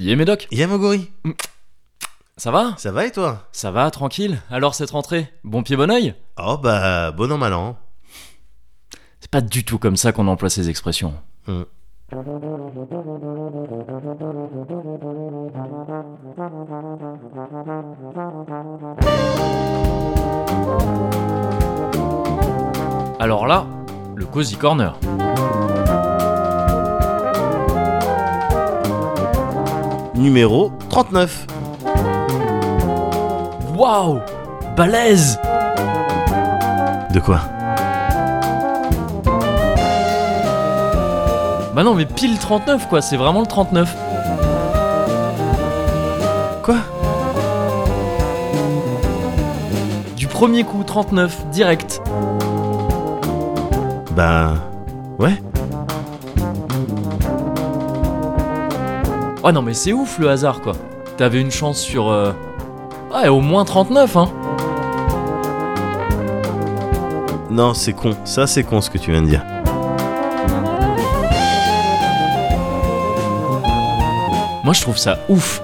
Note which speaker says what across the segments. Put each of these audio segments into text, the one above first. Speaker 1: Yé Médoc,
Speaker 2: Yamogori,
Speaker 1: ça va
Speaker 2: ça va et toi
Speaker 1: Ça va, tranquille Alors cette rentrée, bon pied bon oeil
Speaker 2: Oh bah, bon an, mal an.
Speaker 1: C'est pas du tout comme ça qu'on emploie ces expressions.
Speaker 2: Hmm.
Speaker 1: Alors là, le Cozy Corner.
Speaker 2: Numéro 39.
Speaker 1: Waouh Balèze
Speaker 2: De quoi
Speaker 1: Bah non, mais pile 39 quoi, c'est vraiment le 39.
Speaker 2: Quoi
Speaker 1: Du premier coup, 39, direct.
Speaker 2: Bah, ouais.
Speaker 1: Oh non, mais c'est ouf le hasard quoi. T'avais une chance sur. euh, Ouais, au moins 39 hein
Speaker 2: Non, c'est con. Ça, c'est con ce que tu viens de dire.
Speaker 1: Moi je trouve ça ouf.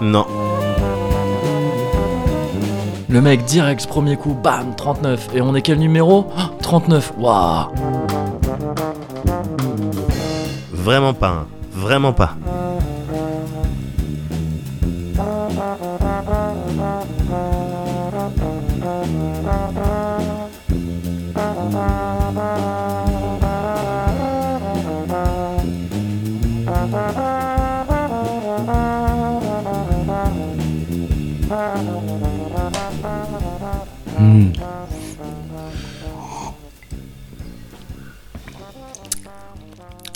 Speaker 2: Non.
Speaker 1: Le mec direct, premier coup, bam, 39. Et on est quel numéro Ah, 39. Waouh
Speaker 2: Vraiment pas. hein. Vraiment pas.
Speaker 1: Hmm.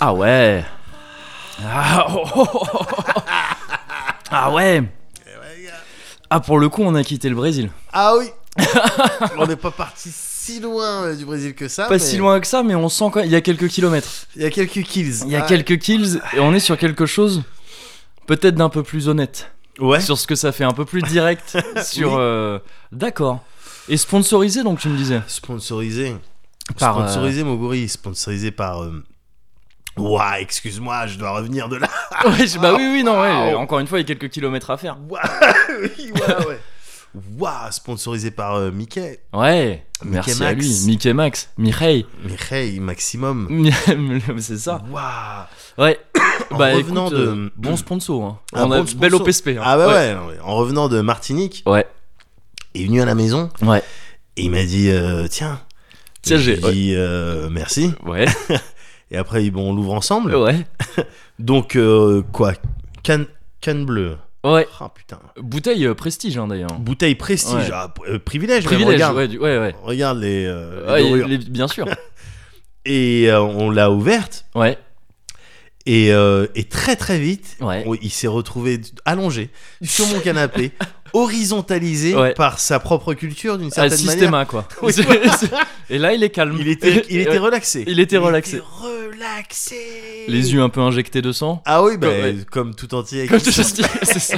Speaker 1: Ah ouais. Ah, oh, oh, oh, oh, oh. Ah ouais. Ah pour le coup on a quitté le Brésil.
Speaker 2: Ah oui On n'est pas parti si loin euh, du Brésil que ça.
Speaker 1: Pas si loin que ça mais on sent quand il y a quelques kilomètres.
Speaker 2: Il y a quelques kills.
Speaker 1: Il y a
Speaker 2: Ah,
Speaker 1: quelques kills et on est sur quelque chose peut-être d'un peu plus honnête.
Speaker 2: Ah, Ouais.
Speaker 1: Sur ce que ça fait un peu plus direct. sur...
Speaker 2: Oui.
Speaker 1: euh, D'accord. Et sponsorisé donc tu me disais.
Speaker 2: Sponsorisé.
Speaker 1: Par, euh,
Speaker 2: sponsorisé, Moguri. Sponsorisé par. euh, Ouah, excuse-moi, je dois revenir de là.
Speaker 1: Ouais, je- bah oui oui non ouais,
Speaker 2: Wow.
Speaker 1: encore une fois il y a quelques kilomètres à faire.
Speaker 2: Ouah, oui, voilà, ouais. Ouah, sponsorisé par euh, Mickey.
Speaker 1: Ouais,
Speaker 2: Mickey
Speaker 1: merci à
Speaker 2: Max.
Speaker 1: lui, Mickey Max, Mireille,
Speaker 2: Mireille Maximum.
Speaker 1: c'est ça.
Speaker 2: Ouah.
Speaker 1: Ouais,
Speaker 2: En
Speaker 1: bah écoute,
Speaker 2: revenant de-
Speaker 1: euh, bon sponsor, hein.
Speaker 2: Ah,
Speaker 1: on a
Speaker 2: bon
Speaker 1: belle
Speaker 2: sponsor.
Speaker 1: OPSP. hein.
Speaker 2: Ah bah ouais. ouais, en revenant de Martinique,
Speaker 1: ouais,
Speaker 2: il est venu à la maison
Speaker 1: ouais, ouais,
Speaker 2: et il m'a dit euh, tiens.
Speaker 1: Tiens,
Speaker 2: Je
Speaker 1: j'ai-
Speaker 2: lui ai dit euh, merci.
Speaker 1: ouais,
Speaker 2: Et après, bon, on l'ouvre ensemble.
Speaker 1: ouais,
Speaker 2: Donc, euh, quoi Canne, canne bleue.
Speaker 1: ouais.
Speaker 2: Ah putain.
Speaker 1: Bouteille euh, prestige hein, d'ailleurs.
Speaker 2: Bouteille prestige.
Speaker 1: Ouais.
Speaker 2: Ah, p- euh, privilège, même,
Speaker 1: Privilège,
Speaker 2: regarde.
Speaker 1: ouais, du- ouais, ouais.
Speaker 2: Regarde les, euh, les
Speaker 1: Ouais,
Speaker 2: dorures.
Speaker 1: les- bien sûr.
Speaker 2: Et euh, on l'a ouverte.
Speaker 1: Ouais,
Speaker 2: Et, euh, et très très vite,
Speaker 1: Ouais.
Speaker 2: on- il s'est retrouvé allongé sur mon canapé, horizontalisé
Speaker 1: Ouais.
Speaker 2: par sa propre culture d'une
Speaker 1: ah,
Speaker 2: certaine manière.
Speaker 1: systéma quoi.
Speaker 2: Oui,
Speaker 1: Et là il est calme.
Speaker 2: Il était, il était
Speaker 1: Ouais.
Speaker 2: relaxé.
Speaker 1: Il était relaxé.
Speaker 2: relaxé.
Speaker 1: Les yeux un peu injectés de sang.
Speaker 2: Ah oui, bah,
Speaker 1: Comme- ouais.
Speaker 2: comme tout entier.
Speaker 1: Comme je dis, c'est ça.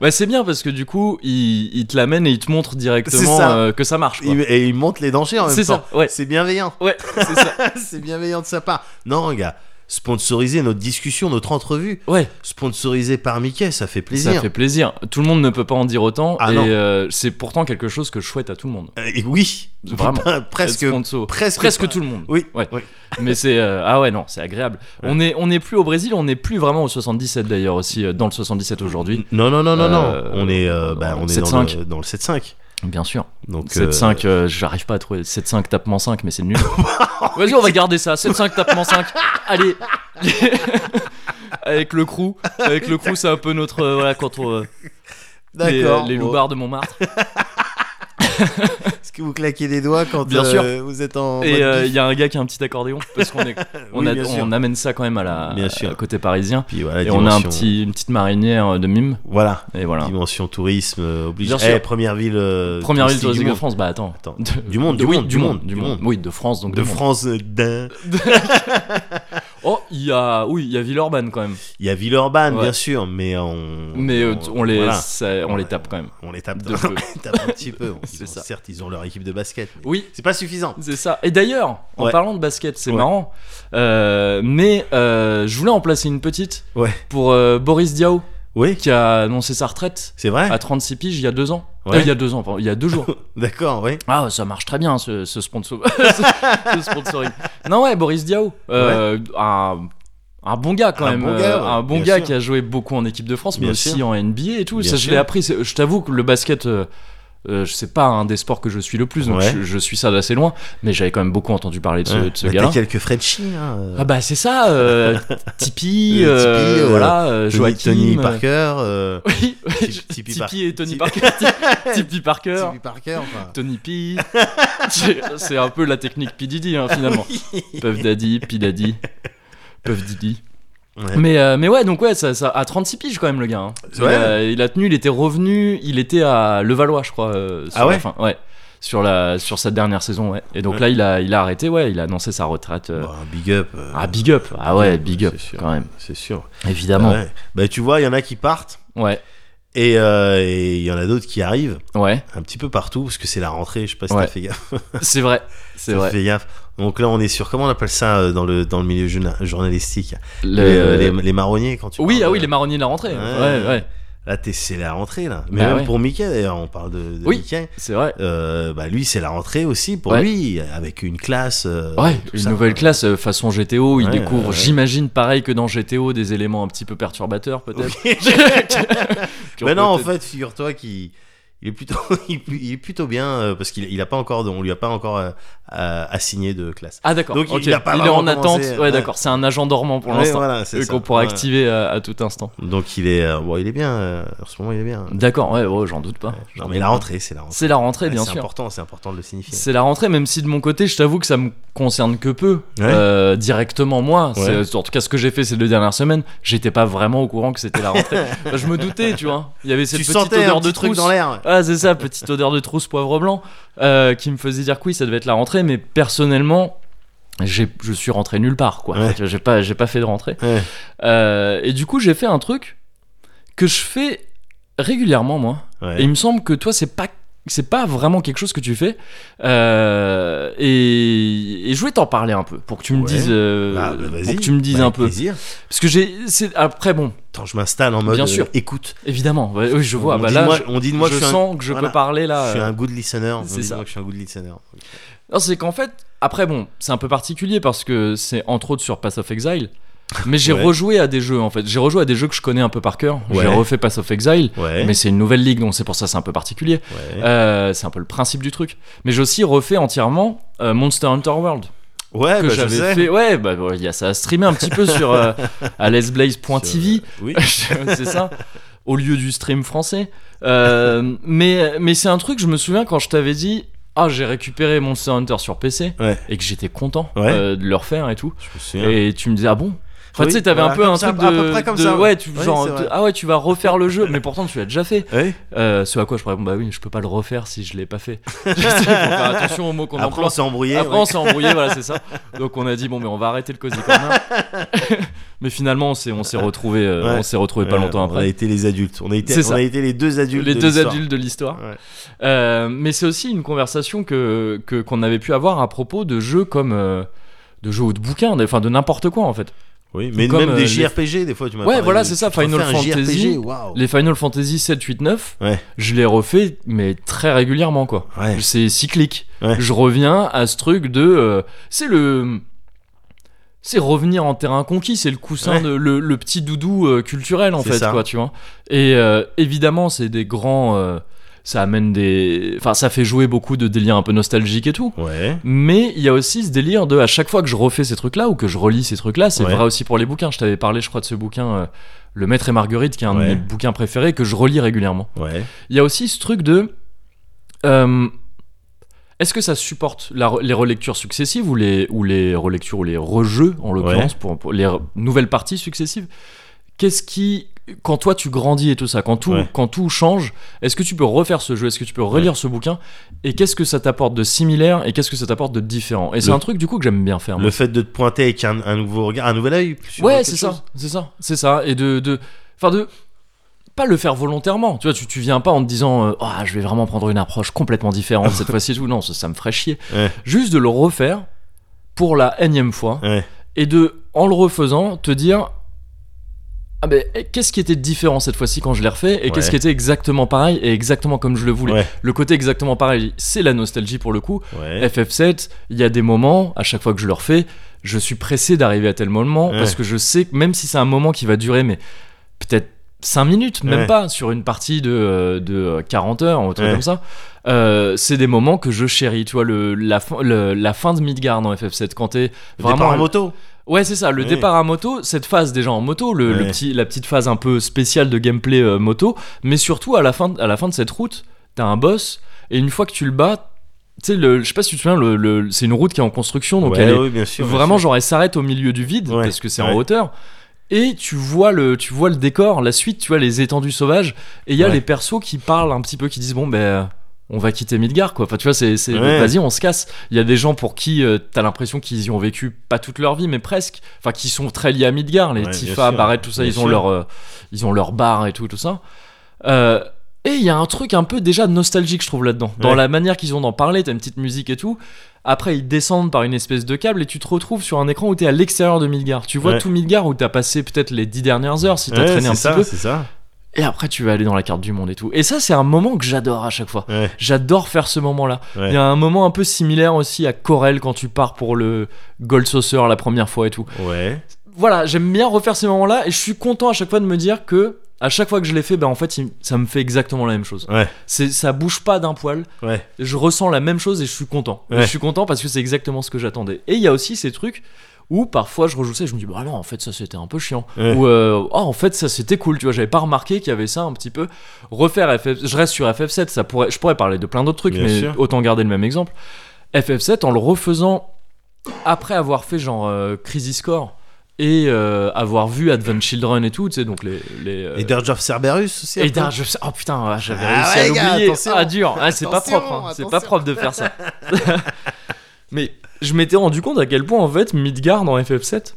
Speaker 1: Bah c'est bien parce que du coup il, il te l'amène et il te montre directement
Speaker 2: ça.
Speaker 1: euh, que ça marche. quoi.
Speaker 2: Il- et il monte les dangers en même temps.
Speaker 1: C'est ça, ouais.
Speaker 2: C'est bienveillant.
Speaker 1: Ouais, c'est ça.
Speaker 2: C'est bienveillant de sa part. Non, gars, sponsoriser notre discussion, notre entrevue,
Speaker 1: Ouais,
Speaker 2: sponsorisé par Mickey, ça fait plaisir.
Speaker 1: ça fait plaisir. Tout le monde ne peut pas en dire autant
Speaker 2: Ah
Speaker 1: et
Speaker 2: non.
Speaker 1: euh, c'est pourtant quelque chose que je souhaite à tout le monde.
Speaker 2: Euh, et oui,
Speaker 1: Vraiment.
Speaker 2: presque,
Speaker 1: Être sponsor.
Speaker 2: presque,
Speaker 1: Presque
Speaker 2: pas.
Speaker 1: tout le monde.
Speaker 2: Oui,
Speaker 1: Ouais.
Speaker 2: oui.
Speaker 1: Mais c'est euh, ah ouais non, c'est agréable.
Speaker 2: Ouais.
Speaker 1: On est on est plus au Brésil, on n'est plus vraiment au 77 d'ailleurs aussi euh, dans le 77 aujourd'hui,
Speaker 2: Non, non, non, non,
Speaker 1: Euh,
Speaker 2: non. On est, euh, bah,
Speaker 1: dans
Speaker 2: on
Speaker 1: le
Speaker 2: est dans
Speaker 1: 7.5.
Speaker 2: le, dans le 7.5.
Speaker 1: bien sûr.
Speaker 2: Donc, euh,
Speaker 1: 7-5, euh, j'arrive pas à trouver. 7-5 tapement 5, mais c'est nul. Vas-y, on va garder ça. 7-5 tapement 5. Allez. avec le crew. Avec le crew, c'est un peu notre. euh, voilà, quand on. euh, les, euh,
Speaker 2: D'accord.
Speaker 1: les
Speaker 2: bon.
Speaker 1: loupards de Montmartre.
Speaker 2: Est-ce que vous claquez des doigts quand
Speaker 1: Bien
Speaker 2: euh, vous êtes en. mode
Speaker 1: Et euh, il
Speaker 2: bif
Speaker 1: y a un gars qui a un petit accordéon. Parce qu'on est, on,
Speaker 2: Oui,
Speaker 1: a-
Speaker 2: bien sûr.
Speaker 1: on amène ça quand même à la
Speaker 2: Bien sûr.
Speaker 1: à côté parisien.
Speaker 2: Puis voilà,
Speaker 1: Et on a un
Speaker 2: dimension-
Speaker 1: petit, une petite marinière euh, de mime.
Speaker 2: Voilà.
Speaker 1: Et voilà.
Speaker 2: Dimension tourisme euh, oblige.
Speaker 1: Bien sûr.
Speaker 2: Eh, première ville. euh,
Speaker 1: Première ville touristique de
Speaker 2: monde.
Speaker 1: France. Bah attends.
Speaker 2: Attends.
Speaker 1: De-
Speaker 2: Du monde,
Speaker 1: de-
Speaker 2: du
Speaker 1: oui,
Speaker 2: monde,
Speaker 1: du monde, du monde. Oui, de France, donc
Speaker 2: De
Speaker 1: du monde.
Speaker 2: France, euh, d'un.
Speaker 1: Oh, il y a, oui, il y a Villeurbanne quand même.
Speaker 2: Il y a Villeurbanne,
Speaker 1: Ouais.
Speaker 2: bien sûr, mais on.
Speaker 1: Mais euh, on, les,
Speaker 2: voilà,
Speaker 1: ça- on les tape quand même.
Speaker 2: on les tape,
Speaker 1: de
Speaker 2: on
Speaker 1: peu.
Speaker 2: les tape un petit peu. Ils
Speaker 1: C'est
Speaker 2: ont-
Speaker 1: ça.
Speaker 2: Certes, ils ont leur équipe de basket. mais
Speaker 1: Oui,
Speaker 2: C'est pas suffisant.
Speaker 1: c'est ça. Et d'ailleurs, en
Speaker 2: Ouais.
Speaker 1: parlant de basket, c'est
Speaker 2: Ouais.
Speaker 1: marrant. euh, mais euh, je voulais en placer une petite
Speaker 2: Ouais.
Speaker 1: pour euh, Boris Diaw,
Speaker 2: Oui,
Speaker 1: qui a annoncé sa retraite
Speaker 2: c'est vrai.
Speaker 1: à 36 piges il y a deux ans.
Speaker 2: Ouais.
Speaker 1: Euh, il y a deux ans, pardon, il y a deux jours.
Speaker 2: D'accord, oui.
Speaker 1: Ah, ça marche très bien ce, ce, sponsor... ce- ce sponsoring. Non, ouais, Boris Diaw. euh, un, un bon gars quand
Speaker 2: Un
Speaker 1: même.
Speaker 2: bon
Speaker 1: euh,
Speaker 2: gars, ouais,
Speaker 1: un bon
Speaker 2: bien
Speaker 1: gars
Speaker 2: sûr.
Speaker 1: qui a joué beaucoup en équipe de France, mais
Speaker 2: Bien
Speaker 1: aussi
Speaker 2: sûr.
Speaker 1: en NBA et tout.
Speaker 2: Bien
Speaker 1: ça, je l'ai
Speaker 2: sûr.
Speaker 1: appris. c'est- Je t'avoue que le basket. euh, euh, je sais pas un des sports que je suis le plus, donc
Speaker 2: Ouais.
Speaker 1: je, je suis ça d'assez loin, mais j'avais quand même beaucoup entendu parler de ce,
Speaker 2: Ouais.
Speaker 1: de ce
Speaker 2: Bah,
Speaker 1: gars-là.
Speaker 2: T'as quelques Frenchies, hein. euh,
Speaker 1: Ah bah c'est ça, euh, Tipeee,
Speaker 2: Tipeee,
Speaker 1: euh,
Speaker 2: euh,
Speaker 1: voilà, euh,
Speaker 2: Tony,
Speaker 1: Joachim,
Speaker 2: Tony
Speaker 1: euh,
Speaker 2: Parker, euh,
Speaker 1: oui, oui,
Speaker 2: Ti- Tipeee Par-
Speaker 1: Tipeee et Tony
Speaker 2: Ti-
Speaker 1: Parker, Tipeee Parker,
Speaker 2: Timmy Parker, enfin.
Speaker 1: Tony P. C'est- C'est un peu la technique P. Diddy, hein, finalement. Puff Daddy, P. Daddy, Puff Diddy.
Speaker 2: Ouais.
Speaker 1: Mais, euh, mais ouais, donc ouais, ça, ça, à 36 piges quand même, le gars. hein. Il,
Speaker 2: Ouais.
Speaker 1: a, il a tenu, il était revenu, il était à Levallois, je crois. euh, sur
Speaker 2: Ah ouais
Speaker 1: la fin, ouais. Sur, la, sur sa dernière saison, ouais. Et donc
Speaker 2: Ouais.
Speaker 1: là, il a, il a arrêté, ouais, il a annoncé sa retraite. euh,
Speaker 2: Bon, un big up. euh,
Speaker 1: Ah, big up. Ah ouais, big up,
Speaker 2: c'est sûr,
Speaker 1: quand même.
Speaker 2: C'est sûr.
Speaker 1: Évidemment.
Speaker 2: Ouais. Bah, tu vois, il y en a qui partent
Speaker 1: ouais.
Speaker 2: et euh, et il y en a d'autres qui arrivent
Speaker 1: ouais.
Speaker 2: un petit peu partout parce que c'est la rentrée. Je sais pas si
Speaker 1: Ouais.
Speaker 2: t'as fait gaffe.
Speaker 1: C'est vrai. C'est
Speaker 2: T'as
Speaker 1: vrai.
Speaker 2: fait gaffe. Donc là, on est sur comment on appelle ça euh, dans le dans le milieu journa- journalistique
Speaker 1: Le-
Speaker 2: les, euh, les- les marronniers quand tu.
Speaker 1: Oui,
Speaker 2: parles
Speaker 1: ah oui,
Speaker 2: de-
Speaker 1: les marronniers de la rentrée.
Speaker 2: Ouais.
Speaker 1: Ouais, ouais.
Speaker 2: Là, t'es- c'est la rentrée là. Mais
Speaker 1: Bah
Speaker 2: même
Speaker 1: ouais.
Speaker 2: pour Mickey d'ailleurs, on parle de, de
Speaker 1: Oui.
Speaker 2: Mickey.
Speaker 1: C'est vrai.
Speaker 2: Euh, bah lui, c'est la rentrée aussi pour
Speaker 1: Ouais.
Speaker 2: lui, avec une classe. euh,
Speaker 1: Ouais,
Speaker 2: tout
Speaker 1: une
Speaker 2: ça.
Speaker 1: nouvelle classe euh, façon GTO, il
Speaker 2: Ouais,
Speaker 1: découvre,
Speaker 2: ouais, ouais.
Speaker 1: j'imagine, pareil que dans GTO, des éléments un petit peu perturbateurs peut-être. Qui ont
Speaker 2: Mais Ben non, en
Speaker 1: peut-être-
Speaker 2: fait, figure-toi qu'il il est plutôt, il, il est plutôt bien euh, parce qu'il il a pas encore, de- on lui a pas encore euh, euh, assigné de classe.
Speaker 1: Ah d'accord,
Speaker 2: Donc, il-
Speaker 1: ok.
Speaker 2: il a pas
Speaker 1: est
Speaker 2: vraiment
Speaker 1: en attente,
Speaker 2: commencé,
Speaker 1: ouais,
Speaker 2: ouais.
Speaker 1: d'accord, c'est un agent dormant pour
Speaker 2: Ouais,
Speaker 1: l'instant,
Speaker 2: voilà, c'est
Speaker 1: et
Speaker 2: ça.
Speaker 1: qu'on pourra
Speaker 2: Ouais.
Speaker 1: activer euh, à, à tout instant.
Speaker 2: Donc il est, euh, bon, il est bien. euh, en ce moment, il est bien.
Speaker 1: D'accord, ouais, ouais, j'en doute pas.
Speaker 2: Non, mais la rentrée, c'est la rentrée.
Speaker 1: C'est la rentrée,
Speaker 2: Ouais,
Speaker 1: bien
Speaker 2: c'est
Speaker 1: sûr.
Speaker 2: important, c'est important de le signifier.
Speaker 1: C'est la rentrée, même si de mon côté, je t'avoue que ça me concerne que peu.
Speaker 2: Ouais.
Speaker 1: Euh, directement, moi.
Speaker 2: Ouais.
Speaker 1: C'est- En tout cas, ce que j'ai fait ces deux dernières semaines, j'étais pas vraiment au courant que c'était la rentrée. Enfin, je me doutais, tu vois. Il y avait cette
Speaker 2: Tu
Speaker 1: petite
Speaker 2: sentais un
Speaker 1: odeur
Speaker 2: petit
Speaker 1: de
Speaker 2: truc
Speaker 1: trousse.
Speaker 2: dans l'air.
Speaker 1: Ah, c'est ça, petite odeur de trousse poivre blanc euh, qui me faisait dire que oui, ça devait être la rentrée, mais personnellement. j'ai- Je suis rentré nulle part, quoi.
Speaker 2: Ouais.
Speaker 1: Tu vois, J'ai pas, j'ai pas fait de rentrée.
Speaker 2: Ouais.
Speaker 1: Euh, et du coup, j'ai fait un truc que je fais régulièrement, moi.
Speaker 2: Ouais.
Speaker 1: Et il me semble que toi, c'est pas c'est pas vraiment quelque chose que tu fais. Euh, et, et je voulais t'en parler un peu pour que tu me
Speaker 2: Ouais.
Speaker 1: dises, euh,
Speaker 2: Ah, bah, vas-y.
Speaker 1: pour que tu me dises
Speaker 2: Bah,
Speaker 1: un
Speaker 2: avec
Speaker 1: peu.
Speaker 2: plaisir.
Speaker 1: Parce que j'ai, c'est- après bon,
Speaker 2: Attends, je m'installe en mode.
Speaker 1: Bien
Speaker 2: euh,
Speaker 1: sûr.
Speaker 2: écoute.
Speaker 1: évidemment, ouais, oui, je vois.
Speaker 2: on
Speaker 1: bah
Speaker 2: dit
Speaker 1: là,
Speaker 2: de moi,
Speaker 1: je,
Speaker 2: on dit de moi
Speaker 1: je
Speaker 2: que je suis un-
Speaker 1: sens que je
Speaker 2: voilà,
Speaker 1: peux parler
Speaker 2: je
Speaker 1: là.
Speaker 2: suis un good listener. On
Speaker 1: c'est
Speaker 2: dit de
Speaker 1: ça.
Speaker 2: moi que je suis un good listener.
Speaker 1: Non, c'est qu'en fait, après bon, c'est un peu particulier parce que c'est entre autres sur Pass of Exile. Mais j'ai
Speaker 2: Ouais.
Speaker 1: rejoué à des jeux en fait. J'ai rejoué à des jeux que je connais un peu par cœur.
Speaker 2: Ouais.
Speaker 1: J'ai refait Pass of Exile.
Speaker 2: Ouais.
Speaker 1: Mais euh, c'est une nouvelle ligue, donc c'est pour ça que c'est un peu particulier.
Speaker 2: ouais.
Speaker 1: Euh, c'est un peu le principe du truc. Mais j'ai aussi refait entièrement euh, Monster Hunter World.
Speaker 2: ouais,
Speaker 1: que
Speaker 2: bah, je
Speaker 1: j'avais
Speaker 2: sais.
Speaker 1: fait. Ouais, bah, ouais, il y a ça a streamé un petit peu sur euh, à lesblaze.tv.
Speaker 2: Sur, euh, Oui.
Speaker 1: c'est ça. Au lieu du stream français. Euh, mais mais c'est un truc, je me souviens quand je t'avais dit. Ah, j'ai récupéré Monster Hunter sur PC
Speaker 2: Ouais.
Speaker 1: et que j'étais content
Speaker 2: Ouais.
Speaker 1: euh, de le refaire et tout.
Speaker 2: Je me souviens.
Speaker 1: Et tu me disais, ah bon Enfin,
Speaker 2: Oui,
Speaker 1: tu sais, t'avais
Speaker 2: voilà,
Speaker 1: un peu
Speaker 2: comme
Speaker 1: un
Speaker 2: ça,
Speaker 1: truc de.
Speaker 2: à peu près comme
Speaker 1: de-
Speaker 2: ça, ouais.
Speaker 1: Ouais, tu,
Speaker 2: Oui,
Speaker 1: genre,
Speaker 2: c'est vrai.
Speaker 1: ah ouais, tu vas refaire le jeu, mais pourtant tu l'as déjà fait.
Speaker 2: Ouais.
Speaker 1: Euh, ce à quoi je pourrais bah oui, je peux pas le refaire si je l'ai pas fait. Faut faire attention aux mots qu'on
Speaker 2: Après, on
Speaker 1: emploie.
Speaker 2: s'est embrouillé.
Speaker 1: Après,
Speaker 2: ouais.
Speaker 1: on s'est embrouillé, voilà, c'est ça. Donc, on a dit, bon, mais on va arrêter le Cozy Corner. mais finalement, on s'est, on s'est retrouvés, euh,
Speaker 2: Ouais.
Speaker 1: on s'est retrouvés pas
Speaker 2: Ouais,
Speaker 1: longtemps
Speaker 2: On a
Speaker 1: après.
Speaker 2: été les adultes. On a été,
Speaker 1: C'est
Speaker 2: on
Speaker 1: ça.
Speaker 2: a été les deux adultes.
Speaker 1: Les
Speaker 2: de
Speaker 1: deux
Speaker 2: l'histoire.
Speaker 1: adultes de l'histoire.
Speaker 2: Ouais.
Speaker 1: Euh, mais c'est aussi une conversation que, que- qu'on avait pu avoir à propos de jeux comme. euh, de jeux ou de bouquins, de- enfin de n'importe quoi en fait.
Speaker 2: Oui, mais
Speaker 1: Comme,
Speaker 2: même des
Speaker 1: euh,
Speaker 2: JRPG, des fois, tu m'as
Speaker 1: Ouais,
Speaker 2: parlé
Speaker 1: voilà,
Speaker 2: de-
Speaker 1: c'est ça,
Speaker 2: tu te refais
Speaker 1: Final
Speaker 2: un
Speaker 1: Fantasy.
Speaker 2: JRPG, waouh.
Speaker 1: Les Final Fantasy 7, 8, 9,
Speaker 2: Ouais.
Speaker 1: je les refais, mais très régulièrement quoi.
Speaker 2: Ouais.
Speaker 1: c'est cyclique.
Speaker 2: Ouais.
Speaker 1: Je reviens à ce truc de. euh, c'est le. C'est revenir en terrain conquis, c'est le coussin,
Speaker 2: Ouais.
Speaker 1: de, le, le petit doudou euh, culturel en
Speaker 2: C'est
Speaker 1: fait,
Speaker 2: ça.
Speaker 1: quoi, tu vois. Et euh, évidemment, c'est des grands. euh, ça amène des. Enfin, ça fait jouer beaucoup de délires un peu nostalgiques et tout.
Speaker 2: Ouais.
Speaker 1: Mais il y a aussi ce délire de à chaque fois que je refais ces trucs-là ou que je relis ces trucs-là, c'est
Speaker 2: Ouais.
Speaker 1: vrai aussi pour les bouquins. Je t'avais parlé, je crois, de ce bouquin, euh, Le Maître et Marguerite, qui est un
Speaker 2: Ouais.
Speaker 1: de mes bouquins préférés que je relis régulièrement
Speaker 2: Ouais.
Speaker 1: il y a aussi ce truc de euh, est-ce que ça supporte la re- les relectures successives ou les, ou les relectures ou les rejeux en l'occurrence pour, pour les re- nouvelles parties successives Qu'est-ce qui quand toi tu grandis et tout ça, quand tout,
Speaker 2: Ouais.
Speaker 1: quand tout change, est-ce que tu peux refaire ce jeu Est-ce que tu peux relire ce bouquin Et qu'est-ce que ça t'apporte de similaire et qu'est-ce que ça t'apporte de différent Et c'est
Speaker 2: Le-
Speaker 1: un truc du coup que j'aime bien faire. moi.
Speaker 2: Le fait de te pointer avec un, un nouveau regard, un nouvel œil. sur
Speaker 1: Ouais,
Speaker 2: quelque
Speaker 1: c'est
Speaker 2: chose.
Speaker 1: ça, c'est ça, c'est ça. Et de, de, enfin de, pas le faire volontairement. Tu vois, tu, tu viens pas en te disant, euh, Ah, je vais vraiment prendre une approche complètement différente cette fois-ci. et Tout non, ça, ça me ferait chier.
Speaker 2: Ouais.
Speaker 1: Juste de le refaire pour la énième fois
Speaker 2: Ouais.
Speaker 1: et de, en le refaisant, te dire. Ah ben, eh, qu'est-ce qui était différent cette fois-ci quand je l'ai refait et qu'est-ce
Speaker 2: Ouais.
Speaker 1: qui était exactement pareil et exactement comme je le voulais
Speaker 2: Ouais.
Speaker 1: Le côté exactement pareil, c'est la nostalgie pour le coup,
Speaker 2: Ouais.
Speaker 1: FF7, il y a des moments, à chaque fois que je le refais, je suis pressé d'arriver à tel moment
Speaker 2: Ouais.
Speaker 1: parce que je sais que même si c'est un moment qui va durer, mais peut-être 5 minutes, même
Speaker 2: Ouais.
Speaker 1: pas, sur une partie de, euh, de euh, 40 heures ou un truc
Speaker 2: Ouais.
Speaker 1: comme ça, euh, c'est des moments que je chéris. Tu vois, le, la, fin- le- la fin de Midgard en FF7, quand t'es
Speaker 2: Le
Speaker 1: vraiment.
Speaker 2: départ en moto.
Speaker 1: Ouais, c'est ça, le
Speaker 2: Ouais.
Speaker 1: départ à moto, cette phase déjà en moto, le, le
Speaker 2: Ouais.
Speaker 1: petit, la petite phase un peu spéciale de gameplay euh, moto, mais surtout à la fin, à la fin de cette route, t'as un boss, et une fois que tu le bats, tu sais, le- je sais pas si tu te souviens, le, le- c'est une route qui est en construction, donc
Speaker 2: Ouais,
Speaker 1: elle est
Speaker 2: ouais, bien sûr. bien
Speaker 1: vraiment
Speaker 2: sûr.
Speaker 1: genre elle s'arrête au milieu du vide,
Speaker 2: Ouais,
Speaker 1: parce que c'est en
Speaker 2: ouais.
Speaker 1: hauteur, et tu vois, le, tu vois le décor, la suite, tu vois les étendues sauvages, et il y a
Speaker 2: Ouais.
Speaker 1: les persos qui parlent un petit peu, qui disent, bon ben... On va quitter Midgard, quoi. Enfin, tu vois, c'est. c'est-
Speaker 2: Ouais.
Speaker 1: Vas-y, on se casse. Il y a des gens pour qui euh, t'as l'impression qu'ils y ont vécu pas toute leur vie, mais presque. Enfin, qui sont très liés à Midgard, les
Speaker 2: Ouais, bien
Speaker 1: Tifa,
Speaker 2: sûr,
Speaker 1: Barrett, tout ça,
Speaker 2: bien
Speaker 1: ils ont,
Speaker 2: sûr.
Speaker 1: leur, euh, ils ont leur bar et tout, tout ça. Euh, et il y a un truc un peu déjà nostalgique, je trouve, là-dedans. Dans
Speaker 2: Ouais.
Speaker 1: la manière qu'ils ont d'en parler, t'as une petite musique et tout. Après, ils descendent par une espèce de câble et tu te retrouves sur un écran où t'es à l'extérieur de Midgard. Tu vois
Speaker 2: Ouais.
Speaker 1: tout Midgard où t'as passé peut-être les dix dernières heures si t'as
Speaker 2: Ouais,
Speaker 1: traîné un
Speaker 2: c'est
Speaker 1: petit
Speaker 2: ça,
Speaker 1: peu.
Speaker 2: C'est ça.
Speaker 1: Et après, tu vas aller dans la carte du monde et tout. Et ça, c'est un moment que j'adore à chaque fois.
Speaker 2: Ouais.
Speaker 1: J'adore faire ce moment-là. Il
Speaker 2: Ouais.
Speaker 1: y a un moment un peu similaire aussi à Corel quand tu pars pour le Gold Saucer la première fois et tout.
Speaker 2: Ouais.
Speaker 1: Voilà, j'aime bien refaire ces moments-là et je suis content à chaque fois de me dire que à chaque fois que je l'ai fait, ben en fait, il- ça me fait exactement la même chose.
Speaker 2: Ouais.
Speaker 1: C'est ça bouge pas d'un poil.
Speaker 2: Ouais.
Speaker 1: Je ressens la même chose et je suis content. Et
Speaker 2: Ouais.
Speaker 1: Je suis content parce que c'est exactement ce que j'attendais. Et il y a aussi ces trucs où parfois je rejoue ça et je me dis bah non en fait ça c'était un peu chiant
Speaker 2: Ouais.
Speaker 1: ou euh, oh, en fait ça c'était cool tu vois j'avais pas remarqué qu'il y avait ça un petit peu refaire FF je reste sur FF7 ça pourrait je pourrais parler de plein d'autres trucs
Speaker 2: Bien
Speaker 1: mais
Speaker 2: sûr.
Speaker 1: autant garder le même exemple FF7 en le refaisant après avoir fait genre euh, Crisis Core et euh, avoir vu Advent Children et tout tu sais donc les, les euh,
Speaker 2: Et Dirge of Cerberus aussi. un
Speaker 1: et
Speaker 2: peu.
Speaker 1: Dark Souls- Oh putain, ah, j'avais
Speaker 2: Ah
Speaker 1: réussi
Speaker 2: ouais,
Speaker 1: à
Speaker 2: gars,
Speaker 1: l'oublier.
Speaker 2: attention.
Speaker 1: Ah dur, Ah, c'est pas
Speaker 2: Attention,
Speaker 1: propre. hein. C'est pas
Speaker 2: attention.
Speaker 1: propre de faire ça. Mais je m'étais rendu compte à quel point en fait Midgard en FF7,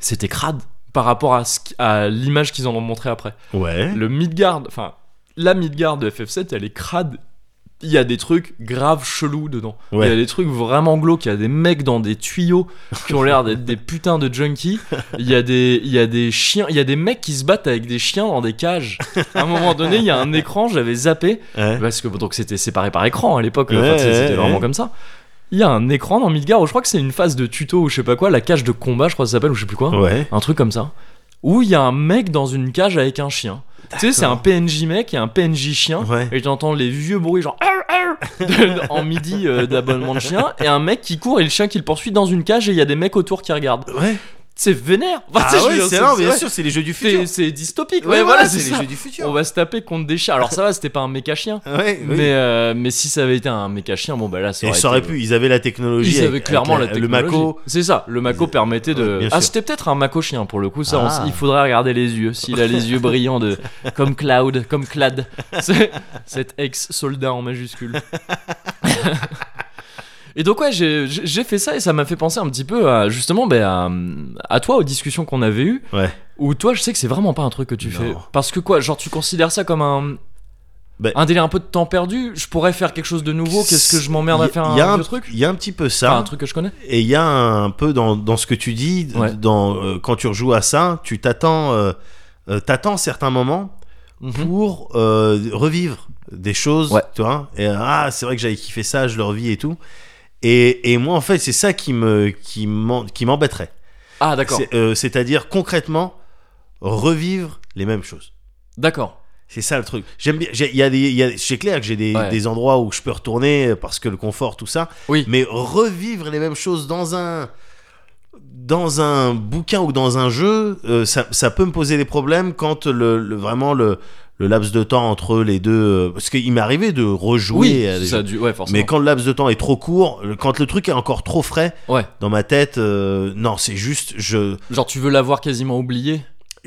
Speaker 1: c'était crade par rapport à, ce qui- à l'image qu'ils en ont montré après.
Speaker 2: Ouais.
Speaker 1: Le Midgard, enfin la Midgard de FF7, elle est crade. Il y a des trucs graves chelous dedans.
Speaker 2: Ouais.
Speaker 1: Il y a des trucs vraiment glauques. Il y a des mecs dans des tuyaux qui ont l'air d'être des putains de junkies. Il y a des, il y a des chiens, il y a des mecs qui se battent avec des chiens dans des cages. À un moment donné, il y a un écran, j'avais zappé
Speaker 2: Ouais.
Speaker 1: parce que donc c'était séparé par écran à l'époque.
Speaker 2: Ouais,
Speaker 1: enfin, c'était
Speaker 2: ouais,
Speaker 1: c'était
Speaker 2: ouais.
Speaker 1: vraiment comme ça. Il y a un écran dans Midgard où je crois que c'est une phase de tuto ou je sais pas quoi, la cage de combat, je crois que ça s'appelle ou je sais plus quoi
Speaker 2: Ouais.
Speaker 1: un truc comme ça, où il y a un mec dans une cage avec un chien. Tu sais, c'est un PNJ mec et un PNJ chien.
Speaker 2: Ouais.
Speaker 1: Et j'entends les vieux bruits genre Arr, arr de- en midi euh, d'abonnement de chien et un mec qui court et le chien qui le poursuit dans une cage et il y a des mecs autour qui regardent.
Speaker 2: Ouais.
Speaker 1: C'est vénère. Enfin, tu sais,
Speaker 2: Ah
Speaker 1: je veux
Speaker 2: ouais,
Speaker 1: dire,
Speaker 2: c'est non, bien
Speaker 1: ouais,
Speaker 2: sûr, c'est les jeux du
Speaker 1: c'est-
Speaker 2: futur.
Speaker 1: C'est dystopique.
Speaker 2: Ouais,
Speaker 1: Ouais, voilà, c'est
Speaker 2: c'est les
Speaker 1: ça.
Speaker 2: jeux du
Speaker 1: On
Speaker 2: futur.
Speaker 1: va se taper contre des chiens. Alors ça va, c'était pas un méca chien.
Speaker 2: Ouais, oui.
Speaker 1: Mais, euh, mais si ça avait été un méca chien, bon bah là ça
Speaker 2: Et
Speaker 1: aurait
Speaker 2: ça aurait
Speaker 1: été-
Speaker 2: pu, ils avaient la technologie.
Speaker 1: Ils
Speaker 2: avec-
Speaker 1: avaient
Speaker 2: avec
Speaker 1: clairement
Speaker 2: la-
Speaker 1: la technologie.
Speaker 2: Le Mako.
Speaker 1: C'est ça, le Mako
Speaker 2: Ils-
Speaker 1: permettait de.
Speaker 2: Ouais, bien
Speaker 1: ah,
Speaker 2: sûr.
Speaker 1: c'était peut-être un Mako chien pour le coup, ça, on s-
Speaker 2: Ah.
Speaker 1: il faudrait regarder les yeux. S'il a les yeux brillants de. Comme Cloud, comme Clad. C'est- Cet ex-soldat en majuscule. Et donc ouais, j'ai- j'ai j'ai fait ça et ça m'a fait penser un petit peu à justement ben, à, à toi aux discussions qu'on avait eues.
Speaker 2: Ouais.
Speaker 1: Où toi, je sais que c'est vraiment pas un truc que tu
Speaker 2: Non.
Speaker 1: fais. Parce que quoi, genre tu considères ça comme un
Speaker 2: Ben-
Speaker 1: un délai un peu de temps perdu. Je pourrais faire quelque chose de nouveau. Qu'est-ce que je m'emmerde à
Speaker 2: Il y-
Speaker 1: faire
Speaker 2: il y a
Speaker 1: un vieux truc
Speaker 2: Il y a un petit peu ça.
Speaker 1: Enfin, un truc que je connais.
Speaker 2: Et il y a un peu dans, dans ce que tu dis,
Speaker 1: Ouais.
Speaker 2: dans, euh, quand tu rejoues à ça, tu t'attends euh, euh, t'attends certains moments pour euh, revivre des choses,
Speaker 1: Mhm. Ouais.
Speaker 2: tu vois. Et, euh, ah, c'est vrai que j'avais kiffé ça, je le revis et tout. Et, et moi, en fait, c'est ça qui me qui m'en- qui m'embêterait.
Speaker 1: Ah d'accord.
Speaker 2: C'est, euh, C'est-à-dire concrètement revivre les mêmes choses.
Speaker 1: D'accord.
Speaker 2: C'est ça le truc. J'aime bien. j'ai- Il y a des. il y a- C'est clair que j'ai des,
Speaker 1: Ouais.
Speaker 2: des endroits où je peux retourner euh, parce que le confort, tout ça.
Speaker 1: Oui.
Speaker 2: Mais revivre les mêmes choses dans un dans un bouquin ou dans un jeu, euh, ça, ça peut me poser des problèmes quand le, le- vraiment le, le laps de temps entre les deux. euh, Parce qu'il m'est arrivé de rejouer. à des
Speaker 1: ça a
Speaker 2: jeux.
Speaker 1: dû- ouais, forcément.
Speaker 2: euh, mais quand le laps de temps est trop court, le- quand le truc est encore trop frais
Speaker 1: Ouais.
Speaker 2: dans ma tête, euh, non, c'est juste je
Speaker 1: Genre, tu veux l'avoir quasiment oublié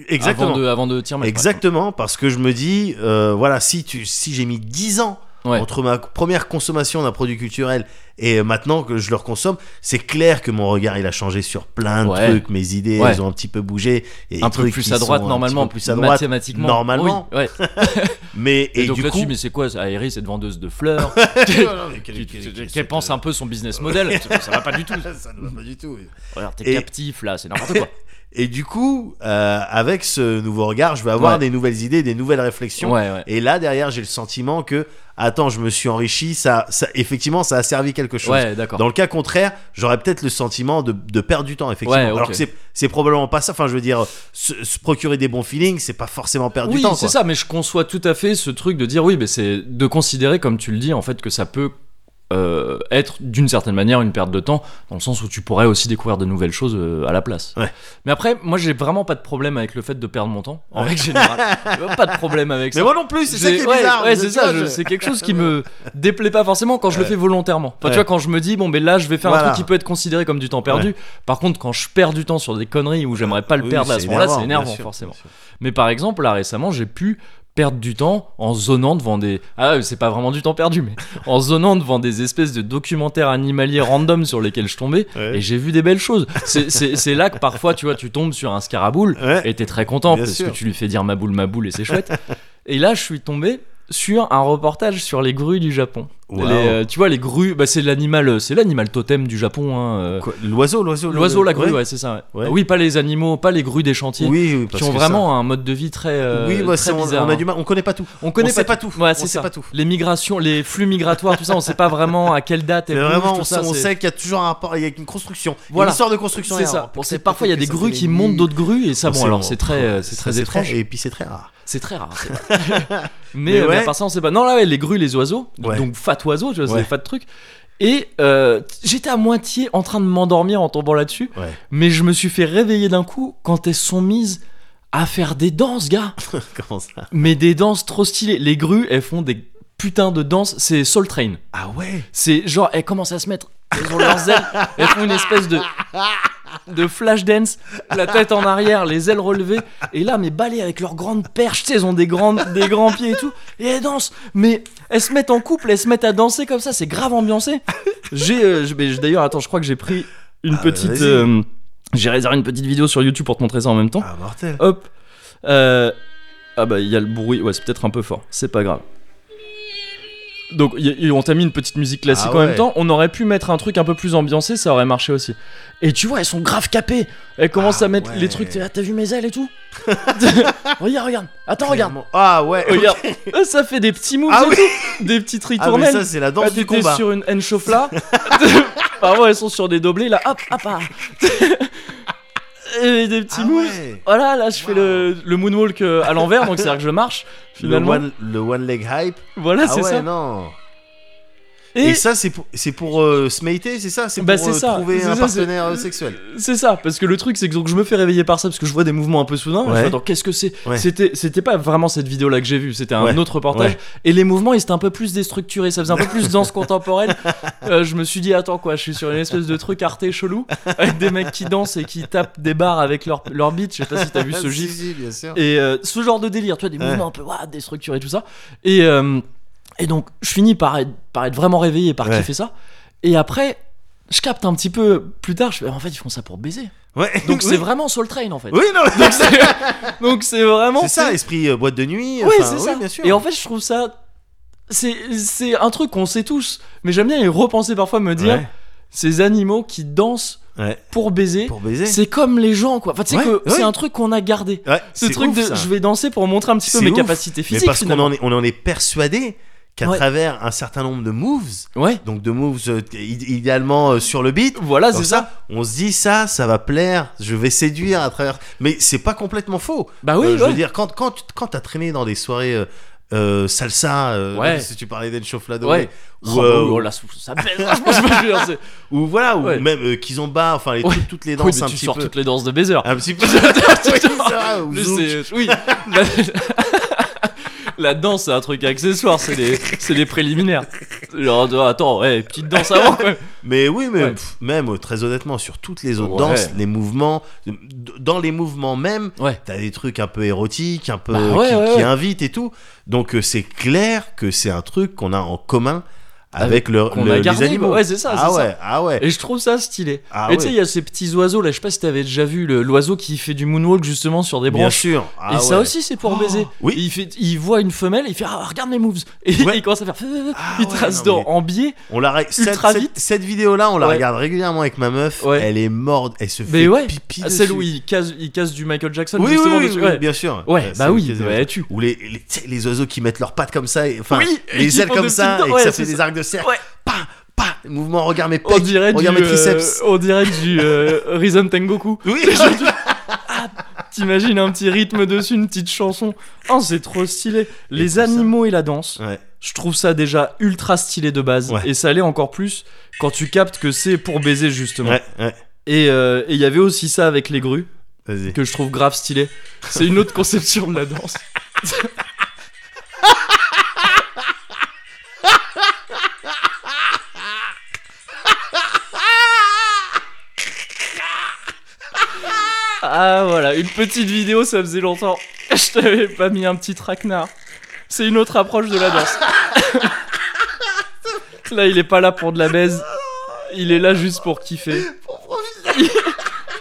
Speaker 2: Exactement.
Speaker 1: Avant de, avant de tirer ma
Speaker 2: Exactement, parce que je me dis, euh, voilà, si, tu, si j'ai mis 10 ans
Speaker 1: Ouais.
Speaker 2: entre ma première consommation d'un produit culturel et maintenant que je le consomme, c'est clair que mon regard il a changé sur plein de
Speaker 1: Ouais.
Speaker 2: trucs, mes idées
Speaker 1: Ouais.
Speaker 2: elles ont un petit peu bougé. Et des
Speaker 1: un peu
Speaker 2: trucs
Speaker 1: plus
Speaker 2: qui
Speaker 1: à droite
Speaker 2: sont un
Speaker 1: normalement,
Speaker 2: petit peu plus à droite.
Speaker 1: mathématiquement.
Speaker 2: normalement.
Speaker 1: Oui, ouais.
Speaker 2: Mais et,
Speaker 1: Et, donc
Speaker 2: du
Speaker 1: là
Speaker 2: coup,
Speaker 1: mais c'est quoi ça Aérie, cette vendeuse de fleurs
Speaker 2: Non, non, mais quel-
Speaker 1: qui-
Speaker 2: quel-
Speaker 1: qui-
Speaker 2: quel-
Speaker 1: Qu'elle pense un peu son business model Ça ça va pas du tout.
Speaker 2: Ça ne va pas du tout. oui.
Speaker 1: Regarde, t'es
Speaker 2: Et-
Speaker 1: captif là, c'est n'importe quoi.
Speaker 2: Et du coup, euh, avec ce nouveau regard, je vais avoir
Speaker 1: Ouais.
Speaker 2: des nouvelles idées, des nouvelles réflexions.
Speaker 1: Ouais, ouais.
Speaker 2: Et là, derrière, j'ai le sentiment que, attends, je me suis enrichi, ça, ça- effectivement, ça a servi quelque chose.
Speaker 1: Ouais, d'accord.
Speaker 2: Dans le cas contraire, j'aurais peut-être le sentiment de, de perdre du temps, effectivement.
Speaker 1: Ouais,
Speaker 2: Alors
Speaker 1: ok.
Speaker 2: que c'est- c'est probablement pas ça. Enfin, je veux dire, se, se procurer des bons feelings, c'est pas forcément perdre
Speaker 1: Oui,
Speaker 2: du temps.
Speaker 1: c'est
Speaker 2: quoi.
Speaker 1: ça, mais je conçois tout à fait ce truc de dire oui, mais c'est de considérer, comme tu le dis, en fait, que ça peut euh, être d'une certaine manière une perte de temps, dans le sens où tu pourrais aussi découvrir de nouvelles choses euh, à la place.
Speaker 2: Ouais.
Speaker 1: Mais après, moi, j'ai vraiment pas de problème avec le fait de perdre mon temps, en
Speaker 2: Ouais.
Speaker 1: règle générale. Euh, pas de problème avec ça.
Speaker 2: Mais moi non plus, c'est ça
Speaker 1: J'ai-
Speaker 2: qui est
Speaker 1: ouais,
Speaker 2: bizarre.
Speaker 1: ouais,
Speaker 2: Vous
Speaker 1: c'est
Speaker 2: êtes
Speaker 1: ça,
Speaker 2: là,
Speaker 1: je-
Speaker 2: je-
Speaker 1: c'est quelque chose qui me déplaît pas forcément quand je le
Speaker 2: Ouais.
Speaker 1: fais volontairement. Enfin,
Speaker 2: Ouais.
Speaker 1: tu vois, quand je me dis, bon, ben là, je vais faire un
Speaker 2: Voilà.
Speaker 1: truc qui peut être considéré comme du temps perdu. Par contre, quand je perds du temps sur des conneries où j'aimerais pas le
Speaker 2: Ah Oui,
Speaker 1: perdre à ce moment-là, c'est
Speaker 2: bien
Speaker 1: énervant,
Speaker 2: sûr,
Speaker 1: forcément.
Speaker 2: bien sûr.
Speaker 1: Mais par exemple, là récemment, j'ai pu perdre du temps en zonant devant des... Ah, c'est pas vraiment du temps perdu, mais en zonant devant des espèces de documentaires animaliers random sur lesquels je tombais,
Speaker 2: Ouais.
Speaker 1: et j'ai vu des belles choses. C'est- C'est c'est là que parfois, tu vois, tu tombes sur un scaraboule,
Speaker 2: Ouais.
Speaker 1: et t'es très content,
Speaker 2: Bien
Speaker 1: parce
Speaker 2: sûr.
Speaker 1: que tu lui fais dire ma boule, ma boule, et c'est chouette. et là, je suis tombé sur un reportage sur les grues du Japon.
Speaker 2: Wow.
Speaker 1: Les, euh, tu vois, les grues, bah, c'est l'animal c'est l'animal totem du Japon. hein, euh.
Speaker 2: Quoi, L'oiseau, l'oiseau. le-
Speaker 1: L'oiseau, la grue, ouais,
Speaker 2: ouais.
Speaker 1: c'est ça. ouais.
Speaker 2: Ouais.
Speaker 1: Oui, pas les animaux, pas les grues des chantiers
Speaker 2: Oui, oui, parce
Speaker 1: qui ont
Speaker 2: que
Speaker 1: vraiment un mode de vie très,
Speaker 2: ça-
Speaker 1: euh,
Speaker 2: oui, bah,
Speaker 1: très
Speaker 2: c'est- on,
Speaker 1: bizarre.
Speaker 2: on a du mal, on connaît pas tout.
Speaker 1: On connaît
Speaker 2: on sait
Speaker 1: pas,
Speaker 2: pas
Speaker 1: tout.
Speaker 2: tout.
Speaker 1: Ouais,
Speaker 2: On
Speaker 1: c'est
Speaker 2: sait
Speaker 1: ça.
Speaker 2: pas tout.
Speaker 1: Les migrations, les flux migratoires, tout ça, on sait pas vraiment à quelle date.
Speaker 2: Mais
Speaker 1: elles bougent,
Speaker 2: vraiment,
Speaker 1: tout
Speaker 2: on,
Speaker 1: ça,
Speaker 2: sait- on
Speaker 1: c'est-
Speaker 2: sait qu'il y a toujours un rapport, il y a une construction, Il y a
Speaker 1: Voilà.
Speaker 2: une histoire de construction.
Speaker 1: C'est
Speaker 2: derrière.
Speaker 1: ça.
Speaker 2: Peut-être-
Speaker 1: On sait parfois il y a des
Speaker 2: peut-être que
Speaker 1: grues
Speaker 2: ça,
Speaker 1: qui
Speaker 2: c'est
Speaker 1: montent
Speaker 2: les-
Speaker 1: d'autres grues et ça bon
Speaker 2: sait-
Speaker 1: alors c'est très euh, c'est
Speaker 2: ça,
Speaker 1: très étrange.
Speaker 2: Et puis c'est très rare.
Speaker 1: C'est très rare. c'est vrai. mais,
Speaker 2: Mais
Speaker 1: euh, mais à
Speaker 2: ouais.
Speaker 1: part ça on sait pas. Non là ouais, les grues les oiseaux
Speaker 2: Ouais.
Speaker 1: donc fat oiseaux tu vois c'est
Speaker 2: Ouais.
Speaker 1: des fat trucs. Et euh, j'étais à moitié en train de m'endormir en tombant là-dessus,
Speaker 2: Ouais.
Speaker 1: mais je me suis fait réveiller d'un coup quand elles sont mises à faire des danses, gars.
Speaker 2: Comment ça
Speaker 1: Mais des danses trop stylées. Les grues, elles font des putains de danses. C'est Soul Train.
Speaker 2: Ah ouais
Speaker 1: C'est genre, elles commencent à se mettre. Elles ont leurs ailes. Elles font une espèce de. De flash dance, la tête en arrière, les ailes relevées, et là, mais balées avec leurs grandes perches, tu sais, elles ont des, grandes, des grands pieds et tout, et elles dansent. Mais elles se mettent en couple, elles se mettent à danser comme ça, c'est grave ambiancé. J'ai. euh, je- mais D'ailleurs, attends, je crois que j'ai pris une
Speaker 2: Ah, bah,
Speaker 1: petite.
Speaker 2: vas-y.
Speaker 1: euh, j'ai réservé une petite vidéo sur YouTube pour te montrer ça en même temps.
Speaker 2: Ah mortel.
Speaker 1: Hop. Euh, Ah bah il y a le bruit, ouais c'est peut-être un peu fort, c'est pas grave. Donc y- y- on t'a mis une petite musique classique
Speaker 2: Ah
Speaker 1: en
Speaker 2: ouais.
Speaker 1: même temps, on aurait pu mettre un truc un peu plus ambiancé, ça aurait marché aussi. Et tu vois, elles sont grave capées, elles commencent
Speaker 2: Ah
Speaker 1: à mettre les
Speaker 2: ouais.
Speaker 1: trucs, t'es là, t'as vu mes ailes et tout Regarde, regarde, attends, Oh, regarde,
Speaker 2: Clairement. Ah ouais.
Speaker 1: regarde, Euh, ça fait des petits moves
Speaker 2: Ah
Speaker 1: et
Speaker 2: oui.
Speaker 1: tout, des petits
Speaker 2: Ah mais
Speaker 1: ritournelles.
Speaker 2: ça c'est la
Speaker 1: Ah,
Speaker 2: danse du
Speaker 1: t'étais
Speaker 2: combat.
Speaker 1: sur une enchauffe là. Pardon, elles sont sur des doblés là, hop, hop, ah. Et des petits
Speaker 2: Ah
Speaker 1: moves.
Speaker 2: ouais.
Speaker 1: Voilà, Oh là je fais
Speaker 2: Wow.
Speaker 1: le, le moonwalk euh, à l'envers, donc c'est-à-dire que je marche
Speaker 2: Le
Speaker 1: finalement.
Speaker 2: one, le one leg hype.
Speaker 1: Voilà,
Speaker 2: ah
Speaker 1: c'est
Speaker 2: ouais
Speaker 1: ça.
Speaker 2: non.
Speaker 1: Et,
Speaker 2: Et, ça c'est pour c'est pour euh, se mater, c'est ça, c'est
Speaker 1: Bah,
Speaker 2: pour
Speaker 1: c'est
Speaker 2: euh,
Speaker 1: ça.
Speaker 2: trouver
Speaker 1: C'est
Speaker 2: un
Speaker 1: ça, c'est-
Speaker 2: partenaire euh, sexuel.
Speaker 1: c'est ça, parce que le truc c'est que donc, je me fais réveiller par ça parce que je vois des mouvements un peu soudains. Je
Speaker 2: Ouais.
Speaker 1: me dis, attends, qu'est-ce que c'est
Speaker 2: Ouais.
Speaker 1: C'était c'était pas vraiment cette vidéo là que j'ai vue, c'était un
Speaker 2: Ouais.
Speaker 1: autre reportage.
Speaker 2: Ouais.
Speaker 1: Et les mouvements ils étaient un peu plus déstructurés, ça faisait un peu plus danse contemporaine. Euh, je me suis dit, attends quoi, je suis sur une espèce de truc arté chelou avec des mecs qui dansent et qui tapent des barres avec leur, leur beat. Je sais pas si t'as vu ce
Speaker 2: Si,
Speaker 1: gif.
Speaker 2: si, bien sûr.
Speaker 1: Et euh, ce genre de délire, tu vois, des
Speaker 2: Ouais.
Speaker 1: mouvements un peu ouah, déstructurés et tout ça. Et, euh, et donc, je finis par être, par être vraiment réveillé par
Speaker 2: Ouais.
Speaker 1: qui fait ça. Et après, je capte un petit peu plus tard, je fais, en fait, ils font ça pour baiser.
Speaker 2: Ouais.
Speaker 1: Donc,
Speaker 2: Oui.
Speaker 1: c'est vraiment Soul Train, en fait.
Speaker 2: Oui non.
Speaker 1: Donc, c'est- Donc, c'est vraiment.
Speaker 2: C'est ça, esprit euh, boîte de nuit.
Speaker 1: Ouais,
Speaker 2: enfin,
Speaker 1: c'est ça.
Speaker 2: bien sûr.
Speaker 1: Et en fait, je trouve ça. C'est c'est un truc qu'on sait tous, mais j'aime bien y repenser parfois, me dire
Speaker 2: Ouais.
Speaker 1: ces animaux qui dansent
Speaker 2: Ouais.
Speaker 1: pour baiser,
Speaker 2: pour baiser.
Speaker 1: c'est comme les gens quoi. Enfin, tu sais
Speaker 2: Ouais,
Speaker 1: que c'est
Speaker 2: ouais.
Speaker 1: un truc qu'on a gardé.
Speaker 2: Ouais,
Speaker 1: Ce
Speaker 2: c'est
Speaker 1: truc
Speaker 2: ouf,
Speaker 1: de
Speaker 2: ça.
Speaker 1: je vais danser pour montrer un petit peu
Speaker 2: C'est
Speaker 1: mes
Speaker 2: ouf.
Speaker 1: capacités physiques.
Speaker 2: Mais parce qu'on
Speaker 1: finalement.
Speaker 2: en est on en est persuadé qu'à
Speaker 1: Ouais.
Speaker 2: travers un certain nombre de moves,
Speaker 1: Ouais,
Speaker 2: donc de moves euh, id- idéalement euh, sur le beat,
Speaker 1: voilà,
Speaker 2: Comme
Speaker 1: c'est ça.
Speaker 2: ça, on se dit ça, ça va plaire, je vais séduire à travers. Mais c'est pas complètement faux.
Speaker 1: Bah oui,
Speaker 2: Euh, je
Speaker 1: ouais.
Speaker 2: veux dire, quand, quand, tu- quand t'as traîné dans des soirées euh, euh, salsa, euh,
Speaker 1: Ouais.
Speaker 2: si tu parlais d'Encho Flado,
Speaker 1: Ouais.
Speaker 2: ou,
Speaker 1: Oh,
Speaker 2: euh,
Speaker 1: oh, oh, là, ça- ça pèse, franchement, je te jure, c'est-
Speaker 2: ou voilà, ou
Speaker 1: Ouais.
Speaker 2: même euh, Kizomba, enfin les,
Speaker 1: Ouais.
Speaker 2: toutes- toutes les
Speaker 1: Oui,
Speaker 2: danses
Speaker 1: mais
Speaker 2: un
Speaker 1: tu
Speaker 2: petit
Speaker 1: sors
Speaker 2: peu.
Speaker 1: toutes les danses de baiser. Ah,
Speaker 2: Un petit peu.
Speaker 1: Tu
Speaker 2: Oui,
Speaker 1: sors-
Speaker 2: ça, ou
Speaker 1: Mais
Speaker 2: zouk.
Speaker 1: c'est- oui. Bah, La danse, c'est un truc accessoire, c'est les, c'est les préliminaires. Genre, oh, attends, ouais, petite danse avant, quoi.
Speaker 2: Mais oui, mais
Speaker 1: Ouais.
Speaker 2: pff, même euh, très honnêtement, sur toutes les autres
Speaker 1: Ouais.
Speaker 2: danses, les mouvements, euh, d- dans les mouvements même,
Speaker 1: Ouais.
Speaker 2: t'as des trucs un peu érotiques, un peu
Speaker 1: Bah ouais,
Speaker 2: qui,
Speaker 1: ouais,
Speaker 2: qui
Speaker 1: ouais.
Speaker 2: invitent et tout. Donc euh, c'est clair que c'est un truc qu'on a en commun avec, le-
Speaker 1: Qu'on
Speaker 2: le-
Speaker 1: a gardé,
Speaker 2: les animaux.
Speaker 1: quoi. Ouais, c'est ça,
Speaker 2: ah,
Speaker 1: c'est ça.
Speaker 2: ouais, ah ouais,
Speaker 1: Et je trouve ça stylé.
Speaker 2: ah
Speaker 1: et tu sais,
Speaker 2: ouais.
Speaker 1: il y a ces petits oiseaux là, je sais pas si t'avais déjà vu le- l'oiseau qui fait du moonwalk justement sur des
Speaker 2: Bien
Speaker 1: branches.
Speaker 2: sûr. Ah
Speaker 1: et ça
Speaker 2: ouais.
Speaker 1: aussi, c'est pour
Speaker 2: Oh,
Speaker 1: baiser.
Speaker 2: oui.
Speaker 1: Il, fait, il voit une femelle, il fait Ah, regarde mes moves. Et
Speaker 2: Ouais.
Speaker 1: il commence à faire.
Speaker 2: Ah
Speaker 1: il
Speaker 2: ouais,
Speaker 1: trace
Speaker 2: non, mais-
Speaker 1: dans- en biais.
Speaker 2: On la re- cette,
Speaker 1: Ultra
Speaker 2: cette-
Speaker 1: vite.
Speaker 2: cette vidéo-là, on la
Speaker 1: Ouais.
Speaker 2: regarde régulièrement avec ma meuf.
Speaker 1: Ouais.
Speaker 2: Elle est morte. Elle se
Speaker 1: Mais
Speaker 2: fait
Speaker 1: ouais,
Speaker 2: pipi.
Speaker 1: Ah, celle
Speaker 2: dessus.
Speaker 1: où il casse, il casse du Michael Jackson
Speaker 2: Oui, oui,
Speaker 1: justement
Speaker 2: oui,
Speaker 1: dessus.
Speaker 2: oui,
Speaker 1: Ouais,
Speaker 2: bien sûr.
Speaker 1: Ouais,
Speaker 2: Euh,
Speaker 1: bah
Speaker 2: celle
Speaker 1: oui,
Speaker 2: qui-
Speaker 1: ouais, tu.
Speaker 2: Ou les, les, tu sais, les oiseaux qui mettent leurs pattes comme ça, et- enfin,
Speaker 1: Oui, et
Speaker 2: les
Speaker 1: qui
Speaker 2: ailes
Speaker 1: font
Speaker 2: comme
Speaker 1: des
Speaker 2: ça,
Speaker 1: petites-
Speaker 2: et que
Speaker 1: ouais,
Speaker 2: ça
Speaker 1: c'est
Speaker 2: fait des
Speaker 1: ça.
Speaker 2: arcs de cercle.
Speaker 1: Ouais.
Speaker 2: Pa, pa, mouvement, regarde mes pecs,
Speaker 1: On dirait
Speaker 2: regarde
Speaker 1: du,
Speaker 2: mes triceps.
Speaker 1: euh, on dirait du euh, Risen Tengoku.
Speaker 2: Oui,
Speaker 1: T'imagines un petit rythme dessus, une petite chanson. Oh, c'est trop stylé. Les
Speaker 2: tout ça.
Speaker 1: animaux et la danse.
Speaker 2: ouais.
Speaker 1: Je trouve ça déjà ultra stylé de base.
Speaker 2: Ouais.
Speaker 1: Et ça l'est encore plus quand tu captes que c'est pour baiser justement.
Speaker 2: ouais, ouais.
Speaker 1: Et euh, et il y avait aussi ça avec les grues
Speaker 2: Vas-y.
Speaker 1: que je trouve grave stylé. C'est une autre conception de la danse. Ah voilà, une petite vidéo, ça faisait longtemps. Je t'avais pas mis un petit traquenard. C'est une autre approche de la danse. là, il est pas là pour de la baise. Il est là juste pour kiffer.
Speaker 2: Pour profiter,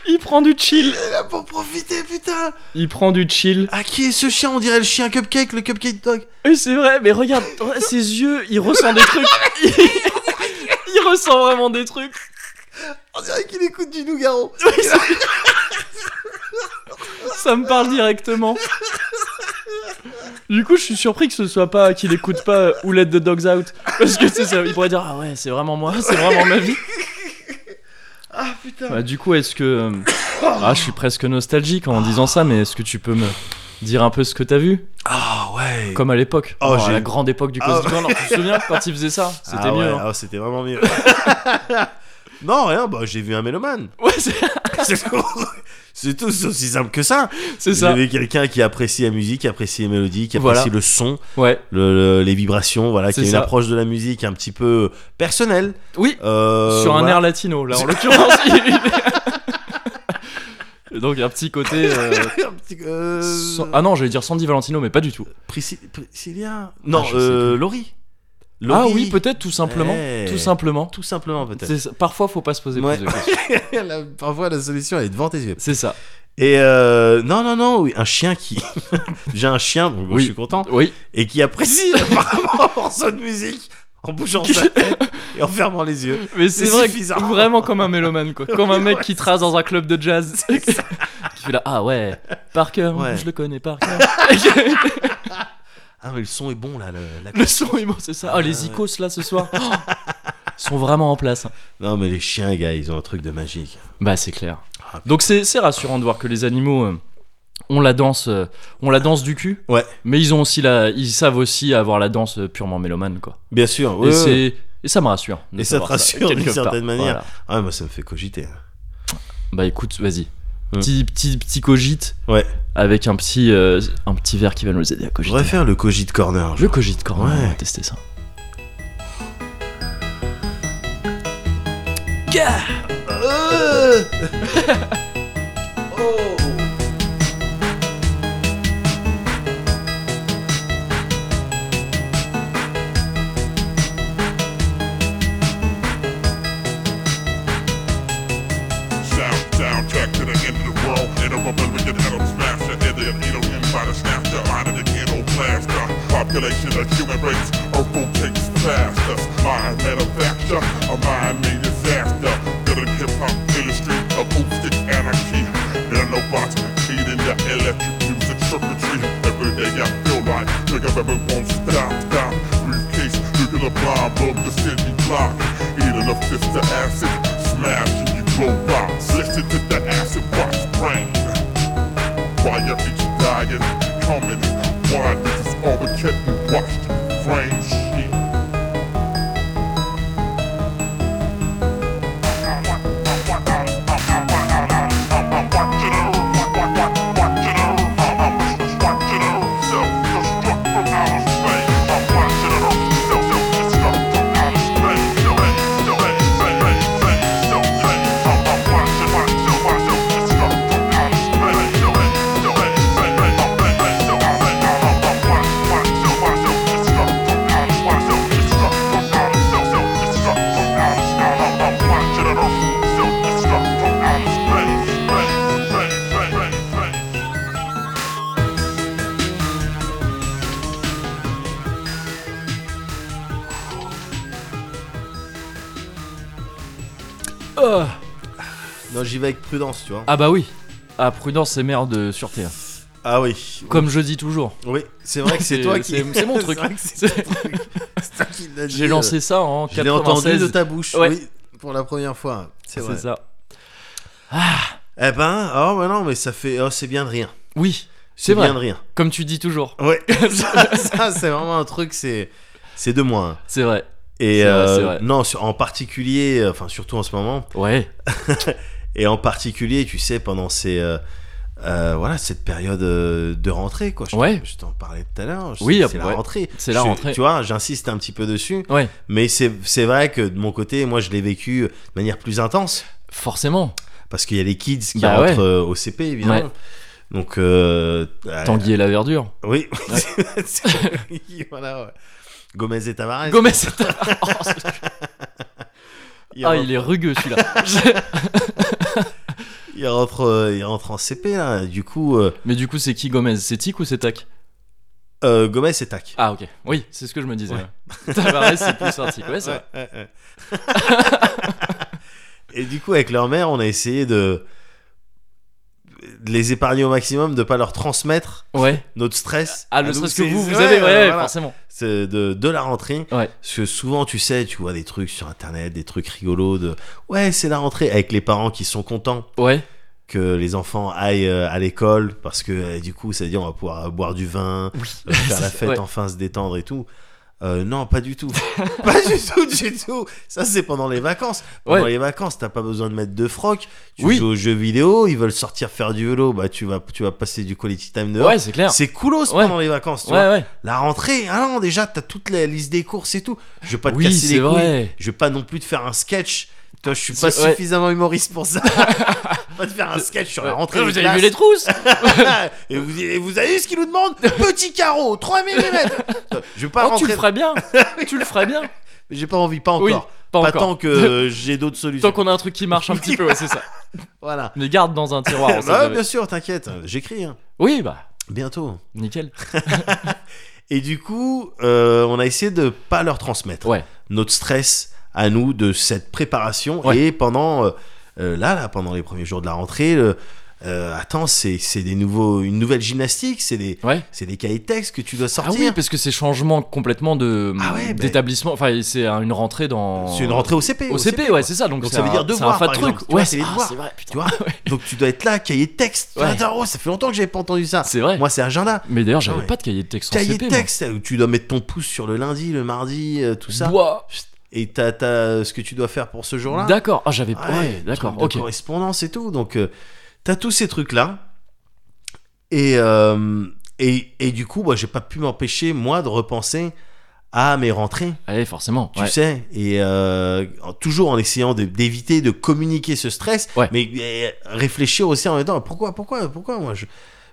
Speaker 1: Il prend du chill.
Speaker 2: là, pour profiter, putain.
Speaker 1: Il prend du chill.
Speaker 2: Ah, qui est ce chien On dirait le chien Cupcake, le Cupcake Dog.
Speaker 1: Oui, c'est vrai, mais regarde, ouais, ses yeux, il ressent des trucs. Il, il ressent vraiment des trucs.
Speaker 2: On dirait qu'il écoute du Nougaro.
Speaker 1: Ça me parle directement. Du coup, je suis surpris que ce soit pas qu'il écoute pas euh, Who Let the Dogs Out. Parce que c'est ça, il pourrait dire Ah ouais, c'est vraiment moi, c'est vraiment ma vie.
Speaker 2: Ah, putain.
Speaker 1: Bah, du coup, est-ce que. euh, Ah, je suis presque nostalgique en disant ça, mais est-ce que tu peux me dire un peu ce que t'as vu
Speaker 2: Ah, ouais.
Speaker 1: Comme à l'époque.
Speaker 2: Oh,
Speaker 1: à
Speaker 2: j'ai-
Speaker 1: la grande époque du
Speaker 2: Ah,
Speaker 1: Cosmic Corner. Tu te souviens quand il faisait ça C'était
Speaker 2: Ah,
Speaker 1: mieux.
Speaker 2: ouais,
Speaker 1: hein.
Speaker 2: ah, c'était vraiment mieux. non, rien, bah, j'ai vu un mélomane.
Speaker 1: Ouais, c'est
Speaker 2: C'est tout. C'est tout, c'est aussi simple que ça.
Speaker 1: c'est
Speaker 2: Vous
Speaker 1: ça.
Speaker 2: avez quelqu'un qui apprécie la musique, qui apprécie les mélodies, qui
Speaker 1: Voilà.
Speaker 2: apprécie le son,
Speaker 1: Ouais.
Speaker 2: le- le- les vibrations, voilà, qui
Speaker 1: C'est
Speaker 2: a une
Speaker 1: ça.
Speaker 2: approche de la musique un petit peu personnelle.
Speaker 1: Oui,
Speaker 2: Euh,
Speaker 1: sur un
Speaker 2: voilà.
Speaker 1: air latino, là, en l'occurrence. il- Donc, un petit côté. euh,
Speaker 2: Un petit- euh,
Speaker 1: sans- Ah non, j'allais dire Sandy Valentino, mais pas du tout.
Speaker 2: Prisci- Priscilla Non,
Speaker 1: je sais
Speaker 2: euh, Laurie.
Speaker 1: Ah
Speaker 2: Laurie.
Speaker 1: oui, peut-être tout simplement.
Speaker 2: Ouais.
Speaker 1: Tout simplement.
Speaker 2: Tout simplement, peut-être.
Speaker 1: C'est ça. Parfois, faut pas se poser
Speaker 2: Ouais.
Speaker 1: plus de questions.
Speaker 2: La- Parfois, la solution, elle est devant tes yeux.
Speaker 1: C'est ça.
Speaker 2: Et euh, non, non, non, oui, un chien qui. J'ai un chien, donc
Speaker 1: Oui.
Speaker 2: je suis content.
Speaker 1: Oui.
Speaker 2: Et qui apprécie apparemment un morceau de musique en bougeant sa tête et en fermant les yeux.
Speaker 1: Mais c'est
Speaker 2: C'est
Speaker 1: vrai, que-
Speaker 2: suffisant.
Speaker 1: vraiment comme un mélomane, quoi. Comme un mec qui trace dans un club de jazz. qui fait là, ah ouais, par cœur,
Speaker 2: Ouais.
Speaker 1: je le connais par cœur.
Speaker 2: Ah mais le son est bon là, le- la-
Speaker 1: le son est bon, c'est ça. Ah, les icos là ce soir oh, sont vraiment en place. hein.
Speaker 2: Non mais les chiens gars, ils ont un truc de magique.
Speaker 1: Bah c'est clair.
Speaker 2: Ah,
Speaker 1: Donc c'est c'est rassurant de voir que les animaux euh, ont la danse, euh, ont la danse du cul.
Speaker 2: Ouais.
Speaker 1: Mais ils ont aussi la, ils savent aussi avoir la danse euh, purement mélomane quoi.
Speaker 2: Bien sûr.
Speaker 1: et
Speaker 2: ouais, ouais.
Speaker 1: c'est et ça me rassure. de
Speaker 2: Et ça te
Speaker 1: savoir
Speaker 2: rassure, d'une
Speaker 1: quelque part.
Speaker 2: certaine manière.
Speaker 1: Voilà.
Speaker 2: Ah moi ça me fait cogiter. hein.
Speaker 1: Bah écoute, vas-y.
Speaker 2: Hmm.
Speaker 1: Petit petit petit cogite
Speaker 2: Ouais.
Speaker 1: avec un petit euh, un petit verre qui va nous aider à
Speaker 2: Je
Speaker 1: cogiter.
Speaker 2: voudrais faire le cogite corner.
Speaker 1: Le cogite quand même,
Speaker 2: Ouais.
Speaker 1: on va tester ça.
Speaker 2: Euh. oh.
Speaker 3: Sound, soundtrack to the end of the world. Interrupted with an atom smasher. Idiot, needle him by the snatcher. Out of the ghetto blaster. Population of human race. Earth rotates faster. Mind manufacture. A mind made disaster. Building hip hop industry. Acoustic anarchy. Nanobots feeding the electric music circuitry. Every day I feel like nigga everyone won't stop, stop. Briefcase, nuclear bomb, blow the city block. Eating a fist of acid, smashing you robots. Listen to the acid box brain. Why you bitch dying, coming? Why this is all we kept you watched? Frame shit. Self-destruct from outer
Speaker 1: Ah.
Speaker 2: Non, j'y vais avec prudence, tu vois.
Speaker 1: Ah bah oui. Ah, prudence et merde sur Terre.
Speaker 2: Ah oui.
Speaker 1: Comme je dis toujours.
Speaker 2: Oui, c'est vrai que c'est
Speaker 1: C'est-
Speaker 2: toi qui.
Speaker 1: c'est- c'est mon truc.
Speaker 2: vrai que c'est ton truc. C'est toi qui l'as dit,
Speaker 1: J'ai lancé ça en
Speaker 2: euh, Je l'ai entendu
Speaker 1: 96.
Speaker 2: de ta bouche.
Speaker 1: Ouais.
Speaker 2: Oui, pour la première fois. C'est vrai.
Speaker 1: C'est ça.
Speaker 2: Eh ben, oh, bah non, mais ça fait. Oh, c'est bien de rien.
Speaker 1: Oui,
Speaker 2: C'est
Speaker 1: c'est
Speaker 2: bien
Speaker 1: vrai.
Speaker 2: de rien.
Speaker 1: Comme tu dis toujours.
Speaker 2: Ouais. ça, ça, c'est vraiment un truc, c'est. C'est de moi. hein.
Speaker 1: C'est vrai.
Speaker 2: Et
Speaker 1: C'est vrai,
Speaker 2: euh,
Speaker 1: c'est vrai.
Speaker 2: non, sur- en particulier, euh, enfin surtout en ce moment,
Speaker 1: Ouais.
Speaker 2: et en particulier, tu sais, pendant ces, euh, euh, voilà, cette période euh, de rentrée, quoi. Je t'en-
Speaker 1: Ouais.
Speaker 2: Je t'en parlais tout à l'heure. je-
Speaker 1: Oui, ah bah
Speaker 2: c'est la
Speaker 1: ouais.
Speaker 2: rentrée.
Speaker 1: C'est la
Speaker 2: Je-
Speaker 1: rentrée.
Speaker 2: Tu vois, j'insiste un petit peu dessus.
Speaker 1: Ouais.
Speaker 2: Mais c'est c'est vrai que de mon côté, moi, je l'ai vécu de manière plus intense
Speaker 1: Forcément.
Speaker 2: parce qu'il y a les kids qui
Speaker 1: Bah ouais.
Speaker 2: rentrent euh, au CP, évidemment.
Speaker 1: Ouais.
Speaker 2: Donc, euh, euh,
Speaker 1: Tanguy et la verdure.
Speaker 2: oui. voilà. ouais. Gomez et Tavares.
Speaker 1: Gomez. Oh, c'est-
Speaker 2: Il
Speaker 1: ah,
Speaker 2: rentre-
Speaker 1: il est rugueux celui-là.
Speaker 2: il rentre, euh, il rentre en CP là. Du coup, euh,
Speaker 1: Mais du coup, c'est qui Gomez C'est Tic ou c'est Tac
Speaker 2: euh, Gomez et Tac.
Speaker 1: Ah, ok. Oui, c'est ce que je me disais.
Speaker 2: Ouais.
Speaker 1: ouais. Tavares, c'est plus un Tic. Ouais, c'est vrai.
Speaker 2: Ouais, ouais, ouais. Et du coup, avec leur mère, on a essayé de, de les épargner au maximum, de pas leur transmettre
Speaker 1: Ouais.
Speaker 2: notre stress.
Speaker 1: Ah, le
Speaker 2: à nous.
Speaker 1: stress que
Speaker 2: C'est-
Speaker 1: vous, vous
Speaker 2: ouais,
Speaker 1: avez. Ouais,
Speaker 2: voilà.
Speaker 1: forcément.
Speaker 2: C'est de, de la rentrée.
Speaker 1: Ouais.
Speaker 2: Parce que souvent, tu sais, tu vois des trucs sur Internet, des trucs rigolos de « Ouais, c'est la rentrée !» avec les parents qui sont contents
Speaker 1: Ouais.
Speaker 2: que les enfants aillent euh, à l'école parce que euh, du coup ça veut dire on va pouvoir euh, boire du vin euh, faire la fête
Speaker 1: Ouais.
Speaker 2: enfin se détendre et tout Euh, non pas du tout pas du tout du tout ça c'est pendant les vacances pendant
Speaker 1: Ouais.
Speaker 2: les vacances t'as pas besoin de mettre de froc tu
Speaker 1: Oui.
Speaker 2: joues aux jeux vidéo ils veulent sortir faire du vélo bah tu vas tu vas passer du quality time dehors
Speaker 1: Ouais, c'est clair.
Speaker 2: c'est coolos
Speaker 1: Ouais.
Speaker 2: pendant les vacances tu
Speaker 1: Ouais,
Speaker 2: vois.
Speaker 1: ouais.
Speaker 2: la rentrée ah non déjà t'as toute la liste des courses et tout je vais pas te
Speaker 1: Oui,
Speaker 2: casser les
Speaker 1: c'est
Speaker 2: couilles
Speaker 1: vrai.
Speaker 2: je vais pas non plus te faire un sketch. Toi, je suis
Speaker 1: C'est-
Speaker 2: pas
Speaker 1: ouais.
Speaker 2: suffisamment humoriste pour ça. pas te faire un sketch sur la
Speaker 1: Ouais.
Speaker 2: rentrée.
Speaker 1: Ah,
Speaker 2: des
Speaker 1: vous avez vu les
Speaker 2: classes.
Speaker 1: trousses
Speaker 2: et, vous, et vous avez vu ce qu'il nous demande Petit carreau, 3 mm. Je vais pas
Speaker 1: Oh, tu le
Speaker 2: rentrer.
Speaker 1: ferais bien. tu le ferais bien.
Speaker 2: J'ai pas envie, pas encore.
Speaker 1: Oui, pas
Speaker 2: Pas
Speaker 1: encore.
Speaker 2: tant que euh, j'ai d'autres solutions.
Speaker 1: Tant qu'on a un truc qui marche un petit peu, ouais, c'est ça.
Speaker 2: Voilà.
Speaker 1: Mais garde dans un tiroir. on sait
Speaker 2: Bah ouais,
Speaker 1: jamais.
Speaker 2: bien sûr, t'inquiète. J'écris. hein.
Speaker 1: Oui, bah,
Speaker 2: Bientôt.
Speaker 1: nickel.
Speaker 2: Et du coup, euh, on a essayé de pas leur transmettre
Speaker 1: Ouais.
Speaker 2: notre stress à nous de cette préparation.
Speaker 1: Ouais.
Speaker 2: Et pendant euh, euh, là, là, pendant les premiers jours de la rentrée, le- euh, attends, c'est c'est des nouveaux, une nouvelle gymnastique, c'est des,
Speaker 1: Ouais.
Speaker 2: c'est des cahiers de texte que tu dois
Speaker 1: Ah oui,
Speaker 2: sortir.
Speaker 1: parce que c'est changement complètement de
Speaker 2: Ah ouais, bah-
Speaker 1: d'établissement. Enfin, c'est un- une rentrée dans.
Speaker 2: c'est une rentrée au CP.
Speaker 1: au CP, ouais, c'est ça. Donc,
Speaker 2: Donc
Speaker 1: c'est
Speaker 2: ça veut
Speaker 1: un-
Speaker 2: dire
Speaker 1: C'est
Speaker 2: devoir,
Speaker 1: un fat
Speaker 2: par
Speaker 1: truc.
Speaker 2: exemple. Tu vois,
Speaker 1: ouais,
Speaker 2: c'est les
Speaker 1: ah,
Speaker 2: devoirs.
Speaker 1: c'est vrai. putain.
Speaker 2: Tu vois Donc tu dois être là, cahier de texte.
Speaker 1: Ouais.
Speaker 2: Attends, oh, ça fait longtemps que j'avais pas entendu ça.
Speaker 1: C'est vrai.
Speaker 2: Ah, Moi, c'est agenda.
Speaker 1: Mais d'ailleurs, j'avais
Speaker 2: Ouais.
Speaker 1: pas de cahier de texte en
Speaker 2: Cahier
Speaker 1: CP.
Speaker 2: de
Speaker 1: moi.
Speaker 2: texte, où tu dois mettre ton pouce sur le lundi, le mardi, euh, tout ça.
Speaker 1: Ouah.
Speaker 2: Et t'as, t'as ce que tu dois faire pour ce jour-là.
Speaker 1: D'accord. Ah, j'avais.
Speaker 2: Ouais,
Speaker 1: Ouais, d'accord.
Speaker 2: truc de
Speaker 1: Ok.
Speaker 2: correspondance et tout. Donc, euh, t'as tous ces trucs-là. Et, euh, et, et du coup, moi, j'ai pas pu m'empêcher, moi, de repenser à mes rentrées,
Speaker 1: Allez, forcément.
Speaker 2: tu
Speaker 1: ouais.
Speaker 2: sais. Et euh, en- toujours en essayant de- d'éviter de, communiquer ce stress,
Speaker 1: Ouais.
Speaker 2: mais euh, réfléchir aussi en même temps, pourquoi, pourquoi, pourquoi, moi, je-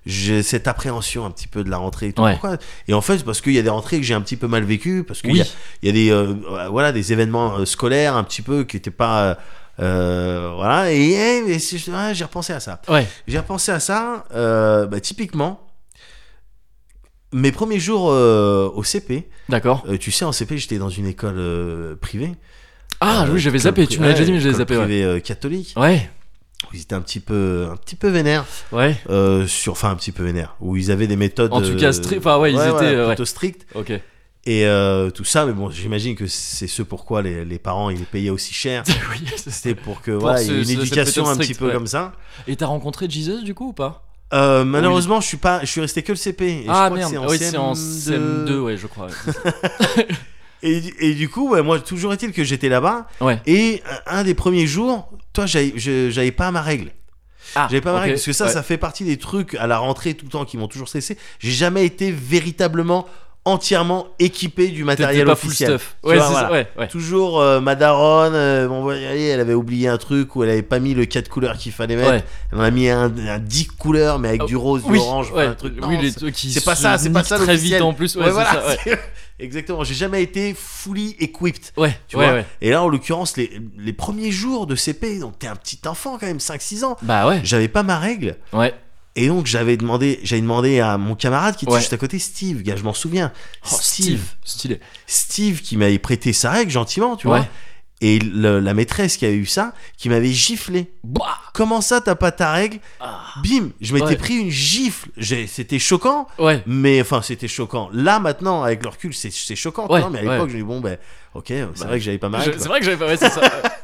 Speaker 2: J'ai cette appréhension un petit peu de la rentrée. Et, tout.
Speaker 1: Ouais.
Speaker 2: Pourquoi et en fait, c'est parce qu'il y a des rentrées que j'ai un petit peu mal vécues, parce qu'il
Speaker 1: Oui.
Speaker 2: y a- il y a des euh, voilà des événements euh, scolaires un petit peu qui n'étaient pas euh, euh, voilà et eh, mais c'est- ah, j'ai repensé à ça
Speaker 1: Ouais.
Speaker 2: j'ai repensé à ça euh, bah, typiquement mes premiers jours euh, au CP
Speaker 1: D'accord.
Speaker 2: euh, tu sais en CP j'étais dans une école euh, privée
Speaker 1: Ah,
Speaker 2: Euh,
Speaker 1: oui, j'avais
Speaker 2: école
Speaker 1: zappé.
Speaker 2: pri-
Speaker 1: Tu me l'as déjà
Speaker 2: ouais,
Speaker 1: dit, mais j'avais
Speaker 2: école
Speaker 1: zappé. Ouais.
Speaker 2: privée euh, catholique
Speaker 1: Ouais.
Speaker 2: où ils étaient un petit peu un petit peu vénères
Speaker 1: Ouais.
Speaker 2: euh, sur enfin un petit peu vénères où ils avaient des méthodes
Speaker 1: En tout cas,
Speaker 2: euh,
Speaker 1: stri- enfin, ouais, ils étaient,
Speaker 2: voilà,
Speaker 1: euh, ouais.
Speaker 2: plutôt strictes
Speaker 1: Ok.
Speaker 2: Et euh, tout ça, mais bon, j'imagine que c'est ce pourquoi les, les parents ils les payaient aussi cher.
Speaker 1: Oui, c'est ça.
Speaker 2: C'était pour que voilà, il y ait
Speaker 1: ce-
Speaker 2: une
Speaker 1: cette
Speaker 2: éducation
Speaker 1: méthode
Speaker 2: un petit
Speaker 1: stricte,
Speaker 2: peu
Speaker 1: ouais.
Speaker 2: comme ça.
Speaker 1: Et t'as rencontré Jesus du coup ou pas
Speaker 2: Euh, malheureusement, je suis pas, je suis resté que le CP. Et je
Speaker 1: Ah
Speaker 2: crois que
Speaker 1: merde. Oui, c'est en
Speaker 2: CM2.
Speaker 1: CM2, ouais, je crois.
Speaker 2: Et, et du coup, ouais, moi, toujours est-il que j'étais là-bas.
Speaker 1: Ouais.
Speaker 2: Et euh, un un des premiers jours, toi, j'avais je- j'avais pas ma règle.
Speaker 1: Ah,
Speaker 2: J'avais pas ma
Speaker 1: ok,
Speaker 2: règle parce que ça,
Speaker 1: ouais.
Speaker 2: ça fait partie des trucs à la rentrée tout le temps qui m'ont toujours stressé. J'ai jamais été véritablement entièrement équipé du
Speaker 1: T'étais
Speaker 2: matériel
Speaker 1: pas
Speaker 2: officiel.
Speaker 1: full stuff.
Speaker 2: Tu
Speaker 1: Ouais,
Speaker 2: vois,
Speaker 1: c'est
Speaker 2: voilà.
Speaker 1: ça. Ouais, ouais.
Speaker 2: Toujours euh, ma daronne, euh, bon, voilà, allez, elle avait oublié un truc ou elle avait pas mis le 4 couleurs qu'il fallait mettre.
Speaker 1: Ouais.
Speaker 2: Elle en a mis un, un 10 couleurs mais avec
Speaker 1: Oh,
Speaker 2: du rose,
Speaker 1: oui,
Speaker 2: du orange, enfin,
Speaker 1: ouais.
Speaker 2: un truc. Non,
Speaker 1: oui, les
Speaker 2: c'est-
Speaker 1: trucs qui
Speaker 2: c'est pas
Speaker 1: se
Speaker 2: ça, c'est pas
Speaker 1: niquent
Speaker 2: ça
Speaker 1: très
Speaker 2: l'officiel.
Speaker 1: vite en plus. Ouais,
Speaker 2: Ouais,
Speaker 1: c'est
Speaker 2: voilà,
Speaker 1: ça, ouais.
Speaker 2: c'est- Exactement, j'ai jamais été fully equipped.
Speaker 1: Ouais,
Speaker 2: Tu
Speaker 1: ouais,
Speaker 2: vois
Speaker 1: ouais.
Speaker 2: Et là, en l'occurrence, les, les premiers jours de CP, donc t'es un petit enfant quand même, 5-6 ans,
Speaker 1: Bah ouais,
Speaker 2: j'avais pas ma règle.
Speaker 1: ouais.
Speaker 2: Et donc j'avais demandé, j'avais demandé à mon camarade qui était
Speaker 1: Ouais.
Speaker 2: juste à côté, Steve, gars, je m'en souviens.
Speaker 1: Oh, Steve, stylé.
Speaker 2: Steve qui m'avait prêté sa règle gentiment, tu
Speaker 1: Ouais.
Speaker 2: vois. Et le- la maîtresse qui a eu ça, qui m'avait giflé.
Speaker 1: Bah
Speaker 2: Comment ça, t'as pas ta règle
Speaker 1: Ah.
Speaker 2: Bim, je m'étais
Speaker 1: Ouais.
Speaker 2: pris une gifle. J'ai- C'était choquant,
Speaker 1: ouais.
Speaker 2: mais enfin, c'était choquant. Là, maintenant, avec le recul, c'est c'est choquant. tu
Speaker 1: Ouais,
Speaker 2: vois, mais à
Speaker 1: ouais.
Speaker 2: l'époque, j'ai dit, bon, ben, ok, c'est
Speaker 1: Bah,
Speaker 2: vrai que j'avais pas ma
Speaker 1: Je-
Speaker 2: règle.
Speaker 1: C'est
Speaker 2: quoi.
Speaker 1: vrai que j'avais pas ouais, c'est ça.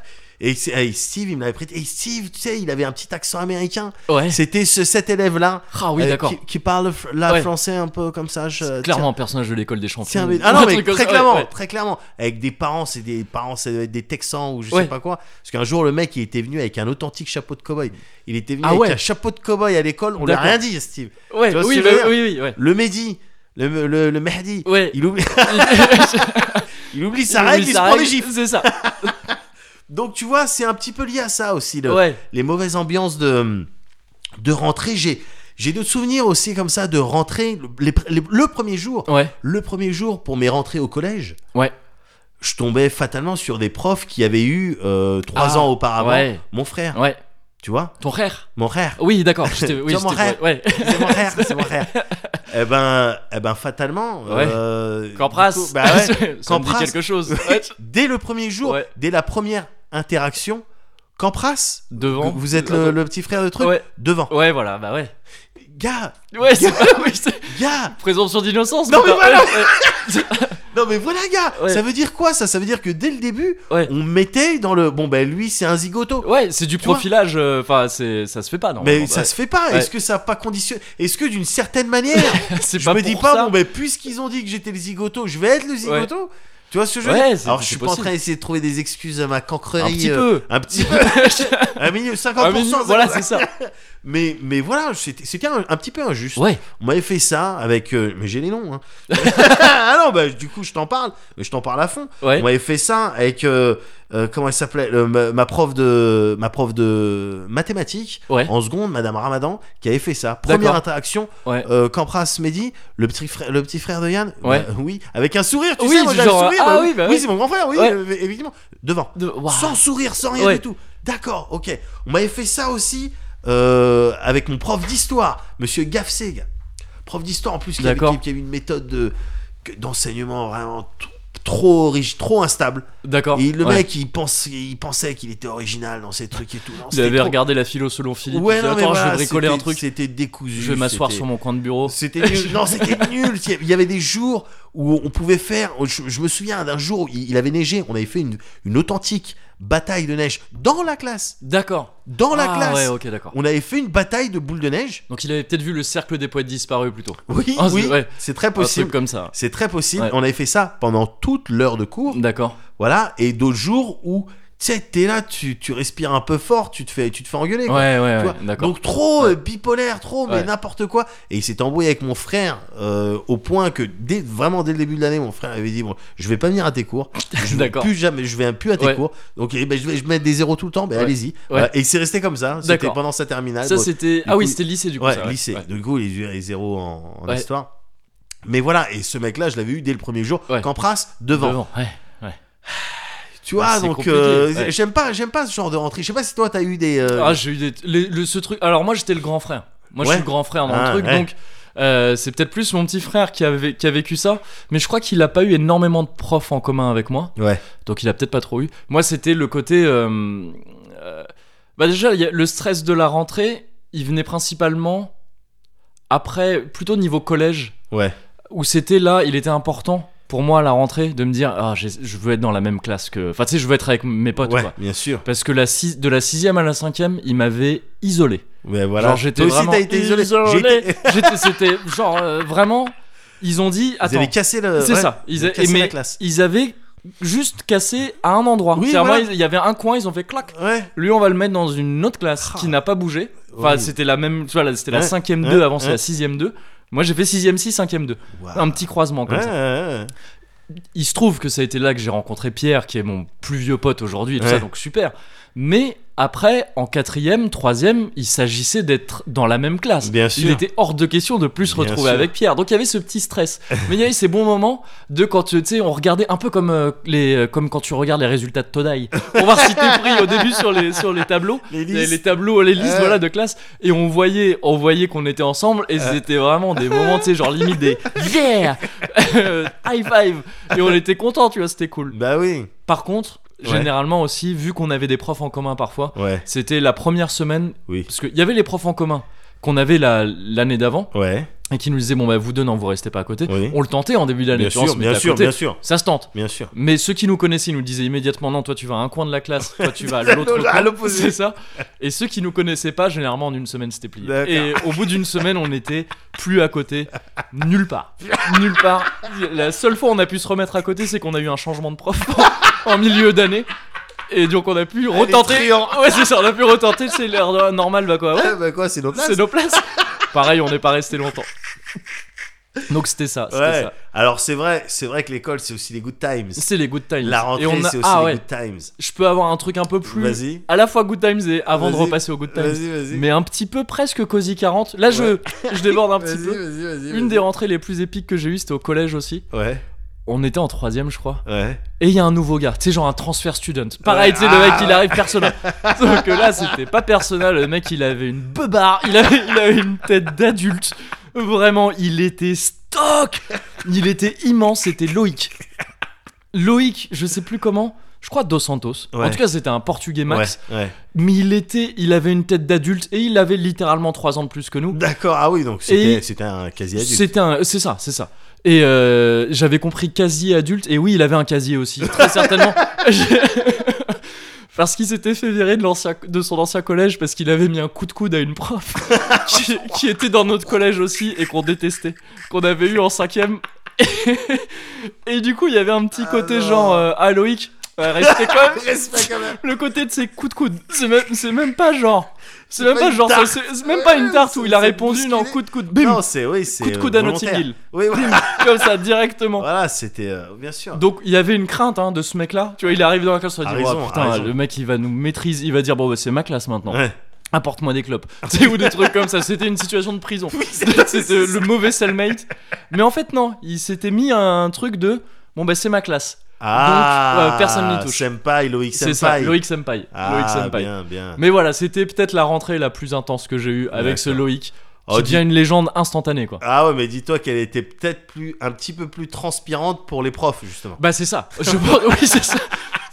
Speaker 2: Et, c'est- et Steve, il me l'avait prêté. Et Steve, tu sais, il avait un petit accent américain.
Speaker 1: Ouais.
Speaker 2: C'était ce, cet élève-là.
Speaker 1: Ah oui,
Speaker 2: euh,
Speaker 1: d'accord.
Speaker 2: qui, qui parle fr- là
Speaker 1: Ouais.
Speaker 2: français un peu comme ça.
Speaker 1: C'est
Speaker 2: je- tiens,
Speaker 1: Clairement, un personnage de l'école des champions.
Speaker 2: Tiens, mais-
Speaker 1: Ou
Speaker 2: Ah
Speaker 1: un
Speaker 2: non, mais
Speaker 1: truc comme
Speaker 2: très
Speaker 1: ça,
Speaker 2: clairement,
Speaker 1: ouais, ouais.
Speaker 2: très clairement. Avec des parents, c'est des parents, ça doit être des Texans ou je
Speaker 1: Ouais.
Speaker 2: sais pas quoi. Parce qu'un jour, le mec, il était venu avec un authentique chapeau de cow-boy. Il était venu
Speaker 1: Ah
Speaker 2: avec
Speaker 1: ouais.
Speaker 2: un chapeau de cow-boy à l'école. On lui a
Speaker 1: D'accord.
Speaker 2: rien dit, Steve.
Speaker 1: Ouais,
Speaker 2: Tu vois ce
Speaker 1: oui,
Speaker 2: que je veux
Speaker 1: bah,
Speaker 2: dire
Speaker 1: oui, oui, ouais.
Speaker 2: Le Mehdi, le, le, le Mehdi,
Speaker 1: Ouais.
Speaker 2: il oublie, il oublie sa règle, il se
Speaker 1: sa
Speaker 2: prend
Speaker 1: règle,
Speaker 2: les gifles.
Speaker 1: C'est ça.
Speaker 2: Donc tu vois, c'est un petit peu lié à ça aussi. Le,
Speaker 1: Ouais.
Speaker 2: les mauvaises ambiances de, de rentrée. J'ai, j'ai d'autres souvenirs aussi comme ça de rentrée. Le, les pr- les- le premier jour,
Speaker 1: Ouais.
Speaker 2: le premier jour pour mes rentrées au collège,
Speaker 1: Ouais.
Speaker 2: je tombais fatalement sur des profs qui avaient eu euh, trois
Speaker 1: Ah,
Speaker 2: ans auparavant
Speaker 1: ouais.
Speaker 2: mon frère.
Speaker 1: Ouais.
Speaker 2: Tu vois,
Speaker 1: Ton frère.
Speaker 2: mon frère.
Speaker 1: Oui, d'accord. j'étais- Oui,
Speaker 2: Tu vois, mon
Speaker 1: j'étais-
Speaker 2: frère.
Speaker 1: Ouais.
Speaker 2: C'est mon frère, c'est mon frère. Eh ben, eh ben fatalement.
Speaker 1: Ouais.
Speaker 2: euh,
Speaker 1: Cambras.
Speaker 2: du coup, bah ouais.
Speaker 1: Ça me dit
Speaker 2: Campras.
Speaker 1: quelque chose. Ouais.
Speaker 2: dès le premier jour,
Speaker 1: Ouais.
Speaker 2: dès la première interaction, Campras,
Speaker 1: Devant.
Speaker 2: vous êtes le, le petit frère de truc,
Speaker 1: Ouais.
Speaker 2: devant.
Speaker 1: Ouais, voilà, bah ouais.
Speaker 2: Gars,
Speaker 1: Ouais, c'est pas. oui, c'est-
Speaker 2: gars,
Speaker 1: Présomption d'innocence.
Speaker 2: Non, mais
Speaker 1: putain.
Speaker 2: voilà.
Speaker 1: Ouais,
Speaker 2: non mais voilà, gars,
Speaker 1: Ouais.
Speaker 2: ça veut dire quoi ça Ça veut dire que dès le début,
Speaker 1: Ouais.
Speaker 2: on mettait dans le bon ben lui c'est un zigoto.
Speaker 1: ouais. Ouais, c'est du
Speaker 2: vois
Speaker 1: profilage. euh, Enfin, c'est ça se fait pas, non
Speaker 2: Mais ça se fait pas.
Speaker 1: bah, Ouais.
Speaker 2: Est-ce que ça a pas conditionné Est-ce que d'une certaine manière,
Speaker 1: Bah, C'est
Speaker 2: je
Speaker 1: pas
Speaker 2: me dis
Speaker 1: pour
Speaker 2: pas
Speaker 1: ça.
Speaker 2: bon ben puisqu'ils ont dit que j'étais le zigoto, je vais être le zigoto. Tu vois ce que je veux
Speaker 1: Ouais,
Speaker 2: dire
Speaker 1: c'est-
Speaker 2: Alors
Speaker 1: c'est
Speaker 2: je suis pas
Speaker 1: possible.
Speaker 2: en train d'essayer de trouver des excuses à ma cancrerie.
Speaker 1: Un petit
Speaker 2: euh,
Speaker 1: peu.
Speaker 2: Un petit peu. un milieu, 50%.
Speaker 1: Ah, mais nous, voilà, c'est ça.
Speaker 2: Mais, mais voilà, c'était c'était un, un petit peu injuste.
Speaker 1: Ouais,
Speaker 2: On m'avait fait ça avec. euh, mais j'ai les noms. Hein. ah non, bah, du coup, je t'en parle. Mais je t'en parle à fond.
Speaker 1: ouais.
Speaker 2: On m'avait fait ça avec. euh, euh, comment elle s'appelait le- ma, ma prof de, ma prof de mathématiques
Speaker 1: Ouais.
Speaker 2: en seconde, Madame Ramadan, qui avait fait ça. Première
Speaker 1: Eh D'accord.
Speaker 2: interaction.
Speaker 1: Ouais.
Speaker 2: euh, Campras Mehdi, le petit, frère, le petit frère de Yann.
Speaker 1: Ouais.
Speaker 2: bah, oui, avec un sourire, tu
Speaker 1: Oui,
Speaker 2: sais, moi
Speaker 1: du
Speaker 2: j'avais le
Speaker 1: genre,
Speaker 2: sourire.
Speaker 1: ah oui, bah oui.
Speaker 2: c'est mon grand frère, oui,
Speaker 1: Ouais.
Speaker 2: euh, évidemment. Devant.
Speaker 1: De- Waouh.
Speaker 2: Sans sourire, sans rien
Speaker 1: Ouais.
Speaker 2: du tout. D'accord, ok. On m'avait fait ça aussi euh, avec mon prof d'histoire, monsieur Gafseg. Prof d'histoire en plus qui avait,
Speaker 1: D'accord.
Speaker 2: qui- qui avait une méthode de- que- d'enseignement vraiment t- trop rigide, trop instable.
Speaker 1: D'accord.
Speaker 2: Et le
Speaker 1: ouais.
Speaker 2: mec, il, pense, il pensait qu'il était original dans ses trucs et tout. Non,
Speaker 1: Il
Speaker 2: c'était
Speaker 1: avait
Speaker 2: trop-
Speaker 1: regardé la philo selon Philippe.
Speaker 2: Ouais,
Speaker 1: il dit,
Speaker 2: non, mais
Speaker 1: Attends, je
Speaker 2: voilà,
Speaker 1: vais bricoler un
Speaker 2: c'était-
Speaker 1: truc.
Speaker 2: C'était décousu.
Speaker 1: Je vais m'asseoir
Speaker 2: c'était-
Speaker 1: sur mon coin de bureau.
Speaker 2: c'était nul. Non, c'était nul. Il y avait des jours où on pouvait faire. Je, je me souviens d'un jour, il, il avait neigé. On avait fait une, une authentique bataille de neige dans la classe.
Speaker 1: D'accord.
Speaker 2: Dans la
Speaker 1: Ah,
Speaker 2: classe.
Speaker 1: Ouais, ok, d'accord.
Speaker 2: On avait fait une bataille de boules de neige.
Speaker 1: Donc il avait peut-être vu le cercle des poètes disparus plutôt.
Speaker 2: Oui,
Speaker 1: Ah, c'est-
Speaker 2: oui.
Speaker 1: ouais.
Speaker 2: C'est très
Speaker 1: Un truc
Speaker 2: possible.
Speaker 1: comme ça.
Speaker 2: C'est très possible.
Speaker 1: Ouais.
Speaker 2: On avait fait ça pendant toute l'heure de cours.
Speaker 1: D'accord.
Speaker 2: Voilà. Et d'autres jours où, tu sais, t'es là, tu, tu respires un peu fort, tu te fais, tu te fais engueuler. quoi.
Speaker 1: Ouais, ouais,
Speaker 2: Tu
Speaker 1: ouais,
Speaker 2: vois
Speaker 1: d'accord.
Speaker 2: Donc trop
Speaker 1: Ouais.
Speaker 2: euh, bipolaire, trop mais
Speaker 1: Ouais.
Speaker 2: n'importe quoi. Et il s'est embrouillé avec mon frère euh, au point que dès, vraiment dès le début de l'année, mon frère avait dit bon, je vais pas venir à tes cours, je vais
Speaker 1: D'accord.
Speaker 2: plus jamais, je vais plus à tes
Speaker 1: Ouais.
Speaker 2: cours. Donc eh ben, je vais je vais mettre des zéros tout le temps, ben
Speaker 1: Ouais.
Speaker 2: allez-y. Voilà. Et c'est resté comme ça. C'était
Speaker 1: D'accord.
Speaker 2: pendant sa terminale.
Speaker 1: Ça
Speaker 2: Bon,
Speaker 1: c'était.
Speaker 2: du
Speaker 1: Ah oui,
Speaker 2: coup,
Speaker 1: c'était le lycée du coup.
Speaker 2: ouais,
Speaker 1: ça,
Speaker 2: lycée.
Speaker 1: ouais.
Speaker 2: Du coup, les, les zéros en, en
Speaker 1: Ouais.
Speaker 2: histoire. Mais voilà, et ce mec-là, je l'avais eu dès le premier jour.
Speaker 1: Ouais.
Speaker 2: Campras devant.
Speaker 1: Devant, ouais.
Speaker 2: Tu vois,
Speaker 1: Ouais, c'est
Speaker 2: donc
Speaker 1: compliqué,
Speaker 2: euh,
Speaker 1: ouais.
Speaker 2: j'aime pas, j'aime pas ce genre de rentrée. Je sais pas si toi t'as eu des. euh,
Speaker 1: Ah, j'ai eu des- les- le- ce truc. Alors, moi, j'étais le grand frère. Moi, je
Speaker 2: Ouais.
Speaker 1: suis le grand frère dans
Speaker 2: Ah,
Speaker 1: le truc,
Speaker 2: ouais.
Speaker 1: donc. euh, c'est peut-être plus mon petit frère qui a, vé- qui a vécu ça, mais je crois qu'il a pas eu énormément de profs en commun avec moi,
Speaker 2: Ouais.
Speaker 1: donc il a peut-être pas trop eu. Moi, c'était le côté. euh, euh, bah, déjà, il y a- le stress de la rentrée, il venait principalement après, plutôt niveau collège,
Speaker 2: Ouais.
Speaker 1: où c'était là, il était important pour moi à la rentrée de me dire Ah, j'ai- je veux être dans la même classe que. Enfin, tu sais, je veux être avec mes potes,
Speaker 2: ouais,
Speaker 1: quoi.
Speaker 2: bien sûr.
Speaker 1: Parce que la six- de la 6 à la 5 il m'avait isolé.
Speaker 2: Ouais, voilà.
Speaker 1: Genre, j'étais
Speaker 2: Toi aussi,
Speaker 1: vraiment
Speaker 2: t'as été isolé. J'ai été-
Speaker 1: J'étais- C'était genre euh, vraiment. Ils ont dit.
Speaker 2: Ils
Speaker 1: Attends,
Speaker 2: avaient cassé le.
Speaker 1: c'est
Speaker 2: ouais,
Speaker 1: ça.
Speaker 2: Ils
Speaker 1: Ils,
Speaker 2: avaient
Speaker 1: a-
Speaker 2: cassé
Speaker 1: mais
Speaker 2: la classe.
Speaker 1: ils avaient juste cassé à un endroit.
Speaker 2: Oui,
Speaker 1: C'est-à-dire,
Speaker 2: voilà.
Speaker 1: moi, il y avait un coin, ils ont fait clac.
Speaker 2: Ouais.
Speaker 1: Lui, on va le mettre dans une autre classe
Speaker 2: Ah.
Speaker 1: qui n'a pas bougé. Enfin,
Speaker 2: Oui. Hein
Speaker 1: c'était la même. Tu vois, là, c'était la
Speaker 2: Ouais,
Speaker 1: 5ème
Speaker 2: ouais,
Speaker 1: 2, avant, c'est
Speaker 2: ouais.
Speaker 1: la 6ème 2. Moi, j'ai fait 6ème 6, 5ème 2.
Speaker 2: Waouh.
Speaker 1: Un petit croisement comme
Speaker 2: Ouais,
Speaker 1: ça.
Speaker 2: ouais, ouais.
Speaker 1: Il se trouve que ça a été là que j'ai rencontré Pierre, qui est mon plus vieux pote aujourd'hui, et tout
Speaker 2: Ouais.
Speaker 1: ça, donc super. Mais après, en quatrième, troisième, il s'agissait d'être dans la même classe.
Speaker 2: Bien
Speaker 1: Il
Speaker 2: sûr.
Speaker 1: était hors de question de plus se
Speaker 2: Bien
Speaker 1: retrouver
Speaker 2: sûr.
Speaker 1: avec Pierre. Donc il y avait ce petit stress. Mais il y avait ces bons moments de quand tu sais, on regardait un peu comme, euh, les, euh, comme quand tu regardes les résultats de Todai. On voir si t'es pris au début sur les, sur les tableaux.
Speaker 2: Les
Speaker 1: Les, les
Speaker 2: listes.
Speaker 1: tableaux, les listes
Speaker 2: Ouais.
Speaker 1: voilà, de classe. Et on voyait on voyait qu'on était ensemble. Et c'était vraiment des moments, tu sais, genre limite des yeah! High five! Et on était contents, tu vois, c'était cool.
Speaker 2: Bah oui.
Speaker 1: Par contre,
Speaker 2: Ouais.
Speaker 1: généralement aussi, vu qu'on avait des profs en commun parfois,
Speaker 2: Ouais,
Speaker 1: c'était la première semaine,
Speaker 2: oui.
Speaker 1: parce qu'il y avait les profs en commun qu'on avait la- l'année d'avant,
Speaker 2: Ouais,
Speaker 1: et qui nous disaient, bon bah vous deux, non, vous restez pas à côté.
Speaker 2: Oui.
Speaker 1: On le tentait en début d'année,
Speaker 2: bien
Speaker 1: tu vois, on
Speaker 2: sûr,
Speaker 1: se mettait
Speaker 2: bien
Speaker 1: à
Speaker 2: sûr,
Speaker 1: côté.
Speaker 2: bien sûr,
Speaker 1: Ça se tente.
Speaker 2: bien sûr.
Speaker 1: Mais ceux qui nous connaissaient, ils nous disaient immédiatement non, toi tu vas à un coin de la classe, toi tu vas à l'autre
Speaker 2: À
Speaker 1: coin.
Speaker 2: l'opposé.
Speaker 1: C'est ça. Et ceux qui nous connaissaient pas, généralement en une semaine c'était plié.
Speaker 2: D'accord.
Speaker 1: Et au bout d'une semaine, on était plus à côté, nulle part, nulle part. La seule fois où on a pu se remettre à côté, c'est qu'on a eu un changement de prof en milieu d'année. Et donc on a pu retenter.
Speaker 2: triant.
Speaker 1: Ouais, c'est ça, on a pu retenter, c'est l'air de- normal, bah quoi. Ouais,
Speaker 2: Ah, bah quoi, c'est nos places.
Speaker 1: c'est nos places. Pareil, on n'est pas resté longtemps. Donc c'était ça, c'était
Speaker 2: Ouais.
Speaker 1: ça.
Speaker 2: Alors c'est vrai, c'est vrai que l'école c'est aussi les good times.
Speaker 1: C'est les good times.
Speaker 2: La
Speaker 1: Et
Speaker 2: rentrée
Speaker 1: on a-
Speaker 2: c'est aussi
Speaker 1: ah
Speaker 2: les
Speaker 1: ouais.
Speaker 2: good times.
Speaker 1: je peux avoir un truc un peu plus
Speaker 2: Vas-y,
Speaker 1: à la fois good times et avant de
Speaker 2: Vas-y.
Speaker 1: repasser au good times
Speaker 2: vas-y, vas-y.
Speaker 1: mais un petit peu presque cosy 40 là je, je déborde un petit
Speaker 2: Vas-y,
Speaker 1: peu
Speaker 2: vas-y, vas-y.
Speaker 1: une
Speaker 2: vas-y.
Speaker 1: des rentrées les plus épiques que j'ai eues c'était au collège aussi
Speaker 2: Ouais,
Speaker 1: on était en troisième je crois
Speaker 2: ouais.
Speaker 1: et il y a un nouveau gars tu sais genre un transfert student pareil
Speaker 2: Ouais.
Speaker 1: tu sais le mec
Speaker 2: Ah.
Speaker 1: il arrive personnel sauf que là c'était pas personnel le mec il avait une beubare il avait, il avait une tête d'adulte vraiment il était stock il était immense c'était Loïc Loïc je sais plus comment je crois Dos Santos. En
Speaker 2: Ouais.
Speaker 1: tout cas, c'était un Portugais max.
Speaker 2: Ouais, ouais.
Speaker 1: Mais il était, il avait une tête d'adulte et il avait littéralement 3 ans de plus que nous.
Speaker 2: D'accord. Ah oui, donc c'était c'était un quasi adulte.
Speaker 1: C'était un, c'est ça, c'est ça. Et euh, j'avais compris casier adulte et oui, il avait un casier aussi, très certainement. Parce qu'il s'était fait virer de, l'ancien- de son ancien collège parce qu'il avait mis un coup de coude à une prof qui, qui était dans notre collège aussi et qu'on détestait, qu'on avait eu en cinquième. Et, du coup, il y avait un petit
Speaker 2: Ah
Speaker 1: côté
Speaker 2: non.
Speaker 1: genre euh, Ah, Loïc, euh, restez quand même
Speaker 2: Respect quand même.
Speaker 1: le côté de ses coups de coude, c'est même, c'est même pas genre. C'est même
Speaker 2: pas
Speaker 1: pas,
Speaker 2: une
Speaker 1: genre.
Speaker 2: tarte.
Speaker 1: C'est c'est même pas une tarte où il a
Speaker 2: C'est
Speaker 1: répondu non,
Speaker 2: bousculé.
Speaker 1: coup de coude. Bim
Speaker 2: Non, c'est oui, c'est
Speaker 1: Coup de
Speaker 2: euh,
Speaker 1: coude à Notting
Speaker 2: volontaire.
Speaker 1: Hill.
Speaker 2: Oui, voilà.
Speaker 1: Comme ça, directement.
Speaker 2: Voilà, c'était euh, bien sûr.
Speaker 1: Donc il y avait une crainte hein, de ce mec-là. Tu vois, il arrive dans la classe, on va
Speaker 2: Ah,
Speaker 1: dire
Speaker 2: raison,
Speaker 1: oh,
Speaker 2: ah,
Speaker 1: putain,
Speaker 2: raison.
Speaker 1: le mec il va nous maîtriser, il va dire bon bah c'est ma classe maintenant.
Speaker 2: Ouais.
Speaker 1: Apporte-moi des clopes. tu sais, ou des trucs comme ça. C'était une situation de prison. C'était le mauvais cellmate. Mais en fait non, il s'était mis un truc de bon bah c'est ma classe.
Speaker 2: Ah,
Speaker 1: euh, personne n'y touche.
Speaker 2: Senpai, Loïc Senpai.
Speaker 1: C'est ça, Loïc Senpai.
Speaker 2: Ah,
Speaker 1: Loïc Senpai.
Speaker 2: bien, bien.
Speaker 1: Mais voilà, c'était peut-être la rentrée la plus intense que j'ai eue avec ce
Speaker 2: D'accord.
Speaker 1: Loïc.
Speaker 2: Oh,
Speaker 1: qui
Speaker 2: dis-
Speaker 1: devient une légende instantanée, quoi.
Speaker 2: Ah ouais, mais dis-toi qu'elle était peut-être plus, un petit peu plus transpirante pour les profs, justement.
Speaker 1: Bah, c'est ça. Je pense- Oui, c'est ça.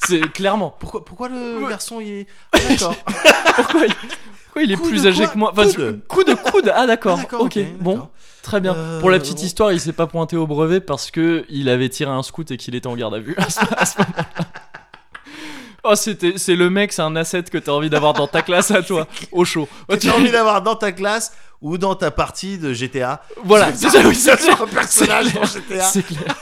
Speaker 1: C'est clairement.
Speaker 2: Pourquoi, pourquoi le
Speaker 1: Ouais.
Speaker 2: garçon, il est... Ah, D'accord.
Speaker 1: Pourquoi il, pourquoi il est
Speaker 2: Coup
Speaker 1: plus
Speaker 2: de
Speaker 1: âgé
Speaker 2: quoi
Speaker 1: que moi Enfin,
Speaker 2: Coude.
Speaker 1: je- coup de coude. Ah, d'accord.
Speaker 2: Ah, d'accord,
Speaker 1: ok, bon,
Speaker 2: d'accord.
Speaker 1: très bien.
Speaker 2: Euh,
Speaker 1: Pour la petite
Speaker 2: bon.
Speaker 1: histoire, il s'est pas pointé au brevet parce que il avait tiré un scout et qu'il était en garde à vue à ce, à ce moment-là. Oh, c'était- c'est le mec, c'est un asset que t'as envie d'avoir dans ta classe à toi, au chaud.
Speaker 2: T'as envie d'avoir dans ta classe ou dans ta partie de GTA.
Speaker 1: Voilà, c'est ça, oui, c'est ça.
Speaker 2: un personnage dans GTA.
Speaker 1: C'est clair.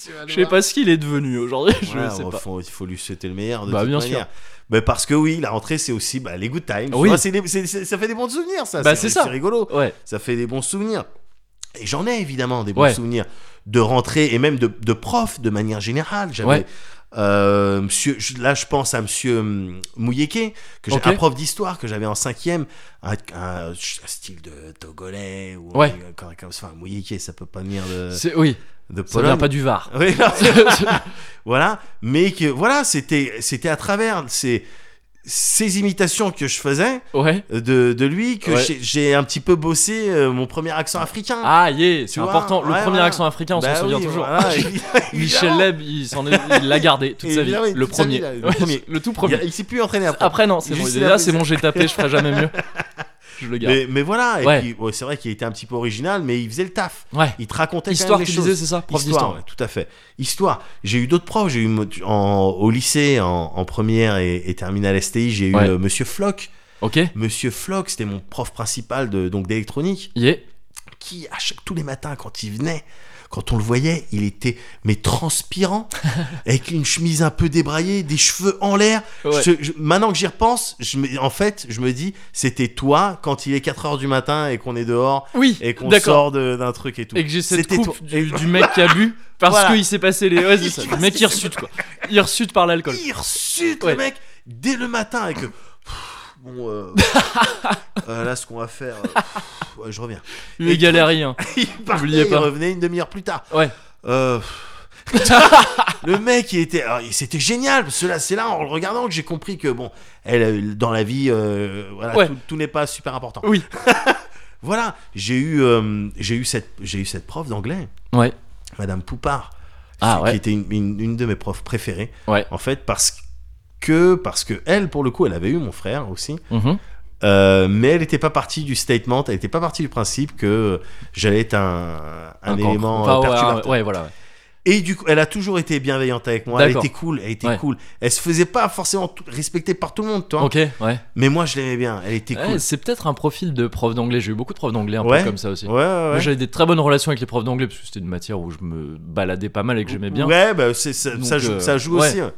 Speaker 2: tu vas le
Speaker 1: Je sais
Speaker 2: voir.
Speaker 1: pas ce qu'il est devenu aujourd'hui, je
Speaker 2: Ouais,
Speaker 1: sais
Speaker 2: on-
Speaker 1: pas.
Speaker 2: faut- il faut lui souhaiter le meilleur de
Speaker 1: Bah,
Speaker 2: toute
Speaker 1: bien
Speaker 2: manière. Mais parce que oui, la rentrée c'est aussi bah, les good times.
Speaker 1: Oui.
Speaker 2: Tu vois, c'est des- c'est- c'est- ça fait des bons souvenirs, ça.
Speaker 1: Bah, c'est ça.
Speaker 2: C'est rigolo.
Speaker 1: Ouais.
Speaker 2: Ça fait des bons souvenirs. Et j'en ai évidemment des bons
Speaker 1: Ouais.
Speaker 2: souvenirs de rentrée et même de, de prof de manière générale. J'avais
Speaker 1: Ouais.
Speaker 2: euh, monsieur, je- là je pense à monsieur hum, Mouyeke, que j'ai
Speaker 1: Ok.
Speaker 2: un prof d'histoire que j'avais en cinquième, un, un- un style de togolais ou
Speaker 1: Ouais.
Speaker 2: un- comme- comme- enfin Mouyeke, ça peut pas venir de,
Speaker 1: C'est- oui, ça vient
Speaker 2: de Euh, Pologne.
Speaker 1: pas du Var.
Speaker 2: Oui, non,
Speaker 1: C'est-
Speaker 2: voilà, mais que voilà, c'était c'était à travers ces ces imitations que je faisais euh,
Speaker 1: ouais.
Speaker 2: de, de lui que
Speaker 1: Ouais.
Speaker 2: j'ai- j'ai un petit peu bossé euh, mon premier accent africain.
Speaker 1: Ah yeah, c'est
Speaker 2: Tu vois,
Speaker 1: important. Le
Speaker 2: ouais,
Speaker 1: premier
Speaker 2: ouais.
Speaker 1: accent africain, on
Speaker 2: Bah
Speaker 1: s'en souvient
Speaker 2: oui,
Speaker 1: toujours.
Speaker 2: voilà, évi-
Speaker 1: Michel
Speaker 2: évidemment.
Speaker 1: Leb, il s'en est- il l'a gardé toute sa vie.
Speaker 2: Évidemment, oui,
Speaker 1: Le
Speaker 2: toute sa
Speaker 1: premier.
Speaker 2: vie, là, le
Speaker 1: Ouais,
Speaker 2: premier.
Speaker 1: le tout
Speaker 2: Il,
Speaker 1: premier.
Speaker 2: a- il s'est plus entraîné après.
Speaker 1: Après non, c'est bon.
Speaker 2: Juste
Speaker 1: il est Là,
Speaker 2: après,
Speaker 1: c'est bon, j'ai tapé, je ferai jamais mieux. Je le garde.
Speaker 2: mais, mais voilà, et
Speaker 1: Ouais.
Speaker 2: puis ouais, c'est vrai qu'il était un petit peu original, mais il faisait le taf.
Speaker 1: Ouais.
Speaker 2: Il te racontait
Speaker 1: Histoire,
Speaker 2: quand même
Speaker 1: tu
Speaker 2: les choses.
Speaker 1: disais, c'est ça, prof
Speaker 2: histoire,
Speaker 1: d'histoire.
Speaker 2: ouais, tout à fait. Histoire. J'ai eu d'autres profs. J'ai eu mo- en- au lycée, en, en première et, et terminale STI, j'ai eu
Speaker 1: Ouais.
Speaker 2: euh, Monsieur Flock.
Speaker 1: Ok.
Speaker 2: Monsieur Flock, c'était mon prof principal de donc d'électronique,
Speaker 1: Yeah.
Speaker 2: qui à chaque tous les matins quand il venait, quand on le voyait, il était mais transpirant, avec une chemise un peu débraillée, des cheveux en l'air.
Speaker 1: Ouais.
Speaker 2: Je- je- maintenant que j'y repense, je me- en fait, je me dis, c'était toi quand il est 4 heures du matin et qu'on est dehors
Speaker 1: Oui.
Speaker 2: et qu'on
Speaker 1: D'accord.
Speaker 2: sort de- d'un truc et tout.
Speaker 1: Et que j'ai cette
Speaker 2: C'était
Speaker 1: coupe
Speaker 2: toi.
Speaker 1: du, du mec qui a bu parce
Speaker 2: Voilà.
Speaker 1: qu'il s'est passé les. Ouais, c'est ça. Le mec
Speaker 2: Il
Speaker 1: qui ressute quoi. Il ressute par l'alcool.
Speaker 2: Il ressute
Speaker 1: Ouais.
Speaker 2: le mec dès le matin et que pff, bon euh, euh, là ce qu'on va faire, euh, pff, ouais, je reviens.
Speaker 1: Il est
Speaker 2: Et
Speaker 1: galérien.
Speaker 2: il
Speaker 1: Oubliez
Speaker 2: partait, il
Speaker 1: pas.
Speaker 2: revenait une demi-heure plus tard.
Speaker 1: Ouais.
Speaker 2: Euh, le mec, il était, alors, il- c'était génial. parce que là, c'est là en le regardant que j'ai compris que bon, elle, euh, dans la vie, euh, voilà,
Speaker 1: Ouais.
Speaker 2: tout, tout n'est pas super important.
Speaker 1: Oui.
Speaker 2: Voilà, j'ai eu, euh, j'ai eu cette, j'ai eu cette prof d'anglais,
Speaker 1: Ouais.
Speaker 2: Madame Poupard,
Speaker 1: Ah
Speaker 2: qui
Speaker 1: ouais.
Speaker 2: était une, une- une de mes profs préférées.
Speaker 1: Ouais.
Speaker 2: En fait, parce que, parce que elle, pour le coup, elle avait eu mon frère aussi.
Speaker 1: Mhm.
Speaker 2: Euh, mais elle n'était pas partie du statement, elle n'était pas partie du principe que j'allais être un, un
Speaker 1: cancre.
Speaker 2: élément
Speaker 1: Enfin,
Speaker 2: euh,
Speaker 1: ouais,
Speaker 2: perturbateur.
Speaker 1: ouais, ouais, voilà. ouais.
Speaker 2: Et du coup, elle a toujours été bienveillante avec moi. Elle
Speaker 1: D'accord.
Speaker 2: était cool, elle était
Speaker 1: Ouais.
Speaker 2: cool. Elle se faisait pas forcément tout- respecter par tout le monde, toi.
Speaker 1: Ok, ouais.
Speaker 2: Mais moi, je l'aimais bien. Elle était
Speaker 1: Ouais,
Speaker 2: cool.
Speaker 1: c'est peut-être un profil de prof d'anglais. J'ai eu beaucoup de profs d'anglais un
Speaker 2: Ouais.
Speaker 1: peu comme ça aussi.
Speaker 2: Ouais, ouais,
Speaker 1: Moi,
Speaker 2: ouais.
Speaker 1: J'avais des très bonnes relations avec les profs d'anglais parce que c'était une matière où je me baladais pas mal et que j'aimais bien.
Speaker 2: Ouais, bah, c'est- ça,
Speaker 1: Donc,
Speaker 2: ça joue,
Speaker 1: euh,
Speaker 2: ça joue
Speaker 1: ouais.
Speaker 2: aussi. hein. ouais.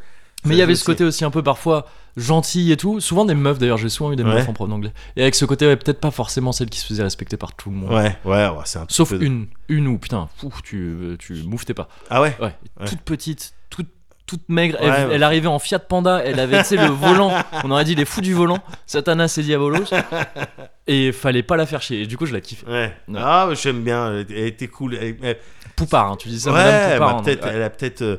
Speaker 1: Mais
Speaker 2: Ça
Speaker 1: il y avait
Speaker 2: joue
Speaker 1: ce
Speaker 2: aussi.
Speaker 1: côté aussi un peu parfois gentil et tout. Souvent des meufs d'ailleurs, j'ai souvent eu des
Speaker 2: Ouais.
Speaker 1: meufs en prof d'anglais. Et avec ce côté, ouais, peut-être pas forcément celle qui se faisait respecter par tout le monde.
Speaker 2: Ouais, ouais, ouais, c'est un petit
Speaker 1: Sauf
Speaker 2: peu de-
Speaker 1: une, une où putain, ouf, tu, tu mouffetais pas.
Speaker 2: Ah ouais
Speaker 1: Ouais,
Speaker 2: Ouais.
Speaker 1: toute petite, toute toute maigre,
Speaker 2: Ouais,
Speaker 1: elle,
Speaker 2: ouais.
Speaker 1: elle arrivait en Fiat Panda, elle avait tu sais, le volant, on aurait dit les fous du volant, Satanas et Diabolos, et fallait pas la faire chier, et du coup je la kiffais.
Speaker 2: Ouais.
Speaker 1: Ouais.
Speaker 2: Ah, mais j'aime bien. Elle était, elle était cool. Elle- elle-
Speaker 1: Poupard, hein, tu dis ça,
Speaker 2: ouais,
Speaker 1: madame
Speaker 2: elle
Speaker 1: Poupard.
Speaker 2: m'a
Speaker 1: en
Speaker 2: peut-être-
Speaker 1: anglais.
Speaker 2: elle a peut-être euh,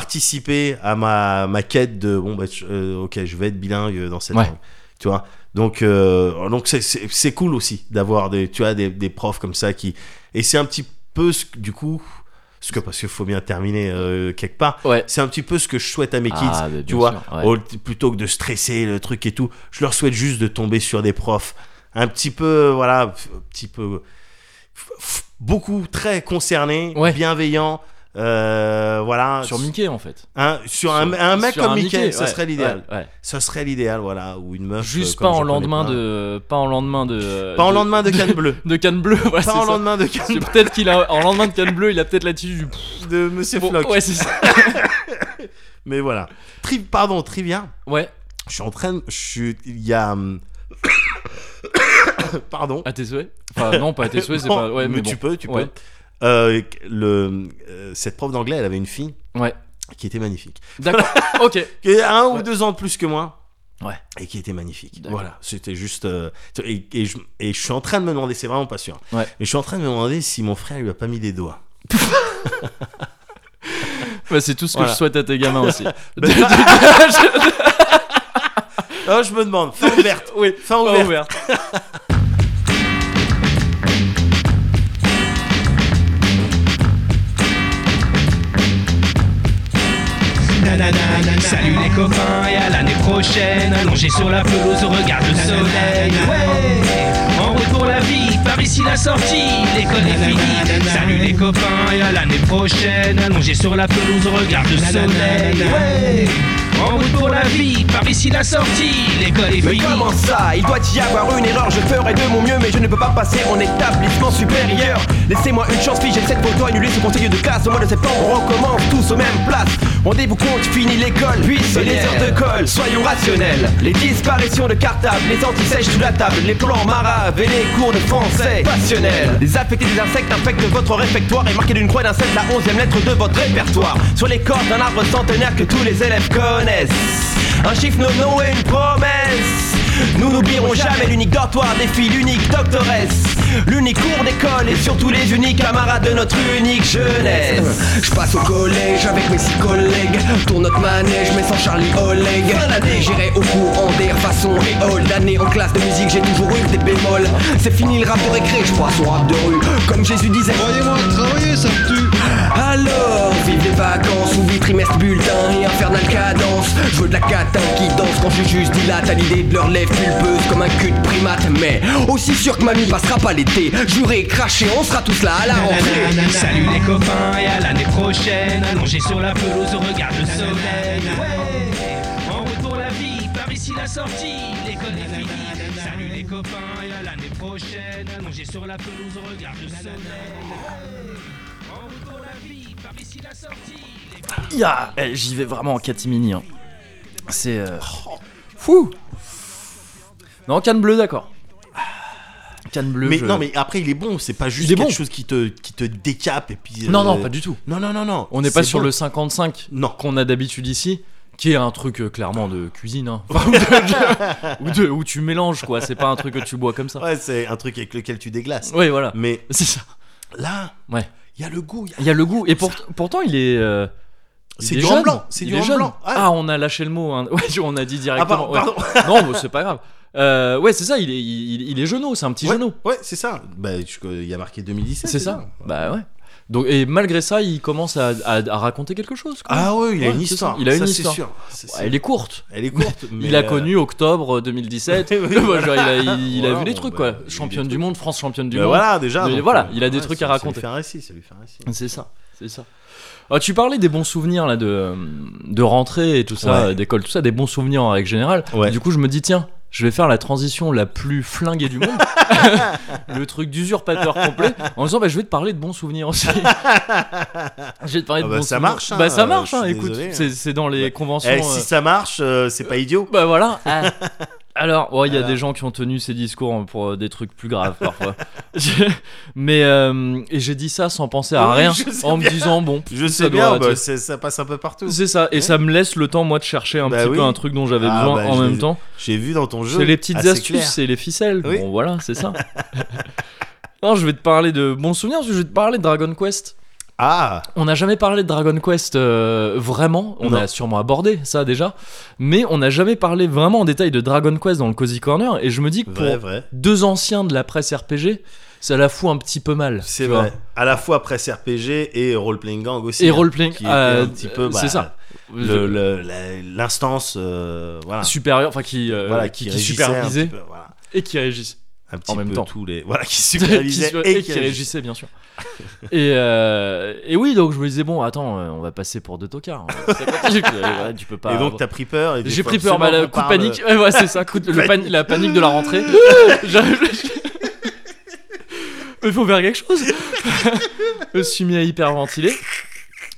Speaker 2: participé à ma, ma quête de bon, bah, je- euh, ok, je vais être bilingue dans cette
Speaker 1: Ouais.
Speaker 2: langue. Tu vois Donc, euh, donc c'est- c'est c'est cool aussi d'avoir des, tu vois, des, des profs comme ça qui. Et c'est un petit peu ce que- du coup. Ce que, parce qu'il faut bien terminer euh, quelque part.
Speaker 1: Ouais.
Speaker 2: C'est un petit peu ce que je souhaite à mes kids.
Speaker 1: Ah, mais
Speaker 2: tu
Speaker 1: bien
Speaker 2: vois,
Speaker 1: sûr, ouais.
Speaker 2: au- plutôt que de stresser le truc et tout, je leur souhaite juste de tomber sur des profs un petit peu, voilà, f- un petit peu, f- f- beaucoup très concernés,
Speaker 1: Ouais.
Speaker 2: bienveillants, euh, voilà,
Speaker 1: Sur Mickey en fait.
Speaker 2: Hein, sur un,
Speaker 1: Sur-
Speaker 2: un mec
Speaker 1: sur
Speaker 2: comme
Speaker 1: un
Speaker 2: Mickey, ça
Speaker 1: ouais,
Speaker 2: serait l'idéal,
Speaker 1: ouais, ouais.
Speaker 2: ça serait l'idéal, voilà, ou une meuf,
Speaker 1: Juste
Speaker 2: euh, comme
Speaker 1: pas en
Speaker 2: j'en connais
Speaker 1: lendemain
Speaker 2: plein.
Speaker 1: de. Pas en lendemain de.
Speaker 2: pas en
Speaker 1: de-
Speaker 2: lendemain de canne bleue,
Speaker 1: De canne bleue, voilà, c'est
Speaker 2: pas en
Speaker 1: ça.
Speaker 2: lendemain de
Speaker 1: Parce
Speaker 2: canne
Speaker 1: que Peut-être qu'il a. En lendemain de canne bleue, il a peut-être l'attitude du.
Speaker 2: de Monsieur
Speaker 1: Bon,
Speaker 2: Flock,
Speaker 1: ouais, c'est ça.
Speaker 2: mais voilà, Tri- pardon, trivia,
Speaker 1: Ouais.
Speaker 2: je suis en train, de- je suis, il y a, hum, pardon.
Speaker 1: À tes souhaits Enfin, non, pas à tes souhaits, c'est
Speaker 2: Bon,
Speaker 1: pas. Ouais, mais,
Speaker 2: tu
Speaker 1: bon.
Speaker 2: peux, tu
Speaker 1: Ouais.
Speaker 2: peux. Euh, le, euh, cette prof d'anglais, elle avait une fille
Speaker 1: Ouais.
Speaker 2: qui était magnifique.
Speaker 1: D'accord. ok.
Speaker 2: Qui est un ou
Speaker 1: Ouais.
Speaker 2: deux ans de plus que moi.
Speaker 1: Ouais.
Speaker 2: Et qui était magnifique.
Speaker 1: D'accord.
Speaker 2: Voilà, c'était juste. euh, et, et je, et je suis en train de me demander, c'est vraiment pas sûr.
Speaker 1: Ouais.
Speaker 2: Mais je suis en train de me demander si mon frère lui a pas mis des doigts.
Speaker 1: Bah, c'est tout ce que
Speaker 2: Voilà.
Speaker 1: je souhaite à tes gamins aussi.
Speaker 2: Ben- Ah, je me demande. Fin ouverte.
Speaker 1: oui.
Speaker 2: Fin
Speaker 1: Pas
Speaker 2: ouverte.
Speaker 1: ouvert.
Speaker 4: Nanana, salut les copains et à l'année prochaine Allongé sur la pelouse, on regarde le soleil Ouais, en route pour la vie, par ici la sortie L'école est finie, salut les copains et à l'année prochaine Allongé sur la pelouse, on regarde le soleil Ouais, en route pour la vie, par ici la sortie L'école est
Speaker 5: Mais
Speaker 4: finie
Speaker 5: comment ça Il doit y avoir une erreur, je ferai de mon mieux, mais je ne peux pas passer en établissement supérieur. Laissez-moi une chance, fille, j'ai cette photo annulée, ce conseil de classe. Au mois de septembre, on recommence tous aux mêmes places. Rendez-vous compte, fini l'école, puis et les heures de colle, soyons rationnels. Les disparitions de cartables, les antisèches sous la table, les plans marave et les cours de français passionnels. Les affectés des insectes infectent votre réfectoire et marqués d'une croix et d'un sept la onzième lettre de votre répertoire. Sur les cordes d'un arbre centenaire que tous les élèves connaissent. Un chiffre, nos noms et une promesse Nous n'oublierons jamais l'unique dortoir des filles, l'unique doctoresse L'unique cours d'école et surtout les uniques camarades de notre unique jeunesse
Speaker 6: Je passe au collège avec mes six collègues Tourne notre manège mais sans Charlie Oleg Fin d'année j'irai au cours en d'air façon réole D'année en classe de musique j'ai toujours eu des bémols C'est fini le rap de récré, je passe au rap de rue Comme Jésus disait Croyez-moi, travailler ça me tue Alors, vive les vacances ou vie trimestre bulletin et infernal cadence Je veux de la catin qui danse quand je juste dilate à l'idée de leur lèvres pulpeuse comme un cul de primate Mais aussi sûr que mamie passera pas l'été Juré, craché, on sera tous là à la rentrée
Speaker 4: Nanana, Salut les copains et à l'année prochaine Allongé sur la pelouse, on regarde le soleil Ouais, en route pour la vie, par ici la sortie L'école est finie Salut les copains et à l'année prochaine Allongé sur la pelouse, on regarde le soleil Ouais, en route pour la vie, par ici la sortie L'école est
Speaker 1: Ya, eh, J'y vais vraiment en catimini. hein. C'est. euh, Fou Non, canne bleue, d'accord. Canne bleue.
Speaker 2: Mais
Speaker 1: je-
Speaker 2: non, mais après, il est bon. C'est pas juste
Speaker 1: Il est
Speaker 2: quelque
Speaker 1: bon.
Speaker 2: chose qui te, qui te décape et puis. euh,
Speaker 1: Non, non, pas du tout.
Speaker 2: Non, non, non, non.
Speaker 1: On n'est pas
Speaker 2: C'est
Speaker 1: sur
Speaker 2: bon.
Speaker 1: le 55
Speaker 2: Non.
Speaker 1: qu'on a d'habitude ici, qui est un truc euh, clairement de cuisine, hein. Enfin, ou, de- ou de- où tu mélanges quoi. C'est pas un truc que tu bois comme ça.
Speaker 2: Ouais, c'est un truc avec lequel tu déglaces.
Speaker 1: Oui, voilà.
Speaker 2: Mais
Speaker 1: C'est ça.
Speaker 2: là,
Speaker 1: Ouais.
Speaker 2: il y a le goût. il y a-
Speaker 1: Il y a le goût. Et pour- pourtant, il est. euh, il
Speaker 2: C'est
Speaker 1: est
Speaker 2: du
Speaker 1: jeune.
Speaker 2: rhum blanc, c'est
Speaker 1: Il
Speaker 2: du
Speaker 1: est
Speaker 2: rhum
Speaker 1: jeune.
Speaker 2: blanc. Ouais.
Speaker 1: Ah, on a lâché le mot. hein. Ouais, on a dit
Speaker 2: Ah,
Speaker 1: directement.
Speaker 2: par-
Speaker 1: ouais.
Speaker 2: pardon.
Speaker 1: non, bah, c'est pas grave. Euh, ouais, c'est ça. Il est, il, il est jeuneau. C'est un petit
Speaker 2: Ouais,
Speaker 1: jeuneau.
Speaker 2: Ouais, c'est ça. Bah, je- il y a marqué 2017.
Speaker 1: C'est ça. Bah ouais. Donc, et malgré ça, il commence à, à- à raconter quelque chose. quoi.
Speaker 2: Ah ouais, il a
Speaker 1: Ouais,
Speaker 2: une
Speaker 1: c'est ça,
Speaker 2: histoire.
Speaker 1: il a une
Speaker 2: ça, c'est
Speaker 1: histoire.
Speaker 2: sûr. C'est- c'est-
Speaker 1: Elle est courte.
Speaker 2: Elle est courte. mais,
Speaker 1: il a
Speaker 2: euh,
Speaker 1: connu octobre 2017.
Speaker 2: Oui,
Speaker 1: Genre,
Speaker 2: voilà.
Speaker 1: il a, il- il a
Speaker 2: Voilà,
Speaker 1: vu des
Speaker 2: bon,
Speaker 1: trucs,
Speaker 2: bah,
Speaker 1: quoi.
Speaker 2: il a vu
Speaker 1: Championne
Speaker 2: des
Speaker 1: du monde, France championne du
Speaker 2: bah
Speaker 1: monde.
Speaker 2: voilà, déjà.
Speaker 1: Mais
Speaker 2: donc,
Speaker 1: voilà,
Speaker 2: euh,
Speaker 1: il a des
Speaker 2: ouais,
Speaker 1: trucs
Speaker 2: ça-
Speaker 1: à raconter.
Speaker 2: Ça lui fait un récit, ça lui fait un récit.
Speaker 1: C'est ça, c'est ça. Ah, tu parlais des bons souvenirs là de, euh, de rentrée et tout ça,
Speaker 2: Ouais.
Speaker 1: d'école, tout ça, des bons souvenirs en règle générale.
Speaker 2: Ouais.
Speaker 1: Du coup, je me dis, tiens, je vais faire la transition la plus flinguée du monde, le truc d'usurpateur complet, en disant, bah, je vais te parler de bons souvenirs aussi. je vais te parler
Speaker 2: Ah
Speaker 1: de
Speaker 2: bah,
Speaker 1: bons
Speaker 2: ça
Speaker 1: souvenirs.
Speaker 2: marche, hein,
Speaker 1: bah, ça
Speaker 2: euh,
Speaker 1: marche,
Speaker 2: je
Speaker 1: hein,
Speaker 2: suis
Speaker 1: écoute,
Speaker 2: désolé, hein.
Speaker 1: c'est c'est dans les
Speaker 2: Bah,
Speaker 1: conventions.
Speaker 2: Eh,
Speaker 1: euh,
Speaker 2: si ça marche, euh, c'est pas idiot.
Speaker 1: bah voilà. Ah. Alors, ouais, il y a
Speaker 2: Voilà.
Speaker 1: des gens qui ont tenu ces discours pour euh, des trucs plus graves parfois. Mais euh, et j'ai dit ça sans penser à
Speaker 2: Oui,
Speaker 1: rien,
Speaker 2: je sais
Speaker 1: en me
Speaker 2: bien.
Speaker 1: disant bon,
Speaker 2: Je
Speaker 1: ça
Speaker 2: sais
Speaker 1: doit
Speaker 2: bien,
Speaker 1: être-
Speaker 2: bah, c'est- ça passe un peu partout.
Speaker 1: c'est ça. Et
Speaker 2: Ouais.
Speaker 1: ça me laisse le temps moi de chercher un
Speaker 2: Bah
Speaker 1: petit
Speaker 2: oui.
Speaker 1: peu un truc dont j'avais
Speaker 2: Ah,
Speaker 1: besoin
Speaker 2: bah,
Speaker 1: en
Speaker 2: je
Speaker 1: même
Speaker 2: l'ai-
Speaker 1: temps.
Speaker 2: J'ai vu dans ton jeu.
Speaker 1: C'est les petites
Speaker 2: Ah, c'est
Speaker 1: astuces,
Speaker 2: clair.
Speaker 1: c'est les ficelles.
Speaker 2: Oui.
Speaker 1: Bon voilà, c'est ça. non, je vais te parler de bons souvenirs. parce que Je vais te parler de Dragon Quest.
Speaker 2: Ah,
Speaker 1: On n'a jamais parlé de Dragon Quest euh, vraiment. On
Speaker 2: Non.
Speaker 1: a sûrement abordé ça déjà, mais on n'a jamais parlé vraiment en détail de Dragon Quest dans le cozy corner. Et je me dis que pour
Speaker 2: vrai, vrai.
Speaker 1: deux anciens de la presse RPG, ça la fout un petit peu mal.
Speaker 2: C'est
Speaker 1: tu vois.
Speaker 2: vrai. À la fois presse RPG et Role Playing Gang aussi.
Speaker 1: Et
Speaker 2: hein,
Speaker 1: roleplaying,
Speaker 2: qui était
Speaker 1: euh,
Speaker 2: un petit peu.
Speaker 1: c'est
Speaker 2: bah,
Speaker 1: ça.
Speaker 2: le- le- la- L'instance. euh, voilà.
Speaker 1: supérieur, enfin qui, euh,
Speaker 2: Voilà,
Speaker 1: qui,
Speaker 2: qui,
Speaker 1: qui
Speaker 2: régissait un
Speaker 1: supervisait
Speaker 2: petit peu, voilà.
Speaker 1: et qui régissait.
Speaker 2: Un petit
Speaker 1: En même
Speaker 2: peu
Speaker 1: temps.
Speaker 2: tous les. Voilà, qui
Speaker 1: qui,
Speaker 2: supervisait
Speaker 1: su-
Speaker 2: et qui régissait.
Speaker 1: régissait bien sûr. et, euh, et oui, donc je me disais bon, attends, euh, on va passer pour deux tocards. hein. C'est pas possible, euh, ouais, tu peux pas.
Speaker 2: Et donc, t'as pris peur. et des
Speaker 1: j'ai
Speaker 2: fois,
Speaker 1: pris peur, bah,
Speaker 2: absolument,
Speaker 1: le
Speaker 2: on
Speaker 1: coup de
Speaker 2: parle- euh,
Speaker 1: panique. Ouais, ouais, c'est ça, coup de- le
Speaker 2: panique.
Speaker 1: pani- la panique de la rentrée. Je- Il faut faire quelque chose. je me suis mis à hyperventiler.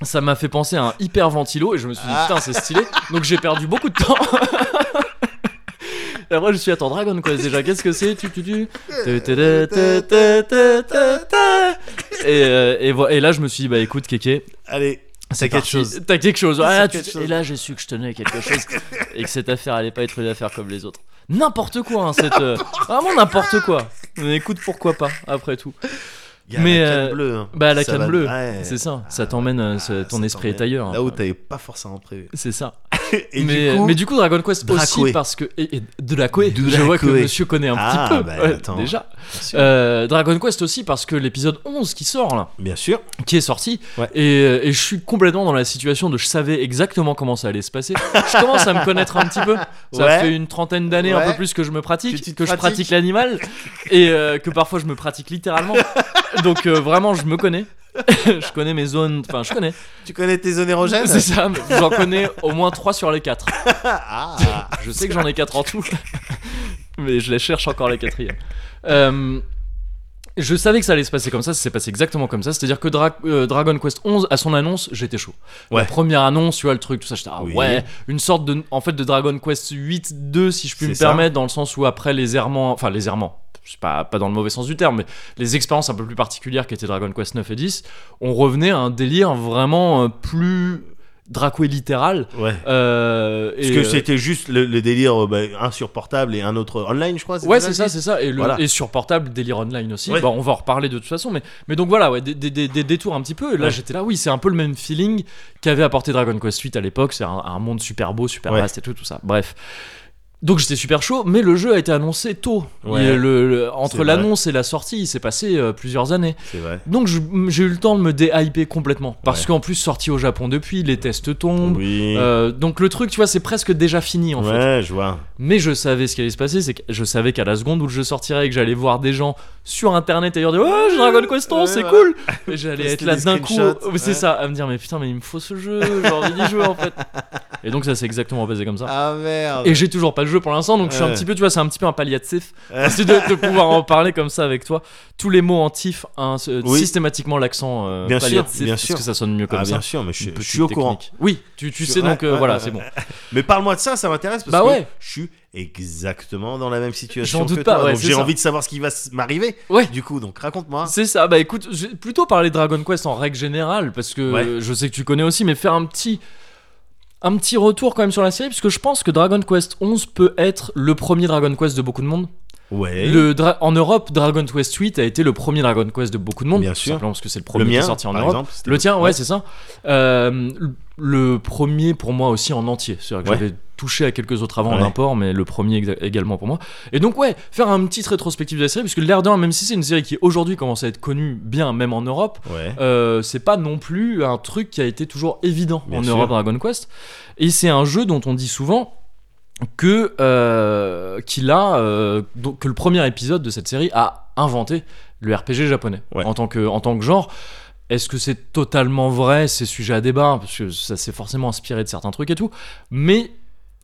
Speaker 1: Ça m'a fait penser à un hyperventilo et je me suis dit
Speaker 2: Ah.
Speaker 1: putain c'est stylé. Donc j'ai perdu beaucoup de temps. Et après je me suis dit, attends Dragon Quest déjà qu'est-ce que c'est tu tu tu Tu, tu, tu, tu, tu, tu, tu, tu. et, euh, et, vo- et là je me suis dit bah écoute Kéké
Speaker 2: Allez, c'est quelque
Speaker 1: parti.
Speaker 2: chose.
Speaker 1: T'as quelque chose.
Speaker 2: C'est
Speaker 1: Ah,
Speaker 2: quelque
Speaker 1: tu-
Speaker 2: chose.
Speaker 1: Et là, j'ai su que je tenais quelque chose et que cette affaire allait pas être une affaire comme les autres. N'importe quoi, hein, cette. euh, Vraiment n'importe quoi. Mais écoute, pourquoi pas, après tout.
Speaker 2: Il y a
Speaker 1: Mais,
Speaker 2: la canne
Speaker 1: euh,
Speaker 2: bleue. hein.
Speaker 1: Bah, la
Speaker 2: Ça
Speaker 1: canne
Speaker 2: va-
Speaker 1: bleue,
Speaker 2: ouais.
Speaker 1: c'est ça.
Speaker 2: Ah,
Speaker 1: Ça t'emmène, euh, ce-
Speaker 2: Ah,
Speaker 1: ton
Speaker 2: ça
Speaker 1: esprit est
Speaker 2: t'emmène
Speaker 1: ailleurs.
Speaker 2: Là où
Speaker 1: hein.
Speaker 2: t'avais pas forcément prévu.
Speaker 1: C'est ça.
Speaker 2: Et
Speaker 1: mais,
Speaker 2: du coup,
Speaker 1: mais du coup, Dragon Quest aussi
Speaker 2: Dracoé.
Speaker 1: parce que. Et, et de la Coé.
Speaker 2: De
Speaker 1: Je
Speaker 2: la
Speaker 1: vois que
Speaker 2: Coé.
Speaker 1: monsieur connaît un
Speaker 2: Ah,
Speaker 1: petit peu.
Speaker 2: bah,
Speaker 1: ouais,
Speaker 2: attends.
Speaker 1: déjà.
Speaker 2: bien sûr.
Speaker 1: Euh, Dragon Quest aussi parce que l'épisode 11 qui sort là.
Speaker 2: bien sûr.
Speaker 1: qui est sorti
Speaker 2: Ouais.
Speaker 1: et, euh, et je suis complètement dans la situation de je savais exactement comment ça allait se passer je commence à me connaître un petit peu ça
Speaker 2: Ouais.
Speaker 1: fait une trentaine d'années un
Speaker 2: Ouais.
Speaker 1: peu plus que je me pratique
Speaker 2: Que tu te
Speaker 1: que je
Speaker 2: pratiques.
Speaker 1: pratique l'animal et euh, que parfois je me pratique littéralement donc euh, vraiment je me connais je connais mes zones enfin je connais
Speaker 2: Tu connais tes onérogènes
Speaker 1: c'est ça j'en connais au moins 3 sur les 4
Speaker 2: Ah,
Speaker 1: je sais que j'en ai 4 en tout, mais je les cherche encore les quatrièmes. Euh, je savais que ça allait se passer comme ça, ça s'est passé exactement comme ça. C'est-à-dire que Dra- euh, Dragon Quest 11, à son annonce, j'étais chaud. La
Speaker 2: Ouais.
Speaker 1: première annonce, tu vois, le truc, tout ça, j'étais ah
Speaker 2: Oui.
Speaker 1: ouais, une sorte de, en fait, de Dragon Quest 8 2, si je puis
Speaker 2: C'est
Speaker 1: me
Speaker 2: ça.
Speaker 1: permettre, dans le sens où après les errements, enfin les errements, je sais pas, pas dans le mauvais sens du terme, mais les expériences un peu plus particulières qui étaient Dragon Quest 9 et 10, on revenait à un délire vraiment euh, plus dracoé littéral.
Speaker 2: ouais.
Speaker 1: Euh,
Speaker 2: Parce
Speaker 1: et,
Speaker 2: que
Speaker 1: euh,
Speaker 2: c'était juste le, le délire, euh, bah, un sur portable et un autre online, je crois.
Speaker 1: Ouais, c'est ça, c'est ça. Et, le-
Speaker 2: Voilà.
Speaker 1: et sur portable, délire online aussi.
Speaker 2: Ouais.
Speaker 1: Bah, on va en reparler de toute façon. Mais, mais donc voilà, ouais, des, des- des- des détours un petit peu. Et là,
Speaker 2: Ouais.
Speaker 1: j'étais là, oui, c'est un peu le même feeling qu'avait apporté Dragon Quest 8 à l'époque. C'est un, un monde super beau, super
Speaker 2: Ouais.
Speaker 1: vaste et tout, tout ça. Bref. Donc j'étais super chaud, mais le jeu a été annoncé tôt.
Speaker 2: Ouais.
Speaker 1: Il- le- le-
Speaker 2: C'est
Speaker 1: entre
Speaker 2: vrai.
Speaker 1: l'annonce et la sortie, il s'est passé euh, plusieurs années.
Speaker 2: C'est vrai.
Speaker 1: Donc je- j'ai eu le temps de me déhyper complètement. Parce
Speaker 2: Ouais.
Speaker 1: qu'en plus, sorti au Japon depuis, les tests tombent.
Speaker 2: Oui.
Speaker 1: Euh, donc le truc, tu vois, c'est presque déjà fini en fait.
Speaker 2: ouais, je vois.
Speaker 1: Mais je savais ce qui allait se passer, c'est que je savais qu'à la seconde où je sortirais et que j'allais voir des gens sur internet et leur dire Ouais, j'ai Dragon Quest 11,
Speaker 2: Ouais,
Speaker 1: c'est
Speaker 2: voilà.
Speaker 1: cool Et j'allais
Speaker 2: Poster
Speaker 1: être là
Speaker 2: des
Speaker 1: d'un coup,
Speaker 2: screenshots,
Speaker 1: oh, c'est
Speaker 2: ouais.
Speaker 1: ça, à me dire Mais putain, mais il me faut ce jeu, j'ai envie d'y jouer en fait Et donc ça s'est exactement passé comme ça.
Speaker 2: Ah merde.
Speaker 1: Et j'ai toujours pas le jeu pour l'instant, donc je suis un
Speaker 2: Ouais.
Speaker 1: petit peu, tu vois, c'est un petit peu un palliatif. C'est de, de pouvoir en parler comme ça avec toi. Tous les mots en tif, hein, ce-
Speaker 2: Oui.
Speaker 1: systématiquement l'accent euh,
Speaker 2: Bien sûr,
Speaker 1: palliatif,
Speaker 2: bien
Speaker 1: parce
Speaker 2: sûr.
Speaker 1: que ça sonne mieux comme
Speaker 2: ah,
Speaker 1: ça.
Speaker 2: bien sûr, mais je,
Speaker 1: Une
Speaker 2: je
Speaker 1: petite
Speaker 2: suis au courant.
Speaker 1: technique. Oui, tu, tu
Speaker 2: Je-
Speaker 1: sais,
Speaker 2: ouais,
Speaker 1: donc euh,
Speaker 2: ouais,
Speaker 1: voilà,
Speaker 2: ouais,
Speaker 1: c'est bon.
Speaker 2: Mais parle-moi de ça, ça m'intéresse parce
Speaker 1: Bah
Speaker 2: que
Speaker 1: ouais.
Speaker 2: je suis exactement dans la même situation.
Speaker 1: J'en doute
Speaker 2: que
Speaker 1: pas,
Speaker 2: toi,
Speaker 1: ouais,
Speaker 2: donc
Speaker 1: c'est
Speaker 2: j'ai
Speaker 1: ça.
Speaker 2: envie de savoir ce qui va s- m'arriver.
Speaker 1: Ouais.
Speaker 2: Du coup, donc raconte-moi.
Speaker 1: C'est ça, bah écoute, j'ai plutôt parler de Dragon Quest en règle générale, parce que
Speaker 2: Ouais.
Speaker 1: euh, je sais que tu connais aussi, mais faire un petit, un petit retour quand même sur la série, parce que je pense que Dragon Quest 11 peut être le premier Dragon Quest de beaucoup de monde.
Speaker 2: Ouais.
Speaker 1: Le dra- en Europe, Dragon Quest 8 a été le premier Dragon Quest de beaucoup de monde.
Speaker 2: Bien
Speaker 1: tout
Speaker 2: sûr.
Speaker 1: Simplement parce que c'est le
Speaker 2: Le
Speaker 1: premier qui est
Speaker 2: mien,
Speaker 1: sorti en
Speaker 2: par
Speaker 1: Europe.
Speaker 2: exemple, c'était-
Speaker 1: Le tien, ouais,
Speaker 2: Ouais.
Speaker 1: c'est ça. Euh, le- le premier pour moi aussi en entier. C'est-à-dire que
Speaker 2: Ouais.
Speaker 1: j'avais touché à quelques autres avant
Speaker 2: Ouais.
Speaker 1: en import, mais le premier exa- également pour moi. Et donc, ouais, faire un petit rétrospective de la série, puisque l'air de rien, même si c'est une série qui aujourd'hui commence à être connue bien, même en Europe,
Speaker 2: Ouais.
Speaker 1: euh, c'est pas non plus un truc qui a été toujours évident
Speaker 2: Bien
Speaker 1: en
Speaker 2: sûr.
Speaker 1: Europe Dragon Quest. Et c'est un jeu dont on dit souvent que euh, qu'il a euh, donc, que le premier épisode de cette série a inventé le RPG japonais
Speaker 2: Ouais.
Speaker 1: en tant que en tant que genre. Est-ce que c'est totalement vrai C'est sujet à débat parce que ça s'est forcément inspiré de certains trucs et tout, mais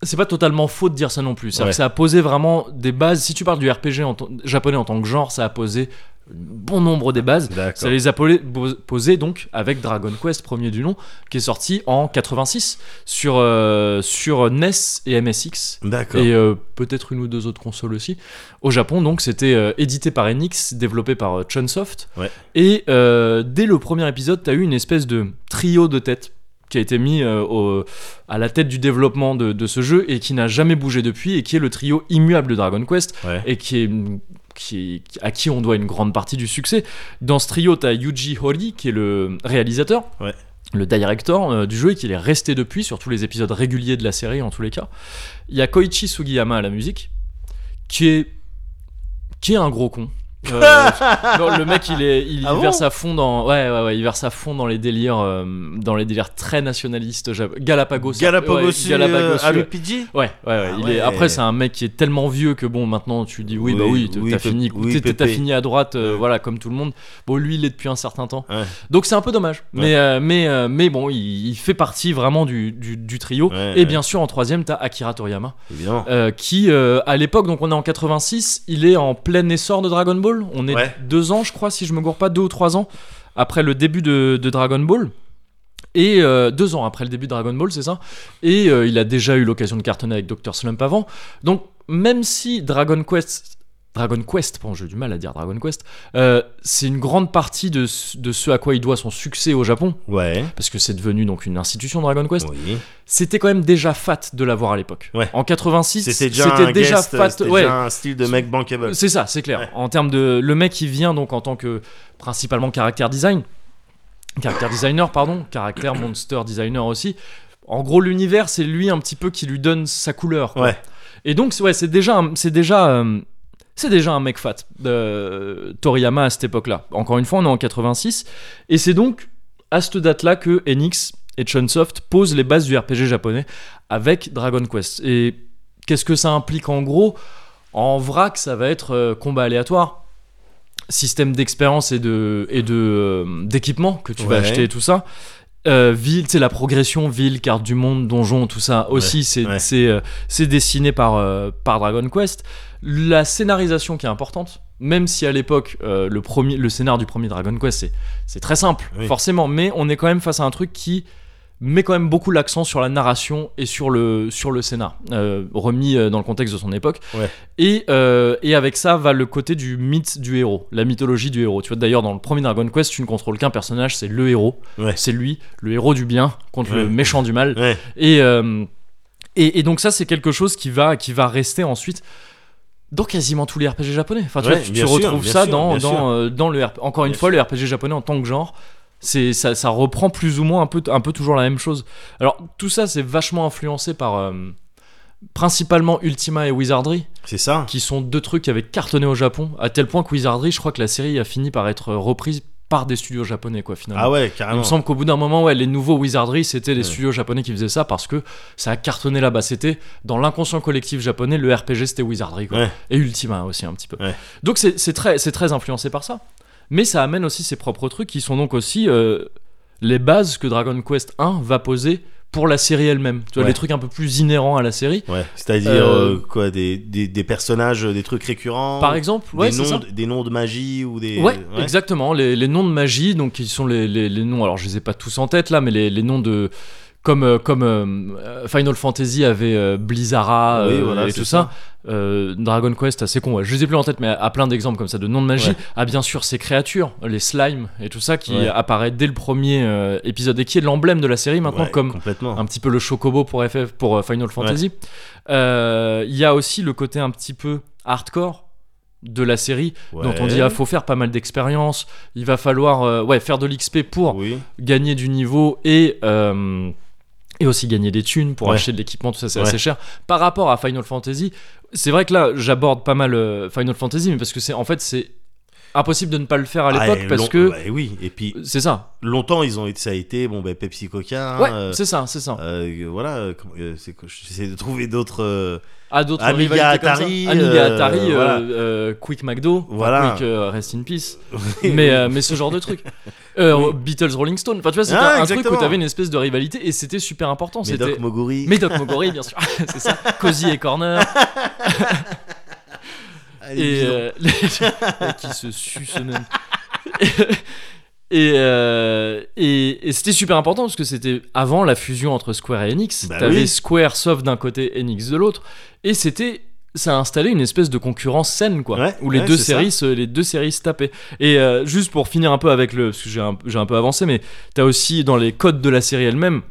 Speaker 1: c'est pas totalement faux de dire ça non plus. C'est-à-dire
Speaker 2: Ouais.
Speaker 1: que ça a posé vraiment des bases. Si tu parles du RPG en tant- japonais en tant que genre, ça a posé bon nombre des bases. Ça
Speaker 2: D'accord.
Speaker 1: les a polé- bo- posés donc avec Dragon Quest, premier du nom, qui est sorti en 86 sur, euh, sur NES et MSX.
Speaker 2: D'accord.
Speaker 1: Et euh, peut-être une ou deux autres consoles aussi. Au Japon, donc, c'était euh, édité par Enix, développé par euh, Chunsoft.
Speaker 2: Ouais.
Speaker 1: Et euh, dès le premier épisode, t'as eu une espèce de trio de tête qui a été mis euh, au- à la tête du développement de, de ce jeu et qui n'a jamais bougé depuis et qui est le trio immuable de Dragon Quest
Speaker 2: Ouais.
Speaker 1: et qui est qui, qui- à qui on doit une grande partie du succès. Dans ce trio, t'as Yuji Horii qui est le réalisateur,
Speaker 2: Ouais.
Speaker 1: le director euh, du jeu et qui est resté depuis sur tous les épisodes réguliers de la série en tous les cas. Il y a Koichi Sugiyama à la musique, qui est qui est un gros con. Euh, non, le mec, il est, il,
Speaker 2: Ah
Speaker 1: il
Speaker 2: bon
Speaker 1: verse à fond dans, ouais, ouais, ouais, il verse à fond dans les délires, euh, dans les délires très nationalistes, jap- Galapagos,
Speaker 2: Galapagos,
Speaker 1: ouais, Galapagos,
Speaker 2: euh,
Speaker 1: ouais.
Speaker 2: LPG?
Speaker 1: Ouais, ouais, ouais.
Speaker 2: Ah
Speaker 1: il
Speaker 2: ouais.
Speaker 1: Est... Après, c'est un mec qui est tellement vieux que bon, maintenant tu dis oui,
Speaker 2: Oui,
Speaker 1: bah oui, t-
Speaker 2: oui,
Speaker 1: t'as
Speaker 2: Pep-
Speaker 1: fini,
Speaker 2: oui,
Speaker 1: t'es- t'es- t'as
Speaker 2: Pépé.
Speaker 1: fini à droite, euh,
Speaker 2: Ouais.
Speaker 1: voilà, comme tout le monde. Bon, lui, il est depuis un certain temps.
Speaker 2: Ouais.
Speaker 1: Donc c'est un peu dommage.
Speaker 2: Ouais.
Speaker 1: Mais, euh, mais, euh, mais bon, il, il fait partie vraiment du, du, du trio.
Speaker 2: Ouais,
Speaker 1: Et
Speaker 2: ouais.
Speaker 1: bien sûr, en troisième, t'as Akira Toriyama,
Speaker 2: Évidemment.
Speaker 1: euh, qui, euh, à l'époque, donc on est en 86, il est en plein essor de Dragon Ball. On est
Speaker 2: Ouais.
Speaker 1: deux ans, je crois, si je me gourre pas, deux ou trois ans après le début de, de Dragon Ball. Et euh, deux ans après le début de Dragon Ball, c'est ça. Et euh, il a déjà eu l'occasion de cartonner avec Dr. Slump avant. Donc, même si Dragon Quest. Dragon Quest, bon, j'ai du mal à dire Dragon Quest, euh, c'est une grande partie de, ce- de ce à quoi il doit son succès au Japon,
Speaker 2: Ouais.
Speaker 1: parce que c'est devenu donc une institution Dragon Quest
Speaker 2: Oui.
Speaker 1: c'était quand même déjà fat de l'avoir à l'époque.
Speaker 2: Ouais.
Speaker 1: En 86,
Speaker 2: C'était déjà, un
Speaker 1: déjà
Speaker 2: guest,
Speaker 1: fat.
Speaker 2: c'était
Speaker 1: ouais.
Speaker 2: déjà un style de mec bankable.
Speaker 1: C'est ça, c'est clair. En termes de, le mec il vient donc en tant que principalement caractère design, caractère designer pardon, caractère monster designer aussi. En gros, l'univers c'est lui un petit peu qui lui donne sa couleur. quoi.
Speaker 2: Ouais.
Speaker 1: Et donc c'est- ouais, c'est déjà, un- c'est déjà, euh, c'est déjà un mec fat de Toriyama à cette époque-là. Encore une fois, on est en 86 et c'est donc à cette date-là que Enix et Chunsoft posent les bases du RPG japonais avec Dragon Quest. Et qu'est-ce que ça implique en gros En vrac, ça va être euh, combat aléatoire, système d'expérience et de et de euh, d'équipement que tu vas
Speaker 2: Ouais.
Speaker 1: acheter et tout ça. Euh, ville, c'est la progression, ville, carte du monde, donjon, tout ça aussi, c'est
Speaker 2: ouais.
Speaker 1: c'est, euh, c'est dessiné par euh, par Dragon Quest. La scénarisation qui est importante, même si à l'époque euh, le premier le scénar du premier Dragon Quest c'est c'est très simple,
Speaker 2: Oui.
Speaker 1: forcément, mais on est quand même face à un truc qui met quand même beaucoup l'accent sur la narration et sur le, sur le scénar, euh, remis euh, dans le contexte de son époque.
Speaker 2: Ouais.
Speaker 1: Et, euh, et avec ça va le côté du mythe du héros, la mythologie du héros. Tu vois, d'ailleurs, dans le premier Dragon Quest, tu ne contrôles qu'un personnage, c'est le héros.
Speaker 2: Ouais.
Speaker 1: C'est lui, le héros du bien contre le
Speaker 2: Ouais.
Speaker 1: méchant du mal.
Speaker 2: Ouais.
Speaker 1: Et, euh, et, et donc ça, c'est quelque chose qui va, qui va rester ensuite dans quasiment tous les RPG japonais. Enfin, tu,
Speaker 2: Ouais,
Speaker 1: vois, tu- tu
Speaker 2: bien sûr,
Speaker 1: retrouves
Speaker 2: bien
Speaker 1: ça
Speaker 2: sûr,
Speaker 1: dans,
Speaker 2: bien sûr.
Speaker 1: dans, euh, dans le RP Encore une
Speaker 2: Bien
Speaker 1: fois, le RPG japonais en tant que genre, c'est ça, ça reprend plus ou moins un peu, un peu toujours la même chose. Alors, tout ça, c'est vachement influencé par... euh, principalement Ultima et Wizardry,
Speaker 2: C'est ça.
Speaker 1: qui sont deux trucs qui avaient cartonné au Japon, à tel point que Wizardry, je crois que la série a fini par être reprise par des studios japonais, quoi, finalement.
Speaker 2: Ah ouais,
Speaker 1: Il
Speaker 2: carrément.
Speaker 1: me semble qu'au bout d'un moment, ouais, les nouveaux Wizardry, c'était les
Speaker 2: Ouais.
Speaker 1: studios japonais qui faisaient ça parce que ça a cartonné là-bas. C'était dans l'inconscient collectif japonais, le RPG c'était Wizardry quoi.
Speaker 2: Ouais.
Speaker 1: et Ultima aussi un petit peu.
Speaker 2: Ouais.
Speaker 1: Donc c'est c'est très, c'est très influencé par ça. Mais ça amène aussi ses propres trucs qui sont donc aussi euh, les bases que Dragon Quest 1 va poser pour la série elle-même. Tu vois,
Speaker 2: Ouais.
Speaker 1: les trucs un peu plus inhérents à la série.
Speaker 2: Ouais. C'est-à-dire
Speaker 1: Euh,
Speaker 2: euh, quoi, des, des, des personnages, des trucs récurrents.
Speaker 1: Par exemple, ouais,
Speaker 2: des,
Speaker 1: c'est ça.
Speaker 2: noms, de- des noms de magie ou des.
Speaker 1: Ouais, exactement. Les, les noms de magie, donc qui sont les, les- les noms, alors je les ai pas tous en tête là, mais les, les noms de. Comme, euh, comme euh, Final Fantasy avait euh, Blizzara
Speaker 2: Oui,
Speaker 1: euh,
Speaker 2: voilà,
Speaker 1: et
Speaker 2: c'est
Speaker 1: tout ça,
Speaker 2: ça.
Speaker 1: euh, Dragon Quest, assez con, ouais. je les ai plus en tête, mais à, à plein d'exemples comme ça de noms de magie,
Speaker 2: Ouais.
Speaker 1: à bien sûr ces créatures, les slimes et tout ça qui
Speaker 2: Ouais.
Speaker 1: apparaît dès le premier euh, épisode et qui est l'emblème de la série maintenant,
Speaker 2: Ouais,
Speaker 1: comme
Speaker 2: Complètement.
Speaker 1: un petit peu le chocobo pour FF pour euh, Final Fantasy. Euh, Il y a aussi le côté un petit peu hardcore de la série dont
Speaker 2: Ouais.
Speaker 1: on dit ah faut faire pas mal d'expérience il va falloir euh, ouais faire de l'XP pour
Speaker 2: Oui.
Speaker 1: gagner du niveau et euh, et aussi gagner des thunes pour
Speaker 2: Ouais.
Speaker 1: acheter de l'équipement tout ça c'est
Speaker 2: Ouais.
Speaker 1: assez cher par rapport à Final Fantasy c'est vrai que là j'aborde pas mal euh, Final Fantasy mais parce que c'est en fait c'est impossible de ne pas le faire à l'époque
Speaker 2: Ah, et
Speaker 1: parce
Speaker 2: long-
Speaker 1: que
Speaker 2: bah, oui, et puis
Speaker 1: c'est ça
Speaker 2: longtemps ils ont été ça a été bon ben Pepsi Coca. hein,
Speaker 1: ouais
Speaker 2: euh,
Speaker 1: c'est ça c'est ça
Speaker 2: euh, voilà, euh, comment- euh, c'est que j'essaie de trouver d'autres. euh,
Speaker 1: à d'autres
Speaker 2: Amiga
Speaker 1: rivalités comme ça.
Speaker 2: Atari,
Speaker 1: Amiga
Speaker 2: euh,
Speaker 1: Atari euh,
Speaker 2: voilà.
Speaker 1: euh, Quick McDo enfin,
Speaker 2: Voilà.
Speaker 1: Quick, euh, Rest in Peace mais, euh, mais ce genre de truc Euh, Beatles Rolling Stone enfin tu vois c'était
Speaker 2: Ah,
Speaker 1: un truc
Speaker 2: exactement.
Speaker 1: où t'avais une espèce de rivalité et c'était super important
Speaker 2: mais Doc
Speaker 1: c'était
Speaker 2: Moguri.
Speaker 1: Médoc Mogori bien sûr c'est ça Cozy et Corner
Speaker 2: Allez,
Speaker 1: et
Speaker 2: bisous.
Speaker 1: euh, les- qui se suce même et, euh, et, et c'était super important parce que c'était avant la fusion entre Square et Enix.
Speaker 2: Bah
Speaker 1: T'avais
Speaker 2: oui.
Speaker 1: Square sauf d'un côté, Enix de l'autre, et c'était ça a installé une espèce de concurrence saine quoi,
Speaker 2: Ouais,
Speaker 1: où les
Speaker 2: ouais,
Speaker 1: deux
Speaker 2: c'est
Speaker 1: séries se, les deux séries se tapaient. Et euh, juste pour finir un peu avec le, parce que j'ai un, j'ai un peu avancé, mais t'as aussi dans les codes de la série elle-même,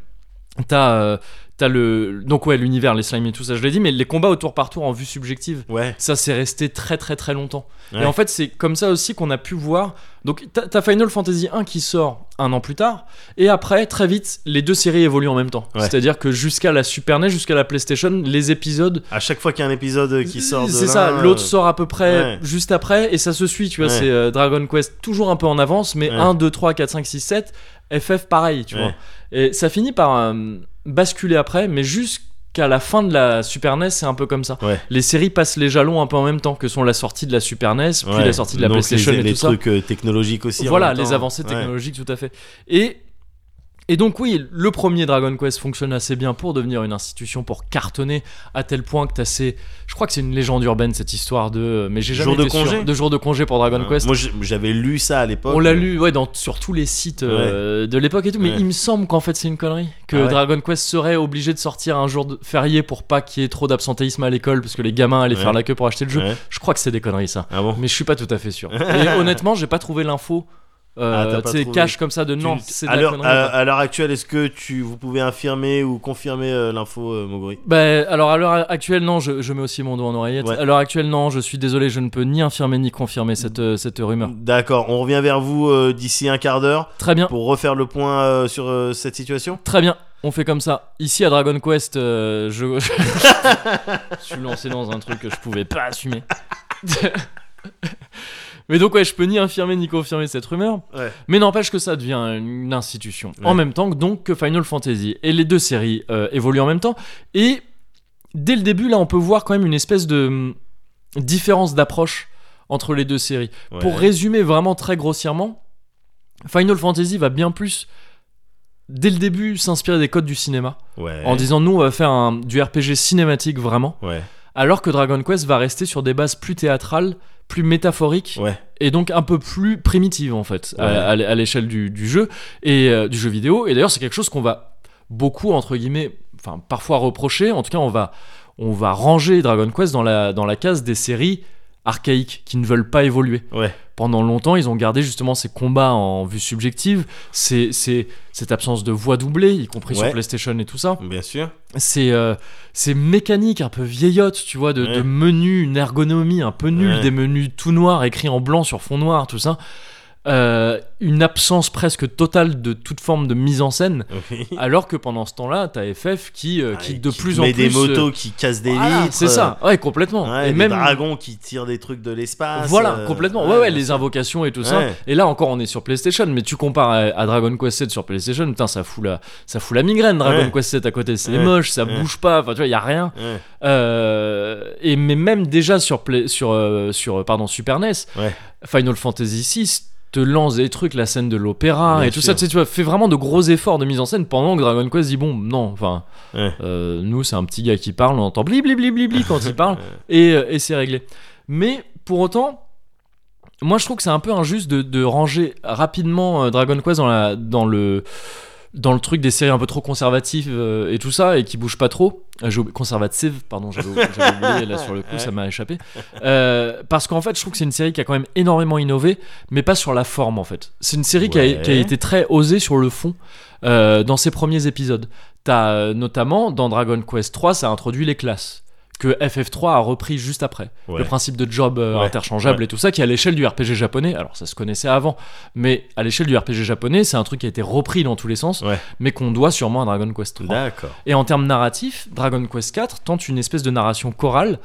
Speaker 1: t'as euh, t'as le donc ouais l'univers, les slimes et tout ça, je l'ai dit, mais les combats au tour par tour en vue subjective
Speaker 2: Ouais.
Speaker 1: ça c'est resté très très très longtemps.
Speaker 2: Ouais.
Speaker 1: Et en fait, c'est comme ça aussi qu'on a pu voir. Donc, t'as t'as Final Fantasy 1 qui sort un an plus tard, et après, très vite, les deux séries évoluent en même temps.
Speaker 2: Ouais.
Speaker 1: C'est-à-dire que jusqu'à la Super NES, jusqu'à la PlayStation, les épisodes
Speaker 2: À chaque fois qu'il y a un épisode qui sort de
Speaker 1: c'est
Speaker 2: l'un,
Speaker 1: ça,
Speaker 2: euh,
Speaker 1: l'autre sort à peu près
Speaker 2: ouais.
Speaker 1: juste après et ça se suit, tu vois,
Speaker 2: Ouais.
Speaker 1: c'est euh, Dragon Quest toujours un peu en avance mais
Speaker 2: Ouais.
Speaker 1: 1 2 3 4 5 6 7 FF pareil, tu
Speaker 2: Ouais.
Speaker 1: vois. Et ça finit par euh, basculer après mais jusqu'à la fin de la Super NES, c'est un peu comme ça.
Speaker 2: Ouais.
Speaker 1: Les séries passent les jalons un peu en même temps que sont la sortie de la Super NES, puis
Speaker 2: ouais.
Speaker 1: la sortie de la
Speaker 2: Donc,
Speaker 1: PlayStation
Speaker 2: les,
Speaker 1: et
Speaker 2: les
Speaker 1: tout ça
Speaker 2: trucs euh, technologiques aussi. en
Speaker 1: voilà
Speaker 2: même temps. hein.
Speaker 1: les avancées
Speaker 2: Ouais.
Speaker 1: technologiques tout à fait et et donc oui, le premier Dragon Quest fonctionne assez bien pour devenir une institution, pour cartonner à tel point que t'as ces... Je crois que c'est une légende urbaine cette histoire de... euh, Mais j'ai jamais
Speaker 2: Jour de
Speaker 1: été sûr-
Speaker 2: congé
Speaker 1: de jour de congé pour Dragon
Speaker 2: Euh,
Speaker 1: Quest.
Speaker 2: Moi, j- j'avais lu ça à l'époque.
Speaker 1: On l'a lu ouais, dans, sur tous les sites euh, de l'époque et tout, mais
Speaker 2: Ouais.
Speaker 1: il me semble qu'en fait c'est une connerie. Que
Speaker 2: Ah ouais.
Speaker 1: Dragon Quest serait obligé de sortir un jour de férié pour pas qu'il y ait trop d'absentéisme à l'école, parce que les gamins allaient
Speaker 2: Ouais.
Speaker 1: faire la queue pour acheter le jeu.
Speaker 2: Ouais.
Speaker 1: Je crois que c'est des conneries ça.
Speaker 2: Ah bon
Speaker 1: Mais je suis pas tout à fait sûr. Et honnêtement, j'ai pas trouvé l'info.
Speaker 2: Ah, t'as
Speaker 1: Euh,
Speaker 2: pas
Speaker 1: tu sais,
Speaker 2: trouvé.
Speaker 1: cache comme ça de
Speaker 2: Tu- euh,
Speaker 1: non, c'est de
Speaker 2: à
Speaker 1: la
Speaker 2: l'heure
Speaker 1: connerie.
Speaker 2: à- à l'heure actuelle, est-ce que tu vous pouvez infirmer ou confirmer euh, l'info euh, Moguri
Speaker 1: Bah, alors à l'heure actuelle, non, je, je mets aussi mon doigt en oreillette.
Speaker 2: Ouais.
Speaker 1: À l'heure actuelle, non, je suis désolé, je ne peux ni infirmer ni confirmer
Speaker 2: Mm.
Speaker 1: cette, euh, cette rumeur.
Speaker 2: D'accord, on revient vers vous euh, d'ici un quart d'heure
Speaker 1: Très bien,
Speaker 2: pour refaire le point euh, sur euh, cette situation.
Speaker 1: très bien, on fait comme ça. Ici à Dragon Quest, euh, je... je suis lancé dans un truc que je pouvais pas assumer. Mais donc, ouais, je peux ni infirmer ni confirmer cette rumeur.
Speaker 2: Ouais.
Speaker 1: Mais n'empêche que ça devient une institution.
Speaker 2: Ouais.
Speaker 1: En même temps que, donc que Final Fantasy. Et les deux séries euh, évoluent en même temps. Et dès le début, là, on peut voir quand même une espèce de hum, différence d'approche entre les deux séries. Pour résumer vraiment très grossièrement, Final Fantasy va bien plus, dès le début, s'inspirer des codes du cinéma.
Speaker 2: Ouais.
Speaker 1: En disant, nous, on va faire un- du RPG cinématique vraiment.
Speaker 2: Ouais.
Speaker 1: Alors que Dragon Quest va rester sur des bases plus théâtrales, plus métaphoriques
Speaker 2: Ouais.
Speaker 1: et donc un peu plus primitive en fait à-
Speaker 2: Ah Ouais.
Speaker 1: à, l'é- à l'échelle du, du jeu et euh, du jeu vidéo et d'ailleurs c'est quelque chose qu'on va beaucoup entre guillemets enfin parfois reprocher en tout cas on va on va ranger Dragon Quest dans la dans la case des séries archaïques qui ne veulent pas évoluer
Speaker 2: Ouais.
Speaker 1: pendant longtemps ils ont gardé justement ces combats en vue subjective ces, ces- cette absence de voix doublée y compris sur
Speaker 2: Ouais.
Speaker 1: PlayStation et tout ça
Speaker 2: Bien sûr.
Speaker 1: c'est euh, c'est mécanique un peu vieillotte tu vois de, de
Speaker 2: Ouais.
Speaker 1: menus une ergonomie un peu nulle
Speaker 2: Ouais.
Speaker 1: des menus tout noirs écrits en blanc sur fond noir tout ça Euh, une absence presque totale de toute forme de mise en scène
Speaker 2: Oui.
Speaker 1: alors que pendant ce temps-là t'as FF qui euh, qui
Speaker 2: Ouais,
Speaker 1: de
Speaker 2: qui
Speaker 1: plus en
Speaker 2: met
Speaker 1: plus
Speaker 2: des motos
Speaker 1: euh,
Speaker 2: qui cassent des
Speaker 1: voilà,
Speaker 2: vitres.
Speaker 1: c'est ça ouais complètement
Speaker 2: euh, ouais,
Speaker 1: et
Speaker 2: des
Speaker 1: même
Speaker 2: dragons qui tirent des trucs de l'espace.
Speaker 1: voilà,
Speaker 2: euh,
Speaker 1: complètement. Ouais, ouais,
Speaker 2: bien
Speaker 1: les
Speaker 2: sûr.
Speaker 1: invocations et tout ça.
Speaker 2: Ouais.
Speaker 1: Et là encore, on est sur PlayStation, mais tu compares à, à Dragon Quest 7 sur PlayStation, putain, ça fout la, ça fout la migraine. Dragon
Speaker 2: Ouais.
Speaker 1: Quest 7 à côté, c'est
Speaker 2: Ouais.
Speaker 1: moche, ça
Speaker 2: Ouais.
Speaker 1: bouge pas. Enfin, tu vois, y a rien.
Speaker 2: Ouais.
Speaker 1: Euh, et mais même déjà sur Play- sur euh, sur euh, pardon Super NES,
Speaker 2: Ouais.
Speaker 1: Final Fantasy 6 te lance des trucs, la scène de l'opéra
Speaker 2: Bien
Speaker 1: et tout
Speaker 2: sûr.
Speaker 1: ça. Tu sais, tu vois, fait vraiment de gros efforts de mise en scène pendant que Dragon Quest dit bon, non, enfin,
Speaker 2: Ouais.
Speaker 1: euh, nous c'est un petit gars qui parle, on entend bli bli bli bli bli quand il parle et, euh, et c'est réglé. Mais pour autant. Moi, je trouve que c'est un peu injuste de, de ranger rapidement euh, Dragon Quest dans, la, dans le, dans le truc des séries un peu trop conservatives euh, et tout ça et qui bougent pas trop Euh, j'ai oublié- conservatives pardon j'avais j'avais oublié là sur le coup ça m'a échappé Euh, parce qu'en fait je trouve que c'est une série qui a quand même énormément innové mais pas sur la forme en fait c'est une série qui, a,
Speaker 2: Ouais.
Speaker 1: qui a été très osée sur le fond euh, dans ses premiers épisodes t'as euh, notamment dans Dragon Quest 3 ça a introduit les classes que FF3 a repris juste après.
Speaker 2: Ouais.
Speaker 1: Le principe de job euh,
Speaker 2: Ouais.
Speaker 1: interchangeable
Speaker 2: Ouais.
Speaker 1: et tout ça, qui à l'échelle du RPG japonais, alors ça se connaissait avant, mais à l'échelle du RPG japonais, c'est un truc qui a été repris dans tous les sens,
Speaker 2: Ouais.
Speaker 1: mais qu'on doit sûrement à Dragon Quest 3.
Speaker 2: D'accord.
Speaker 1: Et en termes narratifs, Dragon Quest 4 tente une espèce de narration chorale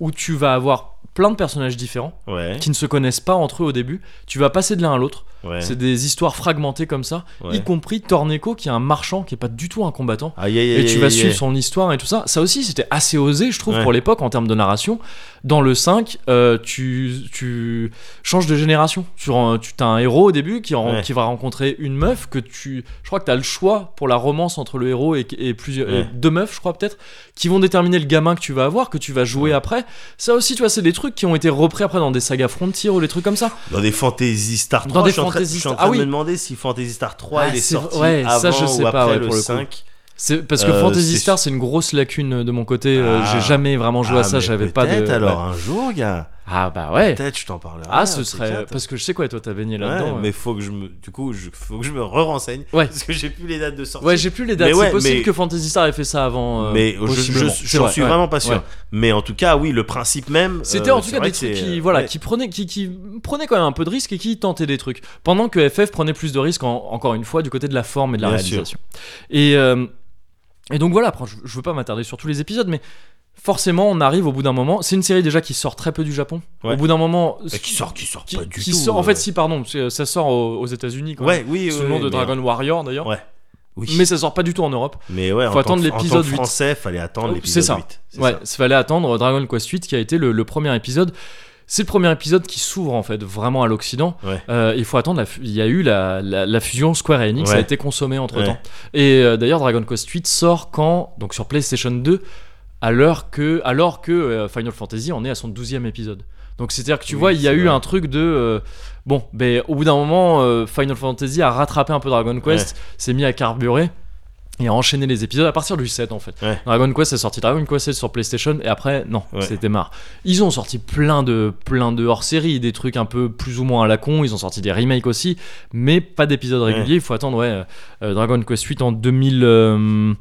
Speaker 1: où tu vas avoir plein de personnages différents
Speaker 2: Ouais.
Speaker 1: qui ne se connaissent pas entre eux au début. Tu vas passer de l'un à l'autre.
Speaker 2: Ouais.
Speaker 1: C'est des histoires fragmentées comme ça,
Speaker 2: Ouais.
Speaker 1: y compris Torneko qui est un marchand qui est pas du tout un combattant.
Speaker 2: Aïe, aïe,
Speaker 1: Et
Speaker 2: aïe,
Speaker 1: tu vas
Speaker 2: aïe,
Speaker 1: suivre
Speaker 2: aïe.
Speaker 1: son histoire et tout ça. Ça aussi, c'était assez osé, je trouve,
Speaker 2: Ouais.
Speaker 1: pour l'époque en termes de narration. Dans le 5, euh, tu, tu changes de génération. Tu, ren- tu as un héros au début qui, ren-
Speaker 2: Ouais.
Speaker 1: qui va rencontrer une meuf que tu. Je crois que tu as le choix pour la romance entre le héros et, et plusieurs, et
Speaker 2: Ouais.
Speaker 1: deux meufs, je crois peut-être, qui vont déterminer le gamin que tu vas avoir, que tu vas jouer après. Ça aussi, tu vois, c'est des trucs qui ont été repris après dans des sagas Frontier ou des trucs comme ça.
Speaker 2: Dans des Fantasy Star 3.
Speaker 1: Dans des
Speaker 2: je suis en train-
Speaker 1: Fantasy
Speaker 2: Je suis en
Speaker 1: Star-
Speaker 2: train
Speaker 1: Ah
Speaker 2: de
Speaker 1: oui.
Speaker 2: me demander si Fantasy Star 3
Speaker 1: Ah,
Speaker 2: il est
Speaker 1: c'est-
Speaker 2: sorti
Speaker 1: ouais, ça,
Speaker 2: avant
Speaker 1: je sais
Speaker 2: ou
Speaker 1: pas,
Speaker 2: après
Speaker 1: ouais,
Speaker 2: le
Speaker 1: pour le coup.
Speaker 2: 5.
Speaker 1: C'est parce que
Speaker 2: Euh,
Speaker 1: Fantasy
Speaker 2: c'est-
Speaker 1: Star, c'est une grosse lacune de mon côté. euh,
Speaker 2: Ah.
Speaker 1: J'ai jamais vraiment joué à
Speaker 2: Ah,
Speaker 1: ça.
Speaker 2: mais
Speaker 1: J'avais pas de.
Speaker 2: peut-être alors un jour, gars.
Speaker 1: Ah bah ouais.
Speaker 2: Peut-être je t'en parlerai.
Speaker 1: Ah, ce
Speaker 2: un
Speaker 1: serait.
Speaker 2: petit
Speaker 1: Parce que je sais quoi, toi, t'as baigné
Speaker 2: Ouais,
Speaker 1: là-dedans.
Speaker 2: mais faut que je me du coup je, faut que je me re-renseigne
Speaker 1: Ouais.
Speaker 2: parce que j'ai plus les dates de sortie
Speaker 1: Ouais, j'ai plus les dates.
Speaker 2: Mais ouais,
Speaker 1: c'est possible
Speaker 2: mais-
Speaker 1: que Fantasy Star ait fait ça avant. euh,
Speaker 2: mais je- je
Speaker 1: possiblement. C'est
Speaker 2: j'en
Speaker 1: vrai,
Speaker 2: suis
Speaker 1: ouais.
Speaker 2: vraiment pas sûr
Speaker 1: Ouais.
Speaker 2: mais en tout cas oui le principe même
Speaker 1: C'était
Speaker 2: euh,
Speaker 1: en tout
Speaker 2: c'est
Speaker 1: cas
Speaker 2: vrai
Speaker 1: des
Speaker 2: que
Speaker 1: trucs
Speaker 2: c'est-
Speaker 1: qui, voilà,
Speaker 2: ouais.
Speaker 1: qui, prenaient, qui, qui prenaient quand même un peu de risques et qui tentaient des trucs. Pendant que FF prenait plus de risques, en- encore une fois, du côté de la forme et de la
Speaker 2: Bien sûr.
Speaker 1: réalisation. Et, euh, et donc voilà, après, je, je veux pas m'attarder sur tous les épisodes, mais forcément, on arrive au bout d'un moment. C'est une série déjà qui sort très peu du Japon.
Speaker 2: Ouais.
Speaker 1: Au bout d'un moment.
Speaker 2: Mais qui sort qui sort
Speaker 1: qui-
Speaker 2: pas du
Speaker 1: qui
Speaker 2: tout
Speaker 1: sort- en
Speaker 2: euh.
Speaker 1: fait, si, pardon, parce que ça sort aux, aux États-Unis quand même.
Speaker 2: ouais oui
Speaker 1: sous
Speaker 2: oui,
Speaker 1: le nom
Speaker 2: oui,
Speaker 1: de
Speaker 2: mais euh,
Speaker 1: Dragon Warrior d'ailleurs.
Speaker 2: Ouais. Oui.
Speaker 1: Mais ça sort pas du tout en Europe.
Speaker 2: Mais ouais,
Speaker 1: Faut
Speaker 2: en tant
Speaker 1: attendre
Speaker 2: que- en
Speaker 1: l'épisode
Speaker 2: tant que
Speaker 1: 8.
Speaker 2: français, fallait attendre
Speaker 1: Oh, c'est
Speaker 2: l'épisode
Speaker 1: ça.
Speaker 2: 8. c'est
Speaker 1: Ouais,
Speaker 2: ça.
Speaker 1: il fallait attendre Dragon Quest 8 qui a été le, le premier épisode. C'est le premier épisode qui s'ouvre en fait vraiment à l'Occident.
Speaker 2: Ouais.
Speaker 1: Euh, il faut attendre. la fu- Il y a eu la, la- la fusion Square et Enix, ça a
Speaker 2: Ouais.
Speaker 1: été consommé entre temps.
Speaker 2: Ouais.
Speaker 1: Et euh, d'ailleurs, Dragon Quest 8 sort quand donc sur PlayStation 2 à l'heure que alors que euh, Final Fantasy en est à son 12e épisode. Donc c'est-à-dire que tu
Speaker 2: Oui,
Speaker 1: vois, il y a
Speaker 2: c'est
Speaker 1: eu
Speaker 2: vrai.
Speaker 1: un truc de euh, bon, ben au bout d'un moment, euh, Final Fantasy a rattrapé un peu Dragon Quest, s'est mis à carburer et à enchaîner les épisodes à partir du 7 en fait.
Speaker 2: Ouais.
Speaker 1: Dragon Quest est sorti Dragon Quest 7 sur PlayStation et après non,
Speaker 2: Ouais.
Speaker 1: c'était marre. Ils ont sorti plein de plein de hors-série, des trucs un peu plus ou moins à la con, ils ont sorti des remakes aussi, mais pas d'épisodes réguliers, il faut attendre ouais euh, Dragon Quest 8 en 2000 euh,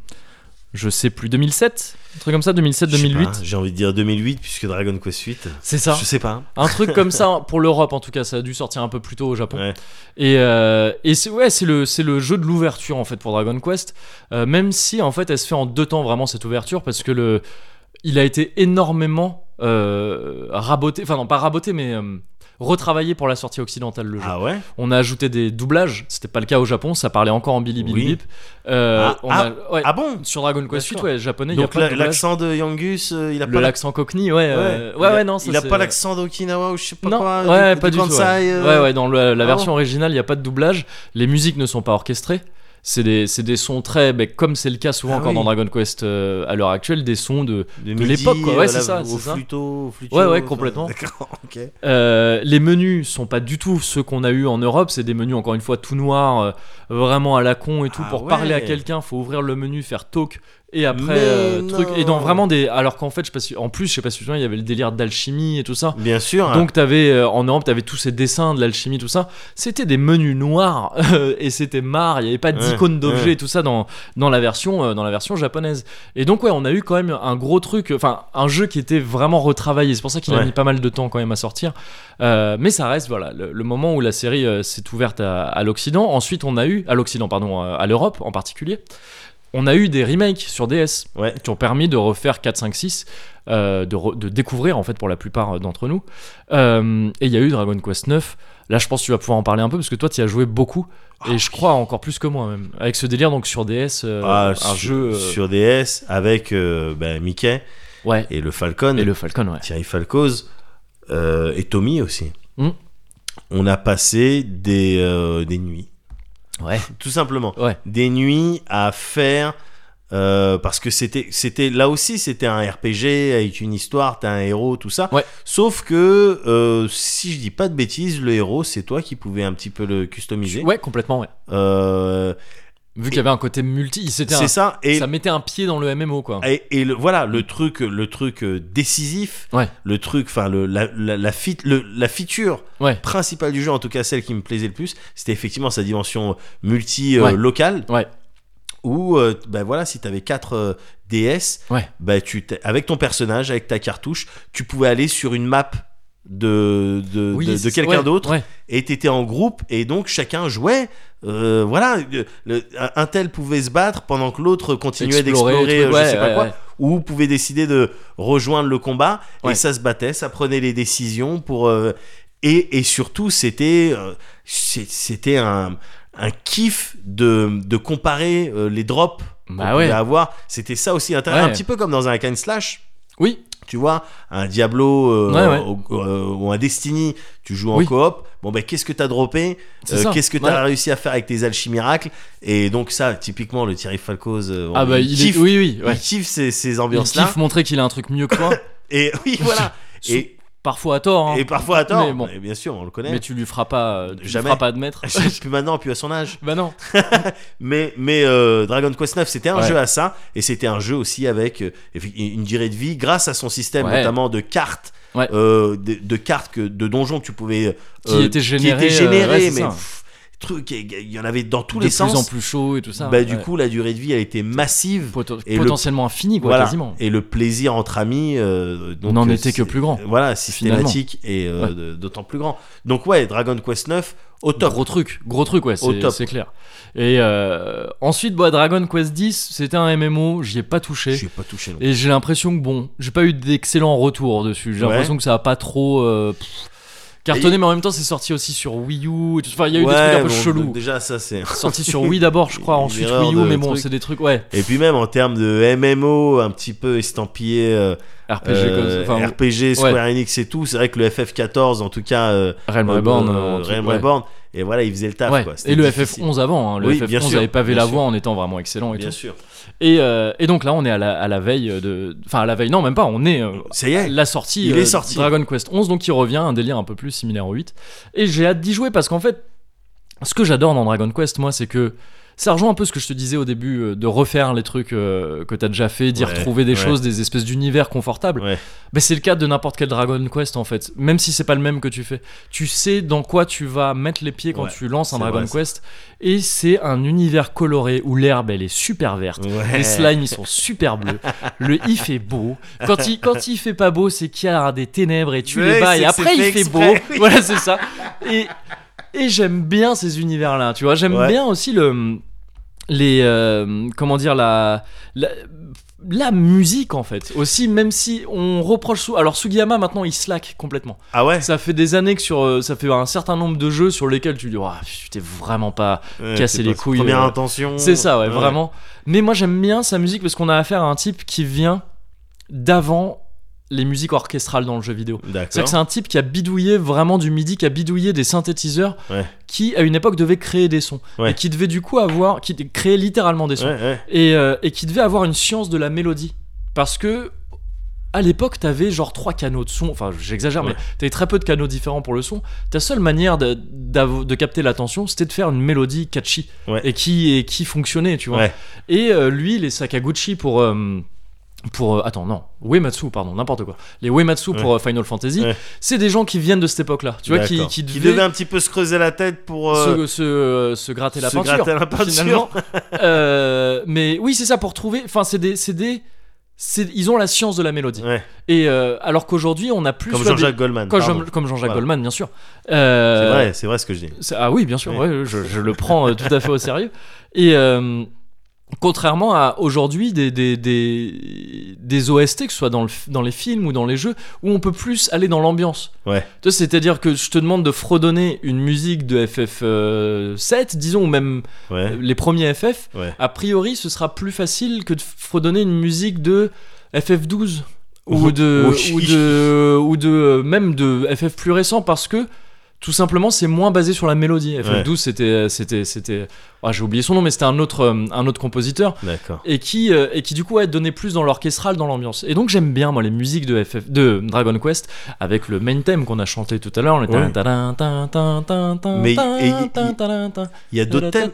Speaker 1: je sais plus 2007, un truc comme ça
Speaker 2: Je sais
Speaker 1: 2007-2008.
Speaker 2: pas, J'ai envie de dire 2008 puisque Dragon Quest 8.
Speaker 1: C'est ça.
Speaker 2: Je sais pas.
Speaker 1: Un truc comme ça pour l'Europe en tout cas, ça a dû sortir un peu plus tôt au Japon.
Speaker 2: Ouais.
Speaker 1: Et, euh, et c'est ouais, c'est le c'est le jeu de l'ouverture en fait pour Dragon Quest, Euh, même si en fait elle se fait en deux temps vraiment cette ouverture parce que le il a été énormément euh, raboté, enfin non pas raboté mais euh, retravaillé pour la sortie occidentale le jeu.
Speaker 2: Ah ouais
Speaker 1: On a ajouté des doublages, c'était pas le cas au Japon, ça parlait encore en bilibili.
Speaker 2: Oui.
Speaker 1: bip. Euh,
Speaker 2: Ah,
Speaker 1: on a- ouais.
Speaker 2: Ah bon
Speaker 1: sur Dragon Quest 8
Speaker 2: D'accord.
Speaker 1: ouais japonais, il y a
Speaker 2: Donc
Speaker 1: pas de
Speaker 2: la-
Speaker 1: doublage.
Speaker 2: l'accent de Yangus, euh, il a
Speaker 1: Le
Speaker 2: pas
Speaker 1: l'accent cockney, ouais. euh, ouais,
Speaker 2: il a-
Speaker 1: ouais, non, ça
Speaker 2: Il a
Speaker 1: c'est-
Speaker 2: pas l'accent d'Okinawa ou je sais pas
Speaker 1: non,
Speaker 2: quoi.
Speaker 1: ouais,
Speaker 2: du-
Speaker 1: pas
Speaker 2: du
Speaker 1: du tout.
Speaker 2: Kansai,
Speaker 1: ouais.
Speaker 2: euh,
Speaker 1: Ouais, ouais, dans le- la
Speaker 2: ah
Speaker 1: version originale, il n'y a pas de doublage. Les musiques ne sont pas orchestrées. C'est des, c'est des sons très, ben, comme c'est le cas souvent
Speaker 2: Ah
Speaker 1: encore
Speaker 2: oui.
Speaker 1: dans Dragon Quest euh, à l'heure actuelle, des sons de.
Speaker 2: midi,
Speaker 1: l'époque, quoi. Ouais,
Speaker 2: euh,
Speaker 1: c'est
Speaker 2: la-
Speaker 1: ça,
Speaker 2: Au
Speaker 1: c'est ça.
Speaker 2: flûteau, au flûteau,
Speaker 1: Ouais, ouais,
Speaker 2: ça-
Speaker 1: complètement.
Speaker 2: D'accord, ok.
Speaker 1: Euh, les menus sont pas du tout ceux qu'on a eu en Europe. C'est des menus encore une fois tout noirs, euh, vraiment à la con et tout.
Speaker 2: Ah
Speaker 1: Pour
Speaker 2: ouais.
Speaker 1: parler à quelqu'un, faut ouvrir le menu, faire talk et après
Speaker 2: Mais
Speaker 1: euh, truc. Et dans
Speaker 2: non.
Speaker 1: vraiment des. Alors qu'en fait, je sais pas si- En plus, je sais pas si tu te souviens, il y avait le délire d'alchimie et tout ça.
Speaker 2: Bien sûr. hein.
Speaker 1: Donc t'avais euh, en Europe, t'avais tous ces dessins de l'alchimie, tout ça. C'était des menus noirs euh, et c'était marre. Il y avait pas
Speaker 2: Ouais,
Speaker 1: d'icônes d'objets
Speaker 2: ouais.
Speaker 1: et tout ça dans dans la version euh, dans la version japonaise. Et donc ouais, on a eu quand même un gros truc, enfin un jeu qui était vraiment retravaillé. C'est pour ça qu'il a
Speaker 2: Ouais.
Speaker 1: mis pas mal de temps quand même à sortir. Euh, mais ça reste voilà le, le moment où la série euh, s'est ouverte à, à l'Occident. Ensuite, on a eu à l'Occident, pardon, euh, à l'Europe en particulier. On a eu des remakes sur DS
Speaker 2: Ouais.
Speaker 1: qui ont permis de refaire 4, 5, 6, euh, de, re- de découvrir en fait pour la plupart d'entre nous. Euh, et il y a eu Dragon Quest 9. Là, je pense que tu vas pouvoir en parler un peu parce que toi, tu y as joué beaucoup et je crois encore plus que moi même. Avec ce délire donc sur DS, euh,
Speaker 2: Ah,
Speaker 1: un
Speaker 2: sur,
Speaker 1: jeu. euh,
Speaker 2: sur DS avec euh, ben, Mickey
Speaker 1: Ouais.
Speaker 2: et le Falcon.
Speaker 1: Et le Falcon, ouais.
Speaker 2: Thierry Falcoz euh, et Tommy aussi.
Speaker 1: Mm.
Speaker 2: On a passé des, euh, des nuits,
Speaker 1: Ouais.
Speaker 2: tout simplement.
Speaker 1: Ouais.
Speaker 2: Des nuits à faire. euh, parce que c'était, c'était là aussi c'était un RPG avec une histoire, t'as un héros, tout ça.
Speaker 1: Ouais.
Speaker 2: Sauf que euh, si je dis pas de bêtises, le héros c'est toi qui pouvais un petit peu le customiser.
Speaker 1: Ouais, complètement, ouais.
Speaker 2: Euh,
Speaker 1: Vu qu'il y avait un côté multi, c'était un-
Speaker 2: c'est ça. Et
Speaker 1: ça mettait un pied dans le MMO quoi. Mm.
Speaker 2: Et, et le, voilà, le truc, le truc euh, décisif,
Speaker 1: Ouais.
Speaker 2: le truc, enfin, le- la, la, la, fit- le- la feature
Speaker 1: Ouais.
Speaker 2: principale du jeu, en tout cas celle qui me plaisait le plus, c'était effectivement sa dimension multi-locale.
Speaker 1: Ouais.
Speaker 2: euh, où, euh, ben voilà, si t'avais 4 DS,
Speaker 1: Ouais.
Speaker 2: ben tu t'es- avec ton personnage, avec ta cartouche, tu pouvais aller sur une map de, de, de- de
Speaker 1: c'est-
Speaker 2: quelqu'un
Speaker 1: ouais,
Speaker 2: d'autre
Speaker 1: ouais.
Speaker 2: et t'étais en groupe et donc chacun jouait euh, voilà euh, le- un tel pouvait se battre pendant que l'autre continuait
Speaker 1: Explorer,
Speaker 2: d'explorer
Speaker 1: tout-
Speaker 2: euh, je
Speaker 1: ouais,
Speaker 2: sais pas
Speaker 1: ouais,
Speaker 2: quoi
Speaker 1: ouais.
Speaker 2: ou pouvait décider de rejoindre le combat
Speaker 1: Ouais.
Speaker 2: et ça se battait ça prenait les décisions pour euh, et, et surtout c'était euh, c'est- c'était un un kiff de, de comparer euh, les drops qu'on
Speaker 1: Bah
Speaker 2: pouvait
Speaker 1: ouais.
Speaker 2: avoir c'était ça aussi intéressant
Speaker 1: Ouais.
Speaker 2: un petit peu comme dans un hack and slash
Speaker 1: Oui,
Speaker 2: tu vois, un Diablo euh,
Speaker 1: Ouais, ouais.
Speaker 2: Ou, euh, ou un Destiny, tu joues en
Speaker 1: Oui.
Speaker 2: coop. Bon, ben, qu'est-ce que t'as droppé Euh,
Speaker 1: C'est ça.
Speaker 2: Qu'est-ce que t'as
Speaker 1: Voilà.
Speaker 2: réussi à faire avec tes alchimies miracles Et donc, ça, typiquement, le Thierry Falcoz, euh,
Speaker 1: ah bah il est-
Speaker 2: kiffe,
Speaker 1: oui oui,
Speaker 2: il
Speaker 1: ouais.
Speaker 2: kiffe ces, ces
Speaker 1: Il
Speaker 2: ambiances-là.
Speaker 1: kiffe montrer qu'il a un truc mieux que toi.
Speaker 2: Et oui, voilà. et,
Speaker 1: Parfois à tort. hein.
Speaker 2: et parfois, attends,
Speaker 1: Mais bon.
Speaker 2: mais bien sûr, on le connaît.
Speaker 1: Mais tu lui feras pas, euh, tu lui
Speaker 2: Jamais.
Speaker 1: feras pas admettre.
Speaker 2: plus maintenant, plus à son âge.
Speaker 1: bah non.
Speaker 2: Mais, mais euh, Dragon Quest 9, c'était un
Speaker 1: Ouais.
Speaker 2: jeu à ça, et c'était un jeu aussi avec euh, effi- une durée de vie grâce à son système
Speaker 1: Ouais.
Speaker 2: notamment de cartes,
Speaker 1: Ouais.
Speaker 2: euh, de, de cartes que, de donjons que tu pouvais euh,
Speaker 1: Qui étaient générés,
Speaker 2: qui étaient générés,
Speaker 1: euh, ouais, c'est ça.
Speaker 2: mais pff, truc, il y en avait dans tous
Speaker 1: de
Speaker 2: les sens.
Speaker 1: plus en plus chaud et tout ça.
Speaker 2: bah du
Speaker 1: ouais.
Speaker 2: coup, la durée de vie elle était massive.
Speaker 1: Poten-
Speaker 2: et le-
Speaker 1: potentiellement infini quoi,
Speaker 2: voilà.
Speaker 1: quasiment.
Speaker 2: Et le plaisir entre amis, euh, donc,
Speaker 1: n'en
Speaker 2: euh,
Speaker 1: était que
Speaker 2: c'est-
Speaker 1: plus grand.
Speaker 2: Voilà, systématique et euh,
Speaker 1: Ouais.
Speaker 2: de- d'autant plus grand. Donc ouais, Dragon Quest 9 au top.
Speaker 1: Gros truc, gros truc, ouais,
Speaker 2: Au
Speaker 1: c'est
Speaker 2: top.
Speaker 1: c'est clair. Et euh, ensuite, bah, Dragon Quest X, c'était un MMO, j'y ai pas touché.
Speaker 2: Je pas touché non.
Speaker 1: Et j'ai l'impression que bon, j'ai pas eu d'excellents retours dessus. J'ai
Speaker 2: Ouais.
Speaker 1: l'impression que ça a pas trop euh, pff, cartonné,
Speaker 2: Et-
Speaker 1: mais en même temps, c'est sorti aussi sur Wii U. et tout- Enfin, il y a eu
Speaker 2: Ouais,
Speaker 1: des trucs un peu
Speaker 2: bon,
Speaker 1: chelous.
Speaker 2: Déjà ça c'est
Speaker 1: Sorti sur Wii d'abord, je crois,
Speaker 2: Une
Speaker 1: ensuite
Speaker 2: erreur
Speaker 1: Wii U,
Speaker 2: de
Speaker 1: mais bon,
Speaker 2: truc.
Speaker 1: c'est des trucs, ouais.
Speaker 2: Et puis même en termes de MMO, un petit peu estampillé euh,
Speaker 1: RPG,
Speaker 2: euh,
Speaker 1: comme, enfin,
Speaker 2: RPG, Square Enix et tout, c'est vrai que le FF14, en tout cas, euh,
Speaker 1: Realm
Speaker 2: euh,
Speaker 1: Reborn,
Speaker 2: euh,
Speaker 1: un truc,
Speaker 2: Realm
Speaker 1: ouais.
Speaker 2: Reborn, et voilà, il faisait le taf.
Speaker 1: Ouais.
Speaker 2: quoi. C'était
Speaker 1: Et le
Speaker 2: difficile.
Speaker 1: FF11 avant, hein. le
Speaker 2: Oui, bien
Speaker 1: FF11
Speaker 2: sûr,
Speaker 1: avait pavé
Speaker 2: bien
Speaker 1: la
Speaker 2: sûr.
Speaker 1: voie en étant vraiment excellent et
Speaker 2: Bien
Speaker 1: tout.
Speaker 2: sûr.
Speaker 1: Et, euh, et donc là, on est à la, à la veille de. Enfin, à la veille, non, même pas, on est. euh,
Speaker 2: Ça y est.
Speaker 1: la sortie
Speaker 2: Il
Speaker 1: euh,
Speaker 2: est sorti.
Speaker 1: Dragon Quest 11 donc qui revient un délire un peu plus similaire au 8 et j'ai hâte d'y jouer parce qu'en fait ce que j'adore dans Dragon Quest moi c'est que ça rejoint un peu ce que je te disais au début euh, de refaire les trucs euh, que t'as déjà fait d'y
Speaker 2: Ouais,
Speaker 1: retrouver des
Speaker 2: ouais.
Speaker 1: choses des espèces d'univers confortables
Speaker 2: Ouais.
Speaker 1: mais c'est le cas de n'importe quel Dragon Quest en fait même si c'est pas le même que tu fais tu sais dans quoi tu vas mettre les pieds quand
Speaker 2: Ouais,
Speaker 1: tu lances un
Speaker 2: c'est
Speaker 1: Dragon
Speaker 2: vrai, ça.
Speaker 1: Quest et c'est un univers coloré où l'herbe elle est super verte
Speaker 2: Ouais.
Speaker 1: les slimes, ils sont super bleus. Le il fait beau. Quand il, quand il fait pas beau, c'est qu'il y a des ténèbres et tu
Speaker 2: Ouais,
Speaker 1: les bats.
Speaker 2: c'est
Speaker 1: Et
Speaker 2: que
Speaker 1: après,
Speaker 2: c'est
Speaker 1: il
Speaker 2: fait
Speaker 1: fait beau.
Speaker 2: exprès, oui.
Speaker 1: Voilà, c'est ça. Et, et j'aime bien ces univers-là. Tu vois, j'aime
Speaker 2: Ouais.
Speaker 1: bien aussi le. Les. euh, comment dire, la. la la musique en fait aussi même si on reproche sous alors Sugiyama maintenant il slack complètement
Speaker 2: Ah ouais
Speaker 1: ça fait des années que sur euh, ça fait un certain nombre de jeux sur lesquels tu dis oh, t'es vraiment pas
Speaker 2: Ouais,
Speaker 1: casser
Speaker 2: c'est
Speaker 1: les
Speaker 2: pas-
Speaker 1: couilles,
Speaker 2: Première
Speaker 1: euh,
Speaker 2: intention.
Speaker 1: c'est ça, ouais, vraiment. Mais moi, j'aime bien sa musique parce qu'on a affaire à un type qui vient d'avant les musiques orchestrales dans le jeu vidéo. C'est-à-dire
Speaker 2: D'accord.
Speaker 1: que c'est un type qui a bidouillé vraiment du midi, qui a bidouillé des synthétiseurs,
Speaker 2: Ouais.
Speaker 1: qui à une époque devait créer des sons,
Speaker 2: Ouais.
Speaker 1: et qui devait du coup avoir, qui créait littéralement des sons,
Speaker 2: Ouais, ouais.
Speaker 1: et, euh, et qui devait avoir une science de la mélodie. Parce que à l'époque, t'avais genre trois canaux de son. Enfin, j'exagère, mais
Speaker 2: Ouais.
Speaker 1: t'avais très peu de canaux différents pour le son. Ta seule manière de, d'avo- de capter l'attention, c'était de faire une mélodie catchy
Speaker 2: Ouais.
Speaker 1: et, qui, et qui fonctionnait, tu vois.
Speaker 2: Ouais.
Speaker 1: Et euh, lui, les Sakaguchi pour. euh, pour euh, attends non Uematsu pardon n'importe quoi les Uematsu pour euh, Final Fantasy
Speaker 2: Ouais.
Speaker 1: c'est des gens qui viennent de cette époque là tu vois qui,
Speaker 2: D'accord.
Speaker 1: qui
Speaker 2: Qui
Speaker 1: devaient
Speaker 2: devait un petit peu se creuser la tête pour. euh,
Speaker 1: se, se, euh, se gratter la
Speaker 2: se
Speaker 1: peinture.
Speaker 2: gratter la peinture.
Speaker 1: Finalement. Euh, mais oui, c'est ça pour trouver. Enfin, c'est des, c'est des, c'est- ils ont la science de la mélodie.
Speaker 2: ouais,
Speaker 1: Et euh, alors qu'aujourd'hui, on a plus
Speaker 2: Comme
Speaker 1: soit des-
Speaker 2: Jean-Jacques Goldman.
Speaker 1: comme
Speaker 2: pardon.
Speaker 1: Jean- comme Jean-Jacques
Speaker 2: Voilà.
Speaker 1: Goldman, bien sûr.
Speaker 2: C'est
Speaker 1: Euh,
Speaker 2: vrai, c'est vrai ce que je dis.
Speaker 1: c'est- Ah oui, bien sûr,
Speaker 2: Ouais.
Speaker 1: ouais, je, je le prends euh, tout à fait au sérieux. Et euh, contrairement à aujourd'hui des, des, des, des OST, que ce soit dans, le, f- dans les films ou dans les jeux, où on peut plus aller dans l'ambiance.
Speaker 2: Ouais.
Speaker 1: Tu vois, C'est-à-dire que je te demande de fredonner une musique de FF7, disons, ou même
Speaker 2: Ouais.
Speaker 1: Euh, les premiers FF,
Speaker 2: Ouais.
Speaker 1: a priori, ce sera plus facile que de fredonner une musique de FF12 ou de,
Speaker 2: Oui.
Speaker 1: ou de, ou de même de FF plus récent parce que tout simplement c'est moins basé sur la mélodie. FF12 c'était euh, c'était c'était ah, j'ai oublié son nom mais c'était un autre euh, un autre compositeur
Speaker 2: D'accord.
Speaker 1: et qui euh, et qui du coup ouais, donnait plus dans l'orchestral dans l'ambiance. Et donc j'aime bien moi les musiques de FF de Dragon Quest avec le main thème qu'on a chanté tout à l'heure, le
Speaker 2: Ouais.
Speaker 1: tadam, tadam, tadam, tadam,
Speaker 2: Mais- et-
Speaker 1: tadam,
Speaker 2: et-
Speaker 1: tadam, tadam.
Speaker 2: Il y a d'autres thèmes.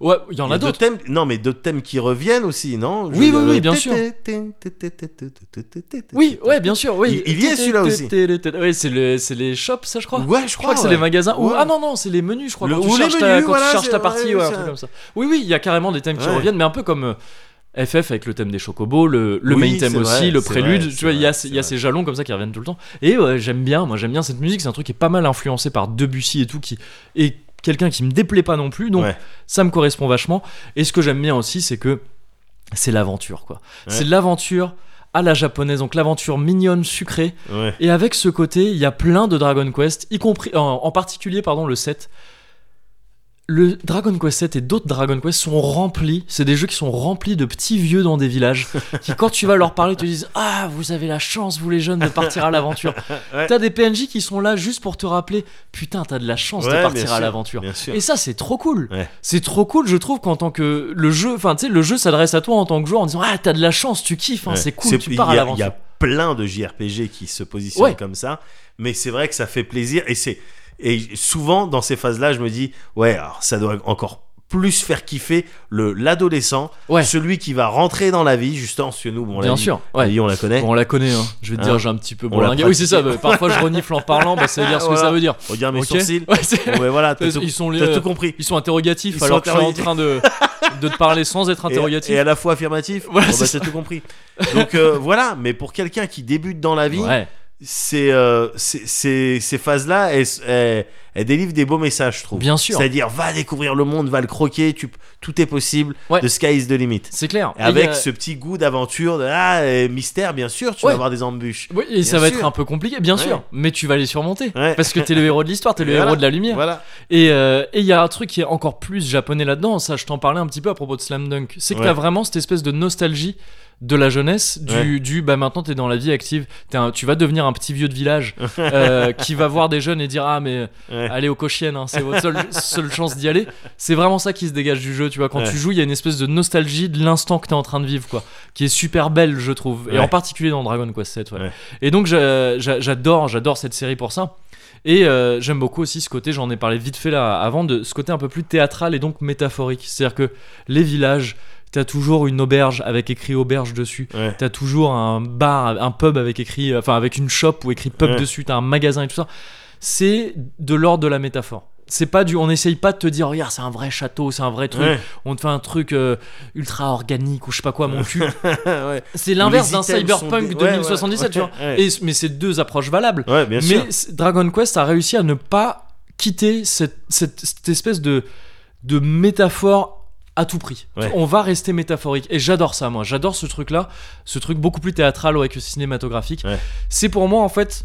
Speaker 1: Ouais, il y en
Speaker 2: Il y
Speaker 1: a
Speaker 2: a
Speaker 1: d'autres.
Speaker 2: thèmes. Non, mais d'autres thèmes qui reviennent aussi, non Je
Speaker 1: Oui, oui,
Speaker 2: veux dire,
Speaker 1: oui,
Speaker 2: le
Speaker 1: bien sûr.
Speaker 2: tététététététététété.
Speaker 1: Oui, ouais, bien sûr, oui.
Speaker 2: Il- il y est, celui-là aussi.
Speaker 1: Oui, c'est le- c'est les shops, ça, je crois.
Speaker 2: Ouais, je
Speaker 1: Je crois
Speaker 2: crois.
Speaker 1: que c'est
Speaker 2: ouais.
Speaker 1: les magasins ou
Speaker 2: Ouais.
Speaker 1: ah non non c'est les menus je crois
Speaker 2: Le-
Speaker 1: quand tu
Speaker 2: ou les
Speaker 1: charges ta,
Speaker 2: menus,
Speaker 1: quand
Speaker 2: voilà,
Speaker 1: tu charges
Speaker 2: c'est-
Speaker 1: ta partie
Speaker 2: ouais,
Speaker 1: ouais, un
Speaker 2: c'est
Speaker 1: truc
Speaker 2: un-
Speaker 1: comme ça. oui oui il y a carrément des thèmes qui
Speaker 2: Ouais.
Speaker 1: reviennent mais un peu comme euh, FF avec le thème des chocobos le, le
Speaker 2: Oui,
Speaker 1: main thème
Speaker 2: c'est
Speaker 1: aussi
Speaker 2: vrai,
Speaker 1: le
Speaker 2: c'est
Speaker 1: prélude
Speaker 2: vrai,
Speaker 1: tu vois il y a,
Speaker 2: c'est
Speaker 1: il y a
Speaker 2: vrai.
Speaker 1: ces jalons comme ça qui reviennent tout le temps et ouais, j'aime bien moi j'aime bien cette musique c'est un truc qui est pas mal influencé par Debussy et tout qui est quelqu'un qui me déplaît pas non plus donc
Speaker 2: Ouais.
Speaker 1: ça me correspond vachement et ce que j'aime bien aussi c'est que c'est l'aventure quoi
Speaker 2: Ouais.
Speaker 1: c'est l'aventure à la japonaise donc l'aventure mignonne sucrée
Speaker 2: Ouais.
Speaker 1: et avec ce côté, il y a plein de Dragon Quest, y compris en, en particulier pardon le 7. Le Dragon Quest 7 et d'autres Dragon Quest sont remplis, c'est des jeux qui sont remplis de petits vieux dans des villages qui quand tu vas leur parler te disent "Ah, vous avez la chance vous les jeunes de partir à l'aventure."
Speaker 2: Ouais.
Speaker 1: T'as des PNJ qui sont là juste pour te rappeler "Putain, t'as de la chance de
Speaker 2: Ouais, bien
Speaker 1: partir à
Speaker 2: sûr,
Speaker 1: l'aventure."
Speaker 2: Bien sûr.
Speaker 1: Et ça c'est trop cool.
Speaker 2: Ouais.
Speaker 1: C'est trop cool, je trouve qu'en tant que le jeu, enfin tu sais le jeu s'adresse à toi en tant que joueur en disant "Ah, t'as de la chance, tu kiffes, hein,
Speaker 2: Ouais.
Speaker 1: c'est cool,
Speaker 2: C'est-
Speaker 1: tu pars
Speaker 2: il
Speaker 1: à
Speaker 2: y a- Il y
Speaker 1: l'aventure."
Speaker 2: a plein de JRPG qui se positionnent
Speaker 1: Ouais.
Speaker 2: comme ça, mais c'est vrai que ça fait plaisir et c'est et souvent dans ces phases-là, je me dis ouais, alors ça doit encore plus faire kiffer le l'adolescent,
Speaker 1: Ouais.
Speaker 2: celui qui va rentrer dans la vie justement parce que nous, bon, la
Speaker 1: Bien
Speaker 2: vie-
Speaker 1: sûr.
Speaker 2: la
Speaker 1: Ouais.
Speaker 2: vie, on la connaît.
Speaker 1: Bon, on la connaît, hein. je vais te
Speaker 2: Hein
Speaker 1: dire, j'ai un petit peu
Speaker 2: Eh. On l'a
Speaker 1: bourlingué. Oui, c'est ça,
Speaker 2: pratiqué.
Speaker 1: bah, parfois je renifle en parlant, bah, ça veut dire ce que
Speaker 2: Voilà.
Speaker 1: ça veut dire.
Speaker 2: Regarde mes
Speaker 1: Ok
Speaker 2: sourcils.
Speaker 1: Ouais, c'est-
Speaker 2: Ouais, ben voilà, t'as
Speaker 1: Ils
Speaker 2: tout,
Speaker 1: sont les-
Speaker 2: t'as tout compris.
Speaker 1: Ils sont interrogatifs
Speaker 2: Ils
Speaker 1: alors
Speaker 2: sont
Speaker 1: que je suis en train de, de te parler sans être
Speaker 2: Et-
Speaker 1: interrogatif.
Speaker 2: Et, à la fois affirmatif.
Speaker 1: Voilà,
Speaker 2: Bon,
Speaker 1: c'est
Speaker 2: bah,
Speaker 1: ça.
Speaker 2: t'as tout compris. Donc euh, voilà, mais pour quelqu'un qui débute dans la vie,
Speaker 1: Ouais,
Speaker 2: c'est, euh, c'est- c'est- ces phases-là, elles, elles- elles délivrent des beaux messages, je trouve.
Speaker 1: bien sûr,
Speaker 2: C'est-à-dire, va découvrir le monde, va le croquer, tu, tout est possible,
Speaker 1: Ouais.
Speaker 2: the sky is the limit.
Speaker 1: c'est clair.
Speaker 2: Et avec
Speaker 1: il y a-
Speaker 2: ce petit goût d'aventure, de, ah, et mystère, bien sûr, tu
Speaker 1: Ouais.
Speaker 2: vas avoir des embûches.
Speaker 1: Oui, et ça
Speaker 2: Bien
Speaker 1: va
Speaker 2: sûr.
Speaker 1: être un peu compliqué, bien
Speaker 2: Ouais.
Speaker 1: sûr, mais tu vas les surmonter.
Speaker 2: Ouais.
Speaker 1: Parce que t'es le héros de l'histoire, t'es le
Speaker 2: Et voilà.
Speaker 1: héros de la lumière.
Speaker 2: Voilà.
Speaker 1: Et euh, et il y a un truc qui est encore plus japonais là-dedans, ça je t'en parlais un petit peu à propos de Slam Dunk, c'est que
Speaker 2: Ouais.
Speaker 1: t'as vraiment cette espèce de nostalgie de la jeunesse, du,
Speaker 2: Ouais.
Speaker 1: du bah maintenant t'es dans la vie active, T'es un- tu vas devenir un petit vieux de village euh, qui va voir des jeunes et dire ah mais
Speaker 2: Ouais.
Speaker 1: allez aux cochiennes, hein, c'est votre seule, seule chance d'y aller. C'est vraiment ça qui se dégage du jeu, tu vois, quand
Speaker 2: Ouais.
Speaker 1: tu joues il y a une espèce de nostalgie de l'instant que t'es en train de vivre quoi, qui est super belle je trouve, et
Speaker 2: Ouais.
Speaker 1: en particulier dans Dragon Quest 7
Speaker 2: Ouais.
Speaker 1: Et donc j'a- j'a- j'adore, j'adore cette série pour ça. Et euh, j'aime beaucoup aussi ce côté, j'en ai parlé vite fait là avant, de ce côté un peu plus théâtral et donc métaphorique. C'est-à-dire que les villages, t'as toujours une auberge avec écrit auberge dessus.
Speaker 2: Ouais.
Speaker 1: T'as toujours un bar, un pub avec écrit, euh, enfin avec une shop où écrit pub
Speaker 2: Ouais.
Speaker 1: dessus. T'as un magasin et tout ça. C'est de l'ordre de la métaphore. C'est pas du, on n'essaye pas de te dire, regarde, c'est un vrai château, c'est un vrai truc.
Speaker 2: Ouais.
Speaker 1: On te fait un truc euh, ultra organique ou je sais pas quoi, mon cul.
Speaker 2: Ouais.
Speaker 1: C'est l'inverse
Speaker 2: Les
Speaker 1: d'un
Speaker 2: items sont
Speaker 1: cyberpunk
Speaker 2: des- ouais,
Speaker 1: 2077, tu
Speaker 2: ouais,
Speaker 1: vois.
Speaker 2: ouais.
Speaker 1: Et- mais c'est deux approches valables.
Speaker 2: Ouais, bien sûr.
Speaker 1: Mais c- Dragon Quest a réussi à ne pas quitter cette, cette, cette espèce de, de métaphore à tout prix.
Speaker 2: Ouais.
Speaker 1: On va rester métaphorique. Et j'adore ça, moi. J'adore ce truc-là. Ce truc beaucoup plus théâtral ouais, que cinématographique.
Speaker 2: Ouais.
Speaker 1: C'est pour moi, en fait,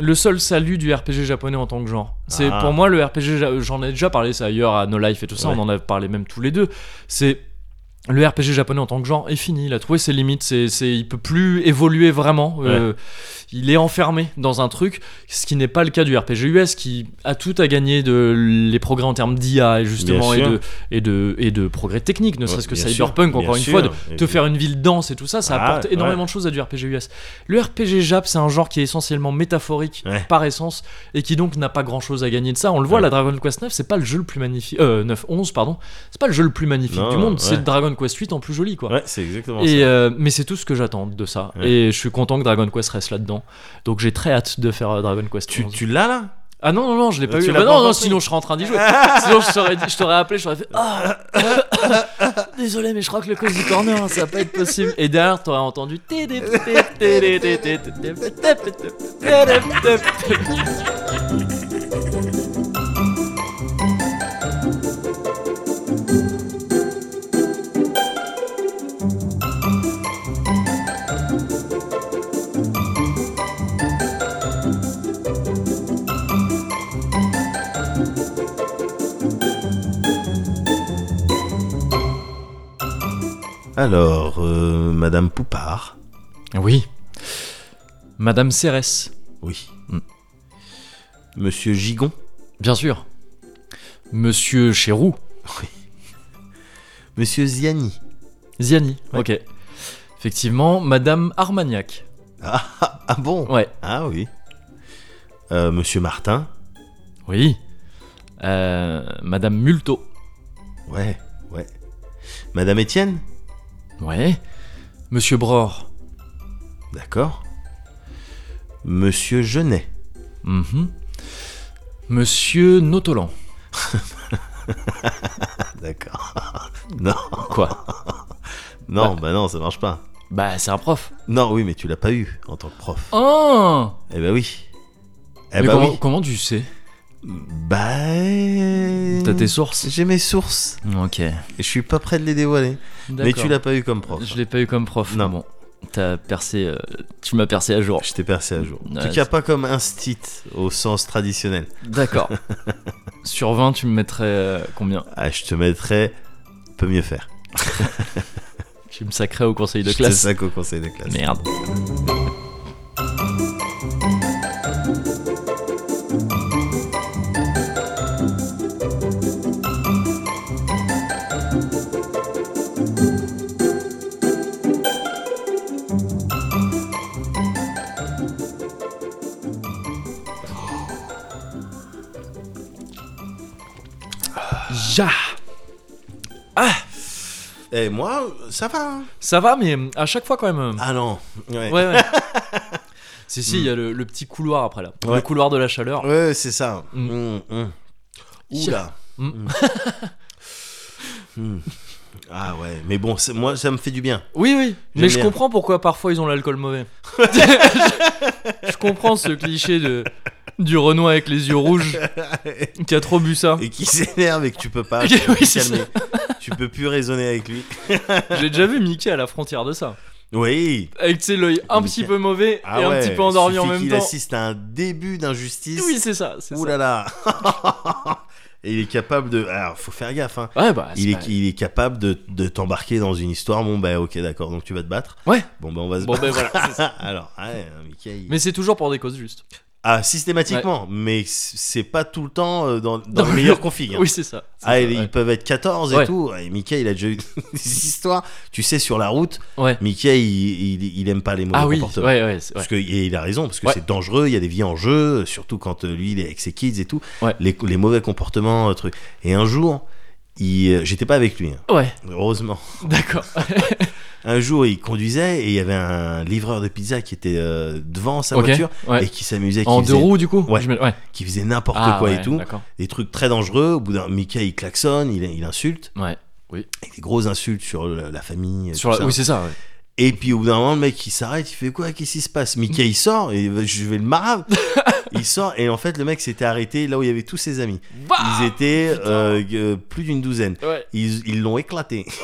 Speaker 1: le seul salut du RPG japonais en tant que genre. C'est
Speaker 2: Ah.
Speaker 1: pour moi le RPG, ja- j'en ai déjà parlé ça ailleurs à No Life et tout ça,
Speaker 2: Ouais.
Speaker 1: on en a parlé même tous les deux. C'est le RPG japonais en tant que genre est fini, il a trouvé ses limites, c'est, c'est, il peut plus évoluer vraiment. euh, il est enfermé dans un truc, ce qui n'est pas le cas du RPG US qui a tout à gagner de les progrès en termes d'IA et justement et
Speaker 2: sûr.
Speaker 1: de, et, de, et de progrès techniques, ne
Speaker 2: Ouais,
Speaker 1: serait-ce que
Speaker 2: bien
Speaker 1: Cyberpunk,
Speaker 2: sûr,
Speaker 1: encore
Speaker 2: bien
Speaker 1: une fois, de
Speaker 2: sûr,
Speaker 1: te
Speaker 2: et-
Speaker 1: faire une ville dense et tout ça, ça
Speaker 2: Ah,
Speaker 1: apporte
Speaker 2: ouais.
Speaker 1: énormément de choses à du RPG US. Le RPG Jap, c'est un genre qui est essentiellement métaphorique
Speaker 2: Ouais.
Speaker 1: par essence et qui donc n'a pas grand chose à gagner de ça. On le voit,
Speaker 2: Ouais.
Speaker 1: la Dragon Quest 9, c'est pas le jeu le plus magnifique. Euh, 9, 11, pardon. C'est pas le jeu le plus magnifique
Speaker 2: Non,
Speaker 1: du monde,
Speaker 2: ouais.
Speaker 1: c'est Dragon Quest 8 en plus joli, quoi.
Speaker 2: Ouais, c'est exactement
Speaker 1: Et
Speaker 2: ça.
Speaker 1: euh, mais c'est tout ce que j'attends de ça.
Speaker 2: Ouais.
Speaker 1: Et je suis content que Dragon Quest reste là-dedans. Donc j'ai très hâte de faire euh, Dragon Quest
Speaker 2: Tu,
Speaker 1: 11.
Speaker 2: tu l'as là
Speaker 1: Ah non, non, non, je l'ai pas eu.
Speaker 2: Tu l'as
Speaker 1: Bah
Speaker 2: pas
Speaker 1: non, non,
Speaker 2: encore
Speaker 1: sinon je serais en train d'y jouer. sinon je t'aurais dit- je t'aurais appelé, je t'aurais fait. Ah, désolé, mais je crois que le cause du corner, hein, ça va pas être possible. Et derrière, t'aurais entendu.
Speaker 2: Alors, euh, Madame Poupard.
Speaker 1: Oui. Madame Cérès,
Speaker 2: Oui.
Speaker 1: Mm.
Speaker 2: Monsieur Gigon.
Speaker 1: bien sûr. Monsieur Chéroux.
Speaker 2: Monsieur Ziani.
Speaker 1: Ziani, ok. Effectivement, Madame Armagnac.
Speaker 2: Ah, ah, ah bon
Speaker 1: Ouais.
Speaker 2: Ah oui. Euh, Monsieur Martin.
Speaker 1: Oui. Euh, Madame Multo.
Speaker 2: Ouais, ouais. Madame Étienne.
Speaker 1: Ouais. Monsieur Bror.
Speaker 2: D'accord. Monsieur Genet.
Speaker 1: Mhm. Monsieur Notolan.
Speaker 2: D'accord. non,
Speaker 1: Quoi
Speaker 2: non, bah non, ça marche pas.
Speaker 1: Bah, c'est un prof.
Speaker 2: Non, oui, mais tu l'as pas eu en tant que prof.
Speaker 1: Oh
Speaker 2: Eh bah oui. Eh
Speaker 1: Mais
Speaker 2: bah
Speaker 1: comment,
Speaker 2: oui.
Speaker 1: comment tu sais
Speaker 2: Bah.
Speaker 1: T'as tes sources
Speaker 2: J'ai mes sources
Speaker 1: Hmm. Ok.
Speaker 2: et je suis pas prêt de les dévoiler. Mais tu l'as pas eu comme prof.
Speaker 1: Je l'ai pas eu comme prof.
Speaker 2: Non.
Speaker 1: Bon, t'as percé. euh, tu m'as percé à jour. Euh,
Speaker 2: Je t'ai percé à jour.
Speaker 1: Ouais,
Speaker 2: en tout cas, pas comme instit au sens traditionnel.
Speaker 1: D'accord. Sur 20, tu me mettrais euh, combien
Speaker 2: Ah, je te mettrais. Peut mieux faire.
Speaker 1: Tu me sacrais au conseil de
Speaker 2: Je te
Speaker 1: classe.
Speaker 2: sac au conseil de classe.
Speaker 1: Merde. Ja.
Speaker 2: Et Eh, moi, ça va. hein.
Speaker 1: Ça va, mais à chaque fois quand même. euh,
Speaker 2: Ah non. Ouais.
Speaker 1: Ouais, ouais. si, si, il y a le, le petit couloir après là. Le
Speaker 2: Ouais.
Speaker 1: couloir de la chaleur.
Speaker 2: Ouais, c'est ça.
Speaker 1: Mm.
Speaker 2: Mm, mm. Oula. Mm. Mm. Ah ouais, mais bon, c'est- moi ça me fait du bien.
Speaker 1: Oui, oui.
Speaker 2: J'aime
Speaker 1: Mais je
Speaker 2: bien.
Speaker 1: comprends pourquoi parfois ils ont l'alcool mauvais. je, je comprends ce cliché de, du Renoir avec les yeux rouges qui a trop bu ça.
Speaker 2: Et qui s'énerve et que tu peux pas
Speaker 1: Ok,
Speaker 2: tu peux
Speaker 1: oui,
Speaker 2: plus
Speaker 1: c'est
Speaker 2: calmer. Tu peux plus raisonner avec lui.
Speaker 1: J'ai déjà vu Mickey à la frontière de ça.
Speaker 2: Oui.
Speaker 1: Avec tu sais, l'œil un
Speaker 2: Mickey.
Speaker 1: petit peu mauvais
Speaker 2: Ah
Speaker 1: et
Speaker 2: ouais,
Speaker 1: un petit peu endormi en
Speaker 2: suffit
Speaker 1: même
Speaker 2: qu'il
Speaker 1: temps.
Speaker 2: assiste à un début d'injustice.
Speaker 1: Oui, c'est ça. c'est
Speaker 2: Ouh
Speaker 1: ça.
Speaker 2: là là. et il est capable de. Alors, faut faire gaffe. Hein.
Speaker 1: Ouais, bah, c'est
Speaker 2: Il
Speaker 1: pas-
Speaker 2: est, il est capable de, de t'embarquer dans une histoire. Bon, bah, ok, d'accord, donc tu vas te battre.
Speaker 1: Ouais.
Speaker 2: Bon, bah, on va se
Speaker 1: Bon,
Speaker 2: battre.
Speaker 1: ben voilà. c'est ça.
Speaker 2: Alors, ouais, hein, Mickey. il-
Speaker 1: Mais c'est toujours pour des causes justes.
Speaker 2: Ah, systématiquement, mais c'est pas tout le temps euh, dans, dans
Speaker 1: Dans
Speaker 2: les
Speaker 1: le-
Speaker 2: meilleures configs. hein.
Speaker 1: Oui, c'est ça. c'est
Speaker 2: ah,
Speaker 1: ça,
Speaker 2: ils,
Speaker 1: ouais.
Speaker 2: ils peuvent être 14 et
Speaker 1: Ouais.
Speaker 2: tout. Et Mickey, il a déjà eu des histoires. Tu sais, sur la route,
Speaker 1: Ouais.
Speaker 2: Mickey, il, il, il aime pas les mauvais
Speaker 1: Ah oui, ouais,
Speaker 2: comportements.
Speaker 1: ouais. c'est- ouais.
Speaker 2: Parce que, et il a raison, parce que
Speaker 1: Ouais.
Speaker 2: c'est dangereux, il y a des vies en jeu, surtout quand euh, lui, il est avec ses kids et tout.
Speaker 1: Ouais.
Speaker 2: Les, les mauvais comportements, euh, trucs. Et un jour, il, euh, j'étais pas avec lui, hein,
Speaker 1: Ouais,
Speaker 2: heureusement.
Speaker 1: d'accord.
Speaker 2: Un jour, il conduisait et il y avait un livreur de pizza qui était euh, devant sa
Speaker 1: Ok,
Speaker 2: voiture
Speaker 1: ouais.
Speaker 2: et qui s'amusait, qui,
Speaker 1: En deux
Speaker 2: faisait-
Speaker 1: roues, du coup
Speaker 2: Ouais.
Speaker 1: Je me- ouais.
Speaker 2: qui faisait n'importe
Speaker 1: Ah,
Speaker 2: quoi
Speaker 1: ouais,
Speaker 2: et tout.
Speaker 1: D'accord.
Speaker 2: des trucs très dangereux. Au bout d'un, Mickey il klaxonne, il, il insulte,
Speaker 1: Ouais.
Speaker 2: avec des grosses insultes sur la, la famille. et
Speaker 1: Sur
Speaker 2: tout
Speaker 1: la-
Speaker 2: ça.
Speaker 1: Oui, c'est ça. ouais.
Speaker 2: Et puis au bout d'un moment, le mec il s'arrête, il fait quoi Qu'est-ce qui se passe Mickey il sort, et il va- je vais le marave. il sort, et en fait le mec s'était arrêté là où il y avait tous ses amis.
Speaker 1: Bah
Speaker 2: Ils étaient euh, euh, plus d'une douzaine.
Speaker 1: Ah, Ouais. Oh,
Speaker 2: Ils, ils l'ont éclaté.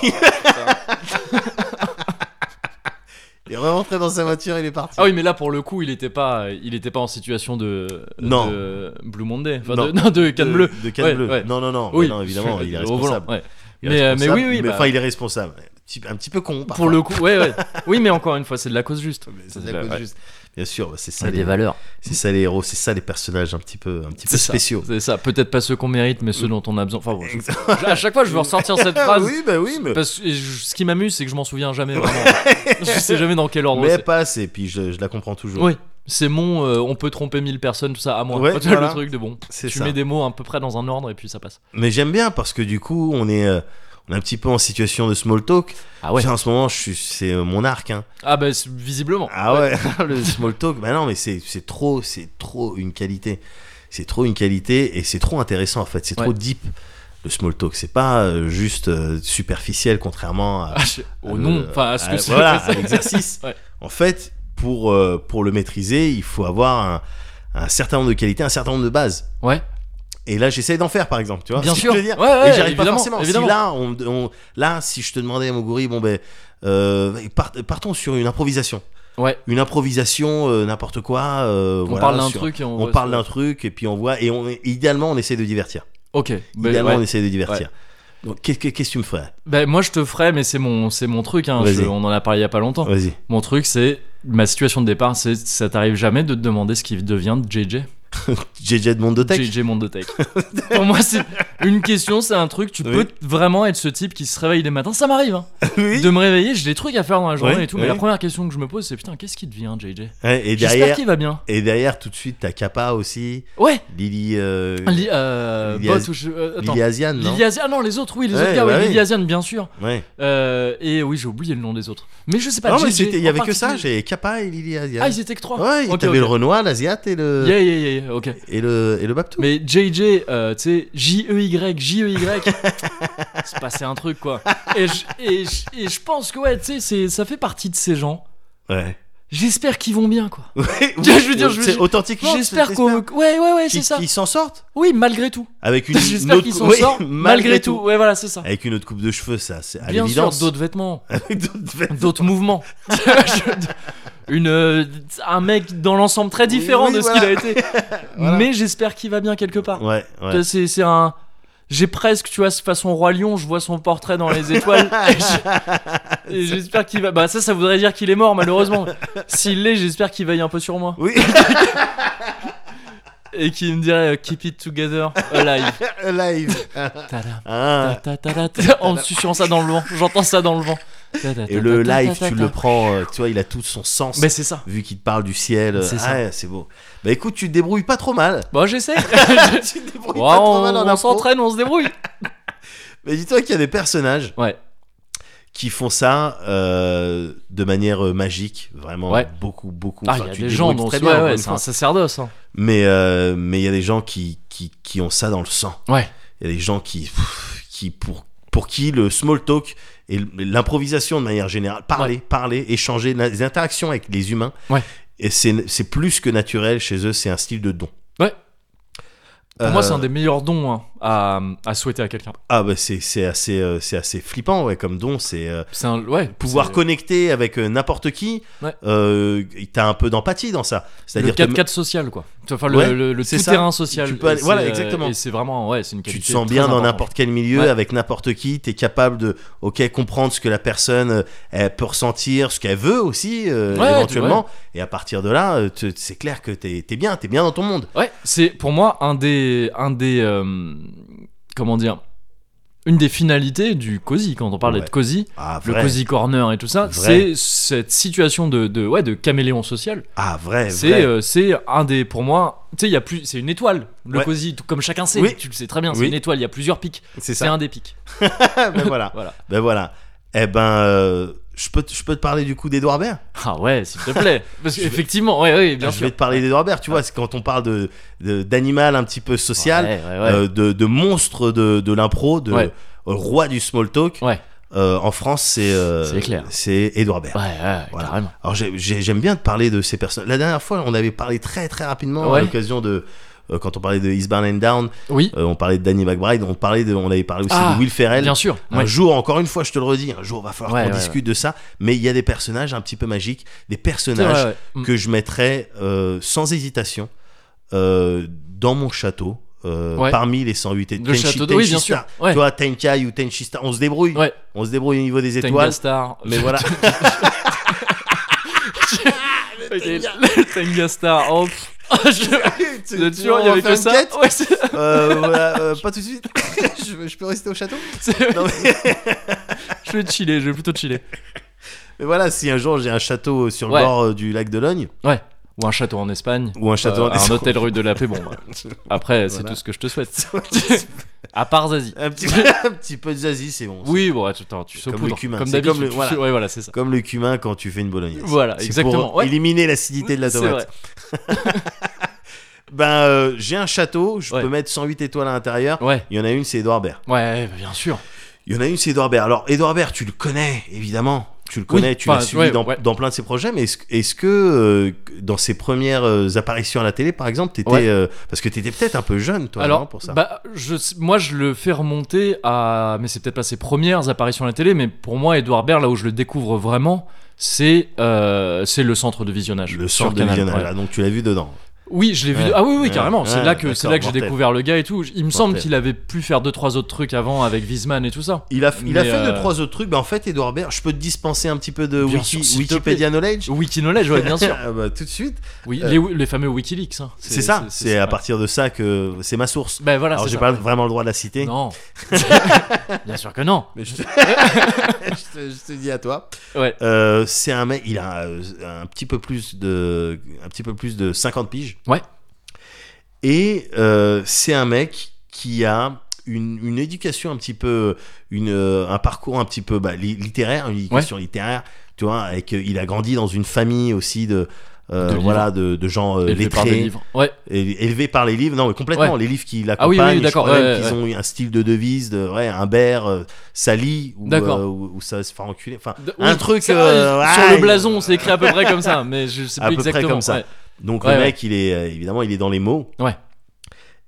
Speaker 2: il est rentré dans sa voiture, il est parti.
Speaker 1: Ah oui, mais là pour le coup, il était pas, il était pas en situation de,
Speaker 2: Non.
Speaker 1: de Blue Monday, enfin
Speaker 2: Non.
Speaker 1: de, non, de Cannes Bleu.
Speaker 2: De, de Cannes
Speaker 1: Ouais,
Speaker 2: Bleu.
Speaker 1: ouais.
Speaker 2: Non, non, non.
Speaker 1: Oui,
Speaker 2: non évidemment, il est
Speaker 1: au
Speaker 2: responsable.
Speaker 1: volant. ouais.
Speaker 2: Il est
Speaker 1: Mais, euh, mais
Speaker 2: responsable,
Speaker 1: oui, oui.
Speaker 2: mais
Speaker 1: bah,
Speaker 2: enfin, il est responsable. Un petit, un petit peu con.
Speaker 1: pour le coup, ouais, ouais. Oui, mais encore une fois, c'est de la cause juste.
Speaker 2: Mais c'est de la cause
Speaker 1: Ouais.
Speaker 2: juste. Bien sûr, bah, c'est ça,
Speaker 1: C'est des
Speaker 2: les,
Speaker 1: valeurs.
Speaker 2: c'est ça les héros, c'est ça les personnages un petit peu, un petit peu
Speaker 1: ça.
Speaker 2: spéciaux. Mm.
Speaker 1: C'est ça. Peut-être pas ceux qu'on mérite, mais ceux dont on a besoin. Enfin, bon, je-
Speaker 2: Exact.
Speaker 1: à chaque fois, je veux ressortir cette
Speaker 2: Ah
Speaker 1: phrase.
Speaker 2: oui, bah oui, mais,
Speaker 1: Parce que je- ce qui m'amuse, c'est que je m'en souviens jamais vraiment. je sais jamais dans quel ordre.
Speaker 2: mais elle
Speaker 1: c'est.
Speaker 2: passe et puis je, je la comprends toujours.
Speaker 1: Oui, c'est mon. euh, on peut tromper mille personnes, tout ça à moi.
Speaker 2: Ouais,
Speaker 1: Tu vois,
Speaker 2: voilà.
Speaker 1: le truc de bon.
Speaker 2: C'est
Speaker 1: Tu
Speaker 2: ça.
Speaker 1: mets des mots à peu près dans un ordre et puis ça passe.
Speaker 2: Mais j'aime bien parce que du coup, on est, euh, on est un petit peu en situation de small talk.
Speaker 1: Ah ouais.
Speaker 2: Tiens, en ce moment, je suis, c'est euh, mon arc. Hein.
Speaker 1: Ah bah c'est- visiblement.
Speaker 2: Ah ouais, le small talk. Bah non, mais c'est, c'est trop, c'est trop une qualité. C'est trop une qualité et c'est trop intéressant en fait. C'est
Speaker 1: Ouais.
Speaker 2: trop deep. Le small talk, c'est pas euh, juste euh, superficiel, contrairement à,
Speaker 1: Ah, je- Au
Speaker 2: le-
Speaker 1: nom, enfin à ce que c'est.
Speaker 2: Euh, voilà, à l'exercice.
Speaker 1: Ouais.
Speaker 2: En fait, pour, euh, pour le maîtriser, il faut avoir un, un certain nombre de qualités, un certain nombre de bases.
Speaker 1: Ouais.
Speaker 2: Et là, j'essaye d'en faire, par exemple, tu vois.
Speaker 1: Bien
Speaker 2: ce que
Speaker 1: sûr.
Speaker 2: je veux dire.
Speaker 1: Ouais, ouais,
Speaker 2: Et j'y arrive pas
Speaker 1: évidemment,
Speaker 2: forcément.
Speaker 1: évidemment.
Speaker 2: Si là, on, on- là, si je te demandais, Moguri, bon ben, euh, part- partons sur une improvisation.
Speaker 1: Ouais.
Speaker 2: Une improvisation, euh, n'importe quoi. euh,
Speaker 1: On
Speaker 2: voilà,
Speaker 1: parle d'un
Speaker 2: sur-
Speaker 1: truc et on.
Speaker 2: On
Speaker 1: voit
Speaker 2: parle
Speaker 1: ce-
Speaker 2: d'un truc et puis on voit et on idéalement on essaie de divertir.
Speaker 1: Ok. bah,
Speaker 2: idéalement
Speaker 1: ouais.
Speaker 2: on essaie de divertir. Donc qu'est- qu'est- qu'est-ce que tu me ferais
Speaker 1: Bah, moi je te ferai, mais c'est mon, c'est mon truc. hein,
Speaker 2: Vas-y.
Speaker 1: je- on en a parlé il y a pas longtemps.
Speaker 2: Vas-y.
Speaker 1: Mon truc c'est ma situation de départ, c'est ça t'arrive jamais de te demander ce qui devient de JJ.
Speaker 2: JJ de Mondotech.
Speaker 1: JJ Mondotech. Pour moi c'est une question, c'est un truc. Tu
Speaker 2: Oui.
Speaker 1: peux vraiment être ce type qui se réveille les matins. Ça m'arrive. hein,
Speaker 2: Oui.
Speaker 1: De me réveiller, j'ai des trucs à faire dans la journée
Speaker 2: Oui,
Speaker 1: et tout.
Speaker 2: oui.
Speaker 1: Mais la première question que je me pose c'est putain qu'est-ce qui devient JJ
Speaker 2: Ouais, Hein, et
Speaker 1: J'espère
Speaker 2: derrière
Speaker 1: qu'il va bien.
Speaker 2: Et derrière, tout de suite, t'as Kappa aussi,
Speaker 1: Ouais.
Speaker 2: Lily, euh,
Speaker 1: Li- euh,
Speaker 2: Lily Az-
Speaker 1: Bot ou je- euh, attends.
Speaker 2: Lily Asian, non
Speaker 1: Lily Asian- ah non, les autres, oui, les
Speaker 2: Ouais,
Speaker 1: autres gars,
Speaker 2: bah
Speaker 1: oui,
Speaker 2: oui.
Speaker 1: Lily Asian, bien sûr.
Speaker 2: Ouais.
Speaker 1: Euh, et oui, j'ai oublié le nom des autres. Mais je sais pas.
Speaker 2: non, mais
Speaker 1: JJ,
Speaker 2: c'était- il y
Speaker 1: Bah, en
Speaker 2: avait que ça,
Speaker 1: particulier.
Speaker 2: j'avais Kappa et Lily Asian.
Speaker 1: Ah, ils étaient que trois.
Speaker 2: Ouais,
Speaker 1: Ok,
Speaker 2: t'avais
Speaker 1: ok.
Speaker 2: le Renoir, l'Asiat et le.
Speaker 1: Yeah, yeah, yeah, yeah. ok.
Speaker 2: et le, et le Baptou.
Speaker 1: Mais JJ, euh, tu sais, J-E-Y, J-E-Y, E c'est passé un truc quoi. Et je, et je- et je pense que ouais, tu sais, c'est- ça fait partie de ces gens.
Speaker 2: Ouais.
Speaker 1: J'espère qu'ils vont bien quoi.
Speaker 2: Ouais,
Speaker 1: Je veux dire, je-
Speaker 2: c'est
Speaker 1: je-
Speaker 2: authentiquement.
Speaker 1: J'espère
Speaker 2: c'est-
Speaker 1: qu'on. Ouais, ouais, ouais,
Speaker 2: qu'ils
Speaker 1: c'est ça.
Speaker 2: qu'ils s'en sortent
Speaker 1: Oui, malgré tout.
Speaker 2: avec une, une
Speaker 1: J'espère
Speaker 2: autre
Speaker 1: qu'ils
Speaker 2: cou-
Speaker 1: s'en
Speaker 2: oui,
Speaker 1: sortent malgré tout. Ouais, voilà, c'est ça.
Speaker 2: Avec une autre coupe de cheveux, ça, c'est Eh, à
Speaker 1: Bien sûr,
Speaker 2: l'évidence.
Speaker 1: d'autres vêtements,
Speaker 2: Avec d'autres vêtements.
Speaker 1: d'autres mouvements. Une, euh, un mec dans l'ensemble très différent
Speaker 2: Oui, oui,
Speaker 1: de ce qu'il a
Speaker 2: voilà.
Speaker 1: été. Mais j'espère qu'il va bien quelque part.
Speaker 2: Ouais, ouais.
Speaker 1: Tu vois, C'est, c'est un. J'ai presque, tu vois, ce façon roi lion, je vois son portrait dans les étoiles. et je- et j'espère qu'il va. Bah, ça, ça voudrait dire qu'il est mort, malheureusement. S'il l'est, j'espère qu'il veille un peu sur moi.
Speaker 2: Oui,
Speaker 1: Et qu'il me dirait euh, Keep it together, alive.
Speaker 2: live.
Speaker 1: Tadam,
Speaker 2: Ah.
Speaker 1: tatatatat. En susurrant ça dans le vent. J'entends ça dans le vent.
Speaker 2: Et le
Speaker 1: Tatatatata.
Speaker 2: live, tu le prends, euh, tu vois, il a tout son sens.
Speaker 1: Mais c'est ça.
Speaker 2: Vu qu'il te parle du ciel, euh,
Speaker 1: C'est ça.
Speaker 2: ah, ouais, c'est beau. Bah écoute, tu te débrouilles pas trop mal.
Speaker 1: Bon, Bah, j'essaie.
Speaker 2: tu te débrouilles
Speaker 1: Bon,
Speaker 2: pas trop
Speaker 1: on
Speaker 2: mal en
Speaker 1: on
Speaker 2: impro.
Speaker 1: s'entraîne, on se débrouille.
Speaker 2: Mais dis-toi qu'il y a des personnages
Speaker 1: Ouais.
Speaker 2: qui font ça euh, de manière euh, magique, vraiment
Speaker 1: Ouais.
Speaker 2: beaucoup, beaucoup.
Speaker 1: Ah,
Speaker 2: Enfin,
Speaker 1: il y a
Speaker 2: tu
Speaker 1: des
Speaker 2: te
Speaker 1: gens
Speaker 2: débrouilles
Speaker 1: dont
Speaker 2: très
Speaker 1: ouais,
Speaker 2: bien, encore
Speaker 1: ouais,
Speaker 2: une
Speaker 1: c'est
Speaker 2: fois.
Speaker 1: un sacerdoce. hein.
Speaker 2: Mais euh, mais il y a des gens qui, qui qui ont ça dans le sang.
Speaker 1: Ouais.
Speaker 2: Il y a des gens qui pff, qui pour pour qui le small talk et l'improvisation de manière générale, parler, parler, échanger, la- les interactions avec les humains.
Speaker 1: Ouais.
Speaker 2: Et c'est c'est plus que naturel chez eux, c'est un style de don.
Speaker 1: Ouais. Pour
Speaker 2: Euh,
Speaker 1: moi, c'est un des meilleurs dons hein, à, à souhaiter à quelqu'un.
Speaker 2: ah bah c'est c'est assez euh, c'est assez flippant ouais comme don c'est euh,
Speaker 1: C'est un ouais.
Speaker 2: pouvoir
Speaker 1: c'est-
Speaker 2: connecter avec euh, n'importe qui
Speaker 1: Ouais.
Speaker 2: euh, t'as un peu d'empathie dans ça
Speaker 1: le
Speaker 2: c'est-à-dire que
Speaker 1: 4 4 social quoi. Enfin le,
Speaker 2: Ouais,
Speaker 1: le, le
Speaker 2: c'est
Speaker 1: tout
Speaker 2: ça.
Speaker 1: terrain social.
Speaker 2: Tu peux aller-
Speaker 1: Et
Speaker 2: voilà,
Speaker 1: c'est, euh,
Speaker 2: exactement.
Speaker 1: Et c'est vraiment ouais, c'est une
Speaker 2: tu
Speaker 1: qualité.
Speaker 2: te sens
Speaker 1: très
Speaker 2: bien dans
Speaker 1: importante.
Speaker 2: n'importe quel milieu
Speaker 1: Ouais.
Speaker 2: avec n'importe qui t'es capable de ok comprendre ce que la personne euh, elle peut ressentir ce qu'elle veut aussi euh,
Speaker 1: Ouais,
Speaker 2: éventuellement et à partir de là euh, te- c'est clair que t'es t'es bien t'es bien dans ton monde
Speaker 1: Ouais, c'est pour moi un des un des euh, comment dire une des finalités du cosy quand on parle
Speaker 2: Ouais.
Speaker 1: de cosy,
Speaker 2: ah
Speaker 1: le
Speaker 2: vrai
Speaker 1: cosy corner et tout ça,
Speaker 2: Vrai.
Speaker 1: c'est cette situation de, de ouais de caméléon social.
Speaker 2: ah vrai
Speaker 1: C'est
Speaker 2: vrai.
Speaker 1: euh, c'est un des pour moi, tu sais il y a plus c'est une étoile le
Speaker 2: Ouais.
Speaker 1: cosy tout comme chacun sait,
Speaker 2: Oui.
Speaker 1: tu le sais très bien, c'est
Speaker 2: Oui.
Speaker 1: une étoile, il y a plusieurs pics,
Speaker 2: c'est
Speaker 1: c'est
Speaker 2: ça
Speaker 1: un des pics.
Speaker 2: ben voilà
Speaker 1: Voilà.
Speaker 2: ben voilà eh ben euh, je peux te- je peux te parler du coup d'Edouard Baird
Speaker 1: Ah ouais, s'il te plaît. Parce qu'effectivement, ouais ouais, bien
Speaker 2: je
Speaker 1: sûr.
Speaker 2: vais te parler d'Edouard Baird, tu vois, c'est quand on parle de de- d'animal un petit peu social,
Speaker 1: Ouais, ouais, ouais.
Speaker 2: euh, de, de monstre de, de l'impro, de
Speaker 1: Ouais.
Speaker 2: euh, roi du small talk.
Speaker 1: Ouais.
Speaker 2: euh, en France, c'est euh,
Speaker 1: C'est clair.
Speaker 2: c'est Edouard Baird.
Speaker 1: Ouais, ouais,
Speaker 2: Voilà.
Speaker 1: carrément.
Speaker 2: Alors j'ai- j'ai- j'aime bien te parler de ces personnes. La dernière fois, on avait parlé très très rapidement à
Speaker 1: Ouais.
Speaker 2: l'occasion de euh, quand on parlait de Eastbound and Down,
Speaker 1: Oui,
Speaker 2: euh, on parlait de Danny McBride, on parlait de, on avait parlé aussi
Speaker 1: Ah,
Speaker 2: de Will Ferrell.
Speaker 1: bien sûr.
Speaker 2: Un
Speaker 1: Ouais.
Speaker 2: jour, encore une fois, je te le redis, un jour, va falloir
Speaker 1: Ouais,
Speaker 2: qu'on
Speaker 1: ouais,
Speaker 2: discute de ça. Mais il y a des personnages un petit peu magiques, des
Speaker 1: C'est
Speaker 2: personnages
Speaker 1: vrai, ouais. Mm.
Speaker 2: que je mettrais euh, sans hésitation euh, dans mon château euh,
Speaker 1: Ouais.
Speaker 2: parmi les 108 et
Speaker 1: Le
Speaker 2: Tenchi-
Speaker 1: château de- oui, bien
Speaker 2: Tenchista.
Speaker 1: sûr. Ouais.
Speaker 2: Tu vois, Tenkai ou Tenchista, on se débrouille.
Speaker 1: Mm. Ouais.
Speaker 2: On se débrouille au niveau des
Speaker 1: Tenga
Speaker 2: étoiles.
Speaker 1: Star.
Speaker 2: Mais voilà.
Speaker 1: Ok, le Tenga Star. Oh. pff. Je-
Speaker 2: Tu-
Speaker 1: Vous êtes
Speaker 2: tu
Speaker 1: sûr,
Speaker 2: veux
Speaker 1: il y
Speaker 2: en
Speaker 1: avait
Speaker 2: faire
Speaker 1: que
Speaker 2: une
Speaker 1: ça
Speaker 2: quête
Speaker 1: Ouais, c'est-
Speaker 2: Euh, voilà, euh, Pas tout de suite. je, je peux rester au château
Speaker 1: c'est-
Speaker 2: Non, mais,
Speaker 1: Je vais chiller, je vais plutôt chiller.
Speaker 2: mais voilà, si un jour j'ai un château sur le
Speaker 1: Ouais.
Speaker 2: bord euh, du lac de Logne
Speaker 1: Ouais. Ou un château en Espagne.
Speaker 2: ou un château
Speaker 1: euh,
Speaker 2: en
Speaker 1: un
Speaker 2: Descente-
Speaker 1: hôtel rue de la paix. Bon, bah, après, c'est
Speaker 2: Voilà.
Speaker 1: tout ce que je te souhaite. à part Zazie.
Speaker 2: un petit peu, un petit peu de zazie, Ah, c'est bon.
Speaker 1: Oui, bon, attends, tu
Speaker 2: Comme le
Speaker 1: saupoudres.
Speaker 2: cumin,
Speaker 1: Comme
Speaker 2: c'est
Speaker 1: d'habitude.
Speaker 2: comme le-
Speaker 1: tu-
Speaker 2: voilà.
Speaker 1: Ouais, voilà, c'est ça.
Speaker 2: Comme le cumin quand tu fais une bolognaise.
Speaker 1: Voilà,
Speaker 2: C'est
Speaker 1: exactement.
Speaker 2: Pour
Speaker 1: Ouais.
Speaker 2: éliminer l'acidité de la
Speaker 1: C'est
Speaker 2: tomate.
Speaker 1: vrai.
Speaker 2: Ben, euh, j'ai un château, je
Speaker 1: Ouais.
Speaker 2: peux mettre 108 étoiles à l'intérieur.
Speaker 1: Ouais.
Speaker 2: Il y en a une, c'est Edouard Baird.
Speaker 1: Ouais, bah, bien sûr.
Speaker 2: Il y en a une, c'est Edouard Baird. Alors, Edouard Baird, tu le connais, évidemment. Tu le connais, tu l'as
Speaker 1: enfin,
Speaker 2: suivi
Speaker 1: ouais,
Speaker 2: dans,
Speaker 1: ouais.
Speaker 2: dans plein de ses projets, mais est-ce est-ce que euh, que dans ses premières euh, apparitions à la télé, par exemple, t'étais.
Speaker 1: Ouais.
Speaker 2: euh, parce que t'étais peut-être un peu jeune, toi, non, pour ça.
Speaker 1: Bah, je, moi, je le fais remonter à. Mais c'est peut-être pas ses premières apparitions à la télé, mais pour moi, Edouard Baird, là où je le découvre vraiment, c'est euh, c'est le centre de visionnage.
Speaker 2: le
Speaker 1: sur
Speaker 2: centre de
Speaker 1: Canal,
Speaker 2: visionnage.
Speaker 1: ouais.
Speaker 2: Ah, donc tu l'as vu dedans.
Speaker 1: Oui, je l'ai vu.
Speaker 2: Ouais,
Speaker 1: Ah oui, oui,
Speaker 2: ouais,
Speaker 1: carrément. c'est
Speaker 2: ouais,
Speaker 1: là que c'est
Speaker 2: d'accord,
Speaker 1: là que j'ai
Speaker 2: mortel.
Speaker 1: découvert le gars et tout. Il me semble
Speaker 2: Mortel.
Speaker 1: qu'il avait pu faire deux trois autres trucs avant avec Wiseman et tout ça.
Speaker 2: Il a, il a
Speaker 1: Mais,
Speaker 2: fait
Speaker 1: euh,
Speaker 2: deux, trois autres trucs. Ben, en fait, Edouard Baird, je peux te dispenser un petit peu de
Speaker 1: Bien
Speaker 2: wiki-
Speaker 1: sûr, s'il te
Speaker 2: Wikipédia Knowledge
Speaker 1: Wiki knowledge, ouais, bien sûr.
Speaker 2: Ah, bah, tout de suite.
Speaker 1: Oui,
Speaker 2: Euh,
Speaker 1: les, les fameux WikiLeaks. hein.
Speaker 2: C'est ça, c'est à partir de ça que c'est ma source.
Speaker 1: Ben voilà.
Speaker 2: Alors
Speaker 1: c'est
Speaker 2: j'ai
Speaker 1: ça.
Speaker 2: pas vraiment le droit de la citer.
Speaker 1: Non. bien sûr que non.
Speaker 2: Mais je te, je te- je te dis à toi.
Speaker 1: Ouais.
Speaker 2: Euh, c'est un mec, il a euh, un petit peu plus de, un petit peu plus de 50 piges.
Speaker 1: Ouais.
Speaker 2: Et euh, c'est un mec qui a une, une éducation un petit peu, une, euh, un parcours un petit peu bah, li- littéraire, une éducation littéraire. Tu vois, avec, euh, il a grandi dans une famille aussi de euh,
Speaker 1: De livres.
Speaker 2: voilà, de, de gens euh,
Speaker 1: élevé par des
Speaker 2: lettrés,
Speaker 1: livres. Ouais,
Speaker 2: é- élevés par les livres, non, mais complètement,
Speaker 1: Ouais.
Speaker 2: les livres qui
Speaker 1: Ah oui,
Speaker 2: l'accompagnent,
Speaker 1: oui,
Speaker 2: je
Speaker 1: d'accord,
Speaker 2: crois
Speaker 1: ouais,
Speaker 2: même
Speaker 1: ouais,
Speaker 2: qu'ils ont un style de devise, de, ouais, Imbert, euh, Sally, ou,
Speaker 1: D'accord.
Speaker 2: euh, ou- ou ça va se faire enculer, enfin,
Speaker 1: D-
Speaker 2: un
Speaker 1: oui,
Speaker 2: truc...
Speaker 1: ça,
Speaker 2: euh,
Speaker 1: sur
Speaker 2: ouais,
Speaker 1: le blason, c'est écrit à peu près comme ça, mais je sais pas
Speaker 2: À peu près
Speaker 1: exactement.
Speaker 2: comme ça.
Speaker 1: ouais.
Speaker 2: Donc
Speaker 1: Ouais,
Speaker 2: le mec, il est euh, évidemment, il est dans les mots.
Speaker 1: Ouais.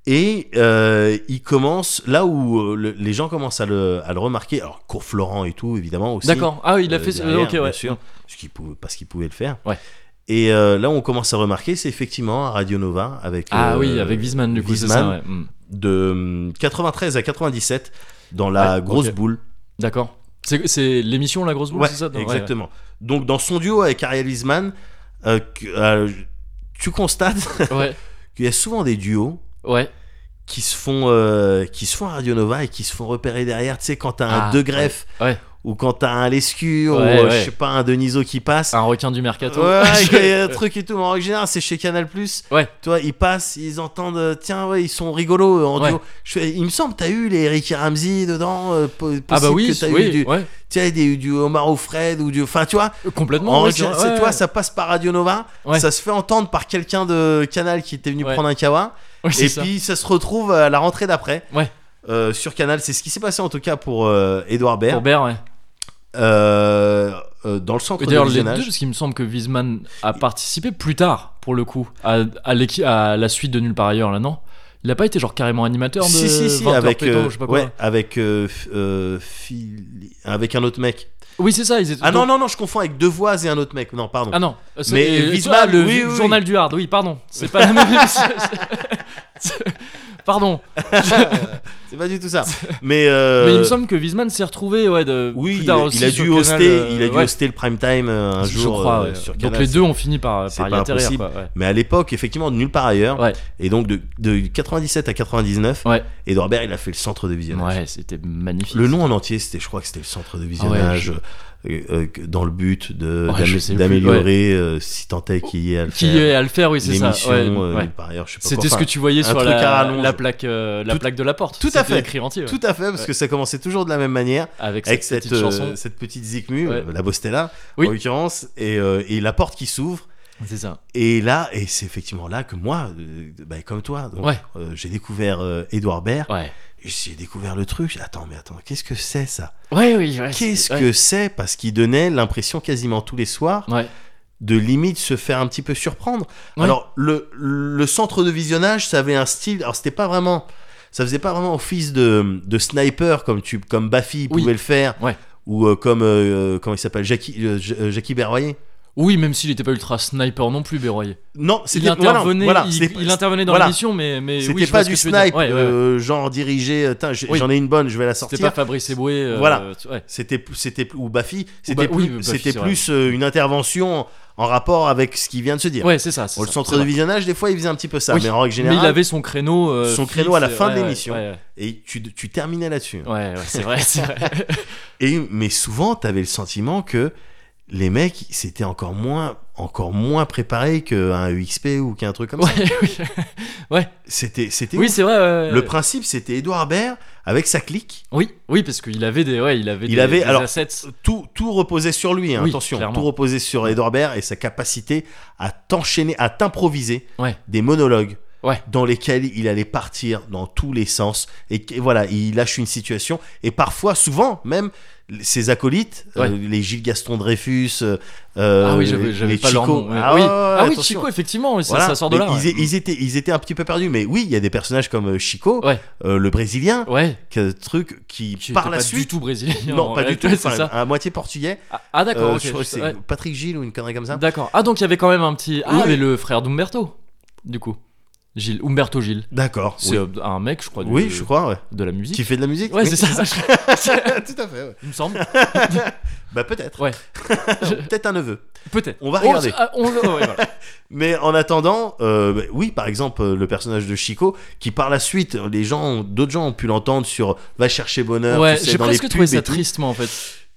Speaker 2: Et euh, il commence là où euh, le- les gens commencent à le, à le remarquer. Alors Cour Florent et tout, évidemment aussi.
Speaker 1: D'accord. Ah, il a
Speaker 2: Euh,
Speaker 1: fait.
Speaker 2: derrière,
Speaker 1: ok, ouais.
Speaker 2: bien sûr, parce qu'il pouvait, parce qu'il pouvait le faire.
Speaker 1: Ouais.
Speaker 2: Et euh, là, où on commence à remarquer, c'est effectivement à Radio Nova avec.
Speaker 1: Ah
Speaker 2: euh,
Speaker 1: oui, avec Wiesman du coup, c'est
Speaker 2: Wiesmann,
Speaker 1: ça. ouais. Hmm.
Speaker 2: De hum, 93 à 97 dans la
Speaker 1: Ouais,
Speaker 2: grosse
Speaker 1: ok.
Speaker 2: boule.
Speaker 1: D'accord. C'est c'est l'émission La Grosse Boule,
Speaker 2: Ouais,
Speaker 1: c'est ça non,
Speaker 2: exactement. Donc dans son duo avec Ariel Wiesman, euh, que- euh, tu constates
Speaker 1: Ouais, ouais.
Speaker 2: qu'il y a souvent des duos
Speaker 1: ouais.
Speaker 2: qui se font euh, qui se font à Radio Nova et qui se font repérer derrière tu sais quand t'as un
Speaker 1: Ah,
Speaker 2: De Greff
Speaker 1: ouais, ouais.
Speaker 2: ou quand t'as un
Speaker 1: Ouais,
Speaker 2: Lescure ou euh,
Speaker 1: ouais.
Speaker 2: je sais pas un Deniso qui passe
Speaker 1: Un requin du mercato.
Speaker 2: Ouais, qu'il y a un truc et tout, mais en règle générale, c'est chez Canal.
Speaker 1: Ouais.
Speaker 2: Toi, ils passent, ils entendent, euh, tiens, ouais, ils sont rigolos euh, en
Speaker 1: Ouais.
Speaker 2: duo. Je fais, il me semble, t'as eu les Ricky Ramsey dedans, euh, po- possible
Speaker 1: ah bah oui,
Speaker 2: que t'as eu
Speaker 1: oui,
Speaker 2: du,
Speaker 1: ouais.
Speaker 2: tiens, des- du Omar au Fred ou du. Enfin, tu vois,
Speaker 1: complètement.
Speaker 2: en
Speaker 1: ouais,
Speaker 2: règle générale,
Speaker 1: ouais,
Speaker 2: c'est
Speaker 1: ouais.
Speaker 2: toi, ça passe par Radio Nova,
Speaker 1: Ouais.
Speaker 2: ça se fait entendre par quelqu'un de Canal qui était venu
Speaker 1: Ouais.
Speaker 2: prendre un kawa.
Speaker 1: Ouais, c'est
Speaker 2: Et
Speaker 1: ça.
Speaker 2: puis ça se retrouve à la rentrée d'après.
Speaker 1: Ouais.
Speaker 2: Euh, sur Canal, c'est ce qui s'est passé en tout cas pour euh, Edouard Baird.
Speaker 1: Pour Baird, ouais.
Speaker 2: Euh, euh, dans le centre
Speaker 1: Et
Speaker 2: de
Speaker 1: D'ailleurs, les deux,
Speaker 2: visionnage.
Speaker 1: parce qu'il me semble que Wiesman a participé plus tard, pour le coup, à, à, l'équi- à la suite de Nulle part ailleurs, là, non Il a pas été genre carrément animateur de
Speaker 2: Si, si, si,
Speaker 1: 20 heures
Speaker 2: avec,
Speaker 1: pédo,
Speaker 2: euh,
Speaker 1: je sais pas quoi.
Speaker 2: ouais, avec, euh, f- euh, Phil- avec un autre mec.
Speaker 1: Oui, c'est ça, ils étaient.
Speaker 2: Ah non,
Speaker 1: donc-
Speaker 2: non, non, je confonds avec deux voix et un autre mec. Non, pardon.
Speaker 1: Ah non, c'est-
Speaker 2: Mais
Speaker 1: euh,
Speaker 2: Wiesmann,
Speaker 1: ah, le
Speaker 2: oui, oui,
Speaker 1: journal du hard, oui, pardon. C'est pas la même. c'est- c'est- pardon.
Speaker 2: C'est pas du tout ça. Mais, euh,
Speaker 1: Mais il me semble que Wiesman s'est retrouvé, ouais, de.
Speaker 2: oui,
Speaker 1: plus
Speaker 2: il,
Speaker 1: tard
Speaker 2: a-
Speaker 1: aussi
Speaker 2: il a
Speaker 1: sur
Speaker 2: dû
Speaker 1: Canal,
Speaker 2: hoster,
Speaker 1: euh,
Speaker 2: il a dû
Speaker 1: ouais.
Speaker 2: hoster le prime time euh, un
Speaker 1: Je
Speaker 2: jour
Speaker 1: crois,
Speaker 2: euh,
Speaker 1: ouais.
Speaker 2: sur
Speaker 1: Donc
Speaker 2: Canal.
Speaker 1: les deux ont fini par, euh,
Speaker 2: c'est
Speaker 1: par y
Speaker 2: pas
Speaker 1: atterrir,
Speaker 2: impossible.
Speaker 1: quoi, ouais.
Speaker 2: Mais à l'époque, effectivement, de nulle part ailleurs.
Speaker 1: Ouais.
Speaker 2: Et donc de, de 97 à 99,
Speaker 1: Ouais.
Speaker 2: Edouard Baird, il a fait le centre de visionnage.
Speaker 1: Ouais, c'était magnifique.
Speaker 2: Le nom en entier, c'était, je crois que c'était le centre de visionnage, euh, euh, que- dans le but de
Speaker 1: Ouais,
Speaker 2: d'am-
Speaker 1: je sais plus,
Speaker 2: d'améliorer, euh, si tant est qu'il y ait à le
Speaker 1: Qui
Speaker 2: faire,
Speaker 1: est à le faire, oui, c'est ça.
Speaker 2: l'émission,
Speaker 1: ouais,
Speaker 2: euh,
Speaker 1: ouais.
Speaker 2: nulle part ailleurs, je sais pas
Speaker 1: C'était
Speaker 2: quoi.
Speaker 1: ce que
Speaker 2: Enfin,
Speaker 1: tu voyais
Speaker 2: un
Speaker 1: sur
Speaker 2: truc à
Speaker 1: la,
Speaker 2: rallonge.
Speaker 1: la plaque, euh, la
Speaker 2: Tout-
Speaker 1: plaque de la porte.
Speaker 2: tout à
Speaker 1: C'était
Speaker 2: fait.
Speaker 1: écrit entier. ouais.
Speaker 2: Tout à fait, parce que ça commençait toujours de la même manière,
Speaker 1: Avec,
Speaker 2: avec
Speaker 1: cette,
Speaker 2: cette,
Speaker 1: petite
Speaker 2: euh,
Speaker 1: chanson.
Speaker 2: cette petite zikmu,
Speaker 1: Ouais.
Speaker 2: euh, la Bostella,
Speaker 1: Oui.
Speaker 2: en l'occurrence, et, euh, et la porte qui s'ouvre.
Speaker 1: C'est ça.
Speaker 2: Et là, et c'est effectivement là que moi, euh, bah, comme toi, donc,
Speaker 1: Ouais.
Speaker 2: euh, j'ai découvert euh, Edouard Baird,
Speaker 1: Ouais.
Speaker 2: et j'ai découvert le truc, j'ai dit, attends, mais attends, qu'est-ce que c'est ça
Speaker 1: Ouais, oui, ouais.
Speaker 2: Qu'est-ce
Speaker 1: Ah, c'est- ouais.
Speaker 2: que c'est Parce qu'il donnait l'impression quasiment tous les soirs
Speaker 1: Ouais.
Speaker 2: de limite se faire un petit peu surprendre.
Speaker 1: Ouais.
Speaker 2: Alors le, le centre de visionnage, ça avait un style. Alors c'était pas vraiment, ça faisait pas vraiment office de, de sniper comme tu comme Baffy
Speaker 1: Oui.
Speaker 2: pouvait le faire.
Speaker 1: Ouais.
Speaker 2: Ou euh, comme euh, comment il s'appelle Jackie euh, J- euh, Jackie Berroyer.
Speaker 1: Oui, même s'il n'était pas ultra sniper non plus, Béroyer.
Speaker 2: Non,
Speaker 1: Il
Speaker 2: c'était voilà,
Speaker 1: intervenait,
Speaker 2: voilà,
Speaker 1: il,
Speaker 2: c'était-
Speaker 1: il intervenait dans
Speaker 2: voilà.
Speaker 1: l'émission, mais, mais
Speaker 2: C'était
Speaker 1: oui, je vois
Speaker 2: pas
Speaker 1: ce
Speaker 2: du
Speaker 1: que tu veux dire.
Speaker 2: snipe
Speaker 1: Ouais, ouais, ouais.
Speaker 2: euh, genre dirigé. euh, Tiens, j'ai-
Speaker 1: Oui.
Speaker 2: j'en ai une bonne, je vais la
Speaker 1: C'était
Speaker 2: sortir.
Speaker 1: pas Fabrice Eboué. euh,
Speaker 2: Voilà.
Speaker 1: tu- ouais.
Speaker 2: C'était c'était ou Baffy. C'était
Speaker 1: Ba- oui,
Speaker 2: plus,
Speaker 1: Baffy,
Speaker 2: c'était
Speaker 1: c'est vrai.
Speaker 2: plus euh, une intervention en, en rapport avec ce qui vient de se dire.
Speaker 1: Ouais, c'est ça. c'est
Speaker 2: Bon, le
Speaker 1: ça,
Speaker 2: centre
Speaker 1: c'est
Speaker 2: de
Speaker 1: vrai.
Speaker 2: visionnage, des fois, il faisait un petit peu ça,
Speaker 1: Oui,
Speaker 2: mais en règle
Speaker 1: Mais
Speaker 2: générale.
Speaker 1: il avait son créneau. euh,
Speaker 2: Son
Speaker 1: fixe,
Speaker 2: créneau à la fin de
Speaker 1: ouais, ouais,
Speaker 2: l'émission.
Speaker 1: Ouais,
Speaker 2: Et tu, tu terminais là-dessus.
Speaker 1: ouais, ouais, ouais, c'est vrai, c'est vrai.
Speaker 2: Et mais souvent, t'avais le sentiment que les mecs, c'était encore moins, encore moins préparé qu'un EXP ou qu'un truc comme ça.
Speaker 1: Ouais, oui.
Speaker 2: C'était, c'était.
Speaker 1: Oui,
Speaker 2: ouf.
Speaker 1: c'est vrai. ouais, ouais,
Speaker 2: le
Speaker 1: ouais.
Speaker 2: principe, c'était Edouard Baird avec sa clique.
Speaker 1: Oui, oui, parce qu'il avait des, ouais, il avait
Speaker 2: Il
Speaker 1: des,
Speaker 2: avait-
Speaker 1: des
Speaker 2: alors,
Speaker 1: assets.
Speaker 2: Tout, tout reposait sur lui. hein,
Speaker 1: Oui,
Speaker 2: attention,
Speaker 1: clairement.
Speaker 2: tout reposait sur Edouard Baird et sa capacité à t'enchaîner, à t'improviser
Speaker 1: Ouais.
Speaker 2: des monologues.
Speaker 1: Ouais.
Speaker 2: dans lesquels il allait partir dans tous les sens et, que- voilà il lâche une situation et parfois souvent même ses acolytes euh,
Speaker 1: Ouais.
Speaker 2: les Gilles Gaston Dreyfus euh, euh,
Speaker 1: ah oui, j'avais,
Speaker 2: les-
Speaker 1: j'avais
Speaker 2: les
Speaker 1: pas leur
Speaker 2: Chico.
Speaker 1: nom. ouais.
Speaker 2: ah,
Speaker 1: oui,
Speaker 2: ouais, ouais,
Speaker 1: ah, oui
Speaker 2: attention.
Speaker 1: Chico, effectivement, oui, ça,
Speaker 2: Voilà.
Speaker 1: ça sort de
Speaker 2: Mais
Speaker 1: là.
Speaker 2: ils,
Speaker 1: ouais.
Speaker 2: ils étaient ils étaient un petit peu perdus mais oui il y a des personnages comme euh, Chico
Speaker 1: Ouais.
Speaker 2: euh, le brésilien
Speaker 1: Ouais,
Speaker 2: que- truc qui,
Speaker 1: qui
Speaker 2: par
Speaker 1: était
Speaker 2: la
Speaker 1: pas du
Speaker 2: suite
Speaker 1: tout brésilien. en
Speaker 2: non pas du
Speaker 1: réalité,
Speaker 2: tout
Speaker 1: c'est
Speaker 2: enfin,
Speaker 1: ça.
Speaker 2: à moitié portugais
Speaker 1: Ah, ah, d'accord,
Speaker 2: Euh,
Speaker 1: ok,
Speaker 2: je crois que
Speaker 1: je-
Speaker 2: c'est
Speaker 1: ouais,
Speaker 2: Patrick Gilles ou une connerie comme ça
Speaker 1: D'accord. Ah, donc il y avait quand même un petit. Ah,
Speaker 2: Oui.
Speaker 1: mais le frère d'Umberto, du coup. Gilles, Umberto Gilles.
Speaker 2: d'accord
Speaker 1: C'est
Speaker 2: oui.
Speaker 1: euh, un mec, je crois, du-
Speaker 2: oui je crois ouais.
Speaker 1: de la musique.
Speaker 2: qui fait de la musique
Speaker 1: Ouais,
Speaker 2: oui.
Speaker 1: c'est ça,
Speaker 2: tout à fait ouais.
Speaker 1: il me semble.
Speaker 2: bah peut-être
Speaker 1: Ouais.
Speaker 2: peut-être un neveu
Speaker 1: Peut-être.
Speaker 2: On va regarder.
Speaker 1: ah, on- ouais, voilà.
Speaker 2: Mais en attendant, euh, bah, oui, par exemple, euh, le personnage de Chico, qui par la suite, euh, les gens, ont- d'autres gens ont pu l'entendre sur "Va chercher bonheur",
Speaker 1: Ouais,
Speaker 2: tu sais,
Speaker 1: j'ai
Speaker 2: dans les
Speaker 1: presque
Speaker 2: pubs
Speaker 1: trouvé ça
Speaker 2: et tout.
Speaker 1: triste, moi, en fait.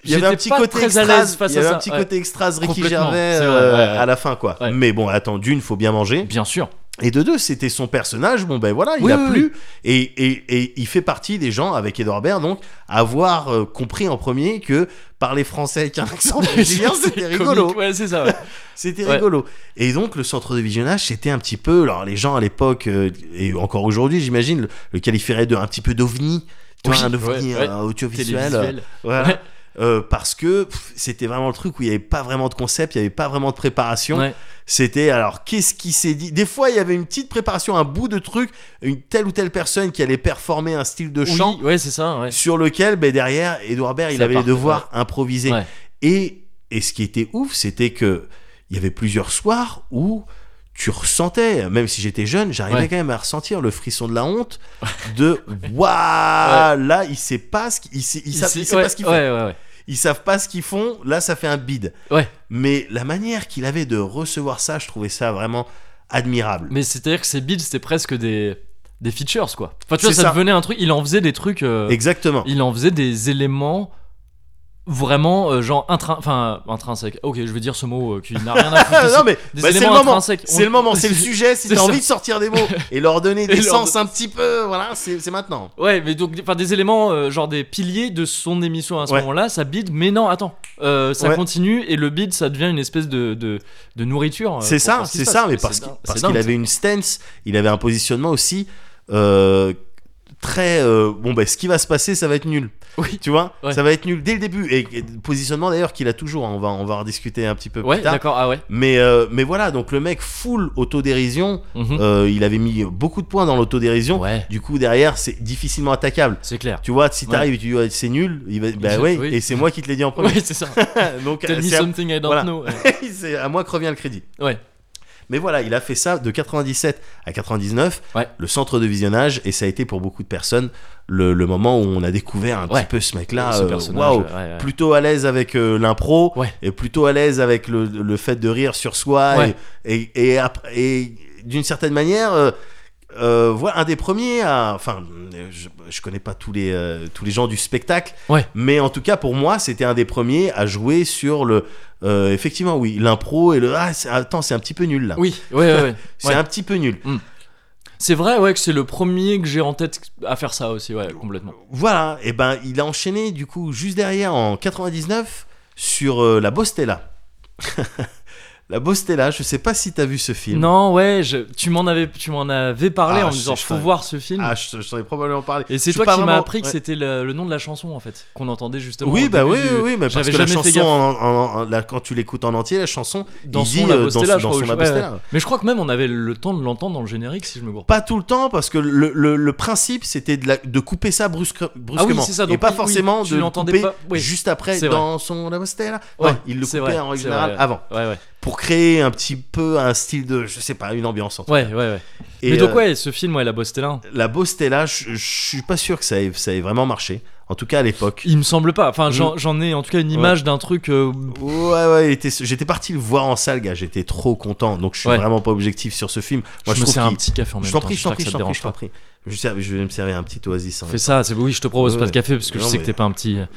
Speaker 2: Il y avait un
Speaker 1: J'étais
Speaker 2: petit
Speaker 1: pas
Speaker 2: côté
Speaker 1: très à l'aise
Speaker 2: extras,
Speaker 1: face
Speaker 2: il y
Speaker 1: à
Speaker 2: avait
Speaker 1: ça.
Speaker 2: un petit
Speaker 1: ouais.
Speaker 2: côté extras Ricky
Speaker 1: Complètement,
Speaker 2: Gervais
Speaker 1: c'est vrai,
Speaker 2: euh,
Speaker 1: ouais, ouais.
Speaker 2: à la fin, quoi.
Speaker 1: Ouais.
Speaker 2: Mais bon, attends, d'une, faut bien manger.
Speaker 1: Bien sûr.
Speaker 2: Et de deux, c'était son personnage. Bon, ben voilà, il
Speaker 1: Oui,
Speaker 2: a
Speaker 1: oui,
Speaker 2: plu. Et, et, et il fait partie des gens, avec Edouard Baird, donc, à avoir euh, compris en premier que parler français avec un accent brésilien, c'était rigolo.
Speaker 1: Comique, Ouais, c'est ça. ouais.
Speaker 2: C'était
Speaker 1: Ouais.
Speaker 2: rigolo. Et donc, le centre de visionnage, c'était un petit peu. Alors, les gens à l'époque, euh, et encore aujourd'hui, j'imagine, le, le qualifieraient de un petit peu d'ovni. Tu vois,
Speaker 1: Oui,
Speaker 2: un ovni
Speaker 1: ouais, ouais.
Speaker 2: euh, audiovisuel. euh,
Speaker 1: Télévisuel.
Speaker 2: voilà.
Speaker 1: Ouais.
Speaker 2: Euh, parce que pff, c'était vraiment le truc où il n'y avait pas vraiment de concept, il n'y avait pas vraiment de préparation.
Speaker 1: Ouais.
Speaker 2: C'était alors qu'est-ce qui s'est dit Des fois, il y avait une petite préparation, un bout de truc, une telle ou telle personne qui allait performer un style de chant
Speaker 1: Oui, ouais, c'est ça. Ouais.
Speaker 2: sur lequel, ben, derrière, Edouard Baird, il
Speaker 1: Ça
Speaker 2: avait les
Speaker 1: partait,
Speaker 2: devoirs improvisés.
Speaker 1: Ouais.
Speaker 2: Et, et ce qui était ouf, c'était que il y avait plusieurs soirs où tu ressentais, même si j'étais jeune, j'arrivais
Speaker 1: Ouais.
Speaker 2: quand même à ressentir le frisson de la honte de waouh, là, il sait pas ce qu'il il sait- il sa- il sait
Speaker 1: ouais,
Speaker 2: pas ce qu'il fait
Speaker 1: ouais, ouais, ouais.
Speaker 2: ils savent pas ce qu'ils font, là ça fait un bide.
Speaker 1: Ouais.
Speaker 2: Mais la manière qu'il avait de recevoir ça, je trouvais ça vraiment admirable.
Speaker 1: Mais c'est-à-dire que ces builds, c'était presque des, des features, quoi. Enfin, tu vois,
Speaker 2: C'est
Speaker 1: ça,
Speaker 2: ça.
Speaker 1: devenait un truc. Il en faisait des trucs. euh,
Speaker 2: Exactement.
Speaker 1: il en faisait des éléments vraiment, euh, genre, intrin- enfin, intrinsèques. Ok, je vais dire ce mot euh, qui n'a rien à foutre.
Speaker 2: Ah,
Speaker 1: ici.
Speaker 2: non mais
Speaker 1: Des
Speaker 2: bah, c'est le
Speaker 1: éléments
Speaker 2: moment,
Speaker 1: intrinsèques.
Speaker 2: c'est
Speaker 1: On-
Speaker 2: le moment, c'est le sujet. Si
Speaker 1: C'est
Speaker 2: t'as
Speaker 1: ça.
Speaker 2: envie de sortir des mots et leur donner
Speaker 1: Et
Speaker 2: des
Speaker 1: leur
Speaker 2: sens un petit peu, voilà, c'est c'est maintenant.
Speaker 1: Ouais, mais donc, enfin, des éléments, euh, genre des piliers de son émission à ce
Speaker 2: Ouais.
Speaker 1: moment-là, ça bide, mais non, attends, euh, ça
Speaker 2: Ouais.
Speaker 1: continue et le bide, ça devient une espèce de, de, de nourriture. euh,
Speaker 2: C'est
Speaker 1: pour
Speaker 2: ça,
Speaker 1: faire ce qui
Speaker 2: c'est
Speaker 1: se
Speaker 2: ça,
Speaker 1: passe.
Speaker 2: mais parce qu'il
Speaker 1: dingue,
Speaker 2: parce
Speaker 1: c'est
Speaker 2: qu'il
Speaker 1: dingue.
Speaker 2: avait une stance, il avait un positionnement aussi euh, très euh, bon. Bah, ce qui va se passer, ça va être nul.
Speaker 1: Oui.
Speaker 2: Tu vois,
Speaker 1: Ouais.
Speaker 2: ça va être nul dès le début. Et, et positionnement d'ailleurs qu'il a toujours. hein, on va on va en discuter un petit peu
Speaker 1: Ouais,
Speaker 2: plus tard.
Speaker 1: d'accord, ah ouais.
Speaker 2: Mais, euh, mais voilà, donc le mec full autodérision,
Speaker 1: Mhm.
Speaker 2: euh, il avait mis beaucoup de points dans l'autodérision.
Speaker 1: Ouais,
Speaker 2: Du coup, derrière, c'est difficilement attaquable.
Speaker 1: c'est clair.
Speaker 2: Tu vois, si t'arrives et tu dis ouais, c'est nul, il va, bah ouais,
Speaker 1: Oui.
Speaker 2: et c'est moi qui te l'ai dit en
Speaker 1: Ouais,
Speaker 2: premier.
Speaker 1: c'est ça.
Speaker 2: donc
Speaker 1: Tell
Speaker 2: euh,
Speaker 1: me
Speaker 2: c'est à,
Speaker 1: something I don't
Speaker 2: voilà.
Speaker 1: know.
Speaker 2: c'est à moi que revient le crédit.
Speaker 1: Ouais.
Speaker 2: Mais voilà, il a fait ça de 97 à 99,
Speaker 1: Ouais.
Speaker 2: le centre de visionnage, et ça a été pour beaucoup de personnes le, le moment où on a découvert un
Speaker 1: Ouais.
Speaker 2: petit peu ce mec-là.
Speaker 1: ce
Speaker 2: euh,
Speaker 1: personnage.
Speaker 2: Waouh,
Speaker 1: ouais, ouais.
Speaker 2: plutôt à l'aise avec euh, l'impro
Speaker 1: Ouais.
Speaker 2: et plutôt à l'aise avec le, le fait de rire sur soi
Speaker 1: Ouais.
Speaker 2: et, et, et après- et d'une certaine manière euh, euh, voilà un des premiers à enfin euh, je, je connais pas tous les euh, tous les gens du spectacle
Speaker 1: Ouais.
Speaker 2: mais en tout cas pour moi c'était un des premiers à jouer sur le euh, effectivement oui l'impro et le ah c'est- attends c'est un petit peu nul là
Speaker 1: Oui, ouais, ouais, ouais.
Speaker 2: c'est
Speaker 1: ouais.
Speaker 2: un petit peu nul
Speaker 1: C'est vrai, ouais, que c'est le premier que j'ai en tête à faire ça aussi, ouais, complètement.
Speaker 2: voilà et ben il a enchaîné du coup juste derrière en 99 sur euh, la Bostella la Bostella je sais pas si t'as vu ce film
Speaker 1: Non, ouais, je- tu m'en avais, tu m'en avais parlé
Speaker 2: Ah,
Speaker 1: en me
Speaker 2: je
Speaker 1: disant,
Speaker 2: sais, je
Speaker 1: faut
Speaker 2: t'en-
Speaker 1: voir ce film.
Speaker 2: ah je, je t'en ai probablement parlé
Speaker 1: Et
Speaker 2: Je
Speaker 1: c'est
Speaker 2: suis
Speaker 1: toi qui
Speaker 2: pas
Speaker 1: m'as
Speaker 2: vraiment-
Speaker 1: appris que
Speaker 2: ouais.
Speaker 1: c'était le, le nom de la chanson en fait, qu'on entendait justement.
Speaker 2: oui
Speaker 1: au
Speaker 2: bah
Speaker 1: début
Speaker 2: oui
Speaker 1: du-
Speaker 2: oui mais parce
Speaker 1: J'avais
Speaker 2: que la
Speaker 1: jamais fait
Speaker 2: chanson
Speaker 1: gaffe.
Speaker 2: en- en- en- la- quand tu l'écoutes en entier la chanson
Speaker 1: Dans
Speaker 2: il
Speaker 1: son
Speaker 2: dit,
Speaker 1: La
Speaker 2: euh,
Speaker 1: Bostella, je
Speaker 2: dans,
Speaker 1: crois,
Speaker 2: son
Speaker 1: ou
Speaker 2: La
Speaker 1: je- ouais,
Speaker 2: Bostella.
Speaker 1: Mais je crois que même on avait le temps de l'entendre dans le générique, si je me gourre pas.
Speaker 2: pas tout le temps parce que le, le- le principe c'était de, la- de couper ça brusque- brusquement
Speaker 1: c'est ça,
Speaker 2: et
Speaker 1: donc
Speaker 2: pas
Speaker 1: Ah oui,
Speaker 2: forcément
Speaker 1: tu
Speaker 2: de le
Speaker 1: l'entendais
Speaker 2: couper
Speaker 1: pas, oui.
Speaker 2: juste après
Speaker 1: C'est vrai.
Speaker 2: dans son La Bostella
Speaker 1: Ouais,
Speaker 2: non il le
Speaker 1: c'est
Speaker 2: coupait
Speaker 1: vrai,
Speaker 2: en
Speaker 1: c'est
Speaker 2: général
Speaker 1: vrai.
Speaker 2: avant
Speaker 1: Ouais, ouais.
Speaker 2: pour créer un petit peu un style de je sais pas une ambiance en tout
Speaker 1: Ouais, ouais, ouais.
Speaker 2: cas. Et,
Speaker 1: mais donc,
Speaker 2: euh,
Speaker 1: ouais, ce film, ouais, La Bostella. hein.
Speaker 2: la Bostella je, je suis pas sûr que ça ait, ça ait vraiment marché en tout cas à l'époque
Speaker 1: Il me semble pas.
Speaker 2: Mm.
Speaker 1: Enfin, j'en j'en ai en tout cas une image d'un truc. euh,
Speaker 2: Ouais, ouais, il était- j'étais parti le voir en salle, gars. J'étais trop content. Donc, je suis
Speaker 1: Ouais.
Speaker 2: vraiment pas objectif sur ce film. Moi, je,
Speaker 1: je me
Speaker 2: trouve
Speaker 1: sers un
Speaker 2: qu'il-
Speaker 1: petit café en même
Speaker 2: Je t'en
Speaker 1: temps,
Speaker 2: prie, je t'en
Speaker 1: j'espère que
Speaker 2: prie,
Speaker 1: ça te
Speaker 2: je t'en
Speaker 1: dérange
Speaker 2: prie, je t'en
Speaker 1: pas.
Speaker 2: prie. Je vais me- je vais me servir un petit oasis. hein. en
Speaker 1: Fais ça, c'est oui, je te propose
Speaker 2: Ouais,
Speaker 1: pas
Speaker 2: ouais.
Speaker 1: de café parce que
Speaker 2: Non,
Speaker 1: je sais
Speaker 2: mais-
Speaker 1: que t'es pas un petit.
Speaker 2: même.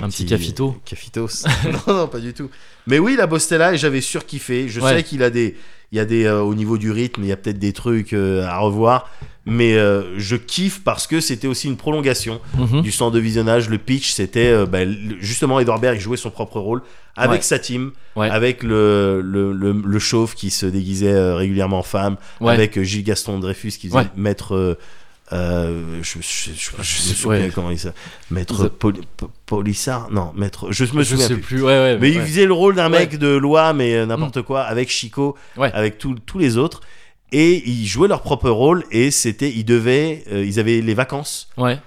Speaker 1: un petit cafito.
Speaker 2: Cafitos. non, non, pas du tout. Mais oui, la Bostella, et j'avais surkiffé. Je
Speaker 1: Ouais.
Speaker 2: sais qu'il a des. Il y a des. euh, au niveau du rythme, il y a peut-être des trucs euh, à revoir. Mais euh, je kiffe parce que c'était aussi une prolongation.
Speaker 1: Mhm.
Speaker 2: du centre de visionnage. Le pitch, c'était euh, bah, le- justement Edouard Baird, il jouait son propre rôle avec
Speaker 1: Ouais.
Speaker 2: sa team,
Speaker 1: Ouais.
Speaker 2: avec le, le, le, le chauve qui se déguisait euh, régulièrement en femme,
Speaker 1: Ouais.
Speaker 2: avec euh, Gilles Gaston Dreyfus qui faisait
Speaker 1: Ouais.
Speaker 2: maître. euh, euh, je, je, je, je me souviens
Speaker 1: Ouais.
Speaker 2: comment il s'appelle. Maître
Speaker 1: The-
Speaker 2: Poli- P- Polissard Non, maître. Je me
Speaker 1: Je
Speaker 2: souviens
Speaker 1: sais
Speaker 2: plus.
Speaker 1: plus, ouais, ouais.
Speaker 2: Mais
Speaker 1: ouais.
Speaker 2: il faisait le rôle d'un
Speaker 1: Ouais. Hum.
Speaker 2: mec de loi, mais euh, n'importe quoi, avec Chico,
Speaker 1: Ouais.
Speaker 2: avec tout- tous les autres. Et ils jouaient leur propre rôle et c'était. Ils devaient. euh, ils avaient les vacances
Speaker 1: Ouais.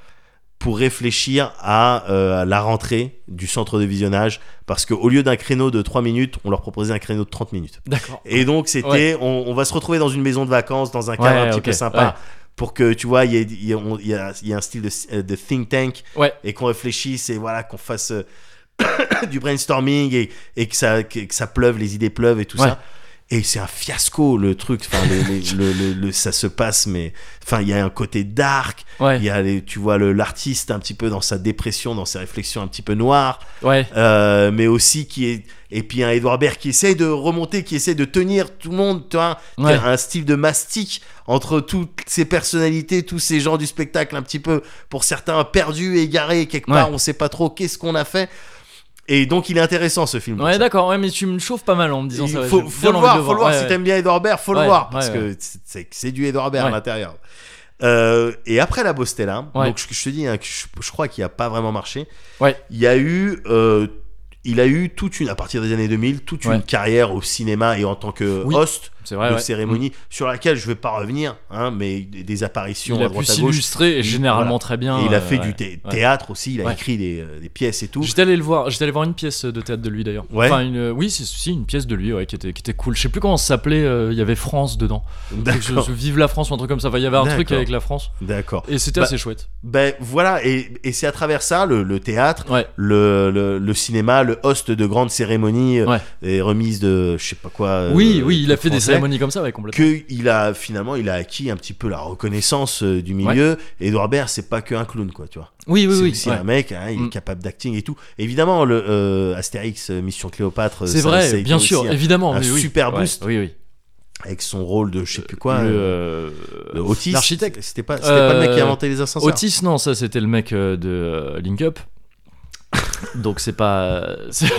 Speaker 2: pour réfléchir à, euh, à la rentrée du centre de visionnage parce qu'au lieu d'un créneau de 3 minutes, on leur proposait un créneau de 30 minutes.
Speaker 1: D'accord.
Speaker 2: Et donc c'était on, on va se retrouver dans une maison de vacances, dans un cadre
Speaker 1: Ouais,
Speaker 2: un petit
Speaker 1: ok,
Speaker 2: peu sympa
Speaker 1: ouais.
Speaker 2: pour que tu vois, il y ait- il y, a- on- il y a il y a un style de, euh, de think tank
Speaker 1: Ouais.
Speaker 2: et qu'on réfléchisse et voilà, qu'on fasse euh, du brainstorming et, et que, ça, que, que ça pleuve, les idées pleuvent et tout
Speaker 1: Ouais.
Speaker 2: ça. Et c'est un fiasco le truc. Enfin, les- les- le, le- le- ça se passe, mais enfin, il y a un côté dark.
Speaker 1: Ouais,
Speaker 2: Il y a, les- tu vois, le- l'artiste un petit peu dans sa dépression, dans ses réflexions un petit peu noires.
Speaker 1: ouais.
Speaker 2: Euh, mais aussi qui est et puis un Edouard Baird qui essaye de remonter qui essaye de tenir tout le monde tu vois, qui
Speaker 1: Ouais.
Speaker 2: a un style de mastic entre toutes ces personnalités tous ces gens du spectacle un petit peu pour certains perdus égarés quelque part on sait pas trop qu'est-ce qu'on a fait et donc il est intéressant ce film pour
Speaker 1: Ouais,
Speaker 2: ça.
Speaker 1: d'accord, ouais, mais tu me chauffes pas mal en me disant
Speaker 2: Il
Speaker 1: ça. ouais,
Speaker 2: faut,
Speaker 1: j'ai
Speaker 2: faut
Speaker 1: bien
Speaker 2: le
Speaker 1: envie
Speaker 2: voir,
Speaker 1: de
Speaker 2: faut le voir.
Speaker 1: ouais,
Speaker 2: si
Speaker 1: ouais.
Speaker 2: t'aimes bien Edouard Baird, faut
Speaker 1: Ouais,
Speaker 2: le voir parce
Speaker 1: ouais,
Speaker 2: que c'est- c'est c'est du Edouard Baird à
Speaker 1: Ouais.
Speaker 2: l'intérieur. Euh, et après la Bostella,
Speaker 1: Ouais.
Speaker 2: donc je, je te dis, hein, que je, je crois qu'il a pas vraiment marché.
Speaker 1: Ouais.
Speaker 2: Il y a eu, euh, il a eu toute une, à partir des années 2000, toute
Speaker 1: Ouais.
Speaker 2: une carrière au cinéma et en tant que
Speaker 1: Oui.
Speaker 2: host
Speaker 1: C'est vrai,
Speaker 2: de
Speaker 1: ouais. Mm.
Speaker 2: cérémonie sur laquelle je vais pas revenir, hein, mais des, des apparitions
Speaker 1: Il
Speaker 2: à
Speaker 1: a pu
Speaker 2: droite à gauche.
Speaker 1: s'illustrer et
Speaker 2: Il-
Speaker 1: généralement
Speaker 2: voilà.
Speaker 1: très bien.
Speaker 2: Et il
Speaker 1: euh,
Speaker 2: a fait
Speaker 1: ouais.
Speaker 2: du thé-
Speaker 1: ouais.
Speaker 2: théâtre aussi, il a
Speaker 1: Ouais.
Speaker 2: écrit des, euh, des pièces et tout.
Speaker 1: J'étais allé le voir, j'étais allé voir une pièce de théâtre de lui d'ailleurs.
Speaker 2: Ouais.
Speaker 1: Enfin, une, euh, oui, c'est si une pièce de lui, ouais, qui était, qui était cool. Je sais plus comment ça s'appelait. euh, Il y avait France dedans. Quelque chose-
Speaker 2: D'accord,
Speaker 1: Vive la France ou un truc comme ça. Enfin, il y avait un truc
Speaker 2: D'accord.
Speaker 1: avec la France.
Speaker 2: d'accord.
Speaker 1: Et c'était
Speaker 2: Bah,
Speaker 1: assez chouette.
Speaker 2: Ben voilà, et, et c'est à travers ça, le, le théâtre,
Speaker 1: Ouais.
Speaker 2: le, le, le cinéma, le host de grandes cérémonies, euh,
Speaker 1: Ouais.
Speaker 2: et remises de je sais pas quoi. euh,
Speaker 1: oui, oui, il a
Speaker 2: trucs
Speaker 1: fait des
Speaker 2: français,
Speaker 1: cérémonies comme ça, ouais, complètement.
Speaker 2: Que il a finalement, il a acquis un petit peu la reconnaissance euh, du milieu. Et Edouard Baird, c'est pas que un clown, quoi, tu vois.
Speaker 1: Oui, oui,
Speaker 2: c'est
Speaker 1: oui.
Speaker 2: aussi
Speaker 1: ouais.
Speaker 2: un mec, hein, il est
Speaker 1: Mm.
Speaker 2: capable d'acting et tout. Évidemment, le euh, Astérix, euh, Mission Cléopâtre, euh,
Speaker 1: C'est
Speaker 2: ça- ça a
Speaker 1: vrai,
Speaker 2: été
Speaker 1: bien
Speaker 2: aussi
Speaker 1: sûr,
Speaker 2: un-
Speaker 1: évidemment. mais oui.
Speaker 2: super
Speaker 1: Ouais,
Speaker 2: boost.
Speaker 1: Oui, oui.
Speaker 2: avec son rôle de je sais plus quoi.
Speaker 1: Le,
Speaker 2: euh,
Speaker 1: euh,
Speaker 2: le autiste.
Speaker 1: l'architecte.
Speaker 2: C'était pas, c'était pas le mec qui a
Speaker 1: Euh,
Speaker 2: inventé les ascenseurs.
Speaker 1: Otis, non, ça c'était le mec euh, de euh, Link Up. Donc c'est pas. euh, c'est-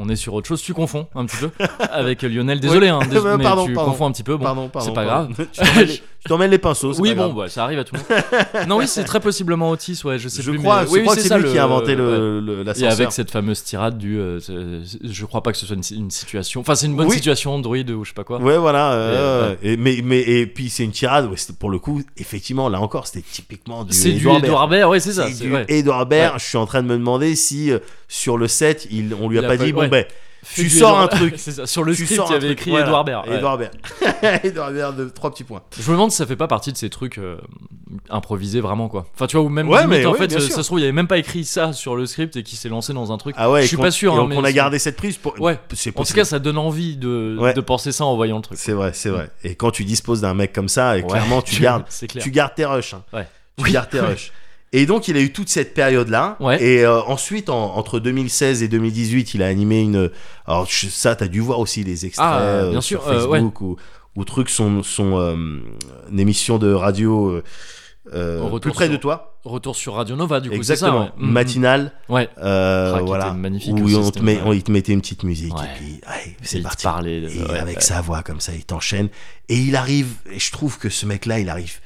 Speaker 1: On est sur autre chose. Tu confonds un petit peu avec Lionel. Désolé, hein, dés-
Speaker 2: Bah,
Speaker 1: mais
Speaker 2: pardon,
Speaker 1: tu
Speaker 2: pardon.
Speaker 1: confonds un petit peu. Bon,
Speaker 2: Pardon, pardon.
Speaker 1: c'est pas
Speaker 2: pardon.
Speaker 1: grave.
Speaker 2: tu t'emmènes les- tu t'emmènes les pinceaux. c'est
Speaker 1: Oui,
Speaker 2: pas
Speaker 1: bon,
Speaker 2: grave.
Speaker 1: bah, ça arrive à tout le monde. non, oui, c'est très possiblement Otis. Ouais, je sais
Speaker 2: je
Speaker 1: plus.
Speaker 2: crois,
Speaker 1: mais-
Speaker 2: je
Speaker 1: oui, oui,
Speaker 2: crois que c'est
Speaker 1: ça,
Speaker 2: lui
Speaker 1: le-
Speaker 2: qui a inventé
Speaker 1: ouais.
Speaker 2: le, le-
Speaker 1: Et
Speaker 2: l'ascenseur.
Speaker 1: avec cette fameuse tirade du. euh, c'est- je crois pas que ce soit une, une situation. Enfin, c'est une bonne
Speaker 2: Oui.
Speaker 1: situation Android ou je sais pas quoi.
Speaker 2: Ouais, voilà.
Speaker 1: Et,
Speaker 2: euh,
Speaker 1: ouais.
Speaker 2: et, mais, mais, et puis c'est une tirade. ouais, c'était- pour le coup, effectivement, là encore, c'était typiquement du.
Speaker 1: C'est du
Speaker 2: Edouard Baird.
Speaker 1: Edouard Baird, ouais, c'est ça.
Speaker 2: C'est
Speaker 1: c'est
Speaker 2: du
Speaker 1: vrai.
Speaker 2: Edouard Baird. Je suis en train de me demander si euh, sur le set, il, on lui a
Speaker 1: Il a
Speaker 2: pas
Speaker 1: pas-
Speaker 2: dit bon
Speaker 1: ouais.
Speaker 2: ben,
Speaker 1: Fait
Speaker 2: tu
Speaker 1: du
Speaker 2: sors un
Speaker 1: Edouard-
Speaker 2: truc.
Speaker 1: C'est ça. Sur le
Speaker 2: tu
Speaker 1: script,
Speaker 2: sors
Speaker 1: il y
Speaker 2: un
Speaker 1: avait
Speaker 2: truc,
Speaker 1: écrit
Speaker 2: voilà.
Speaker 1: Edouard Baird. ouais.
Speaker 2: Edouard Baird. Edouard Baird de trois petits points.
Speaker 1: Je me demande si ça fait pas partie de ces trucs euh, improvisés vraiment quoi. Enfin tu vois ou même
Speaker 2: Ouais,
Speaker 1: limite,
Speaker 2: mais
Speaker 1: en
Speaker 2: oui,
Speaker 1: fait
Speaker 2: bien
Speaker 1: ça,
Speaker 2: sûr.
Speaker 1: ça se trouve il avait même pas écrit ça sur le script et qui s'est lancé dans un truc.
Speaker 2: Ah ouais. et
Speaker 1: je suis
Speaker 2: qu'on-
Speaker 1: pas sûr.
Speaker 2: et
Speaker 1: hein,
Speaker 2: on-
Speaker 1: mais
Speaker 2: qu'on a
Speaker 1: c'est-
Speaker 2: gardé cette prise pour.
Speaker 1: Ouais.
Speaker 2: C'est
Speaker 1: En tout
Speaker 2: possible.
Speaker 1: cas ça donne envie de,
Speaker 2: Ouais.
Speaker 1: de penser ça en voyant le truc.
Speaker 2: c'est vrai, c'est vrai. Et quand tu disposes d'un mec comme ça, et
Speaker 1: Ouais,
Speaker 2: clairement, tu
Speaker 1: tu-
Speaker 2: gardes.
Speaker 1: C'est clair.
Speaker 2: tu gardes tes rushs. hein.
Speaker 1: Ouais.
Speaker 2: Tu
Speaker 1: Oui.
Speaker 2: gardes tes rushs. Et donc, il a eu toute cette période-là.
Speaker 1: Ouais.
Speaker 2: Et euh, ensuite, en- entre 2016 et 2018, il a animé une. Alors, je- ça, t'as dû voir aussi les extraits
Speaker 1: Ah,
Speaker 2: euh,
Speaker 1: bien
Speaker 2: sur
Speaker 1: sûr, euh,
Speaker 2: Facebook ou, ou truc, son, son euh, une émission de radio euh, euh,
Speaker 1: Au retour
Speaker 2: plus près
Speaker 1: sur-
Speaker 2: de toi.
Speaker 1: Retour sur Radio Nova du coup. c'est
Speaker 2: Exactement.
Speaker 1: Ça, ouais. Mm,
Speaker 2: Matinale.
Speaker 1: mm. Ouais.
Speaker 2: euh,
Speaker 1: Ah, qui
Speaker 2: voilà.
Speaker 1: était magnifique
Speaker 2: où
Speaker 1: aussi,
Speaker 2: on te,
Speaker 1: c'était-
Speaker 2: met, on- il te mettait une petite musique.
Speaker 1: Ouais.
Speaker 2: Et puis, allez, c'est
Speaker 1: Il
Speaker 2: parti.
Speaker 1: parlait de-
Speaker 2: Et
Speaker 1: ouais,
Speaker 2: avec
Speaker 1: ouais.
Speaker 2: sa voix comme ça, il t'enchaîne. Et il arrive, et je trouve que ce mec-là, il arrive,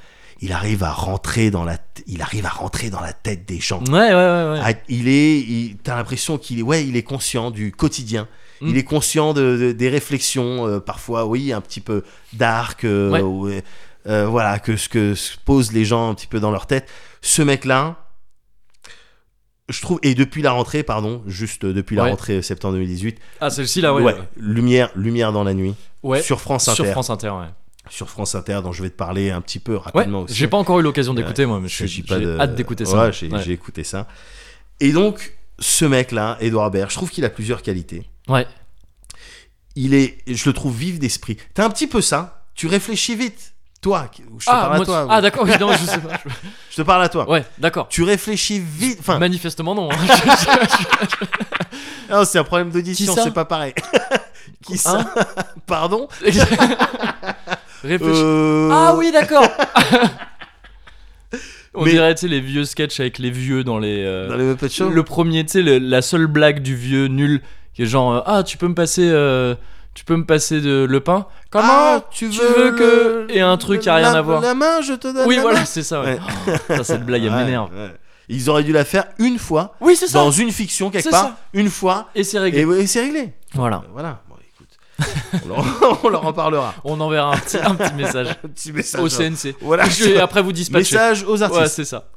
Speaker 2: il arrive à rentrer dans la, t- il arrive à rentrer dans la tête des gens.
Speaker 1: Ouais ouais ouais. ouais.
Speaker 2: Ah, Il est, il- t'as l'impression qu'il est, ouais, il est conscient du quotidien.
Speaker 1: Mm.
Speaker 2: Il est conscient de, de- des réflexions, euh, parfois, oui, un petit peu dark, euh,
Speaker 1: Ouais.
Speaker 2: ouais, euh, voilà, que ce que se posent les gens un petit peu dans leur tête. Ce mec-là, je trouve, et depuis la rentrée, pardon, juste depuis la
Speaker 1: Ouais.
Speaker 2: rentrée euh, septembre 2018,
Speaker 1: Ah celle-ci là ouais.
Speaker 2: ouais, lumière, lumière dans la nuit,
Speaker 1: Ouais.
Speaker 2: sur France Inter
Speaker 1: Sur France Inter. ouais.
Speaker 2: sur France Inter dont je vais te parler un petit peu
Speaker 1: Ouais.
Speaker 2: rapidement aussi. hein,
Speaker 1: J'ai pas encore eu l'occasion d'écouter moi mais
Speaker 2: Il
Speaker 1: je
Speaker 2: s'agit
Speaker 1: suis-
Speaker 2: pas
Speaker 1: j'ai
Speaker 2: de-
Speaker 1: hâte d'écouter ça.
Speaker 2: Ouais, j'ai j'ai écouté ça. Et donc, ce mec-là, Edouard Baird, je trouve qu'il a plusieurs qualités.
Speaker 1: Ouais.
Speaker 2: Il est, je le trouve vif d'esprit. T'as un petit peu ça. Tu réfléchis vite. Toi, qui- je te
Speaker 1: Ah
Speaker 2: parle à
Speaker 1: moi-
Speaker 2: toi.
Speaker 1: ah, d'accord. oui, non, je sais pas. Je-
Speaker 2: je te parle à toi.
Speaker 1: Ouais d'accord.
Speaker 2: Tu réfléchis vite. Enfin,
Speaker 1: Manifestement non. hein.
Speaker 2: non, oh, c'est un problème
Speaker 1: Qui
Speaker 2: d'audition,
Speaker 1: ça
Speaker 2: c'est pas pareil. qui ça
Speaker 1: Hein
Speaker 2: Pardon
Speaker 1: Réfléchis.
Speaker 2: Euh,
Speaker 1: Ah oui, d'accord. On
Speaker 2: Mais-
Speaker 1: dirait, tu sais, les vieux sketchs avec les vieux dans les. euh,
Speaker 2: Dans les Muppet Show
Speaker 1: Le premier, tu sais, le- la seule blague du vieux nul qui est genre euh, ah tu peux me passer. euh, Tu peux me passer de le pain Comment
Speaker 2: Ah, tu
Speaker 1: tu
Speaker 2: veux,
Speaker 1: veux que-
Speaker 2: le-
Speaker 1: et un truc qui a rien
Speaker 2: la-
Speaker 1: à voir.
Speaker 2: La main, je te donne.
Speaker 1: Oui,
Speaker 2: la
Speaker 1: voilà,
Speaker 2: main.
Speaker 1: c'est ça. Ouais.
Speaker 2: Ouais.
Speaker 1: Oh, putain, cette blague, elle
Speaker 2: Ouais,
Speaker 1: m'énerve.
Speaker 2: ouais. Ils auraient dû la faire une fois
Speaker 1: Oui, c'est ça.
Speaker 2: dans une fiction quelque
Speaker 1: C'est
Speaker 2: part,
Speaker 1: ça.
Speaker 2: une fois,
Speaker 1: Et c'est réglé.
Speaker 2: et, ouais, c'est réglé.
Speaker 1: Voilà.
Speaker 2: Euh, Voilà. Bon, écoute, on leur, on leur en parlera.
Speaker 1: On enverra un petit, un petit message
Speaker 2: Un petit message.
Speaker 1: au CNC.
Speaker 2: Voilà.
Speaker 1: Et après, vous dispatchez.
Speaker 2: Message aux
Speaker 1: Ouais,
Speaker 2: artistes.
Speaker 1: c'est ça.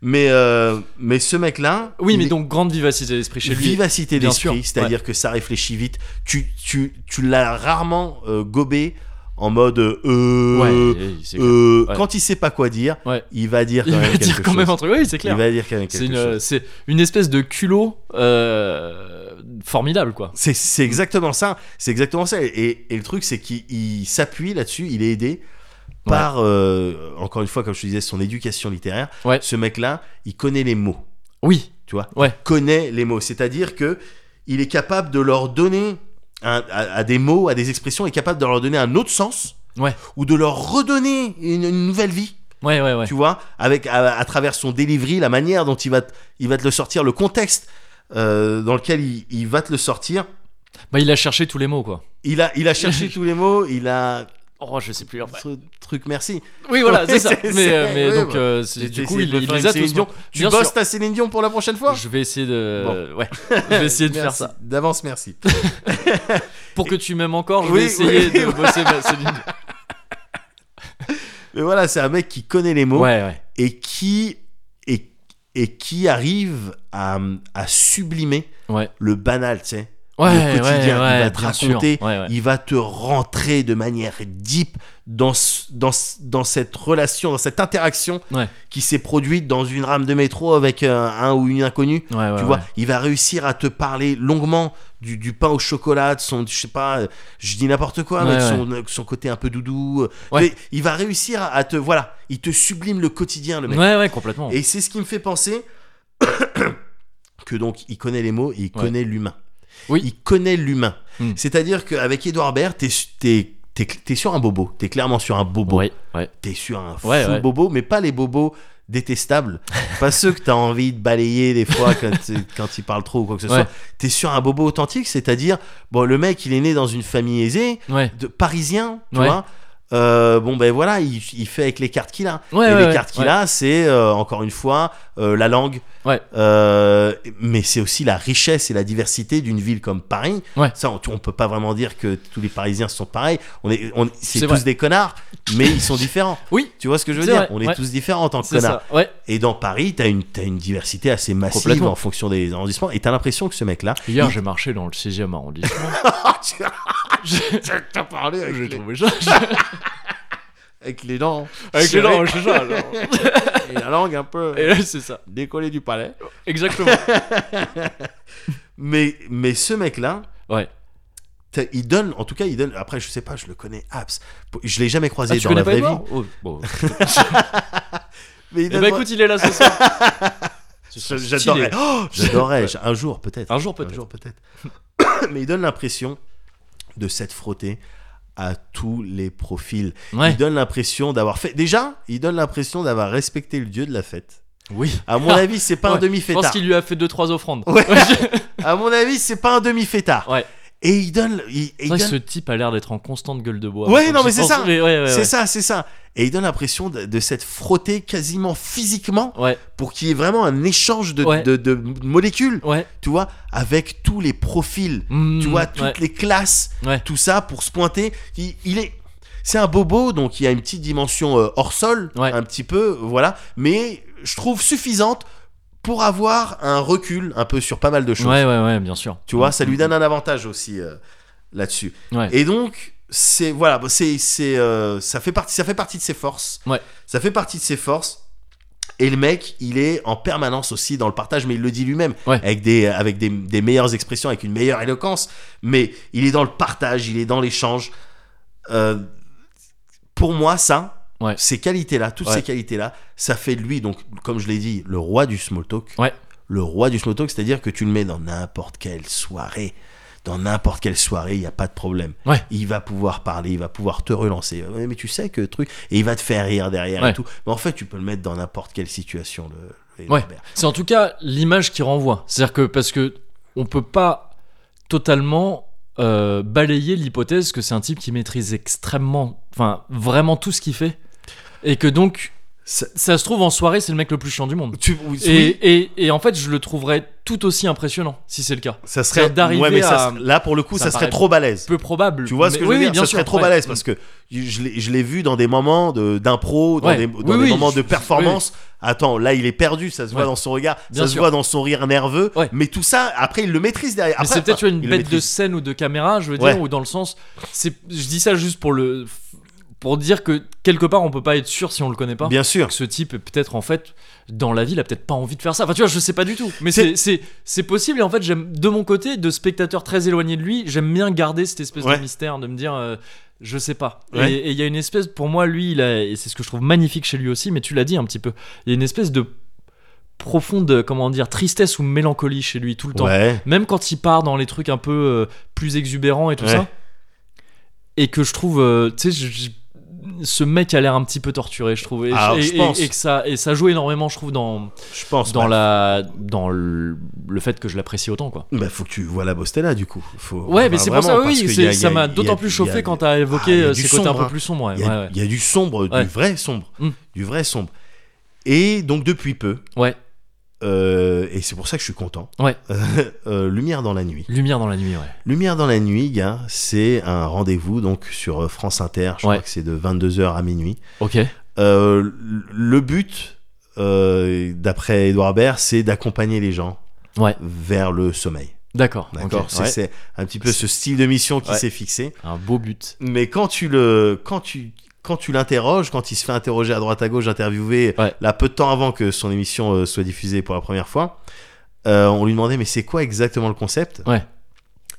Speaker 2: mais euh, mais ce mec-là.
Speaker 1: Oui,
Speaker 2: il
Speaker 1: mais
Speaker 2: est-
Speaker 1: donc, grande vivacité d'esprit chez lui.
Speaker 2: Vivacité
Speaker 1: bien
Speaker 2: d'esprit,
Speaker 1: sûr,
Speaker 2: c'est-à-dire que ça réfléchit vite. Tu tu tu l'as rarement euh, gobé en mode euh,
Speaker 1: ouais, il- il- c'est clair.
Speaker 2: euh,
Speaker 1: Ouais.
Speaker 2: quand il sait pas quoi dire,
Speaker 1: Ouais.
Speaker 2: il va dire quand
Speaker 1: Il
Speaker 2: même
Speaker 1: va
Speaker 2: quelque
Speaker 1: dire quand
Speaker 2: chose.
Speaker 1: même un truc. Oui, c'est
Speaker 2: il
Speaker 1: clair.
Speaker 2: va dire quand même
Speaker 1: C'est
Speaker 2: quelque
Speaker 1: une,
Speaker 2: chose.
Speaker 1: c'est une espèce de culot euh, formidable, quoi.
Speaker 2: C'est, c'est exactement ça. C'est exactement ça. Et, et le truc, c'est qu'il il s'appuie là-dessus. Il est aidé par, euh, encore une fois, comme je te disais, son éducation littéraire.
Speaker 1: Ouais.
Speaker 2: Ce mec-là, il connaît les mots.
Speaker 1: Oui,
Speaker 2: Tu vois
Speaker 1: Ouais.
Speaker 2: Connaît les mots. C'est-à-dire que il est capable de leur donner un- à, à des mots, à des expressions, il est capable de leur donner un autre sens
Speaker 1: ouais,
Speaker 2: ou de leur redonner une, une nouvelle vie.
Speaker 1: ouais, ouais, ouais.
Speaker 2: Tu vois Avec à, à travers son delivery, la manière dont il va, te- il va te le sortir, le contexte euh, dans lequel il, il va te le sortir.
Speaker 1: Bah, il a cherché tous les mots, quoi.
Speaker 2: Il a, il a cherché tous les mots, il a.
Speaker 1: Oh, je sais plus. enfin.
Speaker 2: Ce truc, merci.
Speaker 1: Oui, voilà, c'est ça.
Speaker 2: c'est-
Speaker 1: Mais, euh,
Speaker 2: c'est-
Speaker 1: mais
Speaker 2: oui,
Speaker 1: donc,
Speaker 2: bah.
Speaker 1: euh, c'est-
Speaker 2: J'ai
Speaker 1: du
Speaker 2: essayé
Speaker 1: coup,
Speaker 2: de
Speaker 1: il,
Speaker 2: me
Speaker 1: il
Speaker 2: faire
Speaker 1: les
Speaker 2: une
Speaker 1: a tous.
Speaker 2: Céline Dion.
Speaker 1: Bien
Speaker 2: Tu
Speaker 1: sûr.
Speaker 2: bosses ta Céline Dion pour la prochaine fois
Speaker 1: Je vais essayer de. Ouais, je vais essayer de faire
Speaker 2: Merci.
Speaker 1: ça.
Speaker 2: D'avance, merci.
Speaker 1: Pour que tu m'aimes encore, je
Speaker 2: Oui,
Speaker 1: vais essayer
Speaker 2: oui,
Speaker 1: de
Speaker 2: oui.
Speaker 1: bosser ma Céline Dion.
Speaker 2: Mais voilà, c'est un mec qui connaît les mots
Speaker 1: Ouais, ouais.
Speaker 2: et qui et, et qui arrive à, à sublimer
Speaker 1: Ouais.
Speaker 2: le banal, tu sais.
Speaker 1: Ouais,
Speaker 2: le quotidien,
Speaker 1: ouais,
Speaker 2: il
Speaker 1: ouais,
Speaker 2: va te
Speaker 1: bien sûr.
Speaker 2: raconter,
Speaker 1: Ouais, ouais.
Speaker 2: il va te rentrer de manière deep dans, ce- dans, ce- dans cette relation, dans cette interaction
Speaker 1: Ouais.
Speaker 2: qui s'est produite dans une rame de métro avec euh, un ou une inconnue.
Speaker 1: Ouais, ouais,
Speaker 2: tu vois,
Speaker 1: ouais.
Speaker 2: il va réussir à te parler longuement du, du pain au chocolat, de son, je sais pas, euh, je dis n'importe quoi, mais
Speaker 1: Ouais,
Speaker 2: de
Speaker 1: ouais.
Speaker 2: son, euh, son côté un peu doudou. euh,
Speaker 1: Ouais.
Speaker 2: mais il va réussir à, à te, voilà, il te sublime le quotidien, le mec.
Speaker 1: Ouais, ouais, complètement.
Speaker 2: Et c'est ce qui me fait penser que donc il connaît les mots et il connaît l'humain.
Speaker 1: Oui.
Speaker 2: Il connaît l'humain.
Speaker 1: Hmm.
Speaker 2: C'est-à-dire qu'avec Edouard Baird, t'es, t'es, t'es, t'es sur un bobo. T'es clairement sur un bobo.
Speaker 1: Ouais, ouais.
Speaker 2: T'es sur un
Speaker 1: Ouais,
Speaker 2: fou
Speaker 1: ouais.
Speaker 2: bobo, mais pas les bobos détestables. pas ceux que t'as envie de balayer des fois quand, t'es- quand ils parlent trop ou quoi que ce
Speaker 1: Ouais.
Speaker 2: soit. T'es sur un bobo authentique, c'est-à-dire, bon, le mec, il est né dans une famille aisée,
Speaker 1: Ouais.
Speaker 2: de, parisien, tu
Speaker 1: Ouais.
Speaker 2: vois. Euh, bon ben voilà, il, il fait avec les cartes qu'il a.
Speaker 1: Ouais,
Speaker 2: et
Speaker 1: ouais,
Speaker 2: les
Speaker 1: ouais,
Speaker 2: cartes qu'il
Speaker 1: ouais.
Speaker 2: a, c'est euh, encore une fois euh, la langue.
Speaker 1: Ouais.
Speaker 2: Euh, mais c'est aussi la richesse et la diversité d'une ville comme Paris.
Speaker 1: Ouais.
Speaker 2: Ça, on, on peut pas vraiment dire que tous les Parisiens sont pareils. On est, on, c'est
Speaker 1: C'est
Speaker 2: tous
Speaker 1: vrai.
Speaker 2: des connards, mais ils sont différents.
Speaker 1: Oui.
Speaker 2: Tu vois ce que je veux
Speaker 1: C'est
Speaker 2: dire
Speaker 1: vrai,
Speaker 2: On est
Speaker 1: ouais.
Speaker 2: tous différents en tant que
Speaker 1: C'est
Speaker 2: connards.
Speaker 1: ça. Ouais.
Speaker 2: Et dans Paris, t'as une, t'as une diversité assez massive
Speaker 1: Complètement.
Speaker 2: en fonction des arrondissements. Et t'as l'impression que ce mec-là,
Speaker 1: Hier, j'ai marché dans le 16e arrondissement.
Speaker 2: Ah, t'as parlé avec,
Speaker 1: J'ai
Speaker 2: les,
Speaker 1: trouvé ça.
Speaker 2: avec les dents,
Speaker 1: Avec les
Speaker 2: serrées
Speaker 1: dents, c'est ça. genre.
Speaker 2: et la langue un peu
Speaker 1: Et là, c'est ça.
Speaker 2: décollée du palais.
Speaker 1: Exactement.
Speaker 2: Mais, mais ce mec-là,
Speaker 1: Ouais.
Speaker 2: t'as- il donne, en tout cas, il donne. Après, je sais pas, je le connais, Abs. Je l'ai jamais croisé
Speaker 1: Ah, tu
Speaker 2: dans la
Speaker 1: connais pas
Speaker 2: vraie vie.
Speaker 1: Edouard Oh, bon.
Speaker 2: Mais il
Speaker 1: Eh
Speaker 2: donne-
Speaker 1: ben, écoute, il est là ce soir. Ce
Speaker 2: je-
Speaker 1: soir,
Speaker 2: j'adorais.
Speaker 1: stylé.
Speaker 2: Oh, j'adorais. Un jour, peut-être.
Speaker 1: Un jour, peut-être.
Speaker 2: Un jour, peut-être. mais il donne l'impression de s'être frotté à tous les profils.
Speaker 1: Ouais.
Speaker 2: Il donne l'impression d'avoir fait. Déjà, il donne l'impression d'avoir respecté le dieu de la fête.
Speaker 1: Oui.
Speaker 2: À mon avis, c'est pas un
Speaker 1: Ouais. Je pense
Speaker 2: demi-fêtard.
Speaker 1: qu'il lui a fait 2-3 offrandes.
Speaker 2: Ouais. À mon avis, c'est pas un demi-fêtard.
Speaker 1: Ouais.
Speaker 2: Et il donne. il- et
Speaker 1: C'est
Speaker 2: il
Speaker 1: vrai que
Speaker 2: donne
Speaker 1: ce type a l'air d'être en constante gueule de bois.
Speaker 2: Ouais,
Speaker 1: Donc,
Speaker 2: non,
Speaker 1: j'y
Speaker 2: mais c'est
Speaker 1: pense-
Speaker 2: ça.
Speaker 1: Ouais, ouais, ouais.
Speaker 2: C'est ça, c'est ça. Et il donne l'impression de, de s'être frotté quasiment physiquement
Speaker 1: Ouais,
Speaker 2: pour qu'il y ait vraiment un échange de,
Speaker 1: Ouais.
Speaker 2: de, de molécules,
Speaker 1: ouais.
Speaker 2: tu vois, avec tous les profils,
Speaker 1: Mmh,
Speaker 2: tu vois, toutes
Speaker 1: ouais.
Speaker 2: les classes,
Speaker 1: Ouais.
Speaker 2: tout ça pour se pointer. Il, il est. C'est un bobo, donc il y a une petite dimension euh, hors sol,
Speaker 1: Ouais.
Speaker 2: un petit peu, voilà, mais je trouve suffisante pour avoir un recul un peu sur pas mal de choses.
Speaker 1: Ouais, ouais, ouais, bien sûr.
Speaker 2: Tu vois, ça lui donne un avantage aussi euh, là-dessus.
Speaker 1: Mm, Ouais.
Speaker 2: Et donc, c'est voilà, bon, c'est c'est euh, ça fait partie ça fait partie de ses forces.
Speaker 1: Ouais.
Speaker 2: Ça fait partie de ses forces. Et le mec, il est en permanence aussi dans le partage, mais il le dit lui-même,
Speaker 1: Ouais.
Speaker 2: avec, des, avec des, des meilleures expressions, avec une meilleure éloquence. Mais il est dans le partage, il est dans l'échange. Euh, pour moi, ça,
Speaker 1: Ouais.
Speaker 2: ces qualités-là, toutes
Speaker 1: Ouais.
Speaker 2: ces qualités-là, ça fait de lui, donc, comme je l'ai dit, le roi du small talk
Speaker 1: Ouais.
Speaker 2: le roi du small talk, c'est-à-dire que tu le mets dans n'importe quelle soirée. Dans n'importe quelle soirée, il n'y a pas de problème.
Speaker 1: Ouais.
Speaker 2: Il va pouvoir parler, il va pouvoir te relancer. Ouais, mais tu sais que truc. Et il va te faire rire derrière
Speaker 1: Ouais.
Speaker 2: et tout. Mais en fait, tu peux le mettre dans n'importe quelle situation, le, le
Speaker 1: Ouais.
Speaker 2: Herbert.
Speaker 1: C'est en tout cas l'image qui renvoie. C'est-à-dire que parce que on peut pas totalement euh, balayer l'hypothèse que c'est un type qui maîtrise extrêmement, enfin vraiment tout ce qu'il fait, et que donc
Speaker 2: Ça-
Speaker 1: ça se trouve en soirée c'est le mec le plus chiant du monde.
Speaker 2: tu- oui,
Speaker 1: Et,
Speaker 2: oui,
Speaker 1: et, et en fait je le trouverais tout aussi impressionnant si c'est le cas.
Speaker 2: ça serait.
Speaker 1: c'est d'arriver
Speaker 2: ouais, mais ça
Speaker 1: à-
Speaker 2: serait- là, pour le coup,
Speaker 1: ça
Speaker 2: ça,
Speaker 1: me
Speaker 2: serait
Speaker 1: paraît
Speaker 2: trop balèze.
Speaker 1: Peu probable.
Speaker 2: Tu vois ce
Speaker 1: mais-
Speaker 2: que je
Speaker 1: oui,
Speaker 2: veux
Speaker 1: oui,
Speaker 2: dire
Speaker 1: bien
Speaker 2: Ça
Speaker 1: sûr,
Speaker 2: serait trop
Speaker 1: ouais.
Speaker 2: balèze parce que je l'ai je l'ai vu dans des moments de- d'impro, dans
Speaker 1: Ouais.
Speaker 2: des,
Speaker 1: Oui,
Speaker 2: dans des
Speaker 1: oui,
Speaker 2: moments
Speaker 1: je-
Speaker 2: de
Speaker 1: je-
Speaker 2: performance. Attends, là il est perdu, ça se voit
Speaker 1: Ouais.
Speaker 2: dans son regard,
Speaker 1: Bien
Speaker 2: ça se
Speaker 1: sûr.
Speaker 2: voit dans son rire nerveux.
Speaker 1: Ouais.
Speaker 2: Mais tout ça, après il le maîtrise derrière.
Speaker 1: Mais
Speaker 2: Après,
Speaker 1: c'est peut-être tu vois,
Speaker 2: il
Speaker 1: une
Speaker 2: le
Speaker 1: bête de
Speaker 2: maîtrise.
Speaker 1: scène ou de caméra, je veux
Speaker 2: Ouais.
Speaker 1: dire, ou dans le sens, c'est, je dis ça juste pour le, pour dire que quelque part on peut pas être sûr si on le connaît pas.
Speaker 2: Bien sûr.
Speaker 1: que ce type est peut-être en fait dans la vie il a peut-être pas envie de faire ça enfin tu vois je sais pas du tout mais
Speaker 2: C'est-
Speaker 1: c'est c'est c'est possible et en fait j'aime de mon côté de spectateur très éloigné de lui j'aime bien garder cette espèce
Speaker 2: Ouais.
Speaker 1: de mystère de me dire euh, je sais pas
Speaker 2: Ouais.
Speaker 1: Et- et il y a une espèce pour moi lui il a, et c'est ce que je trouve magnifique chez lui aussi mais tu l'as dit un petit peu il y a une espèce de profonde euh, comment dire tristesse ou mélancolie chez lui tout le temps
Speaker 2: Ouais.
Speaker 1: même quand il part dans les trucs un peu euh, plus exubérants et tout
Speaker 2: Ouais.
Speaker 1: ça, et que je trouve, euh, tu sais, je- je- ce mec a l'air un petit peu torturé, je trouve, et,
Speaker 2: Ah,
Speaker 1: et-
Speaker 2: je
Speaker 1: et-
Speaker 2: pense.
Speaker 1: et que ça, et ça joue énormément, je trouve, dans
Speaker 2: Je pense.
Speaker 1: dans
Speaker 2: bah,
Speaker 1: la dans le, le fait que je l'apprécie autant, quoi.
Speaker 2: Bah, faut que tu vois la Bostella du coup. Faut...
Speaker 1: Ouais,
Speaker 2: enfin,
Speaker 1: mais c'est pour ça,
Speaker 2: Bah, vraiment,
Speaker 1: oui,
Speaker 2: parce que
Speaker 1: c'est-
Speaker 2: y a- y a-
Speaker 1: ça m'a
Speaker 2: y a-
Speaker 1: d'autant
Speaker 2: y a-
Speaker 1: plus chauffé
Speaker 2: y a-
Speaker 1: quand t'as
Speaker 2: Ah, il y
Speaker 1: évoqué
Speaker 2: a
Speaker 1: euh,
Speaker 2: du
Speaker 1: ces côtés un
Speaker 2: sombre,
Speaker 1: peu
Speaker 2: hein.
Speaker 1: plus sombres. ouais,
Speaker 2: Il y, a-
Speaker 1: ouais, ouais.
Speaker 2: il y a du sombre,
Speaker 1: Ouais.
Speaker 2: du vrai sombre,
Speaker 1: Mm.
Speaker 2: du vrai sombre. Et donc depuis peu,
Speaker 1: Ouais.
Speaker 2: euh, et c'est pour ça que je suis content.
Speaker 1: Ouais.
Speaker 2: euh, Lumière dans la nuit.
Speaker 1: Lumière dans la nuit, ouais.
Speaker 2: Lumière dans la nuit, gars, c'est un rendez-vous donc sur euh, France Inter. Je crois
Speaker 1: Ouais.
Speaker 2: que c'est de 22h à minuit.
Speaker 1: Ok.
Speaker 2: Euh, l- le but, euh, d'après Edouard Baird, c'est d'accompagner les gens
Speaker 1: Ouais.
Speaker 2: vers le sommeil.
Speaker 1: D'accord.
Speaker 2: D'accord
Speaker 1: ok,
Speaker 2: C'est-
Speaker 1: ouais.
Speaker 2: C'est un petit peu ce style de mission qui
Speaker 1: Ouais.
Speaker 2: s'est fixé.
Speaker 1: Un beau but.
Speaker 2: Mais quand tu le, quand tu, quand tu l'interroges, quand il se fait interroger à droite à gauche, interviewé
Speaker 1: Ouais.
Speaker 2: là peu de temps avant que son émission euh, soit diffusée pour la première fois, euh, on lui demandait mais c'est quoi exactement le concept
Speaker 1: Ouais.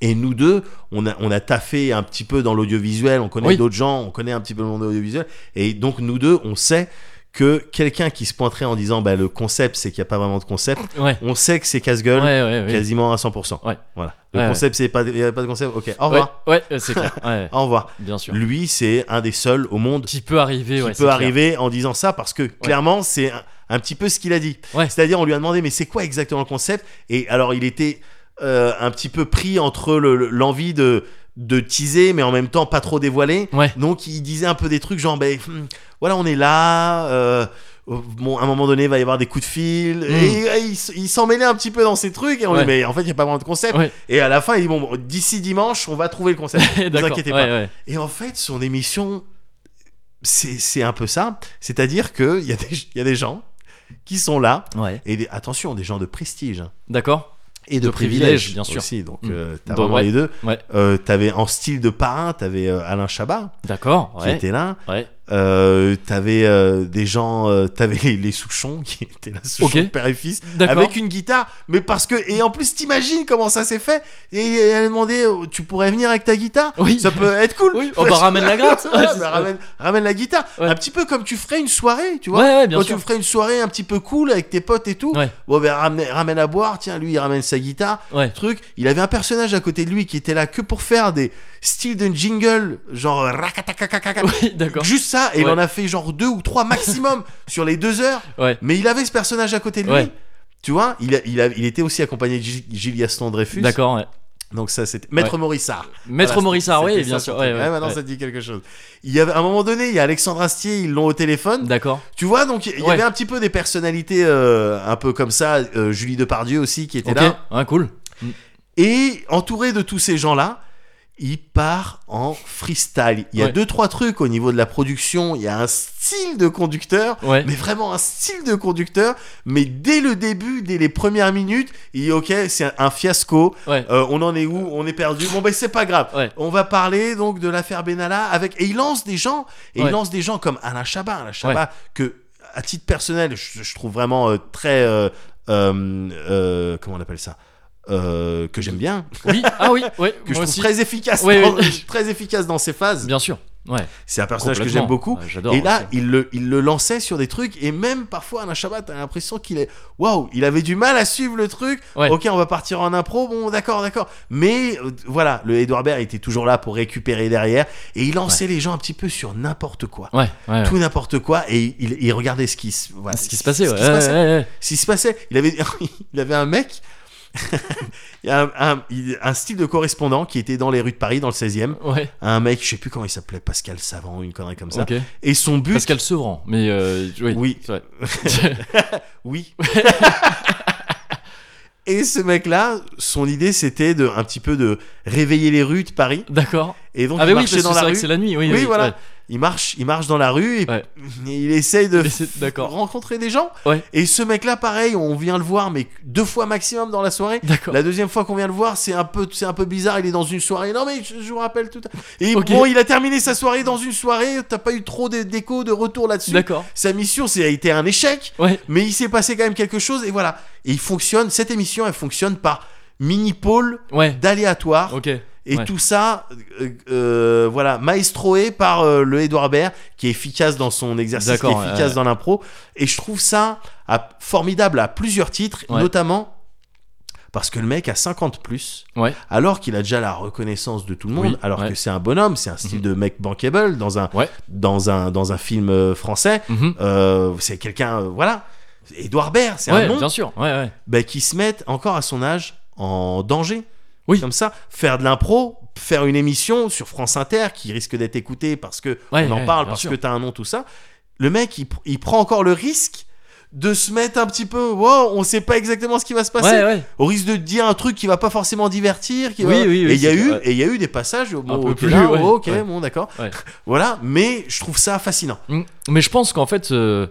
Speaker 2: Et nous deux, on a, on a taffé un petit peu dans l'audiovisuel, on connaît
Speaker 1: Oui.
Speaker 2: d'autres gens, on connaît un petit peu le monde audiovisuel, et donc nous deux, on sait que quelqu'un qui se pointerait en disant bah, le concept, c'est qu'il n'y a pas vraiment de concept,
Speaker 1: Ouais.
Speaker 2: on sait que c'est
Speaker 1: Ouais,
Speaker 2: casse-gueule,
Speaker 1: ouais, ouais.
Speaker 2: quasiment à 100%.
Speaker 1: Ouais.
Speaker 2: Voilà. Le
Speaker 1: Ouais, ouais.
Speaker 2: concept, c'est pas, il n'y a pas de concept, ok, au
Speaker 1: Ouais,
Speaker 2: revoir.
Speaker 1: ouais, euh, c'est clair. Ouais,
Speaker 2: Au revoir.
Speaker 1: bien sûr.
Speaker 2: Lui, c'est un des seuls au monde qui
Speaker 1: Qui peut arriver, ouais. c'est
Speaker 2: peut
Speaker 1: clair.
Speaker 2: arriver en disant ça parce que clairement, c'est un, un petit peu ce qu'il a dit.
Speaker 1: Ouais.
Speaker 2: C'est-à-dire, on lui a demandé, mais c'est quoi exactement le concept Et alors, il était euh, un petit peu pris entre le- le- l'envie de, de teaser, mais en même temps pas trop dévoilé.
Speaker 1: Ouais.
Speaker 2: Donc, il disait un peu des trucs genre, ben hmm, voilà, on est là. euh, Bon, à un moment donné, il va y avoir des coups de fil. Et, et il, s- il s'en mêlait un petit peu dans ces trucs. Et on lui
Speaker 1: Hmm. Ouais.
Speaker 2: dit, mais en fait, il n'y a pas vraiment de concept.
Speaker 1: Ouais.
Speaker 2: Et à la fin, il dit, bon, bon, d'ici dimanche, on va trouver le concept. Ne vous
Speaker 1: D'accord.
Speaker 2: inquiétez pas.
Speaker 1: ouais, ouais.
Speaker 2: Et en fait, son émission, c'est c'est un peu ça. C'est-à-dire qu'il y, a des- il y a des gens qui sont là,
Speaker 1: Ouais.
Speaker 2: et des- attention, des gens de prestige hein,
Speaker 1: D'accord.
Speaker 2: et de,
Speaker 1: De
Speaker 2: privilège,
Speaker 1: privilège, bien sûr.
Speaker 2: Aussi, donc,
Speaker 1: Mm.
Speaker 2: euh, t'as
Speaker 1: Bon,
Speaker 2: vraiment
Speaker 1: ouais.
Speaker 2: les deux.
Speaker 1: Ouais.
Speaker 2: Euh, t'avais en style de parrain, t'avais euh, Alain Chabat
Speaker 1: D'accord.
Speaker 2: qui
Speaker 1: Ouais.
Speaker 2: était là.
Speaker 1: Ouais.
Speaker 2: Euh, t'avais euh, des gens, euh, t'avais les, les Souchons qui étaient là, Souchons,
Speaker 1: Ok.
Speaker 2: père et fils,
Speaker 1: D'accord.
Speaker 2: avec une guitare. Mais parce que, et en plus, t'imagines comment ça s'est fait. Et elle a demandé, oh, tu pourrais venir avec ta guitare
Speaker 1: Oui.
Speaker 2: Ça peut être cool.
Speaker 1: Oui, oh bah ramène la gratte.
Speaker 2: Ouais,
Speaker 1: c'est-
Speaker 2: bah, ramène, ramène la guitare.
Speaker 1: Ouais.
Speaker 2: Un petit peu comme tu ferais une soirée, tu vois.
Speaker 1: Ouais, ouais, bien
Speaker 2: Quand
Speaker 1: sûr.
Speaker 2: Oh, tu ferais une soirée un petit peu cool avec tes potes et tout,
Speaker 1: Ouais.
Speaker 2: bon ben ramène, ramène à boire, tiens lui il ramène sa guitare,
Speaker 1: Ouais.
Speaker 2: truc. Il avait un personnage à côté de lui qui était là que pour faire des styles de jingle, genre racatacacacacata.
Speaker 1: Oui, d'accord.
Speaker 2: juste ça, et il
Speaker 1: Ouais.
Speaker 2: en a fait genre deux ou trois maximum sur les deux heures.
Speaker 1: Ouais.
Speaker 2: Mais il avait ce personnage à côté de lui,
Speaker 1: Ouais.
Speaker 2: tu vois. Il, a- il, a- il était aussi accompagné de Gilles- Gilles Gaston Dreyfus.
Speaker 1: D'accord. Ouais.
Speaker 2: Donc ça c'était Maître
Speaker 1: Ouais.
Speaker 2: Morissard.
Speaker 1: Maître
Speaker 2: Voilà,
Speaker 1: Maurice
Speaker 2: Ah, c'était-
Speaker 1: Harvey,
Speaker 2: c'était
Speaker 1: bien
Speaker 2: ça,
Speaker 1: sûr.
Speaker 2: son
Speaker 1: Ouais,
Speaker 2: truc.
Speaker 1: ouais,
Speaker 2: Ah, maintenant,
Speaker 1: ouais.
Speaker 2: ça te dit quelque chose. Il y avait, à un moment donné, il y a Alexandre Astier, ils l'ont au téléphone.
Speaker 1: D'accord.
Speaker 2: Tu vois, donc il y
Speaker 1: Ouais.
Speaker 2: avait un petit peu des personnalités euh, un peu comme ça. euh, Julie Depardieu aussi qui était
Speaker 1: Ok.
Speaker 2: là.
Speaker 1: Ouais, cool.
Speaker 2: Et entouré de tous ces gens-là, il part en freestyle. Il y a
Speaker 1: Ouais.
Speaker 2: deux, trois trucs au niveau de la production. Il y a un style de conducteur.
Speaker 1: Ouais.
Speaker 2: Mais vraiment un style de conducteur, mais dès le début, dès les premières minutes, il dit ok, c'est un- un fiasco,
Speaker 1: Ouais.
Speaker 2: euh, on en est où On est perdu. Bon ben c'est pas grave.
Speaker 1: Ouais.
Speaker 2: On va parler donc de l'affaire Benalla avec et il lance des gens et il
Speaker 1: Ouais.
Speaker 2: lance des gens comme Alain Chabat, Alain Chabat que à titre personnel je, je trouve vraiment euh, très euh, euh, euh, comment on appelle ça Euh, que j'aime bien,
Speaker 1: Oui. Ah oui. Ouais.
Speaker 2: que
Speaker 1: moi
Speaker 2: je trouve
Speaker 1: aussi.
Speaker 2: très efficace,
Speaker 1: Ouais,
Speaker 2: dans-
Speaker 1: oui.
Speaker 2: très efficace dans ses phases.
Speaker 1: Bien sûr. Ouais.
Speaker 2: C'est un personnage que j'aime
Speaker 1: complètement.
Speaker 2: beaucoup.
Speaker 1: Ouais, J'adore.
Speaker 2: Et là,
Speaker 1: ouais.
Speaker 2: il le, il le lançait sur des trucs, et même parfois, Alain Chabat, t'as l'impression qu'il est. Waouh, il avait du mal à suivre le truc.
Speaker 1: Ouais.
Speaker 2: Ok, on va partir en impro, bon, d'accord, d'accord. Mais euh, voilà, le Edouard Baird était toujours là pour récupérer derrière, et il lançait les gens un petit peu sur n'importe quoi.
Speaker 1: Ouais. Ouais.
Speaker 2: Tout n'importe quoi, et il, il regardait ce qui se, voilà,
Speaker 1: ouais. Ce qui se passait.
Speaker 2: ce
Speaker 1: Ouais.
Speaker 2: qui se passait.
Speaker 1: ouais, ouais, ouais.
Speaker 2: Ce qui se passait. Il avait, il avait un mec. il y a un, un- il- un style de correspondant qui était dans les rues de Paris, dans le 16 e
Speaker 1: Ouais.
Speaker 2: Un mec, je sais plus comment il s'appelait, Pascal Savant, une connerie comme ça.
Speaker 1: Ok.
Speaker 2: Et son but.
Speaker 1: Pascal Sevran. Mais euh, oui.
Speaker 2: Oui.
Speaker 1: c'est vrai.
Speaker 2: Oui. Et ce mec-là, son idée c'était de un petit peu de réveiller les rues de Paris.
Speaker 1: D'accord.
Speaker 2: Et donc
Speaker 1: Ah
Speaker 2: il
Speaker 1: mais oui. Parce
Speaker 2: marchait
Speaker 1: que
Speaker 2: dans
Speaker 1: c'est
Speaker 2: la
Speaker 1: vrai
Speaker 2: rue.
Speaker 1: que c'est la nuit. Oui.
Speaker 2: Oui,
Speaker 1: oui,
Speaker 2: voilà.
Speaker 1: ouais.
Speaker 2: il marche, il marche dans la rue et
Speaker 1: Ouais.
Speaker 2: il essaye de
Speaker 1: Mais c'est- d'accord.
Speaker 2: rencontrer des gens.
Speaker 1: Ouais.
Speaker 2: Et ce mec-là, pareil, on vient le voir, mais deux fois maximum dans la soirée.
Speaker 1: D'accord.
Speaker 2: La deuxième fois qu'on vient le voir, c'est un peu, c'est un peu bizarre. Il est dans une soirée. Non mais je, je vous rappelle tout. à- Et
Speaker 1: Ok.
Speaker 2: bon, il a terminé sa soirée dans une soirée. T'as pas eu trop d'é- d'écho de retour là-dessus.
Speaker 1: D'accord.
Speaker 2: Sa mission, c'est a été un échec.
Speaker 1: Ouais.
Speaker 2: Mais il s'est passé quand même quelque chose et voilà. Et il fonctionne. Cette émission, elle fonctionne par mini pôle
Speaker 1: Ouais.
Speaker 2: d'aléatoire.
Speaker 1: Ok.
Speaker 2: Et
Speaker 1: Ouais.
Speaker 2: tout ça, euh, euh, voilà, maestroé par euh, le Edouard Baird, qui est efficace dans son exercice, qui est
Speaker 1: D'accord,
Speaker 2: efficace
Speaker 1: ouais.
Speaker 2: dans l'impro. Et je trouve ça à- formidable à plusieurs titres,
Speaker 1: Ouais.
Speaker 2: notamment parce que le mec a 50 plus,
Speaker 1: Ouais.
Speaker 2: alors qu'il a déjà la reconnaissance de tout le monde,
Speaker 1: Oui,
Speaker 2: alors
Speaker 1: ouais. Mhm.
Speaker 2: que c'est un bonhomme, c'est un style de mec bankable dans un,
Speaker 1: Ouais.
Speaker 2: dans un, dans un film euh, français.
Speaker 1: Mhm.
Speaker 2: Euh, c'est quelqu'un, euh, voilà, Edouard Baird, c'est
Speaker 1: Ouais,
Speaker 2: un nom
Speaker 1: bien sûr. Ouais, ouais.
Speaker 2: bah, qui se mettent encore à son âge en danger.
Speaker 1: Oui.
Speaker 2: Comme ça, faire de l'impro, faire une émission sur France Inter qui risque d'être écoutée parce que
Speaker 1: Ouais,
Speaker 2: on en
Speaker 1: ouais,
Speaker 2: parle,
Speaker 1: bien
Speaker 2: parce
Speaker 1: sûr.
Speaker 2: que t'as un nom, tout ça. Le mec, il, pr- il prend encore le risque de se mettre un petit peu, wow, on sait pas exactement ce qui va se passer,
Speaker 1: Ouais, ouais.
Speaker 2: au risque de dire un truc qui va pas forcément divertir. Qui va-
Speaker 1: Oui, oui, oui,
Speaker 2: et il y a
Speaker 1: c'est-
Speaker 2: eu,
Speaker 1: ouais.
Speaker 2: et il y a eu des passages, bon,
Speaker 1: peu
Speaker 2: ok,
Speaker 1: plus,
Speaker 2: là,
Speaker 1: ouais,
Speaker 2: oh, ok,
Speaker 1: ouais.
Speaker 2: bon, d'accord,
Speaker 1: Ouais.
Speaker 2: voilà. Mais je trouve ça fascinant.
Speaker 1: Mm. Mais je pense qu'en fait, euh,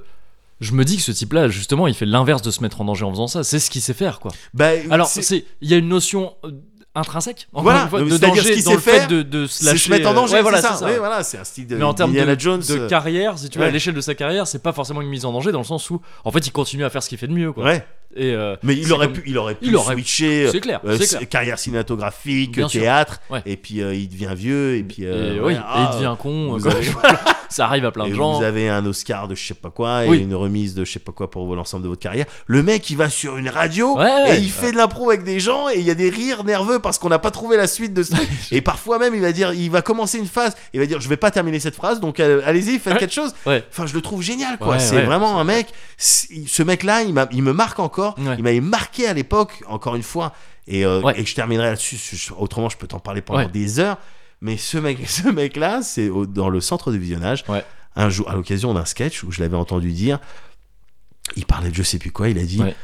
Speaker 1: je me dis que ce type-là, justement, il fait l'inverse de se mettre en danger en faisant ça. C'est ce qu'il sait faire, quoi.
Speaker 2: Bah,
Speaker 1: Alors,
Speaker 2: c'est-
Speaker 1: c'est il y a une notion euh, intrinsèque, encore
Speaker 2: Voilà,
Speaker 1: une fois,
Speaker 2: donc
Speaker 1: de
Speaker 2: c'est-à-dire ce
Speaker 1: danger
Speaker 2: qu'il
Speaker 1: dans
Speaker 2: sait
Speaker 1: le fait
Speaker 2: faire,
Speaker 1: de, de se
Speaker 2: c'est
Speaker 1: lâcher.
Speaker 2: se mettre en
Speaker 1: euh,
Speaker 2: danger,
Speaker 1: ouais,
Speaker 2: c'est
Speaker 1: voilà,
Speaker 2: ça.
Speaker 1: c'est ça.
Speaker 2: Oui, voilà, c'est un style de
Speaker 1: Mais en termes
Speaker 2: Indiana
Speaker 1: de,
Speaker 2: Jones,
Speaker 1: de
Speaker 2: euh,
Speaker 1: carrière, si tu veux,
Speaker 2: ouais.
Speaker 1: à l'échelle de sa carrière, c'est pas forcément une mise en danger dans le sens où, en fait, il continue à faire ce qu'il fait de mieux, quoi.
Speaker 2: ouais.
Speaker 1: Et euh,
Speaker 2: Mais il
Speaker 1: C'est
Speaker 2: aurait,
Speaker 1: comme-
Speaker 2: pu, il aurait pu
Speaker 1: il aurait-
Speaker 2: switcher
Speaker 1: c'est clair,
Speaker 2: euh,
Speaker 1: c'est
Speaker 2: c-
Speaker 1: clair.
Speaker 2: carrière cinématographique,
Speaker 1: Bien sûr.
Speaker 2: théâtre,
Speaker 1: Ouais.
Speaker 2: et puis euh, il devient vieux, et puis euh,
Speaker 1: et,
Speaker 2: ouais,
Speaker 1: oui, et
Speaker 2: ah,
Speaker 1: il devient con,
Speaker 2: vous
Speaker 1: euh,
Speaker 2: avez-
Speaker 1: quoi. ça arrive à plein
Speaker 2: et
Speaker 1: de gens.
Speaker 2: vous avez un Oscar de je sais pas quoi, et
Speaker 1: Oui.
Speaker 2: une remise de je sais pas quoi pour l'ensemble de votre carrière. Le mec, il va sur une radio,
Speaker 1: Ouais, ouais,
Speaker 2: et il
Speaker 1: ouais.
Speaker 2: fait de l'impro avec des gens, et il y a des rires nerveux parce qu'on n'a pas trouvé la suite de ce truc. et parfois même, il va dire, il va commencer une phase, il va dire, je vais pas terminer cette phrase, donc euh, allez-y, faites
Speaker 1: Ouais.
Speaker 2: quelque chose.
Speaker 1: Ouais.
Speaker 2: Enfin, je le trouve génial, quoi.
Speaker 1: Ouais,
Speaker 2: c'est
Speaker 1: ouais.
Speaker 2: vraiment un mec. c'est- Ce mec-là, il, m'a- il me marque encore.
Speaker 1: Ouais.
Speaker 2: Il m'avait marqué à l'époque, encore une fois. Et, euh,
Speaker 1: Ouais.
Speaker 2: et je terminerai là-dessus. je- je- Autrement, je peux t'en parler pendant
Speaker 1: Ouais.
Speaker 2: des heures. Mais ce mec, ce mec-là, c'est au- dans le centre de visionnage.
Speaker 1: Ouais.
Speaker 2: Un jour, à l'occasion d'un sketch où je l'avais entendu dire, il parlait de je sais plus quoi. Il a dit,
Speaker 1: Ouais.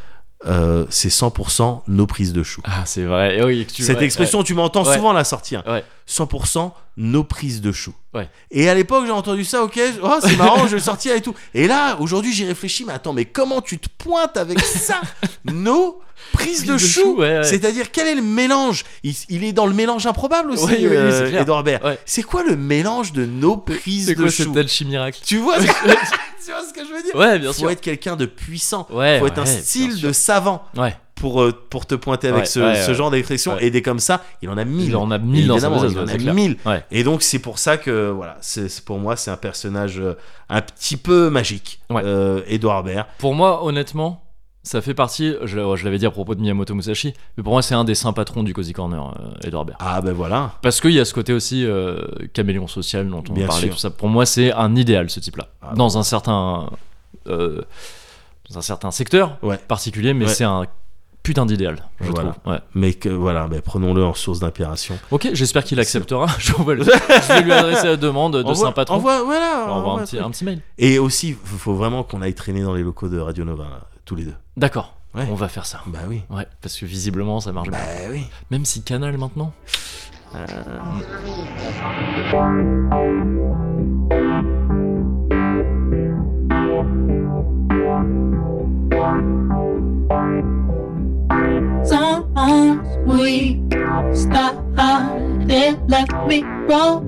Speaker 2: euh, c'est 100% nos prises de chou.
Speaker 1: Ah, c'est vrai. Et oui, que tu-
Speaker 2: Cette
Speaker 1: ouais,
Speaker 2: expression, tu m'entends
Speaker 1: Ouais.
Speaker 2: souvent la sortir.
Speaker 1: Ouais.
Speaker 2: 100% nos prises de chou.
Speaker 1: Ouais.
Speaker 2: Et à l'époque, j'ai entendu ça, ok, oh, c'est marrant, je vais le sortir et tout. Et là, aujourd'hui, j'y réfléchis, mais attends, mais comment tu te pointes avec ça Nos prises
Speaker 1: Prise
Speaker 2: de
Speaker 1: de
Speaker 2: chou,
Speaker 1: chou, ouais, ouais.
Speaker 2: C'est-à-dire, quel est le mélange il, il est dans le mélange improbable aussi, euh,
Speaker 1: Oui, oui, oui, c'est clair.
Speaker 2: Edouard Baird.
Speaker 1: Ouais.
Speaker 2: C'est quoi le mélange de nos prises
Speaker 1: C'est quoi
Speaker 2: de
Speaker 1: cette
Speaker 2: chou
Speaker 1: alchimie miracle
Speaker 2: tu vois, ce que, tu vois ce que je veux dire
Speaker 1: Ouais, bien
Speaker 2: Faut
Speaker 1: sûr.
Speaker 2: être quelqu'un de puissant.
Speaker 1: Ouais,
Speaker 2: Faut être un
Speaker 1: ouais, bien
Speaker 2: style
Speaker 1: sûr.
Speaker 2: de savant
Speaker 1: Ouais.
Speaker 2: pour, euh, pour te pointer avec
Speaker 1: Ouais,
Speaker 2: ce,
Speaker 1: ouais,
Speaker 2: ce
Speaker 1: ouais.
Speaker 2: genre d'expression
Speaker 1: Ouais.
Speaker 2: et des comme ça il en a mille
Speaker 1: Il en a mille dans sa
Speaker 2: Mmh. Évidemment,
Speaker 1: besace,
Speaker 2: il en
Speaker 1: ouais,
Speaker 2: a
Speaker 1: c'est clair.
Speaker 2: mille
Speaker 1: Ouais.
Speaker 2: et donc c'est pour ça que voilà c'est c'est- pour moi c'est un personnage euh, un petit peu magique
Speaker 1: Ouais.
Speaker 2: euh, Edouard Baird
Speaker 1: Pour moi, honnêtement, ça fait partie. Je, l'a- je l'avais dit à propos de Miyamoto Musashi, mais pour moi, c'est un des saints patrons du Cozy Corner, euh, Edouard Baird.
Speaker 2: ah ben voilà
Speaker 1: Parce qu'il y a ce côté aussi euh, caméléon social dont on
Speaker 2: Bien
Speaker 1: parlait,
Speaker 2: sûr.
Speaker 1: tout ça. Pour moi, c'est un idéal, ce type-là.
Speaker 2: Ah,
Speaker 1: dans un certain. euh, dans un certain secteur
Speaker 2: Ouais.
Speaker 1: particulier, mais
Speaker 2: Ouais.
Speaker 1: c'est un putain d'idéal, je
Speaker 2: Voilà.
Speaker 1: trouve. Ouais.
Speaker 2: mais que voilà mais prenons-le en source d'inspiration
Speaker 1: Ok, j'espère qu'il acceptera. J'envoie le- je vais lui adresser la demande de
Speaker 2: Envoie-
Speaker 1: saint patron.
Speaker 2: envoie- voilà,
Speaker 1: On va envoyer
Speaker 2: envoie
Speaker 1: un, petit,
Speaker 2: un
Speaker 1: un petit mail.
Speaker 2: truc. et aussi faut faut vraiment qu'on aille traîner dans les locaux de Radio Nova là, tous les deux
Speaker 1: D'accord,
Speaker 2: Ouais.
Speaker 1: on va faire ça.
Speaker 2: bah oui
Speaker 1: Ouais, parce que visiblement, ça marche
Speaker 2: bah
Speaker 1: bien.
Speaker 2: oui
Speaker 1: Même si Canal maintenant.
Speaker 7: Sometimes we stop and let me roll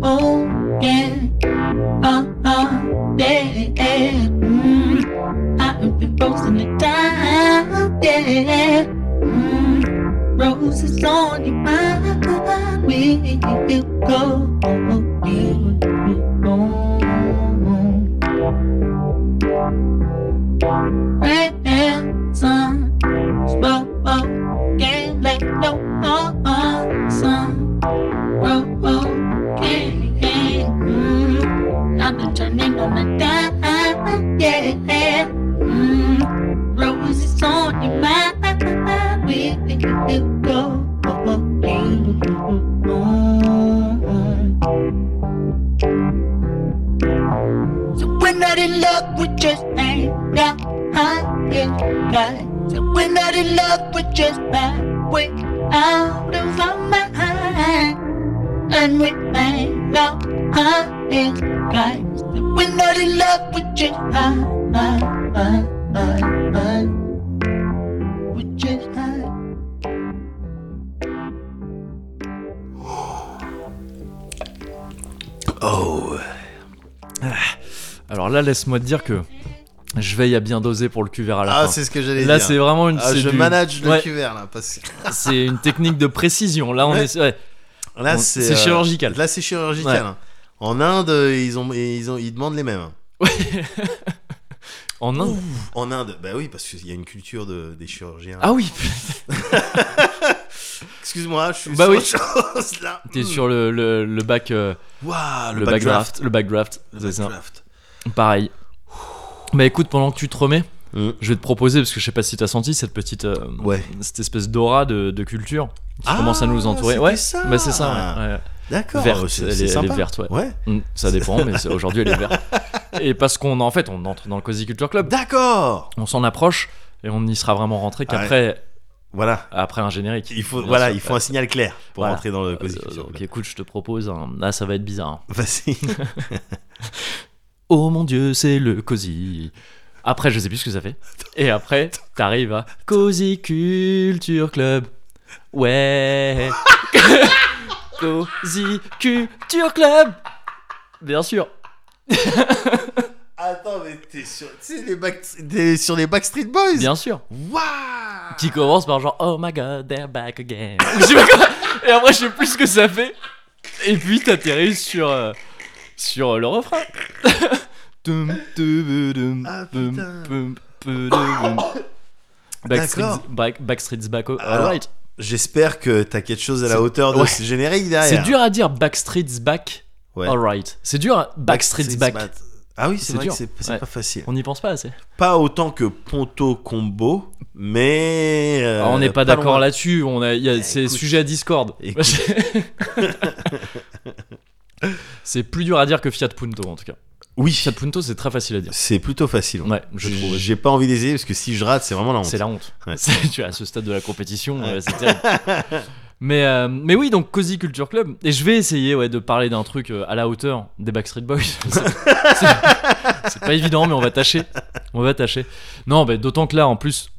Speaker 7: again. Uh, uh, yeah, yeah. Mm, I've been frozen to time, yeah. Mm, roses on your mind, we go, you go. Ransom can't let no awesome can't I'm turning on the dime, yeah. Mm, roses on your mind, we think you go. So we're not in love, we just ain't got high guys. So we're not in love, we're just bad. We're out of our mind. And we ain't no high crimes. We're not in love with just I, I, I, I, I. We're just I.
Speaker 1: Alors là, laisse-moi te dire que je veille à bien doser pour le cuvert à la
Speaker 2: Ah,
Speaker 1: fin.
Speaker 2: c'est ce que j'allais dire.
Speaker 1: Là, c'est vraiment une.
Speaker 2: Ah,
Speaker 1: c'est
Speaker 2: je
Speaker 1: du-
Speaker 2: manage le
Speaker 1: Ouais,
Speaker 2: cuvert là. Parce que
Speaker 1: C'est une technique de précision. Là, on
Speaker 2: Ouais.
Speaker 1: est. ouais.
Speaker 2: là,
Speaker 1: On-
Speaker 2: c'est. euh,
Speaker 1: c'est chirurgical.
Speaker 2: Là, c'est chirurgical.
Speaker 1: Ouais.
Speaker 2: hein. En Inde, euh, ils, ont, ils, ont, ils demandent les mêmes. hein.
Speaker 1: En Inde.
Speaker 2: En Inde, bah oui, parce qu'il y a une culture de, des chirurgiens.
Speaker 1: Ah oui,
Speaker 2: Excuse-moi, je suis
Speaker 1: Bah
Speaker 2: sur
Speaker 1: oui.
Speaker 2: autre chose là.
Speaker 1: t'es sur le, le, le back. euh,
Speaker 2: Waouh,
Speaker 1: le,
Speaker 2: le, backdraft.
Speaker 1: backdraft. Le backdraft.
Speaker 2: Le
Speaker 1: C'est ça.
Speaker 2: backdraft.
Speaker 1: Pareil. Bah écoute, pendant que tu te remets,
Speaker 2: Mm.
Speaker 1: je vais te proposer, parce que je sais pas si t'as senti cette petite. euh,
Speaker 2: Ouais.
Speaker 1: Cette espèce d'aura de, de culture qui
Speaker 2: Ah,
Speaker 1: commence à nous entourer.
Speaker 2: c'était
Speaker 1: Ouais,
Speaker 2: ça.
Speaker 1: bah c'est ça. ouais, ouais.
Speaker 2: D'accord. Oh,
Speaker 1: Verte,
Speaker 2: c'est-
Speaker 1: elle est-
Speaker 2: c'est
Speaker 1: elle est
Speaker 2: sympa.
Speaker 1: verte, ouais.
Speaker 2: Ouais.
Speaker 1: Mm, Ça dépend, mais c'est- aujourd'hui elle est verte. Et parce qu'on en fait, on entre dans le Cozy Culture Club,
Speaker 2: D'accord.
Speaker 1: on s'en approche et on y sera vraiment rentré qu'après
Speaker 2: Voilà.
Speaker 1: après un générique.
Speaker 2: Ah Il faut,
Speaker 1: Bien
Speaker 2: voilà,
Speaker 1: sûr,
Speaker 2: il faut un signal clair pour
Speaker 1: Voilà.
Speaker 2: rentrer dans le cosy
Speaker 1: Euh,
Speaker 2: culture
Speaker 1: donc
Speaker 2: club.
Speaker 1: écoute, je te propose un. Ah, ça va être bizarre. hein.
Speaker 2: Vas-y.
Speaker 1: Oh mon dieu, c'est le Cozy. Après, je sais plus ce que ça fait. Et après, t'arrives à Cozy Culture Club. Ouais. Cozy Culture Club. Bien sûr.
Speaker 2: Attends, mais t'es sur, tu sais, les back- t'es sur les Backstreet Boys
Speaker 1: Bien sûr.
Speaker 2: Waouh
Speaker 1: qui commence par genre Oh my god, they're back again. Ou je sais pas quoi. Et après, je sais plus ce que ça fait. Et puis, t'atterris sur, euh, sur euh, le refrain. Dum, dum, dum,
Speaker 2: Ah,
Speaker 1: dum,
Speaker 2: putain.
Speaker 1: dum, dum, dum. Backstreet's,
Speaker 2: D'accord. Ah,
Speaker 1: back, Backstreet's back, oh,
Speaker 2: Alors,
Speaker 1: right.
Speaker 2: J'espère que t'as quelque chose à la hauteur de
Speaker 1: Ouais.
Speaker 2: ce générique derrière.
Speaker 1: C'est dur à dire Backstreet's back,
Speaker 2: ah, Ouais.
Speaker 1: alright. C'est dur, à- Backstreet's back.
Speaker 2: Bat- Ah oui,
Speaker 1: C'est
Speaker 2: c'est vrai
Speaker 1: dur.
Speaker 2: que c'est c'est
Speaker 1: Ouais.
Speaker 2: pas facile.
Speaker 1: On n'y pense pas assez.
Speaker 2: Pas autant que Ponto Combo, mais. euh,
Speaker 1: Alors, Ah, on n'est pas, d'accord
Speaker 2: loin.
Speaker 1: là-dessus. On a, il y a-
Speaker 2: Eh,
Speaker 1: c'est
Speaker 2: écoute.
Speaker 1: sujet à Discord.
Speaker 2: Écoute.
Speaker 1: c'est plus dur à dire que Fiat Punto en tout cas.
Speaker 2: Oui,
Speaker 1: Fiat Punto, c'est très facile à dire.
Speaker 2: c'est plutôt facile. hein.
Speaker 1: Ouais, je trouve.
Speaker 2: J'ai pas envie d'essayer parce que si je rate, c'est vraiment la honte.
Speaker 1: C'est la honte.
Speaker 2: Ouais.
Speaker 1: C'est- tu es à ce stade de la compétition, euh, c'est terrible. Mais, euh, mais oui, donc Cozy Culture Club. Et je vais essayer ouais, de parler d'un truc euh, à la hauteur des Backstreet Boys. C'est- c'est c'est pas évident, mais on va tâcher. On va tâcher. Non, mais d'autant que là, en plus,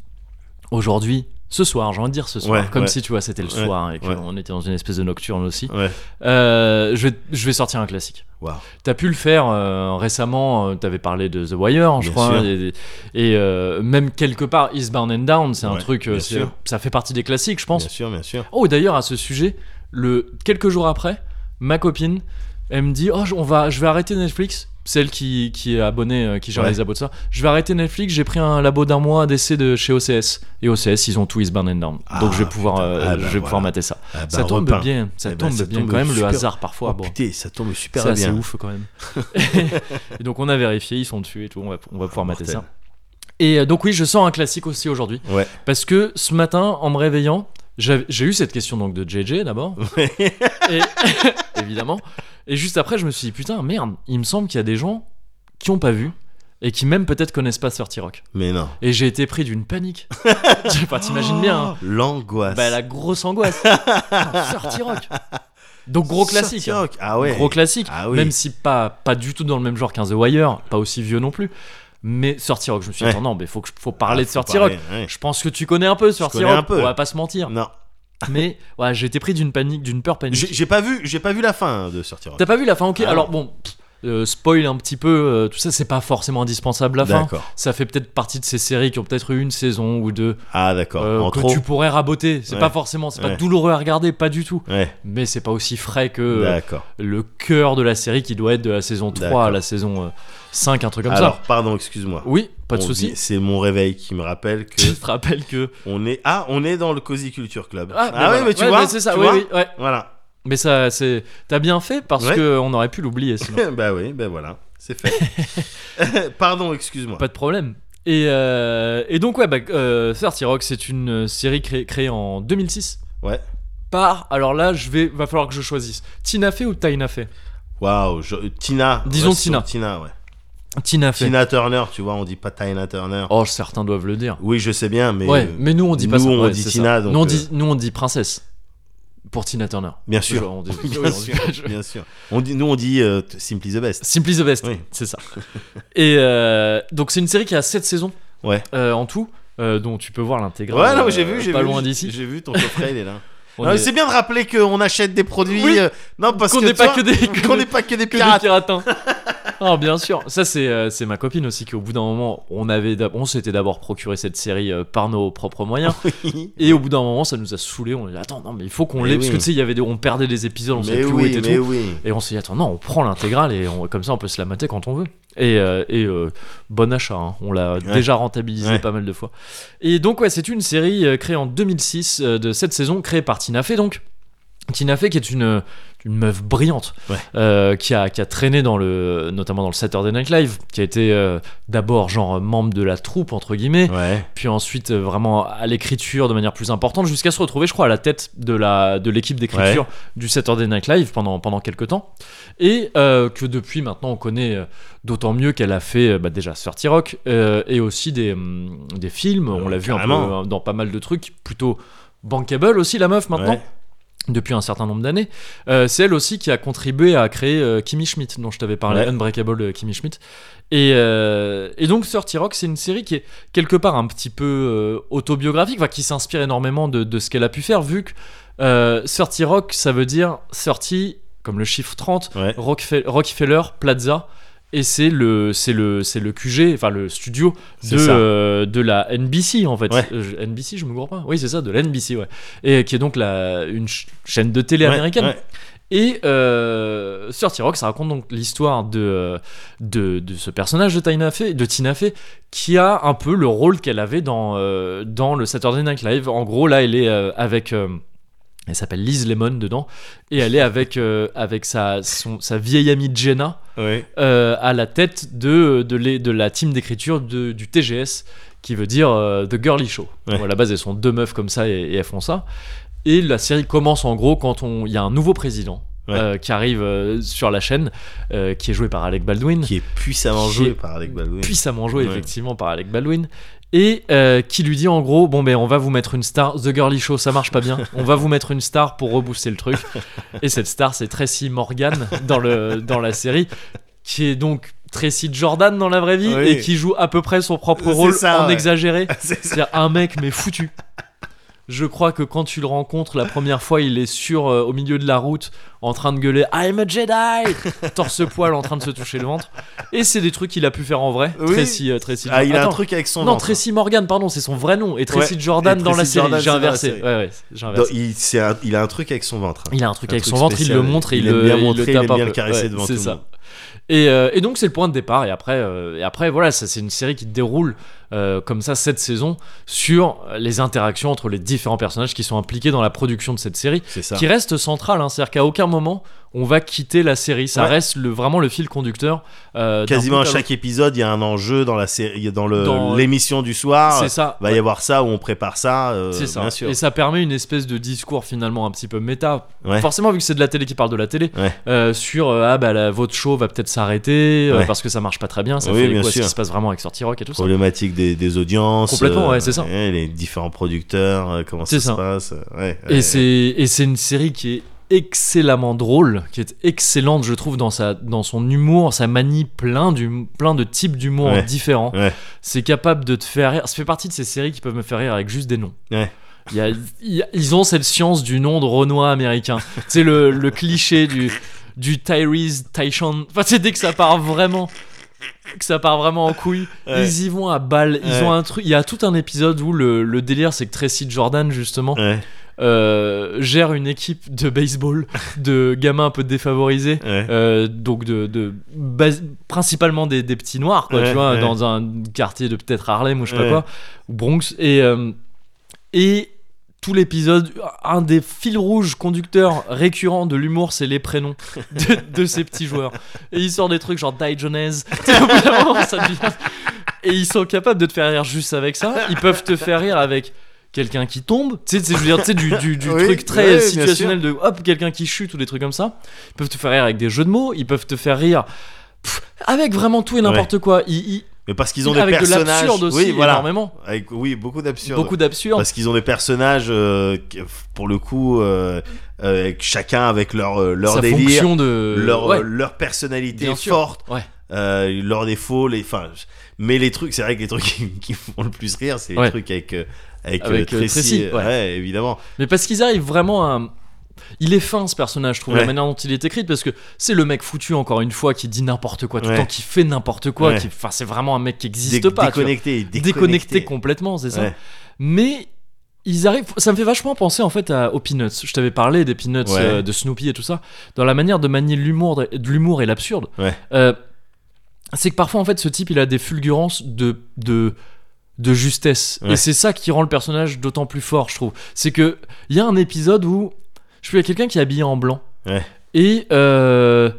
Speaker 1: aujourd'hui, ce soir, j'ai envie de dire ce soir,
Speaker 2: Ouais,
Speaker 1: comme
Speaker 2: ouais.
Speaker 1: si tu vois, c'était le
Speaker 2: Ouais,
Speaker 1: soir et
Speaker 2: ouais.
Speaker 1: qu'on était dans une espèce de nocturne aussi.
Speaker 2: Ouais.
Speaker 1: Euh, je, vais, je vais sortir un classique.
Speaker 2: Waouh.
Speaker 1: T'as pu le faire euh, récemment, euh, t'avais parlé de The Wire, je
Speaker 2: Bien
Speaker 1: crois,
Speaker 2: sûr.
Speaker 1: et, et, euh, même quelque part Eastbound and Down, c'est un
Speaker 2: Ouais,
Speaker 1: truc, euh,
Speaker 2: bien
Speaker 1: c'est-
Speaker 2: sûr.
Speaker 1: ça fait partie des classiques, je
Speaker 2: Bien
Speaker 1: pense.
Speaker 2: sûr, bien sûr.
Speaker 1: Oh, d'ailleurs, à ce sujet, le, quelques jours après, ma copine, elle me dit, oh, je- on va, je vais arrêter Netflix, celle qui, qui est abonnée, euh, qui gère
Speaker 2: Ouais.
Speaker 1: les abos de ça, je vais arrêter Netflix, j'ai pris un labo d'un mois d'essai de chez OCS, et OCS, ils ont tout Eastbound and Down,
Speaker 2: Ah,
Speaker 1: donc je vais pouvoir,
Speaker 2: putain.
Speaker 1: euh,
Speaker 2: Ah, bah,
Speaker 1: je vais pouvoir
Speaker 2: voilà.
Speaker 1: mater ça.
Speaker 2: Ah bah,
Speaker 1: ça tombe
Speaker 2: repeint.
Speaker 1: bien, ça
Speaker 2: Eh ben,
Speaker 1: tombe
Speaker 2: ça
Speaker 1: bien
Speaker 2: tombe
Speaker 1: quand même, le
Speaker 2: super-
Speaker 1: hasard parfois.
Speaker 2: Oh,
Speaker 1: bon.
Speaker 2: putain, ça tombe super
Speaker 1: C'est assez
Speaker 2: bien.
Speaker 1: ouf quand même. et donc on a vérifié, ils sont dessus et tout, on va, on va pouvoir mater
Speaker 2: Mortel.
Speaker 1: ça. Et euh, donc oui, je sens un classique aussi aujourd'hui.
Speaker 2: Ouais.
Speaker 1: Parce que ce matin, en me réveillant, j'avais- j'ai eu cette question donc de JJ d'abord. Et- évidemment. Et juste après, je me suis dit, putain, merde, il me semble qu'il y a des gens qui ont pas vu et qui même peut-être connaissent pas Sorty Rock.
Speaker 2: Mais non.
Speaker 1: Et j'ai été pris d'une panique. enfin, t'imagines bien. hein.
Speaker 2: L'angoisse.
Speaker 1: Bah la grosse angoisse. Sorty Rock. Donc gros classique.
Speaker 2: Sorti
Speaker 1: hein.
Speaker 2: rock. Ah ouais.
Speaker 1: Gros classique,
Speaker 2: Ah oui.
Speaker 1: même si pas, pas du tout dans le même genre qu'un The Wire, pas aussi vieux non plus. Mais Sorty Rock, je me suis dit,
Speaker 2: Ouais.
Speaker 1: attends, non, mais faut, que, faut parler de
Speaker 2: Ah, Faut
Speaker 1: Sorty
Speaker 2: parler,
Speaker 1: Rock.
Speaker 2: ouais.
Speaker 1: Je pense que tu connais un peu Sorty
Speaker 2: connais
Speaker 1: Rock,
Speaker 2: un peu.
Speaker 1: on va pas se mentir.
Speaker 2: Non.
Speaker 1: Mais ouais, j'ai été pris d'une panique, d'une peur panique.
Speaker 2: J'ai j'ai pas vu, j'ai pas vu la fin hein, de Sorti rock.
Speaker 1: T'as pas vu la fin, ok
Speaker 2: Ah.
Speaker 1: Alors bon, pff, euh, spoil un petit peu, euh, tout ça, c'est pas forcément indispensable la fin.
Speaker 2: D'accord.
Speaker 1: Ça fait peut-être partie de ces séries qui ont peut-être eu une saison ou deux
Speaker 2: Ah d'accord.
Speaker 1: euh,
Speaker 2: en
Speaker 1: que
Speaker 2: trop.
Speaker 1: tu pourrais raboter. C'est
Speaker 2: Ouais.
Speaker 1: pas forcément, c'est pas
Speaker 2: Ouais.
Speaker 1: douloureux à regarder, pas du tout.
Speaker 2: Ouais.
Speaker 1: Mais c'est pas aussi frais que euh,
Speaker 2: D'accord.
Speaker 1: le cœur de la série qui doit être de la saison 3 à
Speaker 2: D'accord.
Speaker 1: la saison euh, 5, un truc comme
Speaker 2: Alors
Speaker 1: ça.
Speaker 2: pardon, excuse-moi.
Speaker 1: Oui, pas de
Speaker 2: On
Speaker 1: souci.
Speaker 2: vit- C'est mon réveil qui me rappelle que
Speaker 1: Je te rappelle que.
Speaker 2: on est ah on est dans le Cozy Culture Club.
Speaker 1: Ah, mais
Speaker 2: oui,
Speaker 1: voilà.
Speaker 2: mais tu
Speaker 1: Ouais,
Speaker 2: vois.
Speaker 1: mais c'est ça,
Speaker 2: tu
Speaker 1: oui,
Speaker 2: vois
Speaker 1: oui, ouais.
Speaker 2: Voilà.
Speaker 1: Mais ça, c'est. T'as bien fait parce
Speaker 2: Ouais.
Speaker 1: que on aurait pu l'oublier sinon.
Speaker 2: bah oui, ben voilà, c'est fait. pardon, excuse-moi.
Speaker 1: pas de problème. Et, euh, et donc, ouais, bah, euh, 30 Rock, c'est une euh, série créée, créée en 2006
Speaker 2: Ouais.
Speaker 1: par. Alors là, je vais, va falloir que je choisisse. Tina Fey ou Taina Fey
Speaker 2: Waouh, je- Tina.
Speaker 1: Disons
Speaker 2: restons-
Speaker 1: Tina.
Speaker 2: Tina, ouais.
Speaker 1: Tina Fey.
Speaker 2: Tina Turner, tu vois, on dit pas Tina Turner.
Speaker 1: Oh, certains doivent le dire.
Speaker 2: Oui, je sais bien, mais. euh,
Speaker 1: ouais, mais nous on dit pas
Speaker 2: nous,
Speaker 1: ça.
Speaker 2: on
Speaker 1: Ouais,
Speaker 2: dit
Speaker 1: c'est
Speaker 2: Tina,
Speaker 1: ça.
Speaker 2: donc,
Speaker 1: nous, on
Speaker 2: euh,
Speaker 1: dit, nous on dit princesse. Pour Tina Turner.
Speaker 2: Bien sûr.
Speaker 1: Genre, on dit- oui, on-
Speaker 2: Bien sûr, bien sûr. On dit, nous, on dit euh, t- Simply the Best.
Speaker 1: Simply the Best,
Speaker 2: Oui.
Speaker 1: c'est ça. Et euh, donc c'est une série qui a 7 saisons
Speaker 2: Ouais.
Speaker 1: euh, en tout, euh, dont tu peux voir l'intégrale.
Speaker 2: Ouais, non, mais j'ai
Speaker 1: euh,
Speaker 2: vu, j'ai vu.
Speaker 1: Pas loin d'ici.
Speaker 2: J'ai vu ton coffret, il est là.
Speaker 1: On
Speaker 2: Non, mais
Speaker 1: est-
Speaker 2: C'est bien de rappeler qu'on achète des produits.
Speaker 1: Oui.
Speaker 2: euh, non, parce
Speaker 1: Qu'on
Speaker 2: que
Speaker 1: n'est pas
Speaker 2: toi,
Speaker 1: que des-
Speaker 2: qu'on n'est pas que des
Speaker 1: que
Speaker 2: pirates. hein.
Speaker 1: des piratins. Ah bien sûr, ça c'est euh, c'est ma copine aussi qui au bout d'un moment on avait d'ab- on s'était d'abord procuré cette série euh, par nos propres moyens et au bout d'un moment ça nous a saoulé on a dit attends non mais il faut qu'on
Speaker 2: Mais
Speaker 1: l'ait parce
Speaker 2: oui.
Speaker 1: que tu sais il y avait des- on perdait des épisodes on savait
Speaker 2: Mais
Speaker 1: plus où
Speaker 2: oui,
Speaker 1: était
Speaker 2: mais
Speaker 1: tout
Speaker 2: oui.
Speaker 1: et on s'est dit attends non on prend l'intégrale et on- comme ça on peut se la mater quand on veut et, euh, et, euh, bon achat hein. on l'a déjà rentabilisé
Speaker 2: Ouais.
Speaker 1: pas mal de fois et donc ouais c'est une série euh, créée en 2006 euh, de cette saison créée par Tina Fey donc Tina Fey qui est une une meuf brillante
Speaker 2: Ouais.
Speaker 1: euh, qui, a, qui a traîné dans le notamment dans le Saturday Night Live qui a été euh, d'abord genre membre de la troupe entre guillemets
Speaker 2: Ouais.
Speaker 1: puis ensuite euh, vraiment à l'écriture de manière plus importante jusqu'à se retrouver je crois à la tête de la de l'équipe d'écriture du Saturday Night Live pendant pendant quelques temps et euh, que depuis maintenant on connaît euh, d'autant mieux qu'elle a fait euh, bah, déjà 30 Rock euh, et aussi des, hum, des films on
Speaker 2: Euh,
Speaker 1: l'a vu un peu
Speaker 2: carrément.
Speaker 1: euh, dans pas mal de trucs plutôt bankable aussi la meuf maintenant
Speaker 2: Ouais.
Speaker 1: depuis un certain nombre d'années. Euh, c'est elle aussi qui a contribué à créer euh, Kimi Schmidt, dont je t'avais parlé,
Speaker 2: Ouais.
Speaker 1: Unbreakable euh, Kimi Schmidt. Et, euh, et donc 30 Rock, c'est une série qui est quelque part un petit peu euh, autobiographique, enfin, qui s'inspire énormément de, de ce qu'elle a pu faire, vu que euh, 30 Rock, ça veut dire 30, comme le chiffre 30,
Speaker 2: Ouais.
Speaker 1: Rockfe- Rockefeller Plaza. Et c'est le, c'est le, c'est le QG, enfin le studio
Speaker 2: C'est
Speaker 1: de,
Speaker 2: ça.
Speaker 1: euh, de la NBC en fait.
Speaker 2: Ouais.
Speaker 1: Euh, je- NBC, je me gourre pas. Oui, c'est ça, de la NBC, ouais. Et qui est donc la, une ch- chaîne de télé
Speaker 2: Ouais,
Speaker 1: américaine.
Speaker 2: ouais.
Speaker 1: Et euh, 30 Rock, ça raconte donc l'histoire de, euh, de, de ce personnage de Tina Fey, de Tina Fey, qui a un peu le rôle qu'elle avait dans, euh, dans le Saturday Night Live. En gros, là, elle est euh, avec. euh, elle s'appelle Liz Lemon dedans. Et elle est avec, euh, avec sa, son- sa vieille amie Jenna
Speaker 2: Ouais.
Speaker 1: euh, à la tête de, de, les- de la team d'écriture de- du TGS, qui veut dire euh, The Girly Show.
Speaker 2: Ouais.
Speaker 1: Bon, à la base, elles sont deux meufs comme ça et, et elles font ça. Et la série commence en gros quand on- il y a un nouveau président
Speaker 2: Ouais.
Speaker 1: euh, qui arrive euh, sur la chaîne, euh, qui est joué par Alec Baldwin
Speaker 2: Qui est puissamment
Speaker 1: Qui
Speaker 2: joué
Speaker 1: est
Speaker 2: par Alec Baldwin.
Speaker 1: Mm. puissamment joué
Speaker 2: Ouais.
Speaker 1: effectivement par Alec Baldwin et euh, qui lui dit en gros bon ben on va vous mettre une star The Girly Show ça marche pas bien on va vous mettre une star pour rebooster le truc et cette star c'est Tracy Morgan dans, le, dans la série qui est donc Tracy Jordan dans la vraie vie
Speaker 2: Oui.
Speaker 1: et qui joue à peu près son propre
Speaker 2: C'est
Speaker 1: rôle
Speaker 2: ça,
Speaker 1: en
Speaker 2: ouais.
Speaker 1: exagéré
Speaker 2: C'est ça.
Speaker 1: c'est un mec mais foutu je crois que quand tu le rencontres la première fois, il est sur euh, au milieu de la route en train de gueuler I'm a Jedi, torse poil en train de se toucher le ventre. Et c'est des trucs qu'il a pu faire en vrai.
Speaker 2: Oui.
Speaker 1: Tracy, euh, Tracy.
Speaker 2: Ah, il a un
Speaker 1: Attends.
Speaker 2: truc avec son
Speaker 1: Non,
Speaker 2: ventre.
Speaker 1: Tracy Morgan, pardon, c'est son vrai nom. Et Tracy
Speaker 2: Ouais.
Speaker 1: Jordan
Speaker 2: Et
Speaker 1: dans la
Speaker 2: Tracy
Speaker 1: série.
Speaker 2: Jordan,
Speaker 1: J'ai
Speaker 2: c'est dans la
Speaker 1: inversé.
Speaker 2: série.
Speaker 1: Ouais, ouais, j'ai
Speaker 2: Non,
Speaker 1: inversé.
Speaker 2: hein. il, c'est un- il a un truc avec son ventre. hein.
Speaker 1: Il a un truc
Speaker 2: Un
Speaker 1: avec
Speaker 2: truc
Speaker 1: son ventre, il
Speaker 2: spécial.
Speaker 1: le montre et
Speaker 2: Il
Speaker 1: il,
Speaker 2: aime
Speaker 1: le,
Speaker 2: bien
Speaker 1: il le
Speaker 2: montrer, il
Speaker 1: tape
Speaker 2: aime
Speaker 1: un
Speaker 2: bien
Speaker 1: peu.
Speaker 2: le caresser
Speaker 1: Ouais,
Speaker 2: devant
Speaker 1: c'est
Speaker 2: tout le
Speaker 1: ça.
Speaker 2: monde.
Speaker 1: Et, euh, et donc c'est le point de départ et après, euh, et après voilà ça, c'est une série qui déroule euh, comme ça cette saison sur les interactions entre les différents personnages qui sont impliqués dans la production de cette série
Speaker 2: C'est ça.
Speaker 1: qui reste centrale hein, c'est-à-dire qu'à aucun moment on va quitter la série ça
Speaker 2: Ouais.
Speaker 1: reste le, vraiment le fil conducteur euh, d'un
Speaker 2: Quasiment
Speaker 1: bout
Speaker 2: à
Speaker 1: l'autre.
Speaker 2: chaque épisode, il y a un enjeu dans la série, dans le
Speaker 1: Dans-
Speaker 2: l'émission du soir.
Speaker 1: c'est ça
Speaker 2: Va y avoir ça où on prépare ça. euh,
Speaker 1: c'est ça.
Speaker 2: Bien sûr.
Speaker 1: Et ça permet une espèce de discours finalement un petit peu méta.
Speaker 2: Ouais.
Speaker 1: Forcément, vu que c'est de la télé qui parle de la télé,
Speaker 2: Ouais.
Speaker 1: euh, sur euh, ah bah la- votre show va peut-être s'arrêter euh,
Speaker 2: Ouais.
Speaker 1: parce que ça marche pas très bien. Ça
Speaker 2: Oui,
Speaker 1: fait
Speaker 2: bien
Speaker 1: quoi ce
Speaker 2: sûr.
Speaker 1: qui se passe vraiment avec Sortie Rock et tout ça.
Speaker 2: Problématique des, des audiences. euh,
Speaker 1: Complètement, ouais, c'est ça.
Speaker 2: les différents producteurs, euh, comment
Speaker 1: C'est ça.
Speaker 2: ça, se passe. euh, ouais,
Speaker 1: Et
Speaker 2: ouais.
Speaker 1: c'est et c'est une série qui est excellemment drôle, qui est excellente, je trouve, dans sa dans son humour, ça manie plein du plein de types d'humour
Speaker 2: Ouais.
Speaker 1: différents.
Speaker 2: Ouais.
Speaker 1: C'est capable de te faire rire. Ça fait partie de ces séries qui peuvent me faire rire avec juste des noms.
Speaker 2: Ouais.
Speaker 1: Il y a- il y a- ils ont cette science du nom de Renoir américain. C'est le, le cliché du du Tyrese Tyshawn. Enfin, c'est dès que ça part vraiment que ça part vraiment en couille.
Speaker 2: Ouais.
Speaker 1: Ils y vont à balle. Ils
Speaker 2: Ouais.
Speaker 1: ont un truc. Il y a tout un épisode où le, le délire c'est que Tracy Jordan justement
Speaker 2: Ouais,
Speaker 1: euh, gère une équipe de baseball de gamins un peu défavorisés.
Speaker 2: ouais.
Speaker 1: euh, donc de, de bas- principalement des, des petits noirs quoi
Speaker 2: Ouais,
Speaker 1: tu vois
Speaker 2: ouais.
Speaker 1: dans un quartier de peut-être Harlem ou je sais
Speaker 2: Ouais.
Speaker 1: pas quoi ou Bronx et euh, et tout l'épisode un des fils rouges conducteurs récurrents de l'humour c'est les prénoms de, de ces petits joueurs et ils sortent des trucs genre Die Jones Tu sais, au bout d'un moment, ça devient- et ils sont capables de te faire rire juste avec ça ils peuvent te faire rire avec quelqu'un qui tombe tu sais c'est- je veux dire tu sais du, du, du
Speaker 2: Oui,
Speaker 1: truc
Speaker 2: oui,
Speaker 1: très
Speaker 2: bien
Speaker 1: situationnel de hop quelqu'un qui chute ou des trucs comme ça ils peuvent te faire rire avec des jeux de mots ils peuvent te faire rire pff, avec vraiment tout et n'importe quoi ils, ils-
Speaker 2: mais parce qu'ils ont des
Speaker 1: avec de
Speaker 2: personnages.
Speaker 1: l'absurde aussi,
Speaker 2: oui, voilà.
Speaker 1: énormément.
Speaker 2: Avec, oui, beaucoup d'absurdes.
Speaker 1: Beaucoup d'absurde.
Speaker 2: Parce qu'ils ont des personnages, euh, qui- pour le coup, euh, euh, chacun avec leur, euh, leur
Speaker 1: Sa
Speaker 2: délire,
Speaker 1: fonction de.
Speaker 2: leur,
Speaker 1: ouais,
Speaker 2: euh, leur personnalité
Speaker 1: bien sûr.
Speaker 2: forte,
Speaker 1: Ouais.
Speaker 2: euh, leurs défauts, les, enfin, je- mais les trucs, c'est vrai que les trucs qui, qui font le plus rire, c'est les
Speaker 1: Ouais.
Speaker 2: trucs avec, euh, avec,
Speaker 1: Avec,
Speaker 2: euh,
Speaker 1: euh,
Speaker 2: Tracy,
Speaker 1: Tracy,
Speaker 2: euh,
Speaker 1: ouais.
Speaker 2: évidemment.
Speaker 1: Mais parce qu'ils arrivent vraiment à. Il est fin ce personnage, je trouve, la
Speaker 2: Ouais.
Speaker 1: manière dont il est écrit, parce que c'est le mec foutu, encore une fois, qui dit n'importe quoi tout
Speaker 2: Ouais.
Speaker 1: le temps, qui fait n'importe quoi,
Speaker 2: Ouais.
Speaker 1: qui... enfin, c'est vraiment un mec qui n'existe pas.
Speaker 2: Dé-
Speaker 1: tu vois.
Speaker 2: déconnecté, déconnecté,
Speaker 1: déconnecté complètement, c'est ça.
Speaker 2: Ouais.
Speaker 1: Mais ils arrivent. Ça me fait vachement penser en fait à, aux Peanuts. Je t'avais parlé des Peanuts
Speaker 2: Ouais.
Speaker 1: euh, de Snoopy et tout ça, dans la manière de manier l'humour, de l'humour et l'absurde.
Speaker 2: Ouais.
Speaker 1: Euh, c'est que parfois en fait ce type il a des fulgurances de de de justesse
Speaker 2: Ouais.
Speaker 1: et c'est ça qui rend le personnage d'autant plus fort je trouve c'est que il y a un épisode où je suis à quelqu'un qui est habillé en blanc
Speaker 2: Ouais.
Speaker 1: et euh,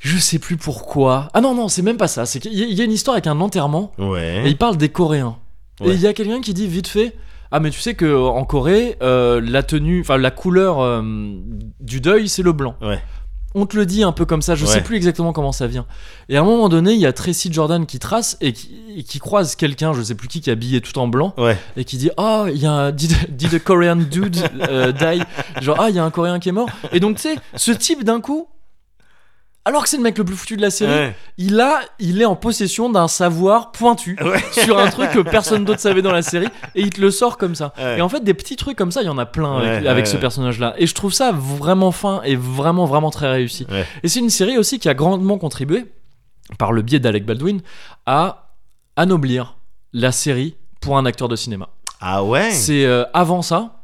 Speaker 1: je sais plus pourquoi ah non non c'est même pas ça c'est qu'il y a- il y a une histoire avec un enterrement et
Speaker 2: Ouais.
Speaker 1: il parle des Coréens. Et
Speaker 2: Hein Ouais.
Speaker 1: il y a quelqu'un qui dit vite fait Ah, mais tu sais que euh, en Corée, euh, la tenue, enfin la couleur euh, du deuil, c'est le blanc.
Speaker 2: Ouais.
Speaker 1: On te le dit un peu comme ça, je
Speaker 2: Ouais.
Speaker 1: sais plus exactement comment ça vient. Et à un moment donné, il y a Tracy Jordan qui trace et qui, et qui croise quelqu'un, je sais plus qui, qui est habillé tout en blanc
Speaker 2: Ouais.
Speaker 1: et qui dit ah il y a un did, did a Korean dude euh, die genre ah il y a un Coréen qui est mort et donc tu sais ce type d'un coup alors que c'est le mec le plus foutu de la série
Speaker 2: Ouais.
Speaker 1: il a il est en possession d'un savoir pointu
Speaker 2: Ouais.
Speaker 1: sur un truc que personne d'autre savait dans la série et il te le sort comme ça
Speaker 2: Ouais.
Speaker 1: et en fait des petits trucs comme ça il y en a plein avec,
Speaker 2: Ouais,
Speaker 1: avec
Speaker 2: ouais,
Speaker 1: ce
Speaker 2: ouais.
Speaker 1: personnage là et je trouve ça vraiment fin et vraiment vraiment très réussi
Speaker 2: Ouais.
Speaker 1: et c'est une série aussi qui a grandement contribué par le biais d'Alec Baldwin à anoblir la série pour un acteur de cinéma
Speaker 2: Ah ouais.
Speaker 1: c'est euh, avant ça,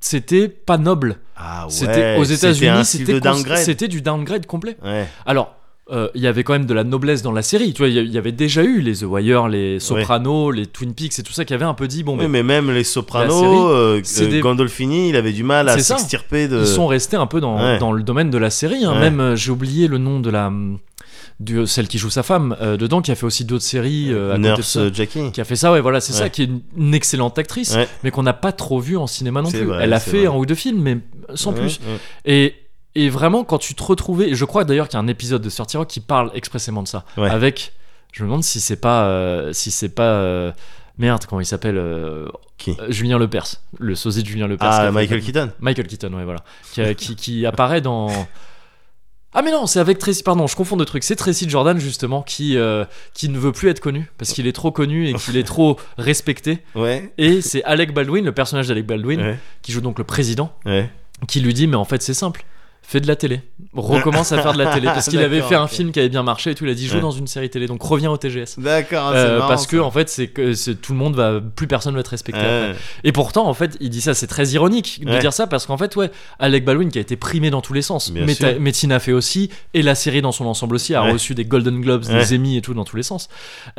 Speaker 1: c'était pas noble.
Speaker 2: Ah ouais.
Speaker 1: C'était aux
Speaker 2: un
Speaker 1: États-Unis,
Speaker 2: style
Speaker 1: c'était
Speaker 2: de
Speaker 1: cons-
Speaker 2: downgrade.
Speaker 1: c'était du downgrade complet.
Speaker 2: Ouais.
Speaker 1: Alors, euh, il y avait quand même de la noblesse dans la série. Tu vois, il y a- il y avait déjà eu les The Wire, les Sopranos, les Twin Peaks et tout ça qui avaient un peu dit bon,
Speaker 2: Oui,
Speaker 1: mais
Speaker 2: mais même les
Speaker 1: la série,
Speaker 2: Sopranos, euh,
Speaker 1: c'est
Speaker 2: euh,
Speaker 1: des-
Speaker 2: Gandolfini, il avait du mal à
Speaker 1: C'est ça.
Speaker 2: s'extirper de.
Speaker 1: ils sont restés un peu dans,
Speaker 2: euh, Ouais.
Speaker 1: dans le domaine de la série. hein.
Speaker 2: Ouais.
Speaker 1: Même euh, j'ai oublié le nom de la hum, du- celle qui joue sa femme euh, dedans, qui a fait aussi d'autres séries. euh, à côté de
Speaker 2: Nurse
Speaker 1: ça.
Speaker 2: Jackie.
Speaker 1: qui a fait ça, ouais, voilà, c'est ça,
Speaker 2: Ouais.
Speaker 1: qui est une- une excellente actrice,
Speaker 2: Ouais.
Speaker 1: mais qu'on n'a pas trop vu en cinéma non
Speaker 2: C'est
Speaker 1: plus.
Speaker 2: vrai,
Speaker 1: Elle a
Speaker 2: c'est
Speaker 1: fait
Speaker 2: vrai.
Speaker 1: un ou deux films, mais sans
Speaker 2: Ouais,
Speaker 1: plus.
Speaker 2: ouais.
Speaker 1: Et, et vraiment, quand tu te retrouvais, et je crois d'ailleurs qu'il y a un épisode de Sortir Rock qui parle expressément de ça.
Speaker 2: Ouais.
Speaker 1: Avec, je me demande si c'est pas, euh, si c'est pas, euh, merde, comment il s'appelle, euh,
Speaker 2: Qui
Speaker 1: euh, Julien Lepers, le sosie de Julien Lepers. qui a
Speaker 2: Ah,
Speaker 1: fait-
Speaker 2: Michael Keaton.
Speaker 1: Michael Keaton, ouais, voilà, qui, a- qui, qui apparaît dans. Ah mais non, c'est avec Tracy. Pardon, je confonds deux trucs. C'est Tracy Jordan justement qui euh, qui ne veut plus être connu parce qu'il est trop connu et qu'il est trop respecté.
Speaker 2: Ouais.
Speaker 1: Et c'est Alec Baldwin, le personnage d'Alec Baldwin,
Speaker 2: Ouais.
Speaker 1: qui joue donc le président,
Speaker 2: Ouais.
Speaker 1: qui lui dit mais en fait c'est simple fais de la télé recommence à faire de la télé parce qu'il avait
Speaker 2: D'accord,
Speaker 1: fait un
Speaker 2: ok.
Speaker 1: film qui avait bien marché et tout il a dit joue
Speaker 2: Ouais.
Speaker 1: dans une série télé donc reviens au TGS
Speaker 2: D'accord,
Speaker 1: Euh,
Speaker 2: c'est marrant,
Speaker 1: parce que
Speaker 2: ça.
Speaker 1: en fait c'est que c'est- tout le monde va plus personne va te respecter après.
Speaker 2: Ouais.
Speaker 1: et pourtant en fait il dit ça c'est très ironique de
Speaker 2: Ouais.
Speaker 1: dire ça parce qu'en fait ouais Alec Baldwin qui a été primé dans tous les sens
Speaker 2: Bien
Speaker 1: mais
Speaker 2: sûr.
Speaker 1: t'as- mais Tina fait aussi et la série dans son ensemble aussi a
Speaker 2: Ouais.
Speaker 1: reçu des Golden Globes des
Speaker 2: Ouais.
Speaker 1: Emmy et tout dans tous les sens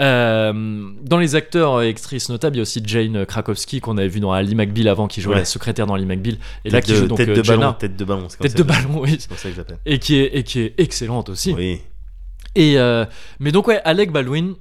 Speaker 1: Euh, dans les acteurs et actrices notables il y a aussi Jane Krakowski qu'on avait vu dans Ali McBeal avant qui jouait
Speaker 2: Ouais.
Speaker 1: la secrétaire dans Ali McBeal et là
Speaker 2: Tête
Speaker 1: qui
Speaker 2: de-
Speaker 1: joue donc
Speaker 2: tête
Speaker 1: euh,
Speaker 2: de
Speaker 1: Jenna.
Speaker 2: ballon, tête de ballon, c'est comme
Speaker 1: Tête
Speaker 2: ça
Speaker 1: de
Speaker 2: que j'appelle.
Speaker 1: ballon, oui.
Speaker 2: C'est comme ça que j'appelle.
Speaker 1: Et qui est, et qui est excellente aussi.
Speaker 2: Oui.
Speaker 1: Et euh, mais donc, ouais, Alec Baldwin,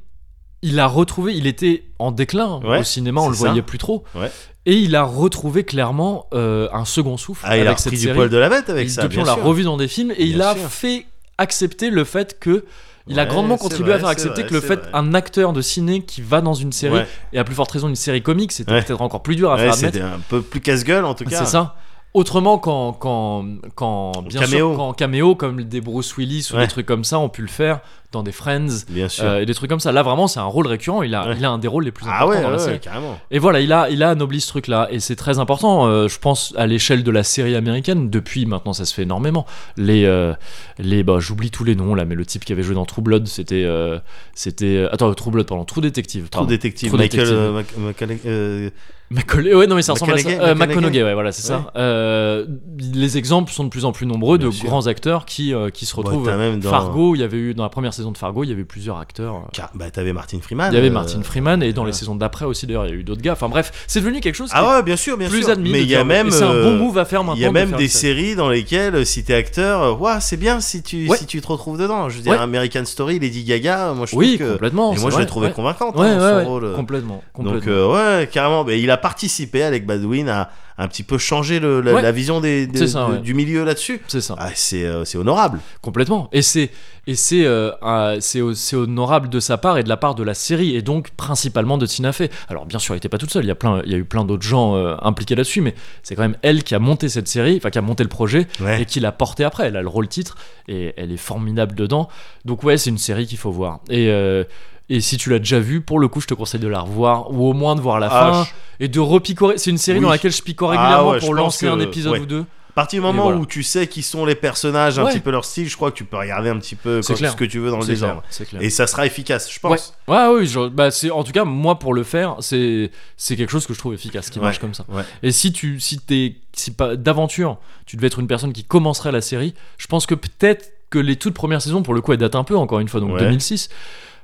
Speaker 1: il a retrouvé, il était en déclin
Speaker 2: Ouais,
Speaker 1: au cinéma, on le
Speaker 2: c'est ça.
Speaker 1: voyait plus trop.
Speaker 2: Ouais.
Speaker 1: Et il a retrouvé clairement euh, un second souffle
Speaker 2: Ah,
Speaker 1: avec
Speaker 2: il a
Speaker 1: cette
Speaker 2: repris du
Speaker 1: série.
Speaker 2: poil de la bête avec
Speaker 1: Et
Speaker 2: ça.
Speaker 1: depuis,
Speaker 2: bien
Speaker 1: on l'a
Speaker 2: sûr.
Speaker 1: revu dans des films et
Speaker 2: Bien
Speaker 1: il a
Speaker 2: sûr.
Speaker 1: fait accepter le fait que. Il a
Speaker 2: Ouais,
Speaker 1: grandement
Speaker 2: c'est
Speaker 1: contribué
Speaker 2: vrai,
Speaker 1: à faire
Speaker 2: c'est
Speaker 1: accepter
Speaker 2: vrai,
Speaker 1: que le
Speaker 2: c'est
Speaker 1: fait
Speaker 2: vrai.
Speaker 1: un acteur de ciné qui va dans une série
Speaker 2: Ouais.
Speaker 1: et à plus forte raison une série comique, c'était
Speaker 2: Ouais.
Speaker 1: peut-être encore plus dur à
Speaker 2: Ouais,
Speaker 1: faire admettre. Ah,
Speaker 2: c'était un peu plus casse-gueule en tout cas.
Speaker 1: C'est ça. Autrement qu'en qu'en qu'en- bien
Speaker 2: caméo.
Speaker 1: sûr qu'en caméo comme des Bruce Willis ou
Speaker 2: Ouais.
Speaker 1: des trucs comme ça ont pu le faire dans des Friends
Speaker 2: Bien sûr.
Speaker 1: euh, et des trucs comme ça. Là vraiment c'est un rôle récurrent. Il a
Speaker 2: Ouais.
Speaker 1: il a un des rôles les plus
Speaker 2: ah
Speaker 1: importants
Speaker 2: ouais,
Speaker 1: dans la
Speaker 2: ouais,
Speaker 1: série.
Speaker 2: ouais, carrément.
Speaker 1: Et voilà il a il a anobli ce truc là et c'est très important. euh, je pense à l'échelle de la série américaine depuis maintenant ça se fait énormément. Les euh, les bah j'oublie tous les noms là mais le type qui avait joué dans True Blood c'était euh, c'était euh, attends True Blood pardon True Detective
Speaker 2: Trop
Speaker 1: pardon.
Speaker 2: détective.
Speaker 1: True
Speaker 2: Michael.
Speaker 1: détective.
Speaker 2: euh, Mac- Macaulay- euh,
Speaker 1: Macaulay, ouais, non, mais ça ressemble à ça.
Speaker 2: McConaughey,
Speaker 1: Euh,
Speaker 2: McConaughey.
Speaker 1: McConaughey, ouais, voilà, c'est ça. Euh, les exemples sont de plus en plus nombreux de
Speaker 2: Bien sûr.
Speaker 1: grands acteurs qui, euh, qui se retrouvent.
Speaker 2: t'as même dans-
Speaker 1: Fargo, il y avait eu, dans la première saison de Fargo, il y avait eu plusieurs acteurs.
Speaker 2: car- Bah, t'avais Martin Freeman.
Speaker 1: Il y avait
Speaker 2: euh,
Speaker 1: Martin Freeman, et dans les
Speaker 2: voilà.
Speaker 1: saisons d'après aussi, d'ailleurs, il y a eu d'autres gars. Enfin bref, c'est devenu quelque chose qui
Speaker 2: Ah
Speaker 1: est
Speaker 2: ouais, bien sûr, bien
Speaker 1: plus
Speaker 2: sûr.
Speaker 1: admis.
Speaker 2: Mais
Speaker 1: de
Speaker 2: il y a
Speaker 1: dire-
Speaker 2: même.
Speaker 1: et c'est un bon
Speaker 2: euh,
Speaker 1: move à faire maintenant.
Speaker 2: Il y a
Speaker 1: de
Speaker 2: même
Speaker 1: faire
Speaker 2: des
Speaker 1: ça.
Speaker 2: séries dans lesquelles, euh, si t'es acteur, euh, ouah, c'est bien si tu,
Speaker 1: Ouais.
Speaker 2: si tu te retrouves dedans. Je veux dire,
Speaker 1: Ouais.
Speaker 2: American Story, Lady Gaga, moi je trouve
Speaker 1: Oui,
Speaker 2: que.
Speaker 1: complètement.
Speaker 2: Et
Speaker 1: c'est
Speaker 2: moi je
Speaker 1: vrai,
Speaker 2: l'ai trouvé
Speaker 1: ouais.
Speaker 2: convaincante,
Speaker 1: Ouais,
Speaker 2: hein,
Speaker 1: ouais,
Speaker 2: son
Speaker 1: ouais,
Speaker 2: rôle.
Speaker 1: Complètement. complètement.
Speaker 2: Donc, euh, ouais, carrément. Mais il a participé, Alec Baldwin, à un petit peu changer le- la,
Speaker 1: Ouais.
Speaker 2: la vision des, des-
Speaker 1: C'est ça,
Speaker 2: de-
Speaker 1: ouais.
Speaker 2: du milieu là-dessus.
Speaker 1: c'est ça,
Speaker 2: Ah, c'est euh, c'est honorable.
Speaker 1: complètement. Et c'est et Et c'est euh, un- c'est au- c'est honorable de sa part et de la part de la série, et donc principalement de Tina Fey. Alors bien sûr, elle n'était pas toute seule, il y a, plein, il y a eu plein d'autres gens euh, impliqués là-dessus, mais c'est quand même elle qui a monté cette série, enfin qui a monté le projet,
Speaker 2: Ouais.
Speaker 1: et qui l'a porté après. Elle a le rôle titre, et elle est formidable dedans. Donc ouais, c'est une série qu'il faut voir. Et... euh, et si tu l'as déjà vue, pour le coup, je te conseille de la revoir ou au moins de voir la
Speaker 2: Ah,
Speaker 1: fin
Speaker 2: je-
Speaker 1: et de repicorer. C'est une série
Speaker 2: Oui.
Speaker 1: dans laquelle je picore
Speaker 2: Ah
Speaker 1: régulièrement
Speaker 2: ouais, je
Speaker 1: pour
Speaker 2: pense
Speaker 1: lancer
Speaker 2: que-
Speaker 1: un épisode
Speaker 2: ouais.
Speaker 1: ou deux.
Speaker 2: À partir du
Speaker 1: Et
Speaker 2: moment
Speaker 1: voilà.
Speaker 2: où tu sais qui sont les personnages, un
Speaker 1: Ouais.
Speaker 2: petit peu leur style, je crois que tu peux regarder un petit peu
Speaker 1: C'est
Speaker 2: quand-
Speaker 1: clair.
Speaker 2: ce que tu veux dans le
Speaker 1: C'est
Speaker 2: désordre.
Speaker 1: clair, c'est clair.
Speaker 2: Et ça sera efficace, je pense.
Speaker 1: Ouais, oui, je- bah, c'est, en tout cas, moi, pour le faire, c'est, c'est quelque chose que je trouve efficace, qui
Speaker 2: Ouais,
Speaker 1: marche comme ça.
Speaker 2: ouais.
Speaker 1: Et si tu, si t'es, si pas, d'aventure, tu devais être une personne qui commencerait la série, je pense que peut-être que les toutes premières saisons, pour le coup, elles datent un peu, encore une fois, donc
Speaker 2: Ouais.
Speaker 1: 2006.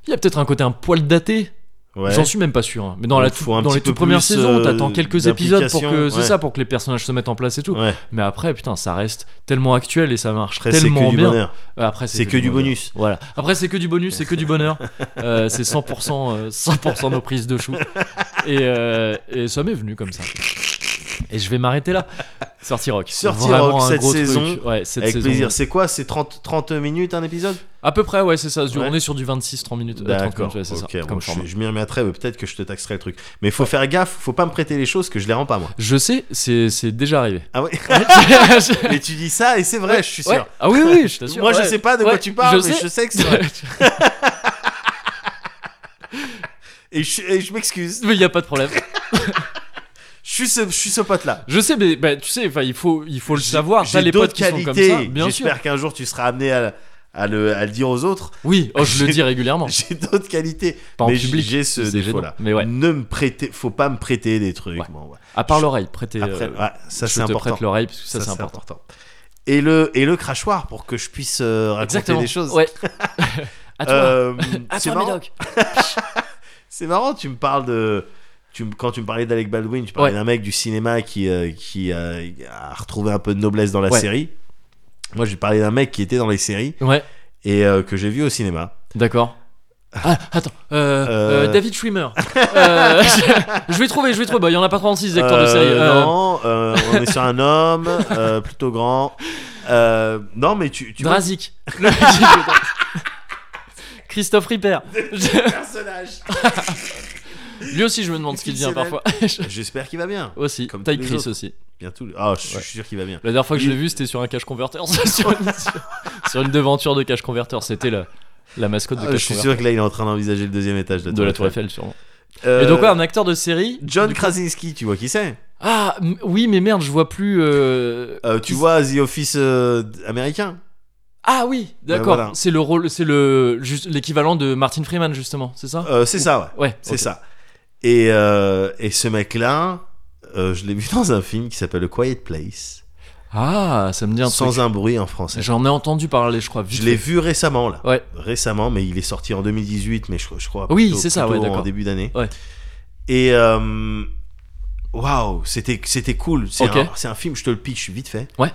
Speaker 1: Il y a peut-être un côté un poil daté,
Speaker 2: Ouais.
Speaker 1: j'en suis même pas sûr. hein. Mais dans, la
Speaker 2: Donc,
Speaker 1: tout-
Speaker 2: faut un
Speaker 1: dans
Speaker 2: petit
Speaker 1: les
Speaker 2: peu
Speaker 1: toutes premières
Speaker 2: plus,
Speaker 1: saisons,
Speaker 2: euh,
Speaker 1: t'attends quelques épisodes pour que,
Speaker 2: d'implication,
Speaker 1: c'est
Speaker 2: ouais.
Speaker 1: ça, pour que les personnages se mettent en place et tout.
Speaker 2: Ouais.
Speaker 1: Mais après, putain, ça reste tellement actuel et ça marche
Speaker 2: Après, c'est
Speaker 1: tellement
Speaker 2: que du
Speaker 1: bien.
Speaker 2: bonheur.
Speaker 1: Euh, Après,
Speaker 2: C'est que du
Speaker 1: bonheur.
Speaker 2: bonus.
Speaker 1: Voilà. Après, c'est que du bonus, c'est que du bonheur. Euh, c'est 100%, euh, 100 nos prises de chou. Et, euh, et ça m'est venu comme ça. Et je vais m'arrêter là. Sortie Rock.
Speaker 2: Sortie
Speaker 1: Vraiment
Speaker 2: Rock,
Speaker 1: un
Speaker 2: cette
Speaker 1: gros truc.
Speaker 2: saison,
Speaker 1: Ouais, cette
Speaker 2: Avec
Speaker 1: saison.
Speaker 2: plaisir. C'est quoi C'est 30, 30 minutes un épisode
Speaker 1: À peu près, ouais, c'est ça.
Speaker 2: Ouais.
Speaker 1: On est sur du 26, 30 minutes. euh, 30
Speaker 2: D'accord.
Speaker 1: minutes, ouais, c'est
Speaker 2: ok,
Speaker 1: ça.
Speaker 2: bon,
Speaker 1: comme
Speaker 2: je,
Speaker 1: format.
Speaker 2: suis- je m'y remettrai, mais peut-être que je te taxerai le truc. Mais faut faire gaffe, faut pas me prêter les choses que je les rends pas moi.
Speaker 1: Je sais, c'est c'est déjà arrivé.
Speaker 2: Ah ouais
Speaker 1: Je-
Speaker 2: Mais tu dis ça et c'est vrai, je suis sûr.
Speaker 1: Ouais. Ah oui, oui, je t'assure.
Speaker 2: Moi, je
Speaker 1: ouais.
Speaker 2: sais pas de
Speaker 1: Ouais,
Speaker 2: quoi tu parles,
Speaker 1: je
Speaker 2: mais
Speaker 1: sais.
Speaker 2: je sais que c'est vrai. Et je, et je m'excuse.
Speaker 1: Mais il n'y a pas de problème.
Speaker 2: Je suis ce, je suis ce pote-là.
Speaker 1: Je sais, mais bah, tu sais, enfin, il faut, il faut le savoir. Ah, T'as
Speaker 2: J'ai
Speaker 1: les
Speaker 2: d'autres
Speaker 1: potes qui sont comme ça,
Speaker 2: qualités.
Speaker 1: bien sûr.
Speaker 2: J'espère qu'un jour tu seras amené à, à le, à le dire aux autres.
Speaker 1: Oui, oh, je le
Speaker 2: J'ai-
Speaker 1: dis régulièrement.
Speaker 2: J'ai d'autres qualités.
Speaker 1: Pas en
Speaker 2: mais j-
Speaker 1: public,
Speaker 2: j'ai ce
Speaker 1: c'est gênant.
Speaker 2: défaut-là.
Speaker 1: Mais ouais.
Speaker 2: Ne me prêtez, faut pas me prêter des trucs.
Speaker 1: Ouais.
Speaker 2: bon, ouais.
Speaker 1: À part
Speaker 2: Je-
Speaker 1: l'oreille, prêtez.
Speaker 2: Après,
Speaker 1: euh,
Speaker 2: ouais, ça
Speaker 1: je
Speaker 2: c'est
Speaker 1: te
Speaker 2: important.
Speaker 1: prête l'oreille parce que ça,
Speaker 2: Ça,
Speaker 1: c'est important.
Speaker 2: Et le, et le crachoir pour que je puisse euh, raconter
Speaker 1: Exactement.
Speaker 2: des choses.
Speaker 1: Ouais. à toi.
Speaker 2: Euh,
Speaker 1: à
Speaker 2: c'est
Speaker 1: toi,
Speaker 2: marrant,
Speaker 1: Médoc.
Speaker 2: c'est marrant, tu me parles de. Tu, me- quand tu me parlais d'Alec Baldwin, tu parlais
Speaker 1: Ouais.
Speaker 2: d'un mec du cinéma qui, euh, qui euh, a retrouvé un peu de noblesse dans la
Speaker 1: Ouais.
Speaker 2: série. Moi, je parlais d'un mec qui était dans les séries
Speaker 1: Ouais,
Speaker 2: et euh, que j'ai vu au cinéma.
Speaker 1: d'accord. Ah, attends, euh,
Speaker 2: Euh,
Speaker 1: euh, David Schwimmer. Euh, je, je vais trouver, je vais trouver. Bah, Il y en a pas 36 des acteurs de
Speaker 2: Euh,
Speaker 1: série. Euh,
Speaker 2: Non, euh, on est sur un homme euh, plutôt grand. Euh, non, mais tu, tu vois
Speaker 1: Drazik. Christophe Ripper.
Speaker 2: le personnage.
Speaker 1: Lui aussi, je me demande ce qu'il devient
Speaker 2: Fictionnel.
Speaker 1: parfois.
Speaker 2: J'espère qu'il va bien.
Speaker 1: aussi.
Speaker 2: Comme
Speaker 1: Ty
Speaker 2: tous les
Speaker 1: Chris
Speaker 2: autres.
Speaker 1: aussi.
Speaker 2: Bientôt. Ah, je suis
Speaker 1: Ouais.
Speaker 2: sûr qu'il va bien.
Speaker 1: La dernière fois que je
Speaker 2: Il-
Speaker 1: l'ai vu, c'était sur un cache converter. sur, une, sur une devanture de cache converter. C'était la, la mascotte de
Speaker 2: Ah, je
Speaker 1: cache
Speaker 2: suis
Speaker 1: converter.
Speaker 2: sûr que là, il est en train d'envisager le deuxième étage de la
Speaker 1: De
Speaker 2: Tour
Speaker 1: la Tour
Speaker 2: Eiffel.
Speaker 1: Eiffel, sûrement.
Speaker 2: Euh,
Speaker 1: Et donc, ouais, un acteur de série.
Speaker 2: John
Speaker 1: Du coup-
Speaker 2: Krasinski, tu vois qui c'est
Speaker 1: Ah, m- oui, mais merde, je vois plus. euh,
Speaker 2: Euh,
Speaker 1: qui-
Speaker 2: Tu vois The Office euh, américain
Speaker 1: Ah oui, d'accord.
Speaker 2: ben voilà.
Speaker 1: C'est le rôle, c'est le juste- l'équivalent de Martin Freeman justement, c'est ça
Speaker 2: Euh, C'est ça, ouais.
Speaker 1: Ouais.
Speaker 2: C'est
Speaker 1: ok.
Speaker 2: ça. Et, euh, et ce mec-là, euh, je l'ai vu dans un film qui s'appelle The Quiet Place.
Speaker 1: Ah, ça me dit un
Speaker 2: Sans
Speaker 1: truc.
Speaker 2: un bruit en français.
Speaker 1: J'en ai entendu parler, je crois. vite
Speaker 2: Je l'ai
Speaker 1: fait.
Speaker 2: vu récemment, là.
Speaker 1: Ouais.
Speaker 2: Récemment, mais il est sorti en 2018, mais je, je crois.
Speaker 1: Oui,
Speaker 2: plutôt-
Speaker 1: c'est ça,
Speaker 2: plutôt
Speaker 1: ouais,
Speaker 2: En
Speaker 1: d'accord.
Speaker 2: début d'année.
Speaker 1: Ouais.
Speaker 2: Et. euh, Waouh, c'était c'était cool. C'est
Speaker 1: Ok.
Speaker 2: un- c'est un, film, je te le pitch vite fait.
Speaker 1: Ouais.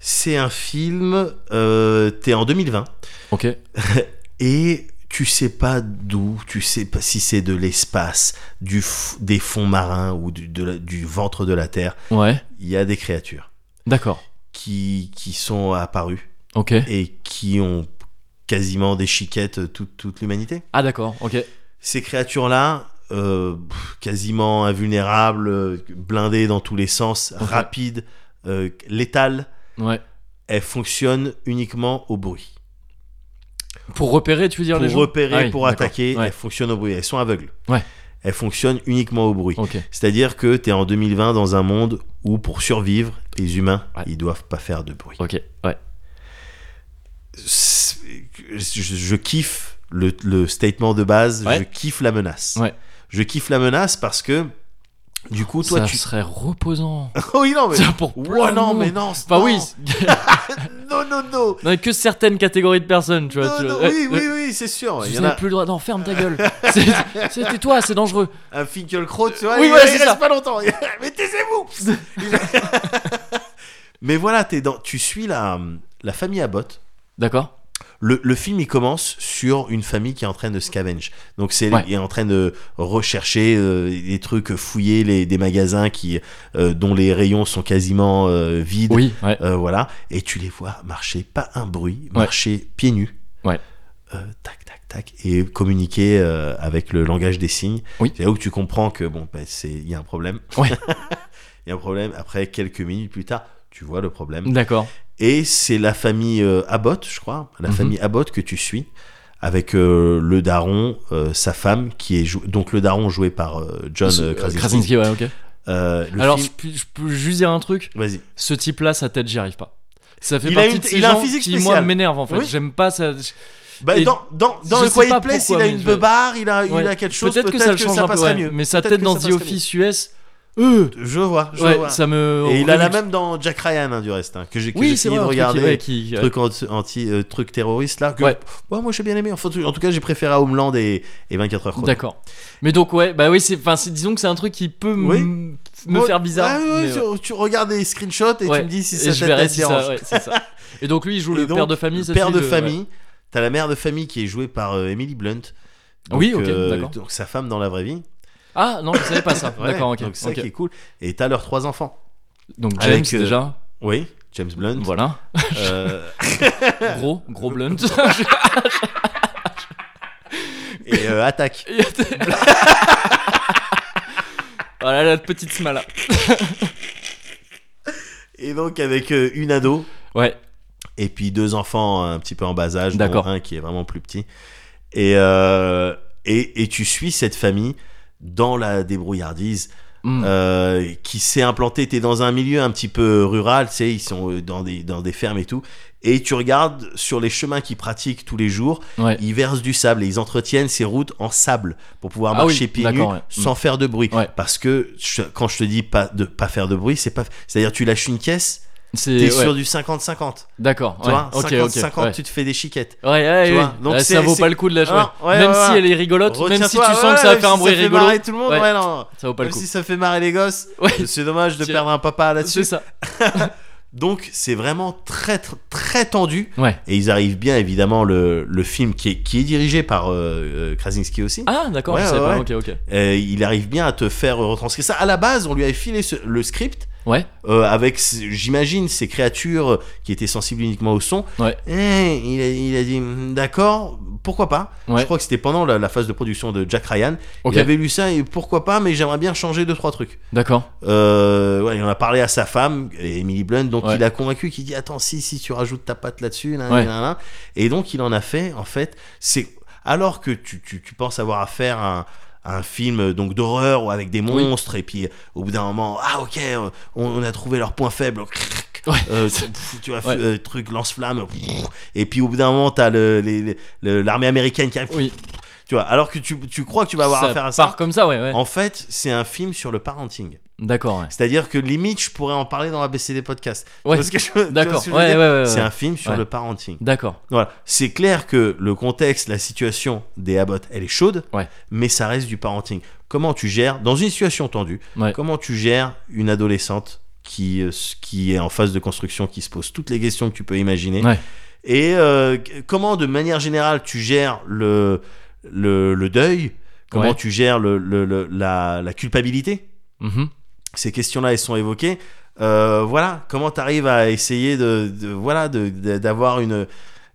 Speaker 2: C'est un film, euh, t'es en 2020,
Speaker 1: Ok.
Speaker 2: et tu sais pas d'où, tu sais pas si c'est de l'espace, du f- des fonds marins ou du, de la- du ventre de la Terre.
Speaker 1: Ouais.
Speaker 2: Il y a des créatures
Speaker 1: D'accord.
Speaker 2: qui, qui sont apparues
Speaker 1: Ok.
Speaker 2: et qui ont quasiment des chiquettes euh, toute, toute l'humanité.
Speaker 1: Ah d'accord. Ok.
Speaker 2: Ces créatures-là, euh, pff, quasiment invulnérables, euh, blindées dans tous les sens,
Speaker 1: Ok.
Speaker 2: rapides, euh, létales,
Speaker 1: Ouais.
Speaker 2: elles fonctionnent uniquement au bruit.
Speaker 1: Pour repérer, tu veux dire
Speaker 2: Pour
Speaker 1: les gens
Speaker 2: repérer,
Speaker 1: Ah oui,
Speaker 2: pour
Speaker 1: d'accord.
Speaker 2: attaquer,
Speaker 1: Ouais.
Speaker 2: elles fonctionnent au bruit. Elles sont aveugles.
Speaker 1: Ouais.
Speaker 2: Elles fonctionnent uniquement au bruit.
Speaker 1: Ok.
Speaker 2: C'est-à-dire que tu es en 2020 dans un monde où, pour survivre, les humains,
Speaker 1: Ouais.
Speaker 2: ils doivent pas faire de bruit.
Speaker 1: Ok. Ouais.
Speaker 2: C'est- je, je kiffe le, le statement de base,
Speaker 1: Ouais.
Speaker 2: je kiffe la menace.
Speaker 1: Ouais.
Speaker 2: Je kiffe la menace parce que du coup, toi,
Speaker 1: ça
Speaker 2: tu.
Speaker 1: serait reposant.
Speaker 2: Oh oui, non, mais.
Speaker 1: Ça, pour
Speaker 2: Ouais,
Speaker 1: plein de
Speaker 2: non, mais
Speaker 1: monde.
Speaker 2: non,
Speaker 1: Bah
Speaker 2: non.
Speaker 1: oui.
Speaker 2: Non, non, non.
Speaker 1: Non, mais que certaines catégories de personnes, tu vois.
Speaker 2: Non,
Speaker 1: tu
Speaker 2: non,
Speaker 1: vois. euh, Ouais,
Speaker 2: oui, oui,
Speaker 1: ouais.
Speaker 2: oui, c'est sûr. Il y
Speaker 1: Vous
Speaker 2: en
Speaker 1: n'avez
Speaker 2: a
Speaker 1: plus le droit. Non, ferme ta gueule. C'est- C'était toi, c'est dangereux.
Speaker 2: un Finkielkraut, tu vois.
Speaker 1: Oui,
Speaker 2: il,
Speaker 1: ouais,
Speaker 2: il
Speaker 1: c'est
Speaker 2: reste
Speaker 1: ça.
Speaker 2: pas longtemps. mais taisez-vous. mais voilà, es dans... tu suis la, la famille Abbott.
Speaker 1: D'accord.
Speaker 2: Le, le film il commence sur une famille qui est en train de scavenge. Donc c'est
Speaker 1: Ouais.
Speaker 2: il est en train de rechercher euh, des trucs, fouiller les, des magasins qui euh, dont les rayons sont quasiment euh, vides.
Speaker 1: Oui. Ouais.
Speaker 2: Euh, voilà, et tu les vois marcher, pas un bruit,
Speaker 1: Ouais.
Speaker 2: marcher pieds nus,
Speaker 1: Ouais.
Speaker 2: euh, tac, tac, tac, et communiquer euh, avec le langage des signes.
Speaker 1: Oui.
Speaker 2: C'est là où tu comprends que bon, bah, c'est il y a un problème.
Speaker 1: Ouais.
Speaker 2: Il y a un problème. Après quelques minutes plus tard, tu vois le problème.
Speaker 1: D'accord.
Speaker 2: Et c'est la famille euh, Abbott, je crois, la
Speaker 1: Mhm.
Speaker 2: famille Abbott que tu suis, avec euh, le daron, euh, sa femme, qui est jou- donc le daron joué par euh, John
Speaker 1: Ce-
Speaker 2: euh, Krasinski.
Speaker 1: Krasinski, ouais, ok.
Speaker 2: Euh, le
Speaker 1: Alors,
Speaker 2: film-
Speaker 1: je, peux- je peux juste dire un truc.
Speaker 2: vas-y.
Speaker 1: Ce type-là, sa tête, j'y arrive pas. Ça fait
Speaker 2: Il a
Speaker 1: partie
Speaker 2: une-
Speaker 1: de ces
Speaker 2: il a un
Speaker 1: gens
Speaker 2: physique
Speaker 1: qui, moi,
Speaker 2: spécial.
Speaker 1: m'énerve en fait.
Speaker 2: Oui.
Speaker 1: J'aime pas ça.
Speaker 2: Bah,
Speaker 1: Et-
Speaker 2: dans dans, dans
Speaker 1: je
Speaker 2: le
Speaker 1: sais
Speaker 2: Quiet
Speaker 1: pas
Speaker 2: Place,
Speaker 1: pourquoi,
Speaker 2: il a
Speaker 1: mais
Speaker 2: une
Speaker 1: je-
Speaker 2: beubare, il a,
Speaker 1: Ouais.
Speaker 2: il a quelque chose.
Speaker 1: Peut-être que ça le change un peu,
Speaker 2: passerait
Speaker 1: ouais.
Speaker 2: mieux.
Speaker 1: Mais sa
Speaker 2: Peut-être
Speaker 1: tête
Speaker 2: que
Speaker 1: dans
Speaker 2: ça
Speaker 1: The
Speaker 2: passerait
Speaker 1: Office US, euh,
Speaker 2: mieux. Je vois, je
Speaker 1: ouais,
Speaker 2: vois.
Speaker 1: ça me.
Speaker 2: Et il a la
Speaker 1: rebute.
Speaker 2: même dans Jack Ryan, hein, du reste, hein, que j'ai que j'ai
Speaker 1: Oui, c'est
Speaker 2: fini
Speaker 1: vrai.
Speaker 2: de
Speaker 1: un truc qui-
Speaker 2: regarder.
Speaker 1: ouais, qui-
Speaker 2: truc anti, anti- euh, truc terroriste là que
Speaker 1: Ouais.
Speaker 2: ouais, moi j'ai bien aimé enfin, en tout cas j'ai préféré à Homeland et, et 24 heures chrono.
Speaker 1: D'accord. Mais donc ouais, bah oui, c'est, enfin, c'est- disons que c'est un truc qui peut m-
Speaker 2: Oui.
Speaker 1: me
Speaker 2: Ouais,
Speaker 1: faire bizarre.
Speaker 2: ouais, ouais,
Speaker 1: mais,
Speaker 2: tu,
Speaker 1: ouais.
Speaker 2: tu regardes des screenshots et
Speaker 1: Ouais,
Speaker 2: tu me dis si
Speaker 1: et
Speaker 2: ça
Speaker 1: je
Speaker 2: t'a-
Speaker 1: verrai
Speaker 2: t'a
Speaker 1: si
Speaker 2: dérange.
Speaker 1: ça, ouais, c'est ça. Et donc lui, il joue
Speaker 2: Et
Speaker 1: le
Speaker 2: donc,
Speaker 1: père de famille.
Speaker 2: le
Speaker 1: ça,
Speaker 2: père
Speaker 1: c'est
Speaker 2: de
Speaker 1: le-
Speaker 2: famille t'as la mère de famille qui est jouée par euh, Emily Blunt donc,
Speaker 1: Ah Oui, ok,
Speaker 2: euh,
Speaker 1: d'accord.
Speaker 2: donc sa femme dans la vraie vie
Speaker 1: Ah non, je savais pas ça.
Speaker 2: Ouais,
Speaker 1: D'accord, ok.
Speaker 2: donc c'est ça
Speaker 1: ok.
Speaker 2: qui est cool et t'as leurs trois enfants
Speaker 1: Donc James
Speaker 2: Avec, euh,
Speaker 1: déjà,
Speaker 2: oui James Blunt
Speaker 1: voilà,
Speaker 2: euh,
Speaker 1: gros, gros blunt. Oh
Speaker 2: et euh, Attaque
Speaker 1: voilà la petite smala.
Speaker 2: et donc avec euh, une ado
Speaker 1: Ouais.
Speaker 2: et puis deux enfants euh, un petit peu en bas âge, dont
Speaker 1: D'accord.
Speaker 2: un qui est vraiment plus petit. Et, euh, et, et tu suis cette famille dans la débrouillardise
Speaker 1: Hmm.
Speaker 2: euh, qui s'est implantée. Tu es dans un milieu un petit peu rural, tu sais, ils sont euh, dans des, dans des fermes et tout. Et tu regardes sur les chemins qu'ils pratiquent tous les jours,
Speaker 1: Ouais.
Speaker 2: ils versent du sable et ils entretiennent ces routes en sable pour pouvoir
Speaker 1: Ah oui,
Speaker 2: marcher pieds nus
Speaker 1: d'accord, ouais.
Speaker 2: sans faire de bruit.
Speaker 1: Ouais.
Speaker 2: Parce que je- quand je te dis pas de pas faire de bruit, c'est pas. C'est-à-dire tu lâches une caisse,
Speaker 1: C'est
Speaker 2: t'es
Speaker 1: ouais,
Speaker 2: sur du 50-50.
Speaker 1: D'accord.
Speaker 2: Tu
Speaker 1: ouais,
Speaker 2: vois,
Speaker 1: ok,
Speaker 2: 50,
Speaker 1: ok,
Speaker 2: 50,
Speaker 1: ouais.
Speaker 2: tu te fais des chiquettes.
Speaker 1: Ouais, ouais,
Speaker 2: tu
Speaker 1: ouais.
Speaker 2: vois, donc
Speaker 1: Ouais,
Speaker 2: c'est-
Speaker 1: ça vaut
Speaker 2: c'est-
Speaker 1: pas le coup de la jouer.
Speaker 2: Ah, ouais,
Speaker 1: même
Speaker 2: ouais,
Speaker 1: si
Speaker 2: ouais.
Speaker 1: elle est rigolote, même si tu
Speaker 2: Retiens-toi,
Speaker 1: sens
Speaker 2: ouais,
Speaker 1: que ça va
Speaker 2: même
Speaker 1: faire
Speaker 2: si
Speaker 1: un bruit
Speaker 2: fait
Speaker 1: rigolo,
Speaker 2: marrer tout le monde,
Speaker 1: Ouais.
Speaker 2: ouais, non.
Speaker 1: ça vaut pas
Speaker 2: Même
Speaker 1: le coup.
Speaker 2: si ça fait marrer les gosses,
Speaker 1: Ouais.
Speaker 2: c'est dommage de
Speaker 1: Tu-
Speaker 2: perdre un papa
Speaker 1: C'est
Speaker 2: là-dessus.
Speaker 1: ça.
Speaker 2: Donc c'est vraiment très, très très tendu
Speaker 1: Ouais.
Speaker 2: et ils arrivent bien évidemment le, le film qui est, qui est dirigé par euh, euh, Krasinski aussi.
Speaker 1: Ah d'accord,
Speaker 2: Ouais,
Speaker 1: je savais
Speaker 2: ouais,
Speaker 1: pas.
Speaker 2: ouais.
Speaker 1: Ok, ok.
Speaker 2: Euh, il arrive bien à te faire retranscrire ça. À la base, on lui avait filé ce- le script
Speaker 1: Ouais.
Speaker 2: euh, avec, c- j'imagine, ces créatures qui étaient sensibles uniquement au son.
Speaker 1: Ouais.
Speaker 2: Et il, a, il a dit mm, d'accord, pourquoi pas.
Speaker 1: Ouais.
Speaker 2: Je crois que c'était pendant la, la phase de production de Jack Ryan.
Speaker 1: Ok.
Speaker 2: Il avait lu ça et pourquoi pas, mais j'aimerais bien changer deux trois trucs.
Speaker 1: D'accord.
Speaker 2: Euh, ouais, il en a parlé à sa femme, Emily Blunt, donc
Speaker 1: Ouais.
Speaker 2: il a convaincu qu'il dit attends si si tu rajoutes ta patte là-dessus, nan,
Speaker 1: Ouais.
Speaker 2: nan, nan. et donc il en a fait en fait. C'est alors que tu, tu, tu penses avoir affaire à un à un film euh, donc d'horreur ou avec des monstres et puis au bout d'un moment ah ok euh, on, on a trouvé leur point faible crrrc,
Speaker 1: Ouais.
Speaker 2: euh, tu- pff, tu vois
Speaker 1: Ouais.
Speaker 2: euh, truc lance flamme et puis au bout d'un moment t'as le les- le- l'armée américaine qui arrive
Speaker 1: Oui.
Speaker 2: tu vois alors que tu, tu crois que tu vas avoir
Speaker 1: ça
Speaker 2: affaire à ça
Speaker 1: part comme ça, ouais, ouais.
Speaker 2: en fait c'est un film sur le parenting
Speaker 1: D'accord, ouais.
Speaker 2: c'est-à-dire que limite, je pourrais en parler dans ABC des podcasts.
Speaker 1: Ouais.
Speaker 2: Parce que je- tu vois
Speaker 1: D'accord,
Speaker 2: ce que je veux
Speaker 1: ouais, ouais,
Speaker 2: dire
Speaker 1: ouais, ouais.
Speaker 2: C'est un film sur
Speaker 1: Ouais.
Speaker 2: le parenting.
Speaker 1: D'accord,
Speaker 2: Voilà. C'est clair que le contexte, la situation des Abbott, elle est chaude,
Speaker 1: Ouais.
Speaker 2: mais ça reste du parenting. Comment tu gères, dans une situation tendue,
Speaker 1: Ouais.
Speaker 2: comment tu gères une adolescente qui, euh, s- qui est en phase de construction, qui se pose toutes les questions que tu peux imaginer
Speaker 1: Ouais.
Speaker 2: Et euh, qu- comment, de manière générale, tu gères le, le, le deuil Comment
Speaker 1: Ouais.
Speaker 2: tu gères le, le- le- la, la culpabilité
Speaker 1: Mhm.
Speaker 2: ces questions-là, elles sont évoquées. Euh, voilà, comment tu arrives à essayer de, de- voilà de- de- d'avoir une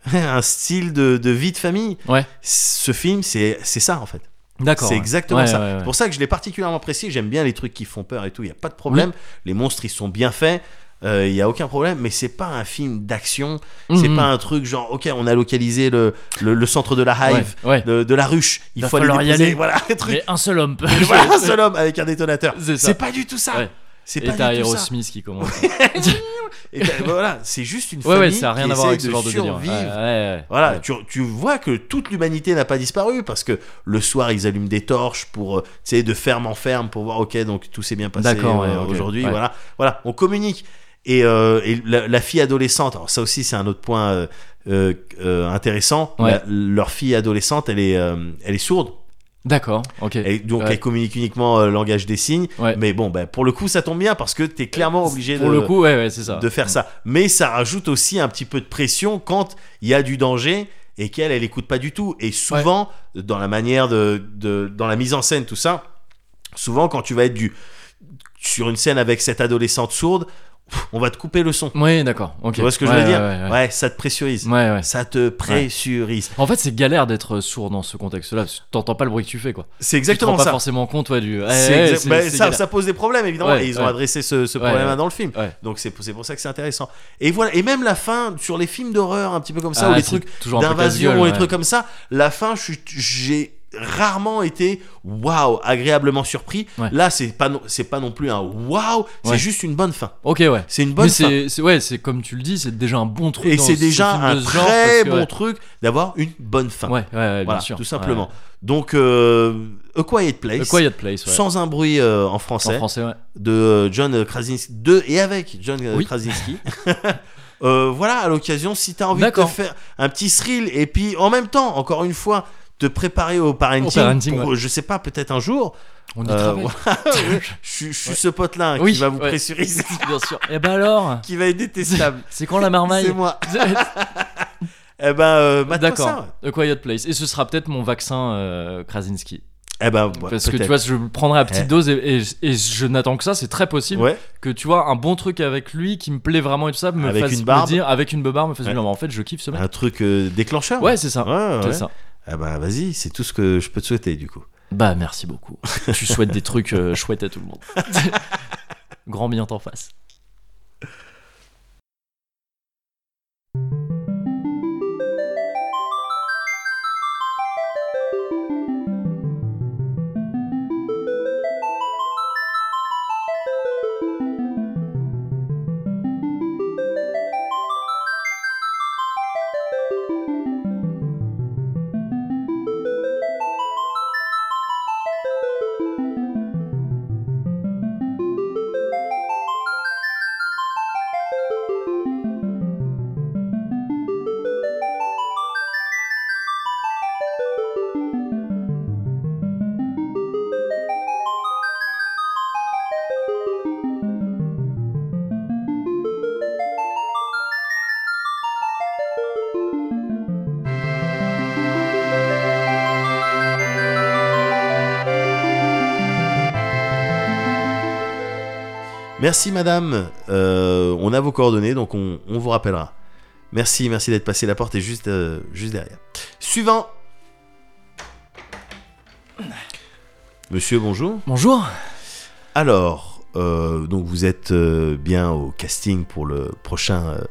Speaker 2: un style de, de vie de famille.
Speaker 1: Ouais.
Speaker 2: Ce film, c'est c'est ça en fait.
Speaker 1: d'accord.
Speaker 2: C'est
Speaker 1: ouais.
Speaker 2: exactement
Speaker 1: Ouais,
Speaker 2: ça.
Speaker 1: ouais, ouais.
Speaker 2: C'est pour ça que je l'ai particulièrement apprécié. J'aime bien les trucs qui font peur et tout. Il y a pas de problème. Les monstres, ils sont bien faits. Euh, Il y a aucun problème. Mais c'est pas un film d'action. C'est
Speaker 1: Mhm.
Speaker 2: pas un truc genre ok, on a localisé le le, le centre de la hive,
Speaker 1: Ouais, ouais.
Speaker 2: de, de la ruche. Il
Speaker 1: Va
Speaker 2: faut aller
Speaker 1: falloir y
Speaker 2: déposer-
Speaker 1: aller.
Speaker 2: Voilà, un truc.
Speaker 1: Mais un seul homme peut.
Speaker 2: Voilà, un seul homme avec un détonateur.
Speaker 1: C'est ça.
Speaker 2: C'est pas du tout ça.
Speaker 1: Ouais.
Speaker 2: C'est
Speaker 1: Et
Speaker 2: pas
Speaker 1: t'as
Speaker 2: du tout ça.
Speaker 1: Aerosmith qui commence.
Speaker 2: Et ben, voilà, c'est juste une
Speaker 1: Ouais,
Speaker 2: famille
Speaker 1: ouais, ça a rien
Speaker 2: qui
Speaker 1: à voir avec
Speaker 2: essaye
Speaker 1: ce genre de délire.
Speaker 2: survivre.
Speaker 1: Ouais, ouais, ouais.
Speaker 2: Voilà,
Speaker 1: Ouais.
Speaker 2: tu, tu vois que toute l'humanité n'a pas disparu parce que le soir ils allument des torches pour euh, tu sais de ferme en ferme pour voir ok donc tout s'est bien passé
Speaker 1: D'accord, ouais,
Speaker 2: euh,
Speaker 1: ok,
Speaker 2: aujourd'hui
Speaker 1: ouais.
Speaker 2: voilà voilà on communique et, euh, et la, la fille adolescente alors ça aussi c'est un autre point euh, euh, euh, intéressant
Speaker 1: Ouais.
Speaker 2: La- leur fille adolescente elle est euh, elle est sourde
Speaker 1: D'accord, ok.
Speaker 2: Elle- donc
Speaker 1: Ouais.
Speaker 2: elle communique uniquement euh, langage des signes
Speaker 1: Ouais. Euh,
Speaker 2: mais bon ben pour le coup ça tombe bien parce que t'es clairement obligé
Speaker 1: Pour
Speaker 2: de
Speaker 1: le coup, ouais, ouais, c'est ça.
Speaker 2: de faire ça. Mais ça rajoute aussi un petit peu de pression quand il y a du danger et qu'elle, elle écoute pas du tout. Et souvent, dans la manière de, de- dans la mise en scène, tout ça, souvent quand tu vas être du, sur une scène avec cette adolescente sourde, pff, on va te couper le son.
Speaker 1: Ouais, d'accord. ok.
Speaker 2: Tu vois ce que je
Speaker 1: Ouais,
Speaker 2: veux dire
Speaker 1: ouais, ouais, ouais.
Speaker 2: Ouais, ça te pressurise.
Speaker 1: Ouais, ouais.
Speaker 2: Ça te pressurise.
Speaker 1: En fait, c'est galère d'être sourd dans ce contexte-là, parce que t'entends pas le bruit que tu fais, quoi.
Speaker 2: C'est
Speaker 1: tu
Speaker 2: exactement
Speaker 1: te rends pas
Speaker 2: ça.
Speaker 1: forcément compte, ouais, du. Eh,
Speaker 2: C'est
Speaker 1: eh,
Speaker 2: exact-
Speaker 1: c'est-
Speaker 2: bah,
Speaker 1: c'est
Speaker 2: ça,
Speaker 1: galère.
Speaker 2: ça pose des problèmes évidemment
Speaker 1: Ouais,
Speaker 2: et ils ont
Speaker 1: ouais.
Speaker 2: adressé ce, ce
Speaker 1: Ouais,
Speaker 2: problème
Speaker 1: ouais.
Speaker 2: dans le film
Speaker 1: Ouais.
Speaker 2: donc c'est c'est pour ça que c'est intéressant et voilà et même la fin sur les films d'horreur un petit peu comme ça
Speaker 1: Ah,
Speaker 2: ou les
Speaker 1: c'est
Speaker 2: trucs
Speaker 1: toujours un peu
Speaker 2: d'invasion
Speaker 1: casse-gueule,
Speaker 2: ou les
Speaker 1: ouais.
Speaker 2: trucs comme ça la fin je suis- j'ai rarement été waouh agréablement surpris
Speaker 1: Ouais.
Speaker 2: là c'est pas non- c'est pas non plus un waouh c'est
Speaker 1: Ouais.
Speaker 2: juste une bonne fin
Speaker 1: Ok, ouais.
Speaker 2: c'est une bonne
Speaker 1: Mais
Speaker 2: fin
Speaker 1: c'est, c'est- ouais, c'est comme tu le dis, c'est déjà un bon truc.
Speaker 2: et
Speaker 1: dans
Speaker 2: c'est
Speaker 1: ce
Speaker 2: déjà
Speaker 1: film
Speaker 2: un
Speaker 1: de ce genre,
Speaker 2: très
Speaker 1: parce que,
Speaker 2: bon
Speaker 1: ouais.
Speaker 2: truc d'avoir une bonne fin
Speaker 1: Ouais, ouais, ouais, bien
Speaker 2: voilà
Speaker 1: sûr.
Speaker 2: tout
Speaker 1: Ouais.
Speaker 2: simplement donc euh, A Quiet Place
Speaker 1: A Quiet Place, ouais.
Speaker 2: sans un bruit euh, en
Speaker 1: en
Speaker 2: français
Speaker 1: français, ouais.
Speaker 2: de euh, John Krasinski, de et avec John euh,
Speaker 1: Oui.
Speaker 2: Krasinski. Euh, voilà, à l'occasion, si t'as envie de te
Speaker 1: D'accord.
Speaker 2: faire un petit thrill et puis en même temps, encore une fois, te préparer au parenting,
Speaker 1: Au parenting,
Speaker 2: pour, je sais pas, peut-être un jour.
Speaker 1: On y
Speaker 2: euh,
Speaker 1: travaille.
Speaker 2: voilà, je suis je suis
Speaker 1: Ouais.
Speaker 2: ce pote-là hein,
Speaker 1: Oui,
Speaker 2: qui va vous
Speaker 1: ouais.
Speaker 2: pressuriser,
Speaker 1: Bien sûr. Et ben alors
Speaker 2: qui va être détestable.
Speaker 1: C'est quand la marmaille
Speaker 2: C'est moi. Eh ben, euh, maintenant
Speaker 1: D'accord.
Speaker 2: ça.
Speaker 1: A Quiet Place. Et ce sera peut-être mon vaccin euh, Krasinski.
Speaker 2: Eh ben, ouais,
Speaker 1: Parce que tu
Speaker 2: peut-être.
Speaker 1: vois, je le prendrai à petite
Speaker 2: Eh.
Speaker 1: dose et, et- et je n'attends que ça, c'est très possible.
Speaker 2: ouais,
Speaker 1: Que tu vois, un bon truc avec lui qui me plaît vraiment et tout ça, me
Speaker 2: Avec
Speaker 1: fasse
Speaker 2: une
Speaker 1: me
Speaker 2: barbe.
Speaker 1: dire, avec une barbe, me fasse
Speaker 2: Ouais.
Speaker 1: dire, non, mais en fait, je kiffe ce mec.
Speaker 2: un truc euh, déclencheur.
Speaker 1: Ouais, c'est ça.
Speaker 2: Ouais,
Speaker 1: C'est
Speaker 2: ouais.
Speaker 1: ça.
Speaker 2: Eh ben, vas-y, c'est tout ce que je peux te souhaiter du coup.
Speaker 1: Bah, merci beaucoup. tu souhaites des trucs euh, chouettes à tout le monde. Grand bien t'en face.
Speaker 2: Merci madame, Euh, on a vos coordonnées donc on, on vous rappellera. Merci, merci d'être passé, la porte est juste, euh, juste derrière. Suivant Monsieur, bonjour.
Speaker 1: Bonjour.
Speaker 2: Alors, euh, donc vous êtes euh, bien au casting pour le prochain. euh,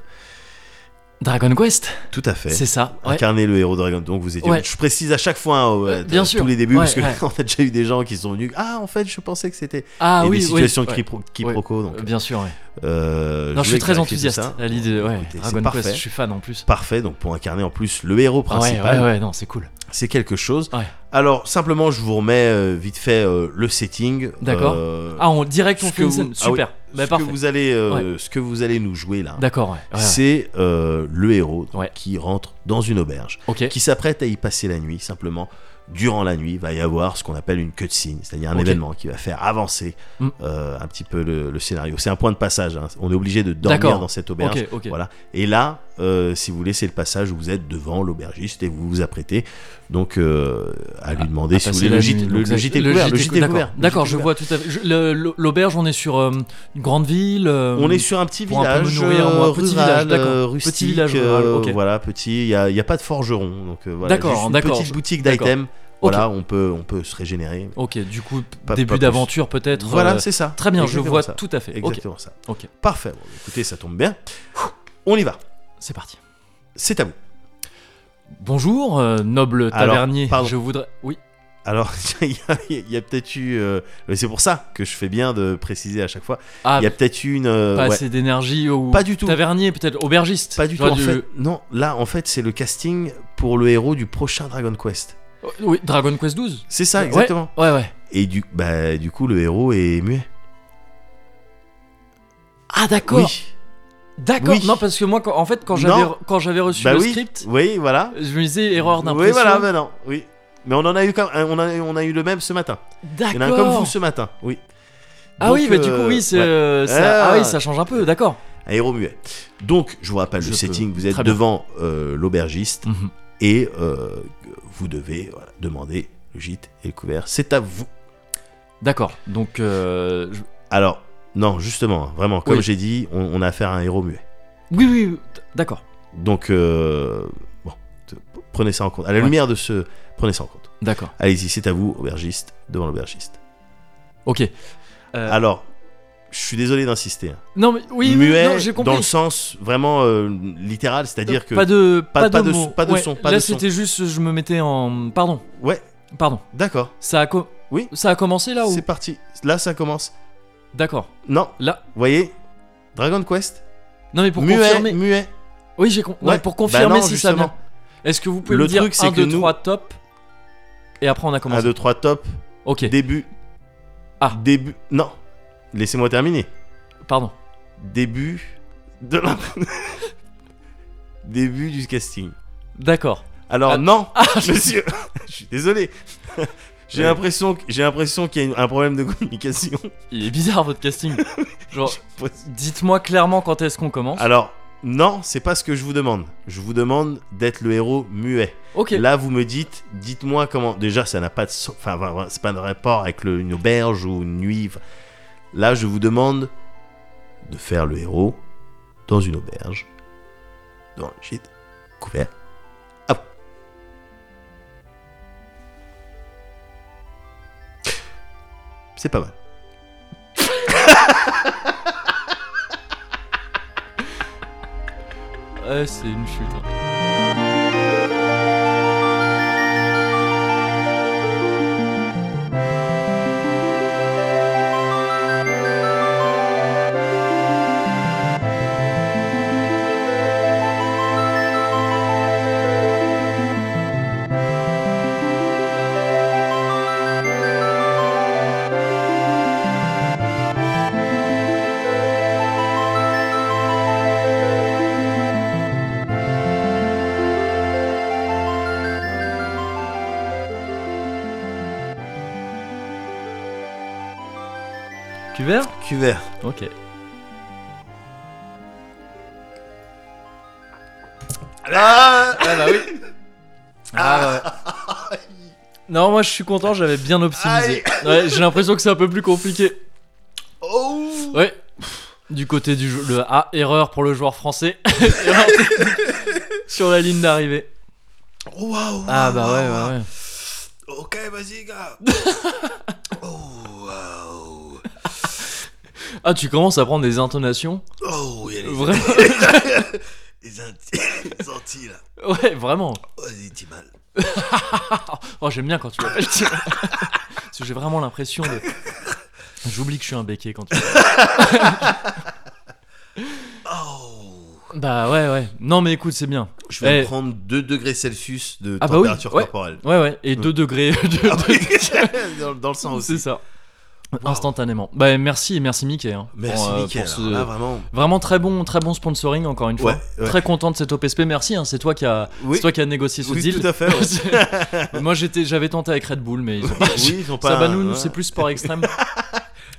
Speaker 1: Dragon Quest,
Speaker 2: tout à fait.
Speaker 1: c'est ça. Ouais.
Speaker 2: Incarner le héros de Dragon. Donc vous étiez.
Speaker 1: Ouais.
Speaker 2: Je précise à chaque fois, hein, au-
Speaker 1: Euh,
Speaker 2: à-
Speaker 1: bien
Speaker 2: à
Speaker 1: sûr.
Speaker 2: tous les débuts,
Speaker 1: Ouais,
Speaker 2: parce que
Speaker 1: ouais.
Speaker 2: on a déjà eu des gens qui sont venus. Ah, en fait, je pensais que c'était.
Speaker 1: Ah
Speaker 2: Et
Speaker 1: oui,
Speaker 2: des
Speaker 1: oui,
Speaker 2: situations de
Speaker 1: ouais.
Speaker 2: quipro- quiproquo. Donc,
Speaker 1: Euh, Bien sûr, ouais.
Speaker 2: euh,
Speaker 1: Non, je suis
Speaker 2: voulais
Speaker 1: très
Speaker 2: clarifier
Speaker 1: enthousiaste
Speaker 2: ça.
Speaker 1: à l'idée. Ouais,
Speaker 2: Écoutez, c'est
Speaker 1: Dragon Quest,
Speaker 2: parfait.
Speaker 1: je suis fan en plus.
Speaker 2: Parfait, donc pour incarner en plus le héros
Speaker 1: Ah ouais,
Speaker 2: principal,
Speaker 1: ouais, ouais, non, c'est cool.
Speaker 2: c'est quelque chose.
Speaker 1: Ouais.
Speaker 2: Alors simplement, je vous remets euh, vite fait euh, le setting.
Speaker 1: D'accord.
Speaker 2: euh,
Speaker 1: Ah, on direct on
Speaker 2: ce
Speaker 1: fait une
Speaker 2: que vous-
Speaker 1: scène. Super.
Speaker 2: ah oui,
Speaker 1: bah
Speaker 2: ce
Speaker 1: parfait.
Speaker 2: que vous allez, euh, ce que vous allez nous jouer là,
Speaker 1: D'accord, ouais. ouais, ouais.
Speaker 2: c'est euh, le héros donc,
Speaker 1: Ouais.
Speaker 2: qui rentre dans une auberge,
Speaker 1: Ok.
Speaker 2: qui s'apprête à y passer la nuit. Simplement, durant la nuit, il va y avoir ce qu'on appelle une cutscene, c'est-à-dire un
Speaker 1: Ok.
Speaker 2: événement qui va faire avancer
Speaker 1: Mm.
Speaker 2: euh, un petit peu le, le scénario. C'est un point de passage. hein. On est obligé de dormir
Speaker 1: D'accord.
Speaker 2: dans cette auberge.
Speaker 1: Ok, ok.
Speaker 2: Voilà. Et là, euh, si vous voulez, c'est le passage où vous êtes devant l'aubergiste et vous vous apprêtez donc euh, à
Speaker 1: Ah,
Speaker 2: lui demander si vous voulez le gîte, le, le gîte est couvert. Le gîte est
Speaker 1: d'accord.
Speaker 2: couvert. le
Speaker 1: D'accord,
Speaker 2: gîte
Speaker 1: je
Speaker 2: est
Speaker 1: vois tout à fait. Je- le- le- L'auberge, on est sur euh, une grande ville. euh,
Speaker 2: couvert. On est sur un petit
Speaker 1: pour un peu nous
Speaker 2: village
Speaker 1: nourrir,
Speaker 2: euh,
Speaker 1: moi. Petit
Speaker 2: rural,
Speaker 1: village, d'accord.
Speaker 2: euh,
Speaker 1: Petit
Speaker 2: rustique.
Speaker 1: village rural,
Speaker 2: euh,
Speaker 1: ok.
Speaker 2: Voilà, petit. Il n'y a, il y a pas de forgeron. Donc euh, voilà.
Speaker 1: D'accord,
Speaker 2: juste une
Speaker 1: d'accord.
Speaker 2: Petite boutique
Speaker 1: D'accord.
Speaker 2: d'items.
Speaker 1: Ok.
Speaker 2: Voilà, on peut, on peut se régénérer.
Speaker 1: Ok, du coup,
Speaker 2: pas
Speaker 1: début
Speaker 2: plus.
Speaker 1: d'aventure peut-être.
Speaker 2: Voilà,
Speaker 1: euh,
Speaker 2: c'est ça.
Speaker 1: Très bien, je
Speaker 2: Exactement
Speaker 1: vois
Speaker 2: ça.
Speaker 1: tout à fait. Ok,
Speaker 2: Exactement ça.
Speaker 1: ok,
Speaker 2: Parfait. Bon, écoutez, ça tombe bien. On y va.
Speaker 1: c'est parti.
Speaker 2: C'est à vous.
Speaker 1: Bonjour, euh, noble
Speaker 2: Alors,
Speaker 1: tavernier.
Speaker 2: pardon.
Speaker 1: Je voudrais. Oui.
Speaker 2: Alors, il y a, il y a peut-être eu. euh, mais c'est pour ça que je fais bien de préciser à chaque fois.
Speaker 1: Ah, bah,
Speaker 2: Il y a peut-être eu une. euh,
Speaker 1: pas
Speaker 2: ouais.
Speaker 1: assez d'énergie ou.
Speaker 2: Pas du tout.
Speaker 1: Tavernier, peut-être aubergiste.
Speaker 2: Pas du tout.
Speaker 1: J'aurais
Speaker 2: En
Speaker 1: dû-
Speaker 2: fait, non, là, en fait, c'est le casting pour le héros du prochain Dragon Quest.
Speaker 1: Oh, Oui, Dragon Quest 12.
Speaker 2: C'est ça,
Speaker 1: Ouais.
Speaker 2: exactement.
Speaker 1: Ouais, ouais.
Speaker 2: Et du, bah, du coup, le héros est muet.
Speaker 1: Ah, d'accord.
Speaker 2: Oui.
Speaker 1: D'accord.
Speaker 2: Oui.
Speaker 1: Non, parce que moi, quand- en fait, quand
Speaker 2: Non.
Speaker 1: j'avais quand j'avais reçu
Speaker 2: Bah
Speaker 1: le
Speaker 2: oui.
Speaker 1: script,
Speaker 2: Oui, voilà.
Speaker 1: je me disais erreur
Speaker 2: Oui,
Speaker 1: d'impression.
Speaker 2: voilà, bah non. Oui. Mais on en a eu quand euh, on a, on a eu le même ce matin. Il y en a un comme vous
Speaker 1: D'accord.
Speaker 2: ce matin. Oui.
Speaker 1: Ah
Speaker 2: Donc,
Speaker 1: oui, mais du coup,
Speaker 2: euh,
Speaker 1: oui, c'est,
Speaker 2: ouais.
Speaker 1: euh, ça,
Speaker 2: Ah.
Speaker 1: ah oui, ça change un peu. D'accord.
Speaker 2: Un héros muet. Donc, je vous rappelle
Speaker 1: Je
Speaker 2: le
Speaker 1: peux.
Speaker 2: setting. Vous êtes
Speaker 1: Très bien.
Speaker 2: devant euh, l'aubergiste.
Speaker 1: Mhm.
Speaker 2: et euh, vous devez voilà, demander le gîte et le couvert. C'est à vous.
Speaker 1: D'accord. Donc, euh, je-
Speaker 2: Alors, Non, justement, hein, vraiment, comme
Speaker 1: Oui.
Speaker 2: j'ai dit, on, on a affaire à un héros muet.
Speaker 1: Oui, oui, oui, d- d'accord.
Speaker 2: Donc, euh, bon, te- prenez ça en compte. À la
Speaker 1: Ouais.
Speaker 2: lumière de ce. Prenez ça en compte.
Speaker 1: D'accord.
Speaker 2: Allez-y, c'est à vous, aubergiste, devant l'aubergiste.
Speaker 1: Ok. Euh,
Speaker 2: Alors, je suis désolé d'insister. hein.
Speaker 1: non, mais oui, oui,
Speaker 2: muet,
Speaker 1: non, j'ai compris. Euh,
Speaker 2: dans le sens vraiment euh, littéral, c'est-à-dire que.
Speaker 1: Pas de,
Speaker 2: pas-
Speaker 1: pas,
Speaker 2: pas
Speaker 1: de,
Speaker 2: de-
Speaker 1: mots.
Speaker 2: pas de
Speaker 1: Ouais,
Speaker 2: son, pas
Speaker 1: Là,
Speaker 2: de son.
Speaker 1: c'était juste, je me mettais en. Pardon,
Speaker 2: Ouais,
Speaker 1: pardon.
Speaker 2: d'accord,
Speaker 1: Ça a, co-
Speaker 2: Oui.
Speaker 1: ça a commencé là ou
Speaker 2: c'est parti. Là, ça commence.
Speaker 1: D'accord.
Speaker 2: Non,
Speaker 1: Là.
Speaker 2: voyez Dragon Quest,
Speaker 1: Non, mais pour
Speaker 2: muet,
Speaker 1: confirmer.
Speaker 2: muet.
Speaker 1: Oui, j'ai compris.
Speaker 2: Ouais.
Speaker 1: Pour
Speaker 2: Bah
Speaker 1: confirmer
Speaker 2: non,
Speaker 1: si ça
Speaker 2: justement.
Speaker 1: vient. Est-ce que vous pouvez
Speaker 2: Le
Speaker 1: me dire
Speaker 2: truc, c'est
Speaker 1: 1,
Speaker 2: que
Speaker 1: 2,
Speaker 2: nous-
Speaker 1: 3
Speaker 2: Ah,
Speaker 1: top Et après, on a commencé.
Speaker 2: 1, 2, 3, top,
Speaker 1: Ok,
Speaker 2: début.
Speaker 1: Ah.
Speaker 2: Début. Non, laissez-moi terminer.
Speaker 1: pardon.
Speaker 2: Début de la- Début du casting.
Speaker 1: D'accord.
Speaker 2: Alors
Speaker 1: Ah.
Speaker 2: non, monsieur, je suis désolé. J'ai
Speaker 1: Ouais.
Speaker 2: l'impression que- j'ai l'impression qu'il y a une- un problème de communication.
Speaker 1: Il est bizarre votre casting. Genre, dites-moi clairement quand est-ce qu'on commence.
Speaker 2: Alors non, c'est pas ce que je vous demande. Je vous demande d'être le héros muet.
Speaker 1: ok.
Speaker 2: Là, vous me dites, dites-moi comment. Déjà, ça n'a pas de, so- enfin, voilà, c'est pas de rapport avec le- une auberge ou une nuit. Enfin, Là, je vous demande de faire le héros dans une auberge, dans le gîte, couvert. Ah Hop. C'est pas mal.
Speaker 1: Ouais, c'est une chute. hein. Cuvert
Speaker 2: Cuvert.
Speaker 1: Ok.
Speaker 2: Ah, bah oui.
Speaker 1: Ah, Non, moi je suis content, j'avais bien optimisé. Ouais, j'ai l'impression que c'est un peu plus compliqué.
Speaker 2: Oh.
Speaker 1: Ouais. Du côté du jeu, le A, erreur pour le joueur français. Erreur Sur la ligne d'arrivée.
Speaker 2: Oh, waouh.
Speaker 1: Ah bah ouais, ouais, ouais.
Speaker 2: Ok, vas-y, gars. oh, waouh.
Speaker 1: Ah, tu commences à prendre des intonations.
Speaker 2: Oh, il y a les-
Speaker 1: Vraiment.
Speaker 2: les Antilles, les Antilles, là.
Speaker 1: Ouais, vraiment.
Speaker 2: Vas-y, t'es mal.
Speaker 1: Oh, j'aime bien quand tu m'appelles. Thierry. Parce que j'ai vraiment l'impression de. J'oublie que je suis un béquet quand tu.
Speaker 2: Oh.
Speaker 1: Bah ouais, ouais. Non, mais écoute, c'est bien.
Speaker 2: Je vais
Speaker 1: Eh.
Speaker 2: prendre 2 degrés Celsius de
Speaker 1: Ah bah oui,
Speaker 2: température
Speaker 1: ouais.
Speaker 2: corporelle.
Speaker 1: Ouais, ouais. Et 2 degrés de.
Speaker 2: Ah
Speaker 1: de-
Speaker 2: oui, dans, dans le sang
Speaker 1: C'est
Speaker 2: aussi.
Speaker 1: ça. Instantanément. Bah merci, merci Mickey. hein, pour,
Speaker 2: Merci,
Speaker 1: euh,
Speaker 2: Mickaël.
Speaker 1: pour ce-
Speaker 2: alors Là, vraiment.
Speaker 1: Vraiment très bon, très bon sponsoring encore une fois.
Speaker 2: Ouais, ouais.
Speaker 1: Très content de cet OPSP. Merci, hein, c'est toi qui a,
Speaker 2: Oui.
Speaker 1: c'est toi qui a négocié ce
Speaker 2: Oui,
Speaker 1: deal.
Speaker 2: tout à fait, ouais.
Speaker 1: C'est- Moi j'étais, j'avais tenté avec Red Bull, mais ils ont pas.
Speaker 2: Oui, ils ont pas.
Speaker 1: Ça, bah, nous,
Speaker 2: un-
Speaker 1: nous,
Speaker 2: ouais.
Speaker 1: c'est plus sport extrême.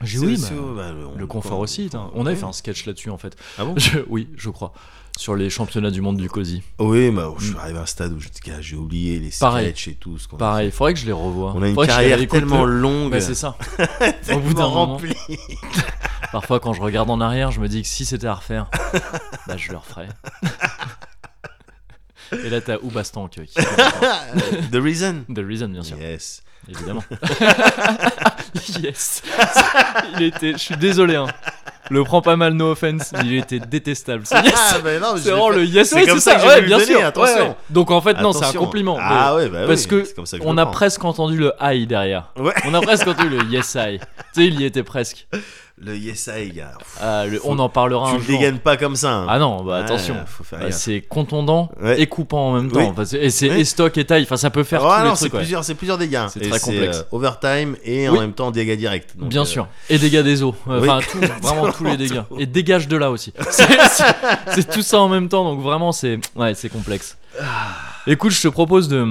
Speaker 1: J'ai dit,
Speaker 2: C'est
Speaker 1: oui,
Speaker 2: aussi-
Speaker 1: bah,
Speaker 2: bah, on-
Speaker 1: le confort aussi. tain. On avait fait un sketch là-dessus en fait.
Speaker 2: Ah bon
Speaker 1: Je- oui, je crois. Sur les championnats du monde du COSI.
Speaker 2: Oui, bah, je suis arrivé à un stade où je- gars, j'ai oublié les
Speaker 1: Mm. Pareil.
Speaker 2: sketchs et tout. Ce qu'on a
Speaker 1: Pareil, faudrait que je les revoie.
Speaker 2: fait. On a une
Speaker 1: Faudrait que je les
Speaker 2: carrière
Speaker 1: réécoute.
Speaker 2: tellement longue.
Speaker 1: Bah, c'est ça. Au bout d'un
Speaker 2: tellement
Speaker 1: moment.
Speaker 2: remplie.
Speaker 1: Parfois, quand je regarde en arrière, je me dis que si c'était à refaire, bah je le referais. Et là, t'as Oubastan qui. qui-
Speaker 2: The Reason.
Speaker 1: The Reason, bien sûr,
Speaker 2: Yes.
Speaker 1: évidemment. yes. Il était. Je suis désolé. Hein. Le prends pas mal, no offense. mais Il était détestable. ce yes.
Speaker 2: Ah, bah, non, mais
Speaker 1: C'est
Speaker 2: je l'ai
Speaker 1: vraiment
Speaker 2: fait-
Speaker 1: le yes.
Speaker 2: c'est
Speaker 1: ouais,
Speaker 2: comme
Speaker 1: c'est
Speaker 2: ça
Speaker 1: ça.
Speaker 2: que j'ai
Speaker 1: ouais,
Speaker 2: voulu
Speaker 1: bien
Speaker 2: le
Speaker 1: sûr.
Speaker 2: donner, attention.
Speaker 1: ouais, ouais. Donc en fait, non, c'est un
Speaker 2: Attention.
Speaker 1: compliment.
Speaker 2: Ah
Speaker 1: mais-
Speaker 2: ouais, bah oui,
Speaker 1: parce que
Speaker 2: c'est comme ça que je
Speaker 1: on
Speaker 2: le
Speaker 1: a
Speaker 2: prends.
Speaker 1: presque entendu le I derrière.
Speaker 2: Ouais.
Speaker 1: On a presque entendu le yes I. Tu sais, il y était presque.
Speaker 2: Le yes I, gars. Pff,
Speaker 1: Ah, le- on en parlera
Speaker 2: tu
Speaker 1: un
Speaker 2: le
Speaker 1: jour.
Speaker 2: dégaines pas comme ça. hein.
Speaker 1: Ah non, bah
Speaker 2: Ouais,
Speaker 1: attention.
Speaker 2: faut faire
Speaker 1: Bah,
Speaker 2: gaffe.
Speaker 1: c'est contondant
Speaker 2: Ouais.
Speaker 1: et coupant en même temps.
Speaker 2: Oui.
Speaker 1: Enfin, c'est- et c'est
Speaker 2: Oui.
Speaker 1: et stock et taille. Enfin, ça peut faire
Speaker 2: Ah
Speaker 1: tous
Speaker 2: non,
Speaker 1: les
Speaker 2: c'est
Speaker 1: trucs. ouais.
Speaker 2: plusieurs, c'est plusieurs dégâts.
Speaker 1: C'est
Speaker 2: Et
Speaker 1: très complexe.
Speaker 2: euh, overtime et
Speaker 1: Oui.
Speaker 2: en même temps dégâts directs. Donc,
Speaker 1: Bien
Speaker 2: euh,
Speaker 1: sûr. Et dégâts des eaux. Euh,
Speaker 2: oui.
Speaker 1: Enfin, tout, vraiment tous les dégâts. Et dégage de là aussi. C'est c'est tout ça en même temps. Donc vraiment, c'est ouais, c'est complexe.
Speaker 2: Ah.
Speaker 1: Écoute, je te propose de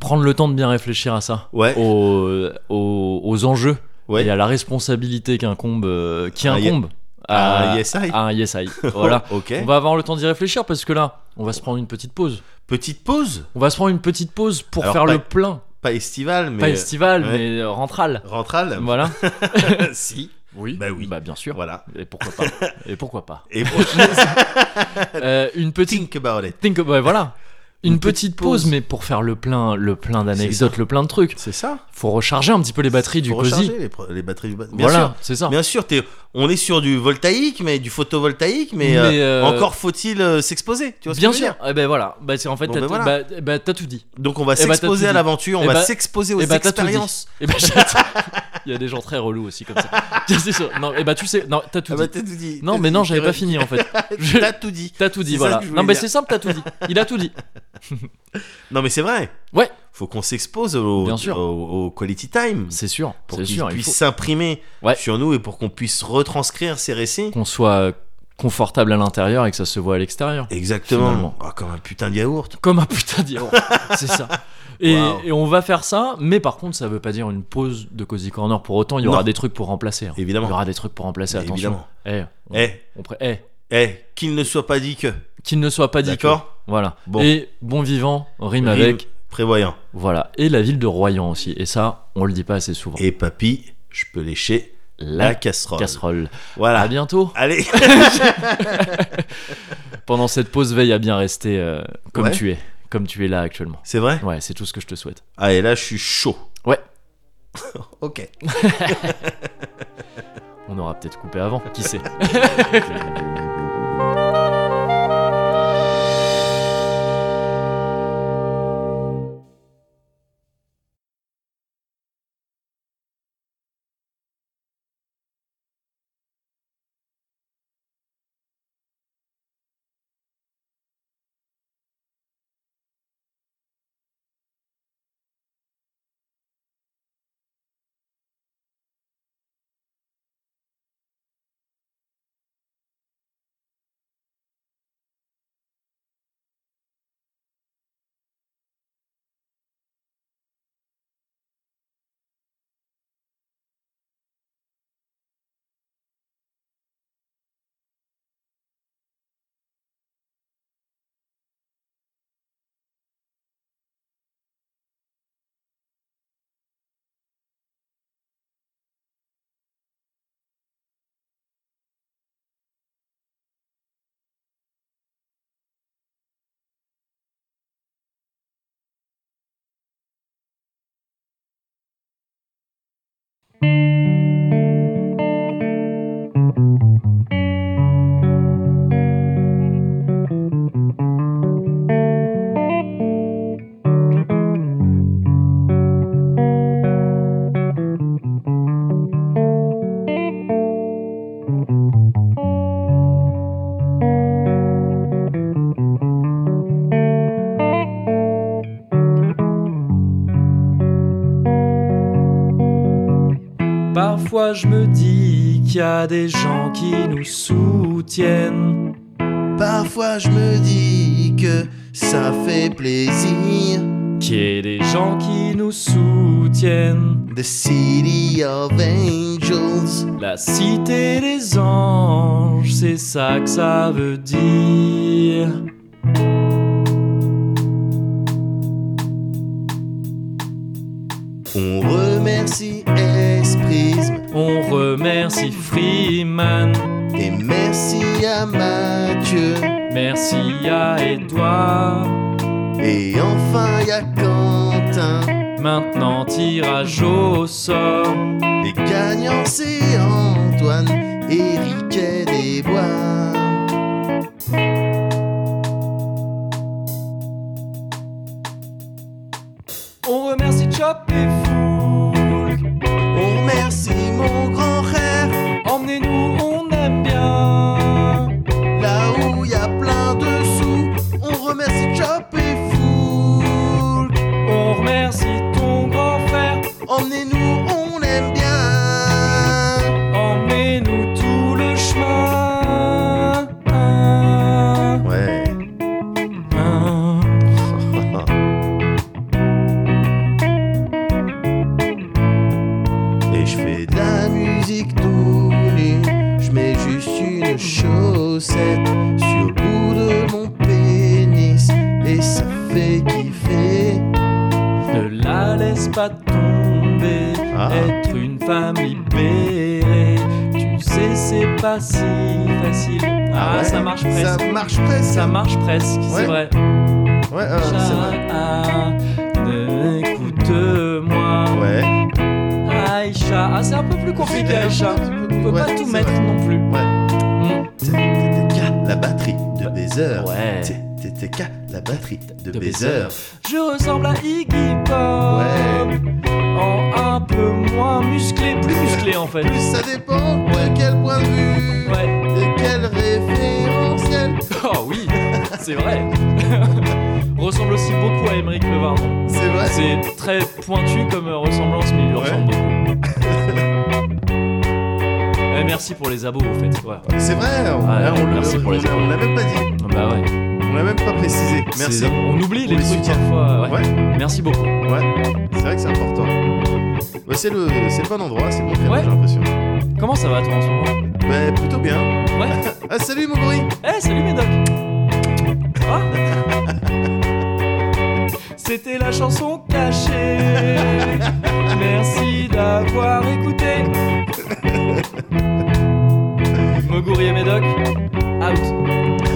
Speaker 1: prendre le temps de bien réfléchir à ça.
Speaker 2: Ouais.
Speaker 1: Aux, aux, aux enjeux
Speaker 2: Ouais.
Speaker 1: Oh, et à la responsabilité qu'incombe euh, qui
Speaker 2: Un ye-
Speaker 1: incombe
Speaker 2: Ah,
Speaker 1: à,
Speaker 2: yes I.
Speaker 1: à un yes I. Voilà.
Speaker 2: Oh, ok.
Speaker 1: On va avoir le temps d'y réfléchir parce que là, on va se prendre une petite pause.
Speaker 2: Petite pause.
Speaker 1: On va se prendre une petite pause pour
Speaker 2: Alors,
Speaker 1: faire
Speaker 2: pas-
Speaker 1: le plein.
Speaker 2: Pas estivale, mais. euh,
Speaker 1: Pas estival,
Speaker 2: ouais.
Speaker 1: mais euh, rentral.
Speaker 2: Rentrale
Speaker 1: Voilà.
Speaker 2: Si.
Speaker 1: Oui.
Speaker 2: Bah oui.
Speaker 1: Bah bien sûr.
Speaker 2: Voilà.
Speaker 1: Et pourquoi pas Et pourquoi pas
Speaker 2: Et prochaine,
Speaker 1: Euh, Une petite.
Speaker 2: think about it.
Speaker 1: Think- ouais, voilà. Une,
Speaker 2: Une
Speaker 1: petite,
Speaker 2: petite
Speaker 1: pause,
Speaker 2: pause.
Speaker 1: mais pour faire le plein, le plein d'anecdotes, le plein de trucs.
Speaker 2: C'est ça.
Speaker 1: Faut recharger un petit peu les batteries du
Speaker 2: Faut
Speaker 1: Cozy.
Speaker 2: recharger les, pro- les batteries du ba- Bien sûr.
Speaker 1: Voilà, c'est ça.
Speaker 2: Bien sûr, t'es- on est sur du voltaïque, mais du photovoltaïque, mais,
Speaker 1: Mais,
Speaker 2: euh,
Speaker 1: euh,
Speaker 2: encore faut-il euh, s'exposer. Tu vois ce
Speaker 1: Bien
Speaker 2: que je veux
Speaker 1: sûr.
Speaker 2: dire
Speaker 1: Eh ben voilà. Bah c'est en fait
Speaker 2: Bon,
Speaker 1: t'as
Speaker 2: ben
Speaker 1: tout-
Speaker 2: voilà.
Speaker 1: bah- bah, t'as tout dit.
Speaker 2: Donc on va
Speaker 1: Eh bah, t'as tout
Speaker 2: s'exposer
Speaker 1: dit.
Speaker 2: à l'aventure, on
Speaker 1: Eh
Speaker 2: va
Speaker 1: bah-
Speaker 2: s'exposer aux
Speaker 1: eh bah, t'as tout dit.
Speaker 2: expériences.
Speaker 1: Eh ben, j'ai- Il y a des gens très relous aussi comme ça. c'est sûr. Non, eh ben tu sais, non, t'as tout
Speaker 2: Ah bah,
Speaker 1: dit.
Speaker 2: t'as tout dit.
Speaker 1: Non,
Speaker 2: T'as
Speaker 1: mais
Speaker 2: tout
Speaker 1: non,
Speaker 2: dit.
Speaker 1: j'avais pas fini en fait. Je-
Speaker 2: T'as tout dit.
Speaker 1: T'as tout
Speaker 2: C'est
Speaker 1: dit,
Speaker 2: ça
Speaker 1: voilà.
Speaker 2: que je voulais
Speaker 1: Non, mais
Speaker 2: dire.
Speaker 1: c'est simple, t'as tout dit. Il a tout dit.
Speaker 2: Non, mais c'est vrai.
Speaker 1: Ouais.
Speaker 2: Faut qu'on s'expose au,
Speaker 1: Bien sûr.
Speaker 2: au- au quality time
Speaker 1: C'est sûr,
Speaker 2: pour
Speaker 1: c'est
Speaker 2: qu'il
Speaker 1: sûr. Il
Speaker 2: puisse
Speaker 1: faut
Speaker 2: s'imprimer
Speaker 1: Ouais.
Speaker 2: sur nous et pour qu'on puisse retranscrire ces récits.
Speaker 1: qu'on soit confortable à l'intérieur et que ça se voit à l'extérieur.
Speaker 2: Exactement.
Speaker 1: Finalement.
Speaker 2: Ah, comme un putain de yaourt.
Speaker 1: Comme un putain d'Iran. c'est ça. Et,
Speaker 2: Wow.
Speaker 1: et on va faire ça, mais par contre, ça veut pas dire une pause de Cozy Corner. Pour autant, il y aura
Speaker 2: Non.
Speaker 1: des trucs pour remplacer. hein.
Speaker 2: Évidemment.
Speaker 1: Il y aura des trucs pour remplacer,
Speaker 2: Mais
Speaker 1: attention.
Speaker 2: évidemment.
Speaker 1: Eh, on-
Speaker 2: Eh,
Speaker 1: on pré- eh,
Speaker 2: eh, qu'il ne soit pas dit que.
Speaker 1: qu'il ne soit pas dit. que-
Speaker 2: D'accord
Speaker 1: Voilà.
Speaker 2: Bon.
Speaker 1: Et bon vivant rime,
Speaker 2: Rime
Speaker 1: avec.
Speaker 2: Prévoyant.
Speaker 1: Voilà. Et la ville de Royan aussi. Et ça, on le dit pas assez souvent.
Speaker 2: Et papy, je peux lécher la casserole. Ah.
Speaker 1: casserole. Ah,
Speaker 2: Voilà.
Speaker 1: À bientôt.
Speaker 2: Allez,
Speaker 1: Pendant cette pause, veille à bien rester euh, comme
Speaker 2: Ouais.
Speaker 1: tu es. Comme tu es là actuellement.
Speaker 2: c'est vrai
Speaker 1: Ouais, c'est tout ce que je te souhaite.
Speaker 2: Ah, et là, je suis chaud.
Speaker 1: Ouais.
Speaker 2: ok.
Speaker 1: On aura peut-être coupé avant, qui sait Parfois je me dis qu'il y a des gens qui nous soutiennent.
Speaker 2: Parfois, je me dis que ça fait plaisir.
Speaker 1: Qu'il y ait des gens qui nous soutiennent.
Speaker 2: The City of Angels.
Speaker 1: La cité des anges, c'est ça que ça veut dire.
Speaker 2: On remercie Esprisme
Speaker 1: On remercie Freeman.
Speaker 2: et merci à Mathieu.
Speaker 1: Merci à Edouard.
Speaker 2: Et enfin, il y a Quentin.
Speaker 1: Maintenant tirage au sort.
Speaker 2: Les gagnants, c'est Antoine, Eric et Desbois.
Speaker 1: On remercie Chop et Foul.
Speaker 8: Oh,
Speaker 2: On remercie mon grand rêve,
Speaker 1: Emmenez-nous, on aime bien.
Speaker 2: là où il y a plein de sous. On remercie Chop et Foul.
Speaker 1: On remercie ton grand frère,
Speaker 2: Emmenez-nous, on aime bien.
Speaker 1: emmenez-nous tout le chemin.
Speaker 2: Ouais. Et je fais de la musique tout nu. Je mets juste une chaussette sur le bout de mon pénis. Et ça fait kiffer.
Speaker 1: Ne la laisse pas tomber,
Speaker 2: Ah.
Speaker 1: être une femme libérée. sais, c'est pas si facile. Ah,
Speaker 8: ouais,
Speaker 1: ça marche presque.
Speaker 8: Ça
Speaker 1: Ça...
Speaker 8: marche presque.
Speaker 1: marche presque,
Speaker 8: Ouais.
Speaker 1: c'est vrai.
Speaker 8: Ouais, ah, c'est vrai.
Speaker 1: Ah, euh, écoute-moi.
Speaker 8: Ouais.
Speaker 1: Aïcha. Ah, c'est un peu plus compliqué,
Speaker 8: C'est un peu
Speaker 1: Aïcha.
Speaker 8: plus
Speaker 1: On peut
Speaker 8: ouais,
Speaker 1: pas tout
Speaker 8: c'est
Speaker 1: mettre
Speaker 8: vrai.
Speaker 1: non plus. Ouais.
Speaker 8: TTK, la batterie de Baiser.
Speaker 1: Ouais.
Speaker 8: TTK, la batterie de,
Speaker 1: De
Speaker 8: Baiser.
Speaker 1: Baiser. Je ressemble à Iggy Pop. En un peu moins musclé, plus musclé en fait.
Speaker 8: Plus ça dépend de quel point de vue,
Speaker 1: Ouais.
Speaker 8: de quel référentiel.
Speaker 1: Oh oui, c'est vrai. ressemble aussi beaucoup à Émeric Levardon.
Speaker 8: C'est vrai.
Speaker 1: C'est très pointu comme euh, ressemblance, mais il lui ressemble beaucoup. Eh, merci pour les abos, au fait. Ouais.
Speaker 8: C'est vrai. On,
Speaker 1: Ah,
Speaker 8: là, on le-
Speaker 1: merci pour les
Speaker 8: on- on l'a même pas dit.
Speaker 1: Bah ouais.
Speaker 8: On l'a même pas précisé. Merci.
Speaker 1: C'est- On oublie
Speaker 8: Pour
Speaker 1: les
Speaker 8: les
Speaker 1: trucs
Speaker 8: soutiens.
Speaker 1: parfois. ouais.
Speaker 8: Ouais.
Speaker 1: Merci beaucoup.
Speaker 8: Ouais, c'est vrai que c'est important. Ouais, c'est le, c'est le bon endroit, c'est le bon créneau,
Speaker 1: Ouais.
Speaker 8: j'ai l'impression.
Speaker 1: Comment ça va toi en ce moment
Speaker 8: Bah, plutôt bien.
Speaker 1: Ouais.
Speaker 8: Ah, salut mon bruit
Speaker 1: Eh, salut Médoc Ah. C'était la chanson cachée. Merci d'avoir écouté. Moguri et Médoc, out.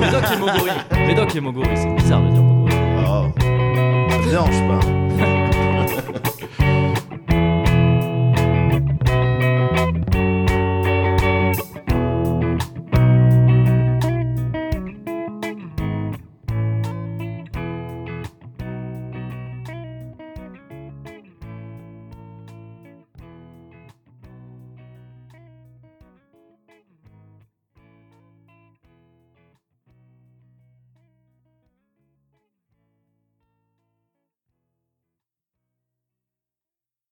Speaker 1: Médoc et Moguri. Médoc et Moguri, c'est bizarre de dire Moguri.
Speaker 8: Oh, ça me dérange pas.